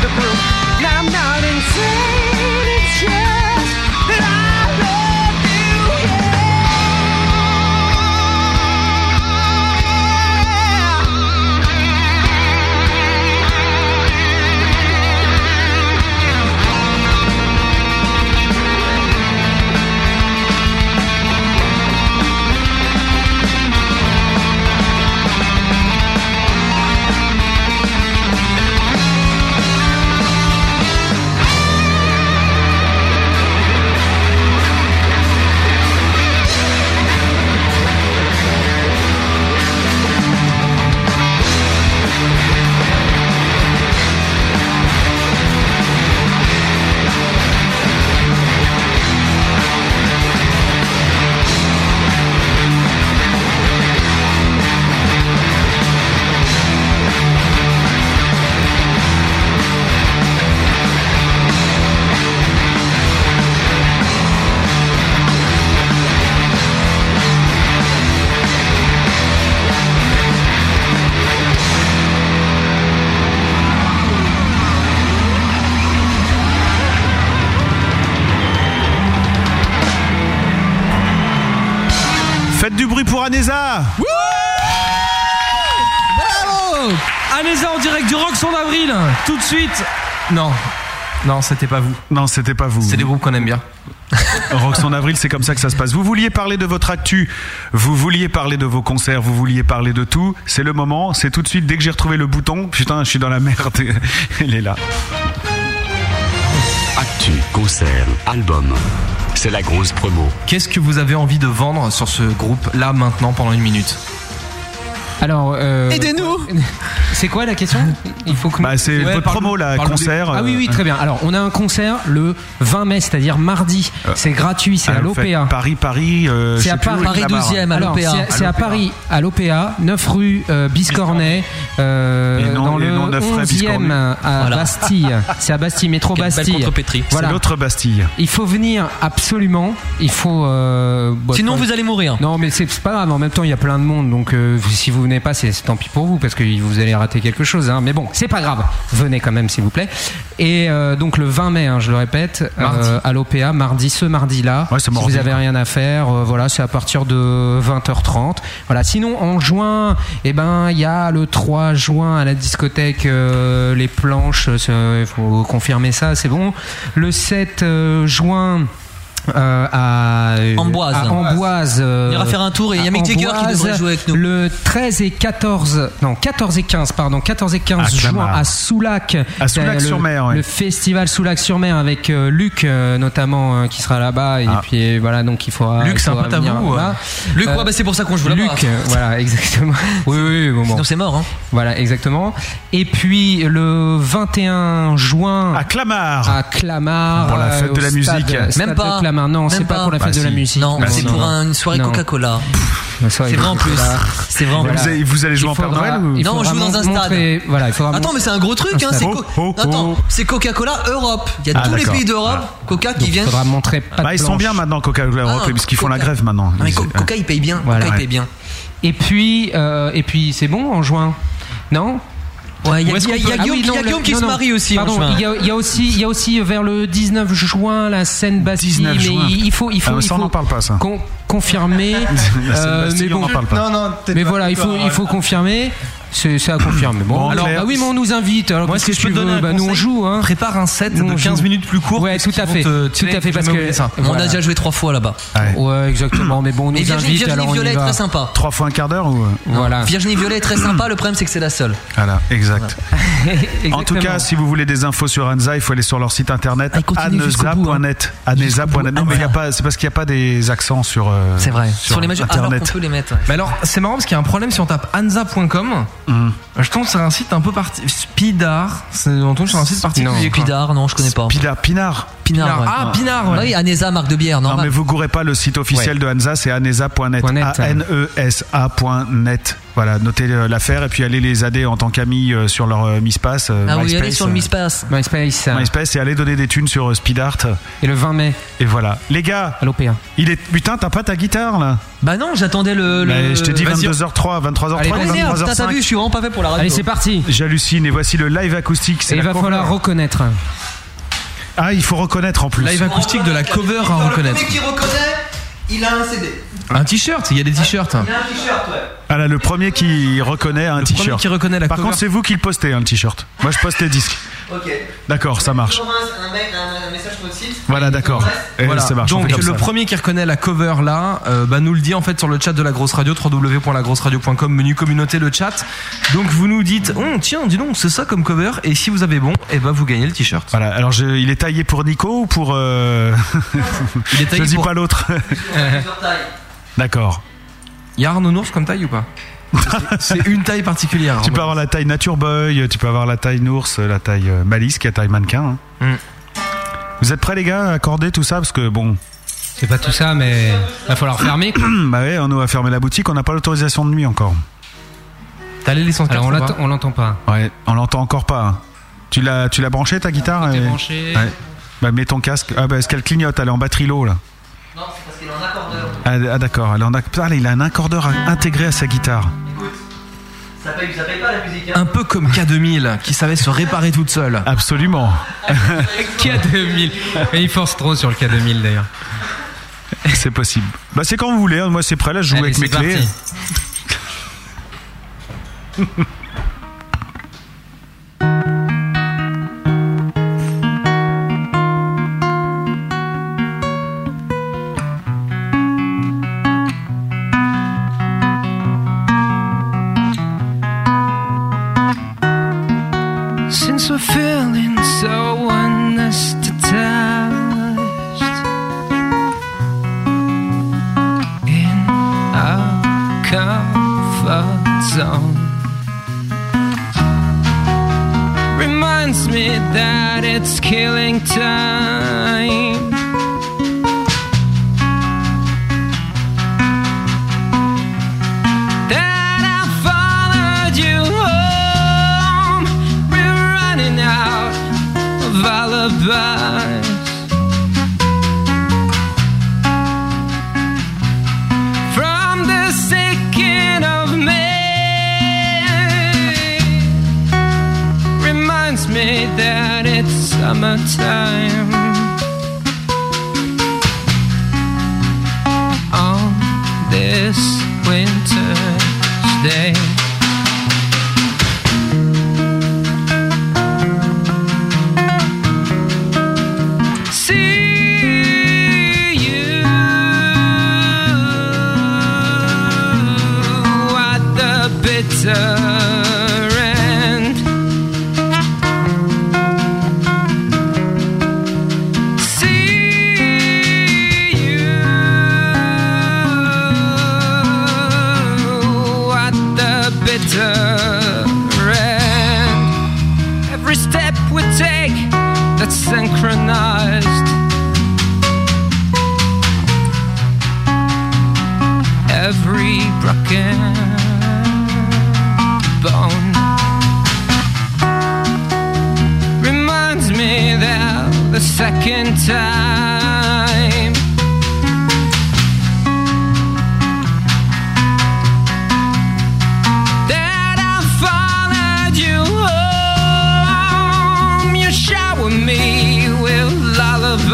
[SPEAKER 10] The broom. Now I'm not insane, it's just that I love
[SPEAKER 2] Faites du bruit pour Anesa
[SPEAKER 3] Bravo Anesa en direct du Rock son d'avril Tout de suite Non. Non, c'était pas vous.
[SPEAKER 2] Non, c'était pas vous.
[SPEAKER 3] C'est des groupes qu'on aime bien.
[SPEAKER 2] Roxanne Avril, c'est comme ça que ça se passe. Vous vouliez parler de votre actu, vous vouliez parler de vos concerts, vous vouliez parler de tout. C'est le moment, c'est tout de suite. Dès que j'ai retrouvé le bouton, putain, je suis dans la merde. [laughs] Il est là.
[SPEAKER 20] Actu, concert, album. C'est la grosse promo.
[SPEAKER 3] Qu'est-ce que vous avez envie de vendre sur ce groupe là maintenant pendant une minute
[SPEAKER 5] Alors, euh,
[SPEAKER 23] Aidez-nous
[SPEAKER 5] C'est quoi la question Il faut
[SPEAKER 3] Bah,
[SPEAKER 5] que.
[SPEAKER 2] Bah, c'est
[SPEAKER 5] Ouais,
[SPEAKER 2] votre
[SPEAKER 5] parle-
[SPEAKER 2] promo, là,
[SPEAKER 5] parle-nous
[SPEAKER 2] concert.
[SPEAKER 5] des-
[SPEAKER 2] euh,
[SPEAKER 5] Ah oui, oui, très bien. Alors, on a un concert le 20 mai, c'est-à-dire mardi.
[SPEAKER 3] Euh.
[SPEAKER 5] C'est gratuit, c'est
[SPEAKER 2] Ah,
[SPEAKER 5] à
[SPEAKER 2] vous faites
[SPEAKER 5] l'OPA.
[SPEAKER 2] Paris, Paris. euh, je
[SPEAKER 5] C'est
[SPEAKER 2] sais
[SPEAKER 5] à
[SPEAKER 2] plus où
[SPEAKER 5] Paris,
[SPEAKER 2] est la barre.
[SPEAKER 5] Alors, c'est- C'est à Paris, à l'OPA, 9 rue euh, Biscornet, euh,
[SPEAKER 2] Et non,
[SPEAKER 5] dans
[SPEAKER 2] et
[SPEAKER 5] le
[SPEAKER 2] non, 9 rue
[SPEAKER 5] 11e
[SPEAKER 2] Biscornet.
[SPEAKER 5] à
[SPEAKER 2] Voilà.
[SPEAKER 5] Bastille. C'est à Bastille, métro
[SPEAKER 2] Quelle belle
[SPEAKER 5] Bastille.
[SPEAKER 2] contrepétrie. C'est l'autre Bastille.
[SPEAKER 5] Il faut venir absolument. Il faut. euh, bah,
[SPEAKER 4] Sinon,
[SPEAKER 5] pas-
[SPEAKER 4] vous allez mourir.
[SPEAKER 5] Non, mais c'est c'est pas grave. En même temps, il y a plein de monde, donc euh, si vous venez pas, c'est c'est tant pis pour vous parce que vous allez rater quelque chose. hein. Mais bon, c'est pas grave. Venez quand même, s'il vous plaît. Et euh, donc le 20 mai, hein, je le répète, euh,
[SPEAKER 2] Mardi.
[SPEAKER 5] à l'OPA, mardi, ce mardi-là. si
[SPEAKER 2] mardi,
[SPEAKER 5] vous avez rien à faire, euh, voilà, c'est à partir de 20h30. Voilà. Sinon, en juin, eh ben, il y a le 3 juin à la discothèque euh, les planches. euh, Il faut confirmer ça, c'est bon. Le 7 euh, juin. euh, à
[SPEAKER 4] Amboise.
[SPEAKER 5] à Amboise, euh,
[SPEAKER 4] Il ira faire un tour et il y a
[SPEAKER 5] à
[SPEAKER 4] Mick Jagger qui
[SPEAKER 5] Amboise,
[SPEAKER 4] devrait jouer avec nous.
[SPEAKER 5] Le 13 et 14, non 14 et 15, pardon, 14 et 15
[SPEAKER 2] À
[SPEAKER 5] juin
[SPEAKER 2] Clamart.
[SPEAKER 5] à Soulac.
[SPEAKER 2] Ah, À Soulac-sur-Mer,
[SPEAKER 5] Le,
[SPEAKER 2] ouais.
[SPEAKER 5] le festival Soulac-sur-Mer avec euh, Luc euh, notamment euh, qui sera là-bas et
[SPEAKER 2] Ah.
[SPEAKER 5] puis euh, voilà donc il faudra.
[SPEAKER 4] Luc,
[SPEAKER 5] il
[SPEAKER 4] c'est un
[SPEAKER 5] faudra
[SPEAKER 4] pote à
[SPEAKER 5] venir
[SPEAKER 4] vous,
[SPEAKER 5] là-bas.
[SPEAKER 4] ouais. Luc, ouais, bah, c'est pour ça qu'on joue là-bas.
[SPEAKER 5] Luc, euh, voilà [laughs] exactement. Oui oui, bon,
[SPEAKER 4] Sinon, c'est mort. hein.
[SPEAKER 5] Voilà exactement. Et puis le 21 juin à Clamart. À Clamart
[SPEAKER 2] Pour la
[SPEAKER 5] euh,
[SPEAKER 2] fête de
[SPEAKER 5] au
[SPEAKER 2] la
[SPEAKER 5] stade-
[SPEAKER 2] musique.
[SPEAKER 5] stade
[SPEAKER 2] Même
[SPEAKER 5] de
[SPEAKER 2] pas.
[SPEAKER 5] Clamart. Non,
[SPEAKER 2] Même
[SPEAKER 5] c'est pas
[SPEAKER 2] pas.
[SPEAKER 5] pour la fête
[SPEAKER 2] Bah,
[SPEAKER 5] de la
[SPEAKER 2] si.
[SPEAKER 5] musique.
[SPEAKER 2] Non, c'est pour
[SPEAKER 4] un- une soirée Coca-Cola.
[SPEAKER 5] soirée
[SPEAKER 4] C'est vrai en plus.
[SPEAKER 5] Coca-Cola.
[SPEAKER 4] C'est vrai en
[SPEAKER 5] Voilà.
[SPEAKER 4] plus.
[SPEAKER 5] Il faudra- il
[SPEAKER 4] Non, on
[SPEAKER 5] faudra
[SPEAKER 4] joue dans un
[SPEAKER 5] mon-
[SPEAKER 4] stade.
[SPEAKER 5] montrer- voilà, il faudra
[SPEAKER 4] Attends,
[SPEAKER 5] montrer-
[SPEAKER 4] mais c'est un gros truc.
[SPEAKER 5] un
[SPEAKER 4] Hein,
[SPEAKER 5] stade.
[SPEAKER 4] c'est co- Attends, c'est Coca-Cola Europe. Il y a
[SPEAKER 2] Ah,
[SPEAKER 4] tous les
[SPEAKER 2] d'accord.
[SPEAKER 4] pays d'Europe. Coca qui viennent.
[SPEAKER 2] Bah, ils sont bien maintenant, Coca-Cola Europe,
[SPEAKER 5] Ah,
[SPEAKER 2] parce qu'ils font la grève maintenant.
[SPEAKER 4] Ah, mais Co-
[SPEAKER 2] Ils-
[SPEAKER 4] Coca, il paye bien.
[SPEAKER 5] Voilà.
[SPEAKER 4] Coca, il paye bien.
[SPEAKER 5] Et puis, euh, et puis c'est bon en juin Non
[SPEAKER 4] Ouais, il y a-
[SPEAKER 5] Où est-ce
[SPEAKER 4] il y a-
[SPEAKER 5] qu'on
[SPEAKER 4] il y a
[SPEAKER 5] peut- Ah
[SPEAKER 4] Guillaume- il y a
[SPEAKER 5] non,
[SPEAKER 4] Guillaume
[SPEAKER 5] le-
[SPEAKER 4] qui
[SPEAKER 5] non,
[SPEAKER 4] se
[SPEAKER 5] non.
[SPEAKER 4] marie aussi en
[SPEAKER 5] Pardon,
[SPEAKER 4] juin.
[SPEAKER 5] il y a- il y, a aussi, il y a aussi euh, vers le 19 juin la Seine-Bastille.
[SPEAKER 2] 19
[SPEAKER 5] mais
[SPEAKER 2] juin.
[SPEAKER 5] il il faut, il faut,
[SPEAKER 2] Ah,
[SPEAKER 5] il
[SPEAKER 2] ça, on
[SPEAKER 5] faut
[SPEAKER 2] en parle pas, ça.
[SPEAKER 5] con- confirmer. euh,
[SPEAKER 2] La Seine-Bastille, on en parle pas. Non, non, peut-être
[SPEAKER 5] mais
[SPEAKER 2] pas,
[SPEAKER 5] voilà, il
[SPEAKER 2] peut-être
[SPEAKER 5] faut,
[SPEAKER 2] pas,
[SPEAKER 5] il faut confirmer. C'est c'est à confirmer. Bon,
[SPEAKER 3] Bon,
[SPEAKER 5] alors,
[SPEAKER 3] Claire,
[SPEAKER 5] ah oui, mais on nous invite. Alors,
[SPEAKER 3] Moi,
[SPEAKER 5] qu'est-ce
[SPEAKER 3] si je
[SPEAKER 5] tu
[SPEAKER 3] peux te
[SPEAKER 5] veux
[SPEAKER 3] donner un
[SPEAKER 5] Bah, Nous, on
[SPEAKER 3] conseil,
[SPEAKER 5] joue. Hein.
[SPEAKER 3] prépare un set
[SPEAKER 5] Nous,
[SPEAKER 3] de
[SPEAKER 5] on
[SPEAKER 3] 15
[SPEAKER 5] joue.
[SPEAKER 3] minutes plus court
[SPEAKER 5] Ouais,
[SPEAKER 3] parce
[SPEAKER 5] tout
[SPEAKER 3] qu'ils
[SPEAKER 5] à
[SPEAKER 3] vont
[SPEAKER 5] fait. Tout
[SPEAKER 3] te tirer,
[SPEAKER 5] à fait,
[SPEAKER 3] faut
[SPEAKER 5] parce
[SPEAKER 3] jamais
[SPEAKER 5] que.
[SPEAKER 3] oublier ça.
[SPEAKER 4] On
[SPEAKER 5] Voilà.
[SPEAKER 4] a déjà joué trois fois là-bas.
[SPEAKER 5] Ouais, exactement. Mais bon, on
[SPEAKER 4] Mais
[SPEAKER 5] nous
[SPEAKER 4] Ah. Virginie-
[SPEAKER 5] invite.
[SPEAKER 4] Virginie
[SPEAKER 5] Alors, on y
[SPEAKER 4] Violet,
[SPEAKER 5] va.
[SPEAKER 4] très sympa.
[SPEAKER 2] Trois fois un quart d'heure ou
[SPEAKER 5] Voilà.
[SPEAKER 4] Virginie Violet est très sympa. Le problème, c'est que c'est la seule.
[SPEAKER 2] Voilà, exact. En
[SPEAKER 5] Exactement.
[SPEAKER 2] tout cas, si vous voulez des infos sur Anza, il faut aller sur leur site internet
[SPEAKER 4] Ah, continue jusqu'au hein.
[SPEAKER 2] aneza.net. Aneza.net. Non, Ah, mais il y a pas, c'est parce qu'il n'y a pas des accents sur. euh,
[SPEAKER 4] Ah, C'est vrai.
[SPEAKER 2] Sur,
[SPEAKER 4] Sur les majeurs, alors
[SPEAKER 2] Internet.
[SPEAKER 4] qu'on peut les mettre. ouais.
[SPEAKER 3] Mais alors, c'est marrant parce qu'il y a un problème si on tape anza.com.
[SPEAKER 2] Mm.
[SPEAKER 3] Je tombe sur un site un peu parti. Spidar. c'est- On tombe sur un site particulier. quoi.
[SPEAKER 4] Pidard, non, je connais pas.
[SPEAKER 2] Pidard, Pinard.
[SPEAKER 4] Pinard. ouais.
[SPEAKER 3] Ah, Pinard, ouais.
[SPEAKER 4] Ah Oui, Anesa, marque de bière,
[SPEAKER 2] Non,
[SPEAKER 4] normal.
[SPEAKER 2] mais vous gourrez pas le site officiel de Anza, c'est anesa.net. E A-N-E-S-A.net. Voilà, notez euh, l'affaire et puis allez les aider en tant qu'amis euh, sur leur euh, MySpace. euh,
[SPEAKER 4] Ah oui,
[SPEAKER 2] MySpace,
[SPEAKER 4] allez sur le
[SPEAKER 2] euh,
[SPEAKER 4] MySpace.
[SPEAKER 5] MySpace. euh,
[SPEAKER 2] MySpace et allez donner des thunes sur euh, SpeedArt.
[SPEAKER 5] Et le 20 mai.
[SPEAKER 2] Et voilà. Les gars.
[SPEAKER 5] À l'OPA.
[SPEAKER 2] Il est. Putain, t'as pas ta guitare là
[SPEAKER 4] Bah non, j'attendais le.
[SPEAKER 2] Mais
[SPEAKER 4] le-
[SPEAKER 2] je t'ai dit
[SPEAKER 4] Vas-y.
[SPEAKER 2] 22h03, 23h03,
[SPEAKER 4] Allez, vas-y, merde, t'as-
[SPEAKER 2] 23h05.
[SPEAKER 4] t'as vu, je suis vraiment pas fait pour la radio.
[SPEAKER 5] Allez, c'est parti.
[SPEAKER 2] J'hallucine et voici le live acoustique. c'est
[SPEAKER 5] Et il
[SPEAKER 2] la
[SPEAKER 5] va
[SPEAKER 2] cover.
[SPEAKER 5] falloir reconnaître.
[SPEAKER 2] Ah, il faut reconnaître en plus.
[SPEAKER 3] Live acoustique de la cover à reconnaître.
[SPEAKER 4] qui reconnaît, il a un CD.
[SPEAKER 3] Un t-shirt, il y a des t-shirts.
[SPEAKER 4] un t-shirt, ouais.
[SPEAKER 2] Ah là, le premier qui reconnaît un t-shirt.
[SPEAKER 3] qui reconnaît la
[SPEAKER 2] Par
[SPEAKER 3] cover.
[SPEAKER 2] contre, c'est vous qui le postez, hein, le t-shirt. Moi, je poste les disques.
[SPEAKER 4] Ok.
[SPEAKER 2] D'accord, ça marche.
[SPEAKER 4] Un, message sur notre site.
[SPEAKER 2] Voilà, d'accord. Et
[SPEAKER 3] Voilà.
[SPEAKER 2] ça marche. on
[SPEAKER 3] Donc
[SPEAKER 2] fait comme
[SPEAKER 3] le
[SPEAKER 2] ça.
[SPEAKER 3] premier qui reconnaît la cover là, euh, bah, nous le dit en fait sur le chat de la grosse radio www.lagrosseradio.com menu communauté le chat. Donc vous nous dites oh, tiens dis donc c'est ça comme cover et si vous avez bon et ben vous gagnez le t-shirt.
[SPEAKER 2] Voilà. Alors, je- il est taillé pour Nico ou pour. euh,
[SPEAKER 3] Il est taillé
[SPEAKER 2] je dis
[SPEAKER 3] pour-
[SPEAKER 2] pas
[SPEAKER 4] [laughs]
[SPEAKER 2] l'autre. d'accord.
[SPEAKER 3] Il y a un nounours comme taille
[SPEAKER 5] [laughs]
[SPEAKER 3] ou pas C'est une taille particulière.
[SPEAKER 2] Tu peux avoir la taille Nature Boy, tu peux avoir la taille Nours, la taille euh, Malice, qui est la taille mannequin. hein.
[SPEAKER 3] Mm.
[SPEAKER 2] Vous êtes prêts, les gars, à accorder tout ça Parce que bon.
[SPEAKER 5] C'est pas tout ça, mais il va falloir fermer.
[SPEAKER 2] bah ouais, on va fermer la boutique, on n'a pas l'autorisation de nuit encore.
[SPEAKER 3] T'as les licences
[SPEAKER 5] Alors on l'entend- on l'entend pas.
[SPEAKER 2] Ouais, on l'entend encore pas. hein. Tu l'as, tu l'as branché ta guitare et- Ouais. Bah mets ton casque. Ah bah est-ce qu'elle clignote Elle est en batterie low là.
[SPEAKER 4] Non, c'est parce qu'il est en accordeur.
[SPEAKER 2] Ah, ah, d'accord. Elle est en acc- Ah, il a un accordeur à- intégré à sa guitare.
[SPEAKER 4] Ça paye, ça paye pas la musique.
[SPEAKER 3] Un peu comme K2000 qui savait se réparer toute
[SPEAKER 5] Ah.
[SPEAKER 3] seule.
[SPEAKER 2] Absolument.
[SPEAKER 5] K2000. Mais il force trop sur le K2000 d'ailleurs.
[SPEAKER 2] C'est possible. Bah c'est quand vous voulez. hein. Moi c'est prêt là. Je joue
[SPEAKER 5] Allez,
[SPEAKER 2] avec mes
[SPEAKER 5] c'est
[SPEAKER 2] clés.
[SPEAKER 5] parti.
[SPEAKER 24] Since we're feeling so anesthetized in our comfort
[SPEAKER 5] song reminds me that it's killing time. That I followed you home. We're running out of alibis. From the sinking of May reminds me that it's summertime. On this winter's day. See you at the bitter end. See you at the bitter end. Every step we take that's synchronized. Every broken bone reminds me that the second time that I followed you home, you shower me with lullabies.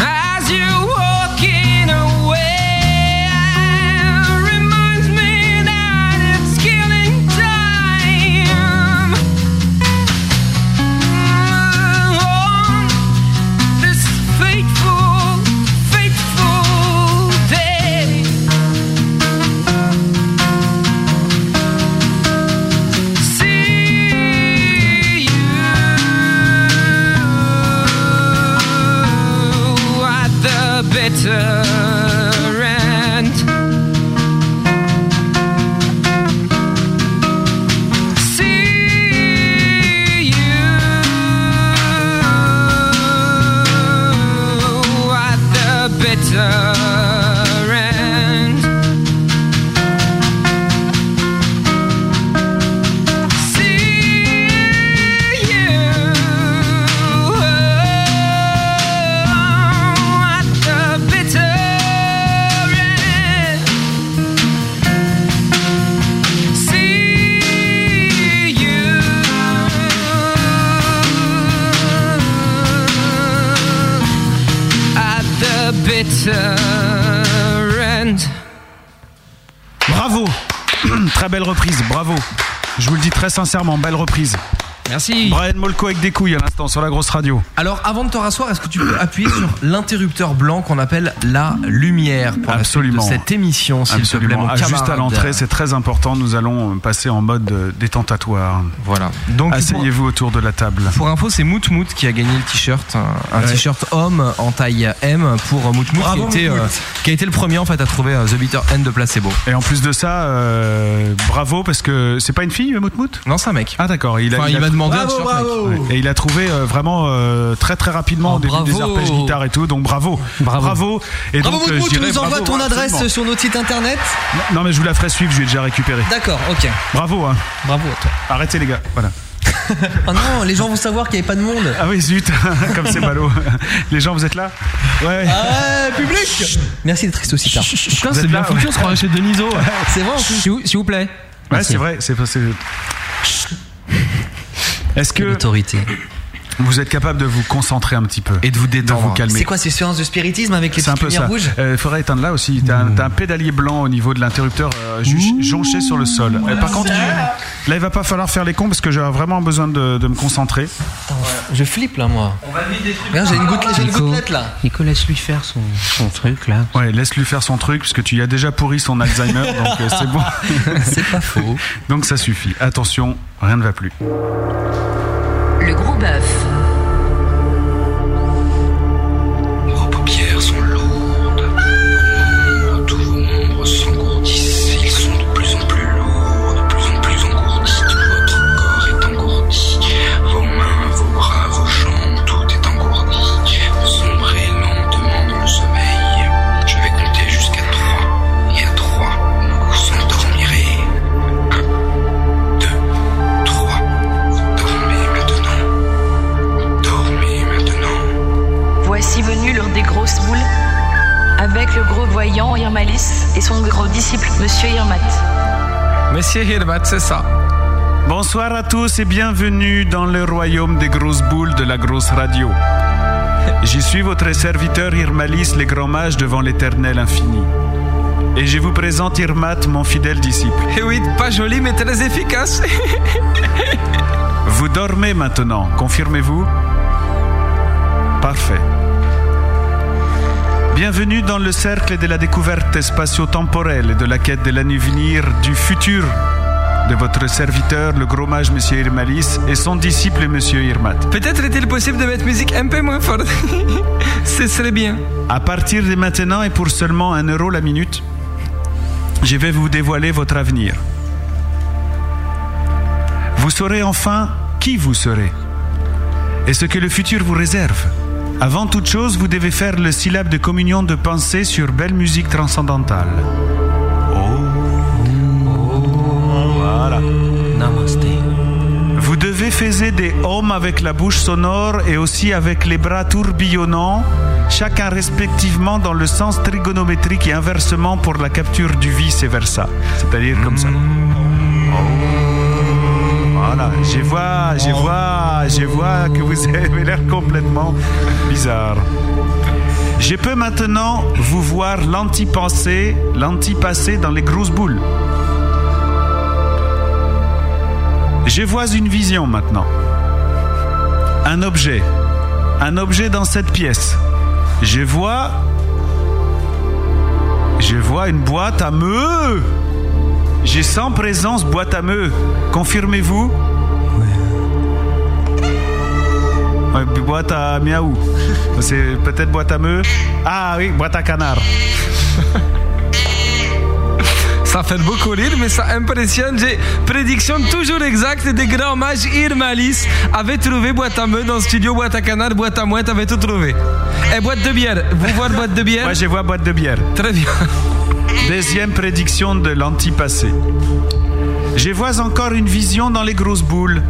[SPEAKER 5] As you're walking away, reminds me that it's killing time. On this fateful, fateful day, see you at the bitter end. See you at the bitter end. See you at the bitter end. See you at the bitter end.
[SPEAKER 2] Bravo [clears throat] Très belle reprise, bravo. Je vous le dis très sincèrement, belle reprise.
[SPEAKER 3] Merci.
[SPEAKER 2] Brian Molko avec des couilles à l'instant sur la grosse radio.
[SPEAKER 3] Alors, avant de te rasseoir, est-ce que tu peux appuyer sur l'interrupteur blanc qu'on appelle la lumière pour la suite de
[SPEAKER 2] Absolument.
[SPEAKER 3] cette émission, s'il te plaît,
[SPEAKER 2] Absolument.
[SPEAKER 3] mon
[SPEAKER 2] Ah,
[SPEAKER 3] camarade
[SPEAKER 2] Juste à l'entrée, c'est très important. Nous allons passer en mode euh, détentatoire.
[SPEAKER 3] Voilà. Donc,
[SPEAKER 2] asseyez-vous autour de la table.
[SPEAKER 3] Pour info, c'est Moutmout qui a gagné le t-shirt, un un
[SPEAKER 2] Ouais.
[SPEAKER 3] t-shirt homme en taille M pour euh, Moutmout qui,
[SPEAKER 2] Bravo,
[SPEAKER 3] était,
[SPEAKER 2] Moutmout.
[SPEAKER 3] euh, qui a été le premier en fait à trouver euh, The Bitter End de Placebo.
[SPEAKER 2] Et en plus de ça, euh, bravo parce que c'est pas une fille, euh, Moutmout
[SPEAKER 3] Non, c'est un mec.
[SPEAKER 2] Ah d'accord, il a,
[SPEAKER 3] Enfin,
[SPEAKER 2] il
[SPEAKER 3] il
[SPEAKER 2] a
[SPEAKER 3] m'a
[SPEAKER 2] trou-
[SPEAKER 3] demandé un Bravo, t-shirt, bravo. mec.
[SPEAKER 2] Ouais. Et il a trouvé euh, vraiment euh, très très rapidement au début des
[SPEAKER 4] bravo.
[SPEAKER 2] arpèges guitare et tout, donc bravo, bravo. Et
[SPEAKER 4] Bravo,
[SPEAKER 2] donc, euh,
[SPEAKER 4] Moutmout,
[SPEAKER 2] je
[SPEAKER 4] tu
[SPEAKER 2] dirais
[SPEAKER 4] nous envoies
[SPEAKER 2] bravo,
[SPEAKER 4] ton
[SPEAKER 2] ouais,
[SPEAKER 4] adresse
[SPEAKER 2] absolument.
[SPEAKER 4] sur notre site internet.
[SPEAKER 2] Non mais je vous la ferai suivre, je l'ai déjà récupéré.
[SPEAKER 4] D'accord, ok.
[SPEAKER 2] Bravo, hein.
[SPEAKER 4] Bravo à toi.
[SPEAKER 2] Arrêtez les gars, voilà.
[SPEAKER 4] Oh non, les gens vont savoir qu'il n'y avait pas de monde.
[SPEAKER 2] Ah oui, zut, [laughs] comme c'est ballot. Les gens, vous êtes là Ouais.
[SPEAKER 4] Ah, public Merci d'être resté aussi tard.
[SPEAKER 2] Putain, Vous c'est êtes bien là, foutu, ouais. on se croirait
[SPEAKER 25] chez Deniso.
[SPEAKER 4] C'est vrai, en plus.
[SPEAKER 25] S'il vous- s'il vous plaît.
[SPEAKER 2] Ouais, c'est vrai, c'est c'est- Est-ce que
[SPEAKER 4] l'autorité
[SPEAKER 2] vous êtes capable de vous concentrer un petit peu et de vous détendre, vous calmer
[SPEAKER 4] C'est quoi ces séances de spiritisme avec les
[SPEAKER 2] C'est un
[SPEAKER 4] petites
[SPEAKER 2] peu
[SPEAKER 4] lumières
[SPEAKER 2] ça. Euh,
[SPEAKER 4] rouges
[SPEAKER 2] Il faudrait éteindre là aussi. T'as un, t'as un pédalier blanc au niveau de l'interrupteur euh, ju-
[SPEAKER 4] Mmh.
[SPEAKER 2] jonché sur le sol. Euh, par contre, là, il va pas falloir faire les cons parce que j'ai vraiment besoin de, de me concentrer.
[SPEAKER 4] Je flippe là, moi.
[SPEAKER 3] On va vite des trucs.
[SPEAKER 4] Regarde, j'ai une gouttelette, j'ai une
[SPEAKER 2] Euh. Nico.
[SPEAKER 4] gouttelette, là.
[SPEAKER 26] Nico, laisse-lui faire son, son truc là.
[SPEAKER 2] Ouais, laisse lui faire son truc parce que tu y as déjà pourri son Alzheimer, donc euh, c'est bon.
[SPEAKER 4] [laughs] c'est pas faux.
[SPEAKER 2] [laughs] Donc ça suffit. Attention, rien ne va plus.
[SPEAKER 1] Le gros bœuf.
[SPEAKER 27] le gros voyant Irmalis et son gros disciple Monsieur Irmat.
[SPEAKER 2] Monsieur Hirvat, c'est ça. Bonsoir à tous et bienvenue dans le royaume des grosses boules de la grosse radio. J'y suis votre serviteur Irmalis, les grands mages devant l'éternel infini. Et je vous présente Irmat, mon fidèle disciple.
[SPEAKER 3] Eh oui, pas joli, mais très efficace. [laughs]
[SPEAKER 2] Vous dormez maintenant, confirmez-vous Parfait. Bienvenue dans le cercle de la découverte spatio-temporelle et de la quête de l'avenir du futur de votre serviteur, le gros mage Monsieur Irmalis, et son disciple Monsieur Irmat.
[SPEAKER 3] Peut-être est-il possible de mettre musique un peu moins forte. Ce serait bien.
[SPEAKER 2] À partir de maintenant et pour seulement 1 euro la minute, je vais vous dévoiler votre avenir. Vous saurez enfin qui vous serez et ce que le futur vous réserve. Avant toute chose, vous devez faire le syllabe de communion de pensée sur belle musique transcendantale. Voilà. Vous devez faiser des hommes avec la bouche sonore et aussi avec les bras tourbillonnants, chacun respectivement dans le sens trigonométrique et inversement pour la capture du vice et versa. C'est-à-dire comme ça. Voilà, je vois, je vois, je vois que vous [laughs] avez l'air complètement bizarre. Je peux maintenant vous voir l'antipassé, l'antipassé dans les grosses boules. Je vois une vision maintenant. Un objet. Un objet dans cette pièce. Je vois. Je vois une boîte à meux. J'ai sans présence boîte à meux. Confirmez-vous Ouais, puis boîte à miaou. C'est peut-être boîte à meux. Ah oui, boîte à canard.
[SPEAKER 3] Ça fait beaucoup rire, mais ça impressionne. J'ai prédiction toujours exacte des grands mages Irmalis avait trouvé boîte à meux dans le studio boîte à canard, boîte à mouette avait tout trouvé. Et boîte de bière, vous voir boîte de bière
[SPEAKER 2] Moi, je vois boîte de bière.
[SPEAKER 3] Très bien.
[SPEAKER 2] Deuxième prédiction de l'antipassé. Je vois encore une vision dans les grosses boules.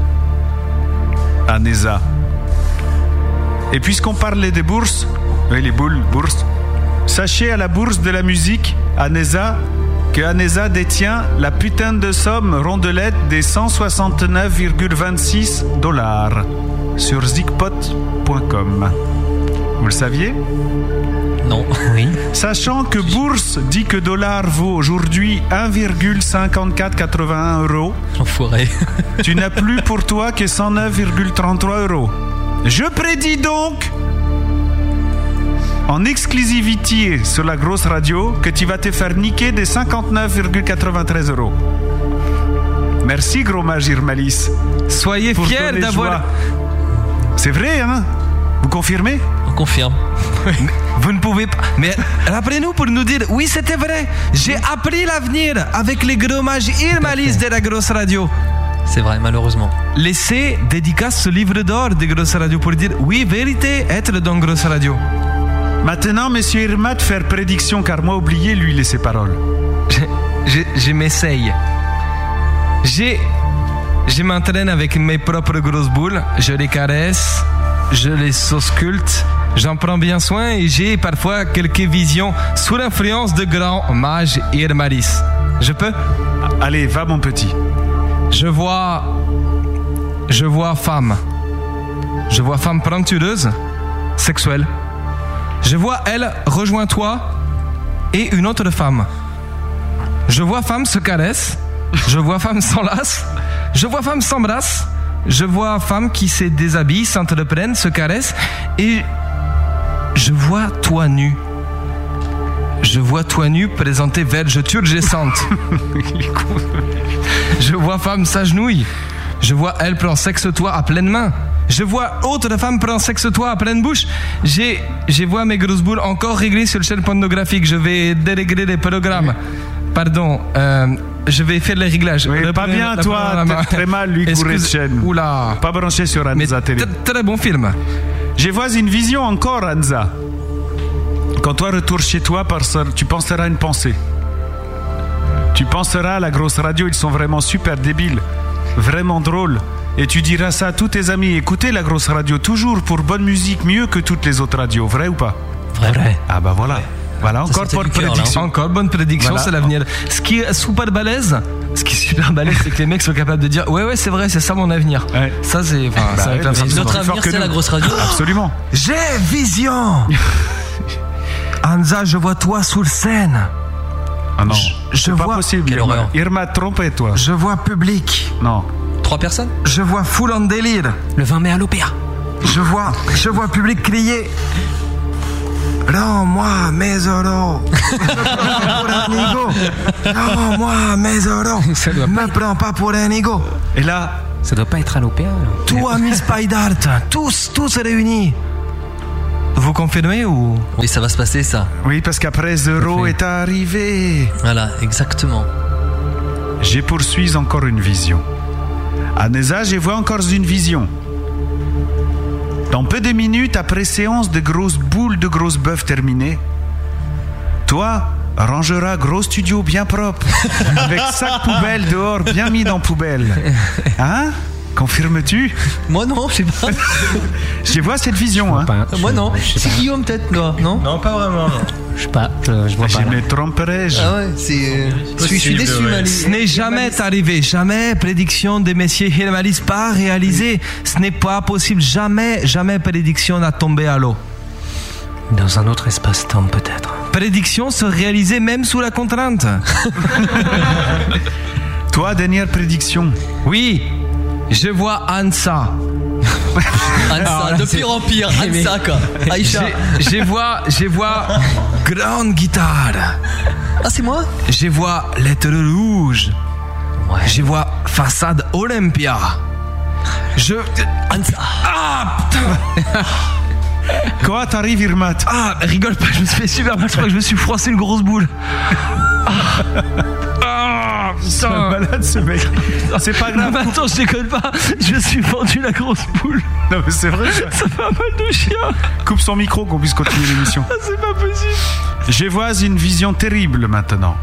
[SPEAKER 2] Anesa. Et puisqu'on parlait des bourses, oui, les boules, bourses, sachez à la bourse de la musique, Anesa, que Anesa détient la putain de somme rondelette des 169,26 dollars sur zigpot.com. Vous le saviez
[SPEAKER 4] Non, [laughs] oui.
[SPEAKER 2] Sachant que bourse dit que dollar vaut aujourd'hui 1,5481 euros,
[SPEAKER 4] Enfoiré.
[SPEAKER 2] tu n'as plus pour toi que 109,33 euros. Je prédis donc en exclusivité sur la grosse radio que tu vas te faire niquer des 59,93 euros. Merci gros mage Irmalis.
[SPEAKER 3] [laughs] Soyez
[SPEAKER 2] Pour
[SPEAKER 3] fiers
[SPEAKER 2] donner
[SPEAKER 3] d'avoir-
[SPEAKER 2] joie. C'est vrai hein Vous confirmez
[SPEAKER 4] On confirme.
[SPEAKER 3] Vous ne pouvez pas. Mais rappelez-nous pour nous dire oui, c'était vrai. J'ai appris l'avenir avec les gros mages Irmalis de la grosse radio.
[SPEAKER 4] C'est vrai, malheureusement.
[SPEAKER 3] Laissez dédicace ce livre d'or des grosses radios pour dire oui, vérité, être dans grosse radio.
[SPEAKER 2] Maintenant, monsieur Irmat, faire prédiction car moi oublié lui laisser parole.
[SPEAKER 3] Je, je m'essaye. J'ai. Je m'entraîne avec mes propres grosses boules, je les caresse, je les ausculte, j'en prends bien soin et j'ai parfois quelques visions sous l'influence de grands mages Irmalis. Je peux
[SPEAKER 2] Allez, va mon petit.
[SPEAKER 3] Je vois. Je vois femme. Je vois femme plantureuse, sexuelle. Je vois elle, rejoins-toi, et une autre femme. Je vois femme se caresse. Je vois femme s'enlace. Je vois femme s'embrasse. Je vois femme qui se déshabille, s'entreprennent, se caresse. Et je vois toi nu. Je vois toi nu présenté
[SPEAKER 2] [laughs]
[SPEAKER 3] verge turgescente. je vois femme s'agenouille. Je vois elle prend sexe toi à pleine main. Je vois autre femme prend sexe toi à pleine bouche. J'ai, je vois mes grosses boules encore réglées sur le chaîne pornographique. Je vais dérégler les programmes. Pardon, euh, je vais faire les réglages.
[SPEAKER 2] Mais pas
[SPEAKER 3] Reprenez
[SPEAKER 2] bien
[SPEAKER 3] la
[SPEAKER 2] toi,
[SPEAKER 3] parole à ma-
[SPEAKER 2] t'es très mal lui
[SPEAKER 3] Excuse-
[SPEAKER 2] courir de chaîne.
[SPEAKER 3] Oula.
[SPEAKER 2] Pas branché sur Anza TV.
[SPEAKER 3] Très bon film.
[SPEAKER 2] Je vois une vision encore Anza. Quand toi retournes chez toi, parce- tu penseras une pensée. Tu penseras à la grosse radio, ils sont vraiment super débiles, vraiment drôles. Et tu diras ça à tous tes amis, écoutez la grosse radio toujours pour bonne musique, mieux que toutes les autres radios, vrai ou pas
[SPEAKER 4] Vrai.
[SPEAKER 2] Ah bah voilà. Voilà,
[SPEAKER 3] encore bonne
[SPEAKER 4] hein.
[SPEAKER 3] prédiction. Encore bonne prédiction,
[SPEAKER 2] Voilà.
[SPEAKER 3] c'est l'avenir. Ce qui est sous pas de balèze, ce qui est super balèze, c'est que les mecs sont capables de dire Ouais, ouais, c'est vrai, c'est ça mon avenir. Ça, c'est. enfin,
[SPEAKER 2] Bah
[SPEAKER 3] ça
[SPEAKER 2] ouais,
[SPEAKER 3] réclame
[SPEAKER 2] mais
[SPEAKER 3] ça
[SPEAKER 2] notre
[SPEAKER 3] souvent.
[SPEAKER 2] avenir, Plus fort que c'est la nous. Ah. grosse radio. Absolument.
[SPEAKER 3] J'ai
[SPEAKER 2] [laughs]
[SPEAKER 3] vision Anza, je vois toi sous le Seine.
[SPEAKER 2] Ah non.
[SPEAKER 3] Je vois. possible,
[SPEAKER 2] Irma. Irma, trompé-toi.
[SPEAKER 3] Je vois public.
[SPEAKER 2] Non.
[SPEAKER 3] Trois personnes Je vois foule en délire. Le 20 mai à l'opéra. Je vois, je vois public crier. Non, moi, mes
[SPEAKER 2] [laughs]
[SPEAKER 3] olos. Non, moi, mes olos. Me prends pas pour un ego.
[SPEAKER 2] Et là.
[SPEAKER 5] Ça doit pas être à l'OPA.
[SPEAKER 3] Tout amis Spydart, tous, tous réunis. Vous confirmez ou
[SPEAKER 4] Oui, ça va se passer ça.
[SPEAKER 2] Oui, parce qu'après Zero est arrivé.
[SPEAKER 4] Voilà, exactement.
[SPEAKER 2] J'ai poursuis encore une vision. À Neza, je vois encore une vision. Dans peu de minutes, après séance de grosses boules de grosses bœufs terminée, toi rangeras gros studio bien [laughs] propre, avec sac poubelle dehors bien mis dans poubelle. Hein Confirmes-tu
[SPEAKER 4] Moi non, je sais
[SPEAKER 2] [laughs]
[SPEAKER 4] pas.
[SPEAKER 2] je vois cette vision. hein.
[SPEAKER 4] Moi non. C'est Guillaume peut-être toi, non
[SPEAKER 13] Non, pas vraiment.
[SPEAKER 5] Je sais pas, je vois
[SPEAKER 2] pas. Je me tromperai-je
[SPEAKER 4] Ah ouais, c'est. Je suis- je suis déçu, Mali.
[SPEAKER 3] Ce n'est jamais arrivé, jamais prédiction des messieurs Hilmalis pas réalisée. Ce n'est pas possible, jamais, jamais prédiction n'a tombé à l'eau.
[SPEAKER 5] Dans un autre espace-temps, peut-être.
[SPEAKER 3] Prédiction se réaliser même sous la contrainte.
[SPEAKER 2] Toi, dernière prédiction.
[SPEAKER 3] Oui, je vois Ansa.
[SPEAKER 4] Ansa, Ah, de pire en
[SPEAKER 3] [laughs]
[SPEAKER 4] pire, Ansa quoi. Aïcha.
[SPEAKER 3] Je vois, je vois grande guitare.
[SPEAKER 4] Ah, c'est moi
[SPEAKER 3] Je vois lettre rouge. Je vois façade Olympia. Je. Ah putain
[SPEAKER 2] Quoi, t'arrives, Irmat
[SPEAKER 3] Ah, rigole pas, je me suis fait super mal, je crois que je me suis froissé une grosse boule. [laughs] Ah. Ah, putain
[SPEAKER 2] Un [laughs] malade, ce mec. C'est pas grave.
[SPEAKER 3] Non, mais Bah, attends, je déconne pas, je me suis vendu la grosse boule.
[SPEAKER 2] Non, mais c'est vrai.
[SPEAKER 3] Ça fait un mal de chien.
[SPEAKER 2] Coupe son micro qu'on puisse continuer
[SPEAKER 3] [laughs]
[SPEAKER 2] l'émission.
[SPEAKER 3] Ah, C'est pas possible.
[SPEAKER 2] Je vois une vision terrible maintenant.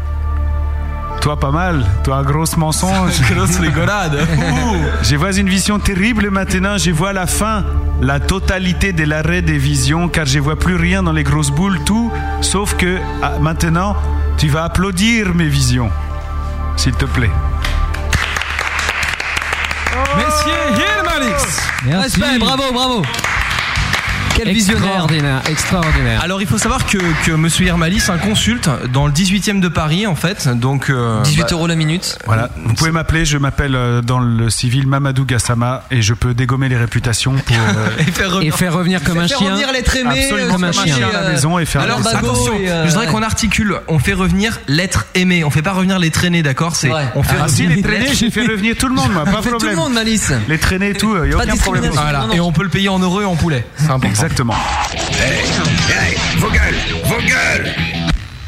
[SPEAKER 2] Toi pas mal, toi grosse mensonge.
[SPEAKER 3] [laughs] Grosse rigolade.
[SPEAKER 2] [laughs]
[SPEAKER 3] Ouh.
[SPEAKER 2] Je vois une vision terrible maintenant, je vois la fin, la totalité de l'arrêt des visions, car je vois plus rien dans les grosses boules, tout, sauf que ah, maintenant, tu vas applaudir mes visions. S'il te plaît.
[SPEAKER 3] [laughs] Messieurs Hilmalix
[SPEAKER 5] Merci.
[SPEAKER 4] Respect, bravo, bravo. Quel visionnaire.
[SPEAKER 5] Extraordinaire, extraordinaire.
[SPEAKER 3] Alors il faut savoir que, que Monsieur Hermalis un consulte dans le 18e de Paris en fait, donc... euh, [laughs]
[SPEAKER 4] 18
[SPEAKER 3] euros
[SPEAKER 4] la minute.
[SPEAKER 2] Voilà, vous pouvez m'appeler, je m'appelle euh, dans le civil Mamadou Gassama et je peux dégommer les réputations pour.
[SPEAKER 3] [laughs]
[SPEAKER 2] euh,
[SPEAKER 3] Et faire revenir,
[SPEAKER 5] Et faire revenir comme un
[SPEAKER 4] Faire
[SPEAKER 5] chien.
[SPEAKER 4] revenir l'être aimé,
[SPEAKER 2] Absolument,
[SPEAKER 4] euh,
[SPEAKER 2] comme un
[SPEAKER 4] sur
[SPEAKER 2] chien à la
[SPEAKER 4] marché, euh,
[SPEAKER 2] maison et faire
[SPEAKER 3] Alors,
[SPEAKER 2] des-
[SPEAKER 3] attention,
[SPEAKER 13] euh,
[SPEAKER 3] je voudrais qu'on articule. On fait revenir l'être aimé. On fait pas revenir les traînés, d'accord C'est. On fait
[SPEAKER 2] Ah, si,
[SPEAKER 3] revenir
[SPEAKER 2] les traînées,
[SPEAKER 3] l'être-
[SPEAKER 2] j'ai fait revenir tout le monde, moi,
[SPEAKER 4] [laughs]
[SPEAKER 2] pas de problème.
[SPEAKER 4] Malice.
[SPEAKER 2] Les traînées et tout, il n'y a aucun problème.
[SPEAKER 3] Voilà. Et on peut le payer en heureux et en poulet. C'est important.
[SPEAKER 2] Exactement.
[SPEAKER 7] Hey, hey, vos gueules, vos gueules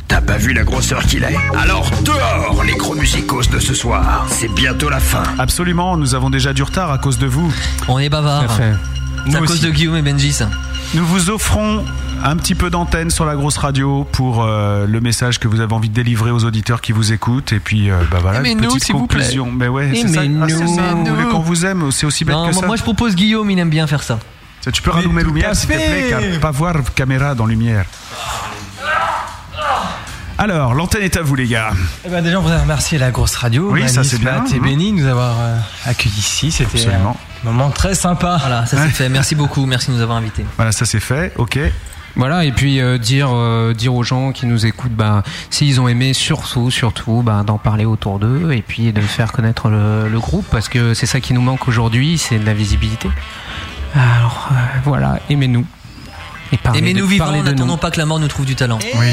[SPEAKER 7] T'as pas vu la grosseur qu'il est Alors dehors les gros musicos de ce soir, c'est bientôt la fin.
[SPEAKER 2] Absolument, nous avons déjà du retard à cause de vous.
[SPEAKER 4] On est bavard.
[SPEAKER 2] Tout à fait.
[SPEAKER 4] C'est à
[SPEAKER 2] Nous
[SPEAKER 4] cause
[SPEAKER 2] aussi.
[SPEAKER 4] de Guillaume et Benji ça.
[SPEAKER 2] Nous vous offrons un petit peu d'antenne sur la grosse radio pour euh, le message que vous avez envie de délivrer aux auditeurs qui vous écoutent. Et puis, euh, bah voilà, une
[SPEAKER 4] Aimez-nous,
[SPEAKER 2] petite
[SPEAKER 4] Eh, s'il vous plaît.
[SPEAKER 2] conclusion. Mais ouais, c'est ça. Ah, c'est
[SPEAKER 4] Aimez-nous.
[SPEAKER 2] ça. Vous voulez qu'on vous aime, c'est aussi bête
[SPEAKER 4] Non,
[SPEAKER 2] que
[SPEAKER 4] moi,
[SPEAKER 2] ça.
[SPEAKER 4] moi, je propose Guillaume, il aime bien faire ça.
[SPEAKER 2] Ça, Tu peux rallumer lumière, s'il te plaît, car pas voir caméra dans lumière. Alors, l'antenne est à vous, les gars.
[SPEAKER 13] Eh ben, déjà, on voudrait remercier la grosse radio.
[SPEAKER 2] Oui, ça, c'est bien.
[SPEAKER 13] Matt et
[SPEAKER 2] Mhm.
[SPEAKER 13] Benny de nous avoir euh, accueillis ici. C'était euh, un
[SPEAKER 2] Absolument.
[SPEAKER 13] moment très sympa.
[SPEAKER 4] Voilà, ça c'est fait. Merci beaucoup, merci de nous avoir invités.
[SPEAKER 2] Voilà, ça c'est fait. Ok.
[SPEAKER 5] Voilà, et puis euh, dire, euh, dire aux gens qui nous écoutent, bah, s'ils ont aimé, surtout, surtout, bah, d'en parler autour d'eux et puis de faire connaître le, le groupe, parce que c'est ça qui nous manque aujourd'hui, c'est de la visibilité. Alors euh, voilà, aimez-nous. Et parlez
[SPEAKER 4] Aimez-nous
[SPEAKER 5] de,
[SPEAKER 4] vivants,
[SPEAKER 5] parlez de
[SPEAKER 4] n'attendons
[SPEAKER 5] nous.
[SPEAKER 4] pas que la mort nous trouve du talent.
[SPEAKER 2] Oui.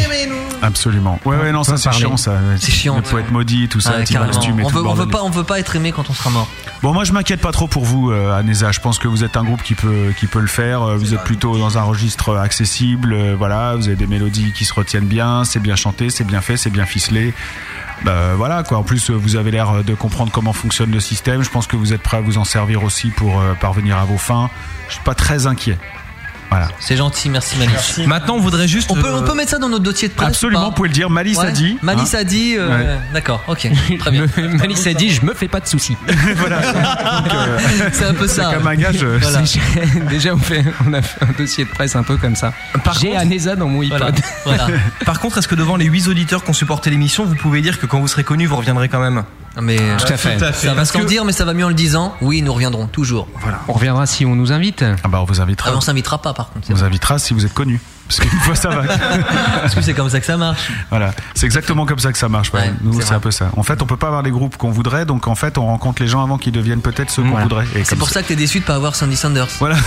[SPEAKER 2] Absolument. Ouais, ouais, non, ça c'est
[SPEAKER 5] parler.
[SPEAKER 2] chiant, ça.
[SPEAKER 4] C'est chiant.
[SPEAKER 2] Le poète maudit, tout ça,
[SPEAKER 4] Ouais,
[SPEAKER 2] le petit
[SPEAKER 4] carrément.
[SPEAKER 2] costume et
[SPEAKER 4] on,
[SPEAKER 2] tout
[SPEAKER 4] veut,
[SPEAKER 2] le
[SPEAKER 4] on, veut
[SPEAKER 2] bordel.
[SPEAKER 4] pas, on veut pas être aimé quand on sera mort.
[SPEAKER 2] Bon, moi, je m'inquiète pas trop pour vous, euh, Anesa. Je pense que vous êtes un groupe qui peut, qui peut le faire. Euh, Vous êtes plutôt dans un registre accessible. euh, voilà, vous avez des mélodies qui se retiennent bien. C'est bien chanté, c'est bien fait, c'est bien ficelé. Bah, voilà quoi. En plus, euh, vous avez l'air de comprendre comment fonctionne le système. Je pense que vous êtes prêt à vous en servir aussi pour euh, parvenir à vos fins. Je suis pas très inquiet. Voilà.
[SPEAKER 4] C'est gentil, merci Malice.
[SPEAKER 3] Maintenant, on voudrait juste. euh,
[SPEAKER 4] On peut, on peut mettre ça dans notre dossier de presse.
[SPEAKER 2] Absolument, vous pouvez le dire, Malice a dit,
[SPEAKER 4] Malice
[SPEAKER 2] hein.
[SPEAKER 4] a dit. euh, D'accord,
[SPEAKER 2] [laughs]
[SPEAKER 4] ok. Très bien.
[SPEAKER 5] Malice a dit, je me fais pas de soucis.
[SPEAKER 2] voilà.
[SPEAKER 4] C'est un peu ça.
[SPEAKER 2] comme
[SPEAKER 4] [laughs]
[SPEAKER 2] un gage, euh,
[SPEAKER 5] [laughs]
[SPEAKER 2] Voilà.
[SPEAKER 5] Déjà, on, fait, on a fait un dossier de presse un peu comme ça. J'ai Anesa dans mon iPod.
[SPEAKER 3] Par contre, est-ce que devant les 8 auditeurs qui ont supporté l'émission, vous pouvez dire que quand vous serez connu, vous reviendrez quand même
[SPEAKER 4] Mais euh,
[SPEAKER 3] Tout à fait.
[SPEAKER 4] Ça va
[SPEAKER 3] Parce
[SPEAKER 4] sans
[SPEAKER 3] que-
[SPEAKER 4] dire, mais ça va mieux en le disant. Oui, nous reviendrons toujours.
[SPEAKER 5] Voilà. On reviendra si on nous invite.
[SPEAKER 2] Ah bah on vous invitera.
[SPEAKER 4] Ah, on s'invitera pas par contre.
[SPEAKER 2] On vous invitera si vous êtes connu. Parce qu'une fois ça va.
[SPEAKER 4] [laughs] Parce que c'est comme ça que ça marche.
[SPEAKER 2] Voilà, c'est exactement comme ça que ça marche. ouais. Nous, c'est un peu ça. En fait, on peut pas avoir les groupes qu'on voudrait, donc en fait, on rencontre les gens avant qu'ils deviennent peut-être ceux qu'on voudrait. Et
[SPEAKER 4] C'est
[SPEAKER 2] comme
[SPEAKER 4] pour ça que t'es déçu de pas avoir Sandy Sanders.
[SPEAKER 2] Voilà.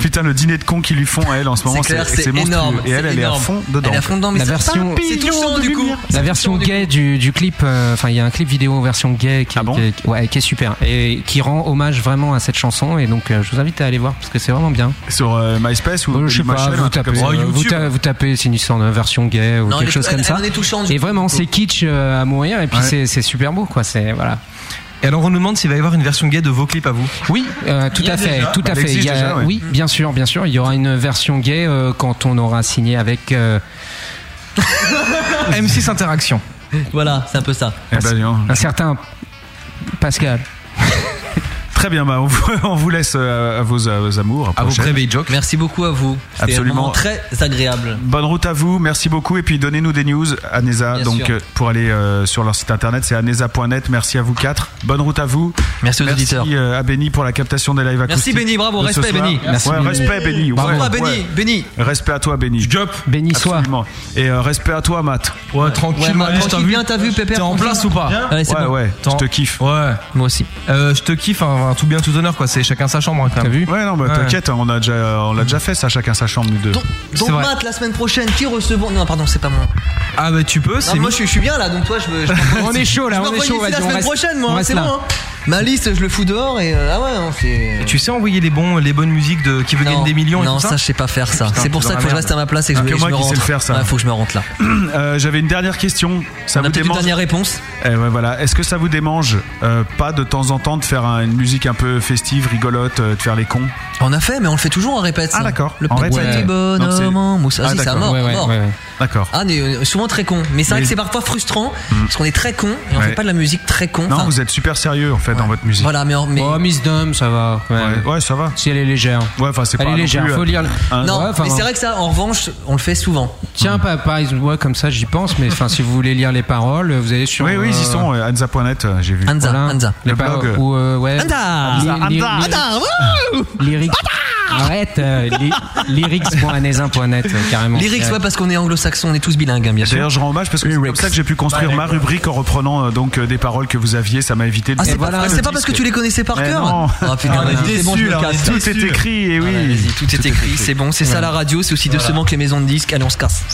[SPEAKER 2] Putain, le dîner de cons qu'ils lui font à elle en ce moment,
[SPEAKER 4] C'est clair, c'est
[SPEAKER 2] monstrueux.
[SPEAKER 4] énorme,
[SPEAKER 2] Et elle,
[SPEAKER 4] c'est
[SPEAKER 2] elle est à
[SPEAKER 4] énorme.
[SPEAKER 2] fond dedans.
[SPEAKER 4] Elle est à fond dedans, mais
[SPEAKER 5] la
[SPEAKER 4] c'est
[SPEAKER 5] version,
[SPEAKER 4] pas un pignon C'est touchant, de du coup. lumière.
[SPEAKER 5] La version gay du, du clip, euh, enfin il y a un clip vidéo en version gay qui, qui- qui- ouais, qui est super et qui rend hommage vraiment à cette chanson et donc euh, je vous invite à aller voir parce que c'est vraiment bien.
[SPEAKER 2] Sur euh, MySpace ou
[SPEAKER 5] Euh, je sais pas,
[SPEAKER 2] Dailymotion, un
[SPEAKER 5] vous
[SPEAKER 2] truc
[SPEAKER 5] tapez,
[SPEAKER 2] comme ça.
[SPEAKER 5] euh,
[SPEAKER 2] Oh,
[SPEAKER 5] vous,
[SPEAKER 2] YouTube.
[SPEAKER 5] ta- vous tapez Sinus en, euh, version gay ou
[SPEAKER 4] Non, elle
[SPEAKER 5] quelque
[SPEAKER 4] est-
[SPEAKER 5] chose
[SPEAKER 4] elle-
[SPEAKER 5] comme ça.
[SPEAKER 4] elle est touchante,
[SPEAKER 5] et vraiment
[SPEAKER 4] du coup.
[SPEAKER 5] c'est kitsch euh, à mourir et puis
[SPEAKER 3] Ouais.
[SPEAKER 5] c'est- c'est super beau quoi. C'est voilà.
[SPEAKER 3] Et alors, on nous demande s'il va y avoir une version gay de vos clips à vous.
[SPEAKER 5] Oui, Euh, tout à fait, tout à fait. Il y a- Oui, bien sûr, bien sûr. Il y aura une version gay euh, quand on aura signé
[SPEAKER 2] [laughs]
[SPEAKER 5] avec euh,
[SPEAKER 3] M6 Interaction.
[SPEAKER 4] Voilà, c'est un peu ça.
[SPEAKER 2] Eh ben, dis donc.
[SPEAKER 5] un certain Pascal.
[SPEAKER 2] Très bien, bah, on, vous, on vous laisse euh, à vos, à vos amours. À, prochaine.
[SPEAKER 4] Merci beaucoup à vous. C'était
[SPEAKER 2] Absolument.
[SPEAKER 4] vraiment très agréable.
[SPEAKER 2] Bonne route à vous, merci beaucoup et puis donnez-nous des news, Anesa.
[SPEAKER 4] Bien
[SPEAKER 2] donc
[SPEAKER 4] sûr.
[SPEAKER 2] euh, pour aller euh, sur leur site internet, c'est anesa.net. Merci à vous quatre. Bonne route à vous.
[SPEAKER 4] Merci
[SPEAKER 2] aux auditeurs. Merci euh, à Benny pour la captation des lives
[SPEAKER 4] Merci
[SPEAKER 2] acoustiques.
[SPEAKER 4] Benny, bravo,
[SPEAKER 2] de
[SPEAKER 4] respect,
[SPEAKER 2] ce soir.
[SPEAKER 4] Benny. Merci,
[SPEAKER 2] Ouais,
[SPEAKER 4] Benny.
[SPEAKER 2] respect Benny.
[SPEAKER 4] Bravo
[SPEAKER 2] ouais,
[SPEAKER 4] à Benny,
[SPEAKER 2] ouais.
[SPEAKER 4] Benny.
[SPEAKER 2] Respect à toi Benny.
[SPEAKER 3] Jop.
[SPEAKER 5] Benny
[SPEAKER 2] soit. Et euh, respect à toi Matt.
[SPEAKER 3] Ouais, tranquille,
[SPEAKER 4] Ouais, Matt,
[SPEAKER 3] Matt, je
[SPEAKER 4] tranquille,
[SPEAKER 3] t'ai
[SPEAKER 4] bien, t'as vu, Pépère,
[SPEAKER 3] T'es en
[SPEAKER 4] tranquille.
[SPEAKER 3] place ou pas
[SPEAKER 4] Bien. Ouais, c'est
[SPEAKER 3] ouais,
[SPEAKER 4] bon.
[SPEAKER 3] ouais,
[SPEAKER 2] je te kiffe.
[SPEAKER 3] Ouais.
[SPEAKER 4] Moi aussi.
[SPEAKER 3] Euh, je te kiffe, hein, tout bien, tout honneur, quoi. C'est chacun sa chambre, hein, quand même.
[SPEAKER 2] Ouais, non, bah,
[SPEAKER 3] Ouais.
[SPEAKER 2] t'inquiète, hein, on a déjà, euh, on l'a déjà fait ça, chacun sa chambre, nous deux.
[SPEAKER 4] Donc Matt, la semaine prochaine, qui recevons Non, pardon, c'est pas moi.
[SPEAKER 3] Ah, bah, tu peux,
[SPEAKER 4] Non, moi je
[SPEAKER 3] [laughs]
[SPEAKER 4] suis, je suis bien là, donc toi je veux. je-
[SPEAKER 5] On est chaud, là,
[SPEAKER 4] je
[SPEAKER 5] on est
[SPEAKER 4] m'envoie
[SPEAKER 5] chaud,
[SPEAKER 4] d'ici
[SPEAKER 5] vas-y,
[SPEAKER 4] La
[SPEAKER 5] on
[SPEAKER 4] semaine
[SPEAKER 5] reste-
[SPEAKER 4] prochaine,
[SPEAKER 5] on
[SPEAKER 4] moi, hein,
[SPEAKER 5] reste
[SPEAKER 4] c'est
[SPEAKER 5] là.
[SPEAKER 4] bon. hein. Ma liste, je le fous dehors et euh, ah ouais, on fait.
[SPEAKER 3] Tu sais envoyer les bons, les bonnes musiques de qui veut gagner des millions et
[SPEAKER 4] non,
[SPEAKER 3] tout ça
[SPEAKER 4] ça, je sais pas faire ça. C'est pour ça qu'il faut que je reste à ma place et que je-
[SPEAKER 2] que
[SPEAKER 4] et je
[SPEAKER 2] moi
[SPEAKER 4] me
[SPEAKER 2] qui sais
[SPEAKER 4] rentre.
[SPEAKER 2] le faire ça.
[SPEAKER 4] Ouais, faut que je me rentre là.
[SPEAKER 2] Euh, J'avais une dernière question. Ça
[SPEAKER 4] On a
[SPEAKER 2] vous
[SPEAKER 4] peut-être une
[SPEAKER 2] démange
[SPEAKER 4] dernière réponse.
[SPEAKER 2] Eh ouais, voilà. Est-ce que ça vous démange euh, pas de temps en temps de faire un- une musique un peu festive, rigolote, euh, de faire les cons
[SPEAKER 4] On a fait, mais on le fait toujours en répète.
[SPEAKER 2] Ah
[SPEAKER 4] ça.
[SPEAKER 2] d'accord.
[SPEAKER 4] Le
[SPEAKER 2] En
[SPEAKER 4] petit
[SPEAKER 2] répète. Ouais. Donc, c'est-
[SPEAKER 4] bonhomme en mousse. Ah,
[SPEAKER 2] Ah,
[SPEAKER 4] si, c'est à
[SPEAKER 2] d'accord.
[SPEAKER 4] mort.
[SPEAKER 2] Ouais, ouais,
[SPEAKER 4] mort.
[SPEAKER 2] ouais, ouais. D'accord.
[SPEAKER 4] Ah, on est euh, souvent très con. Mais c'est vrai
[SPEAKER 2] Mais-
[SPEAKER 4] que c'est parfois frustrant parce qu'on est très con et on
[SPEAKER 2] Ouais.
[SPEAKER 4] fait pas de la musique très con.
[SPEAKER 2] Non,
[SPEAKER 4] Enfin,
[SPEAKER 2] vous êtes super sérieux en fait dans votre musique.
[SPEAKER 4] Voilà, mais, on- mais-
[SPEAKER 5] Oh Miss Dom, ça va. quand même.
[SPEAKER 2] Ouais, ça va.
[SPEAKER 5] Si elle est légère.
[SPEAKER 2] Ouais, enfin c'est
[SPEAKER 5] Elle
[SPEAKER 2] pas
[SPEAKER 5] est
[SPEAKER 2] non
[SPEAKER 5] légère,
[SPEAKER 2] plus, euh,
[SPEAKER 5] faut lire. le-
[SPEAKER 2] un-
[SPEAKER 4] Non,
[SPEAKER 5] Ouais, enfin,
[SPEAKER 4] mais c'est vrai que ça, en revanche, on le fait souvent.
[SPEAKER 5] Tiens, pas par ouais, comme ça, j'y pense, mais enfin, si vous voulez lire les paroles, vous allez sur.
[SPEAKER 2] Oui, oui, ils y
[SPEAKER 5] euh,
[SPEAKER 2] sont. euh, Anza.net, euh, j'ai vu.
[SPEAKER 4] Anza, Anza.
[SPEAKER 5] Les
[SPEAKER 2] Le
[SPEAKER 5] paroles,
[SPEAKER 2] blog.
[SPEAKER 5] ou, euh, ouais.
[SPEAKER 4] Anza,
[SPEAKER 5] Li- li- li- Lyrics. Arrête, euh, li- lyrics.anaisin.net, euh, carrément.
[SPEAKER 4] Lyrics, ouais,
[SPEAKER 5] Ouais.
[SPEAKER 4] parce qu'on est anglo-saxon, on est tous bilingues, hein, bien sûr.
[SPEAKER 2] D'ailleurs, je rends hommage parce que c'est comme ça que j'ai pu construire ma rubrique en reprenant euh, donc euh, des paroles que vous aviez. Ça m'a évité de.
[SPEAKER 4] Ah, c'est
[SPEAKER 2] Et
[SPEAKER 4] pas,
[SPEAKER 2] voilà,
[SPEAKER 4] ah,
[SPEAKER 2] le
[SPEAKER 4] c'est pas parce que
[SPEAKER 2] disque.
[SPEAKER 4] tu les connaissais par
[SPEAKER 2] Mais
[SPEAKER 4] cœur
[SPEAKER 2] non.
[SPEAKER 4] Ah, putain,
[SPEAKER 2] Ah, on est
[SPEAKER 4] c'est bon,
[SPEAKER 2] déçus,
[SPEAKER 4] je me
[SPEAKER 2] là, on
[SPEAKER 4] casse.
[SPEAKER 2] est Tout déçus. est écrit, et oui.
[SPEAKER 4] Voilà, vas-y, tout, est écrit, c'est bon, c'est ça
[SPEAKER 2] Voilà.
[SPEAKER 4] la radio, c'est aussi
[SPEAKER 2] Voilà.
[SPEAKER 4] décevant que les maisons de disques. Allez, on se casse.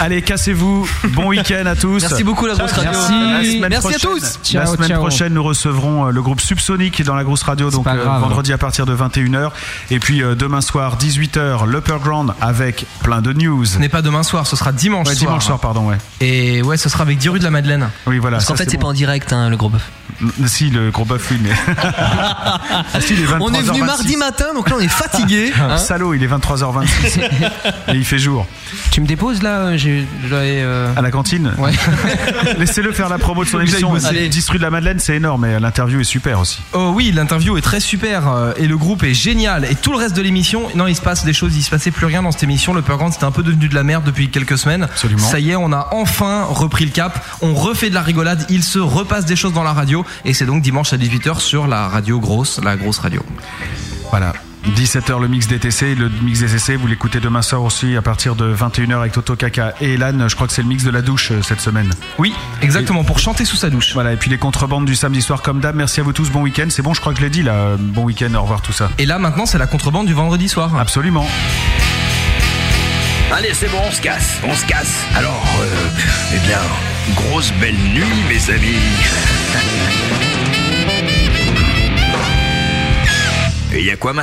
[SPEAKER 2] Allez, cassez-vous.
[SPEAKER 4] [laughs]
[SPEAKER 2] Bon week-end à tous.
[SPEAKER 4] Merci beaucoup, la grosse radio.
[SPEAKER 2] Merci,
[SPEAKER 4] Merci.
[SPEAKER 2] La semaine
[SPEAKER 4] Merci à
[SPEAKER 2] prochaine-
[SPEAKER 4] tous.
[SPEAKER 2] la
[SPEAKER 4] Ciao,
[SPEAKER 2] semaine
[SPEAKER 4] ciao.
[SPEAKER 2] prochaine, nous recevrons euh, le groupe Subsonic dans la grosse radio, donc
[SPEAKER 5] pas
[SPEAKER 2] euh,
[SPEAKER 5] grave.
[SPEAKER 2] vendredi à partir de 21h. Et puis euh, demain soir, 18h, l'Upper Ground avec plein de news.
[SPEAKER 3] Ce n'est pas demain soir, ce sera dimanche
[SPEAKER 2] Ouais,
[SPEAKER 3] soir.
[SPEAKER 2] dimanche soir, pardon, ouais.
[SPEAKER 3] Et ouais, ce sera avec 10 rue de la Madeleine.
[SPEAKER 2] Oui, voilà.
[SPEAKER 4] Parce qu'en fait, c'est pas en direct, hein, le gros bœuf.
[SPEAKER 2] Si, le gros bœuf,
[SPEAKER 4] [laughs]
[SPEAKER 2] oui, mais. Ah, si, il est
[SPEAKER 4] On est venu
[SPEAKER 2] 23h26.
[SPEAKER 4] mardi matin, donc là, on est
[SPEAKER 2] [laughs]
[SPEAKER 4] fatigué. hein.
[SPEAKER 2] Salaud, il est
[SPEAKER 4] [laughs]
[SPEAKER 2] 23h26 et il fait jour.
[SPEAKER 5] Tu me déposes là j'ai- je dois aller, euh,
[SPEAKER 2] À la cantine
[SPEAKER 5] Ouais.
[SPEAKER 2] [laughs] Laissez-le faire la promo de son
[SPEAKER 3] Faut que j'aille
[SPEAKER 2] émission.
[SPEAKER 3] bosser.
[SPEAKER 2] Allez. 10 rue de la Madeleine, c'est énorme et l'interview est super aussi.
[SPEAKER 3] Oh oui, l'interview est très super euh, et le groupe est génial et tout le reste de l'émission. Non, il se passe des choses, il se passait plus rien dans cette émission. Le Peur Grand c'était un peu devenu de la merde depuis quelques semaines.
[SPEAKER 2] Absolument.
[SPEAKER 3] Ça y est, on a enfin repris le cap. On refait de la rigolade. Il se repasse des choses dans la radio et c'est donc dimanche à 18h sur la radio grosse, la grosse radio.
[SPEAKER 2] Voilà. 17h le mix DTC, le mix DTC, vous l'écoutez demain soir aussi à partir de 21h avec Toto Kaka et Elan, je crois que c'est le mix de la douche euh, cette semaine.
[SPEAKER 3] Oui, exactement, pour chanter sous sa douche.
[SPEAKER 2] Voilà, et puis les contrebandes du samedi soir comme d'hab, merci à vous tous, bon week-end, c'est bon je crois que je l'ai dit là, euh, bon week-end, au revoir tout ça.
[SPEAKER 3] Et là maintenant c'est la contrebande du vendredi soir.
[SPEAKER 2] Absolument.
[SPEAKER 7] Allez, c'est bon, on se casse, on se casse. Alors, euh, eh bien, grosse belle nuit, mes amis. Et il y a quoi maintenant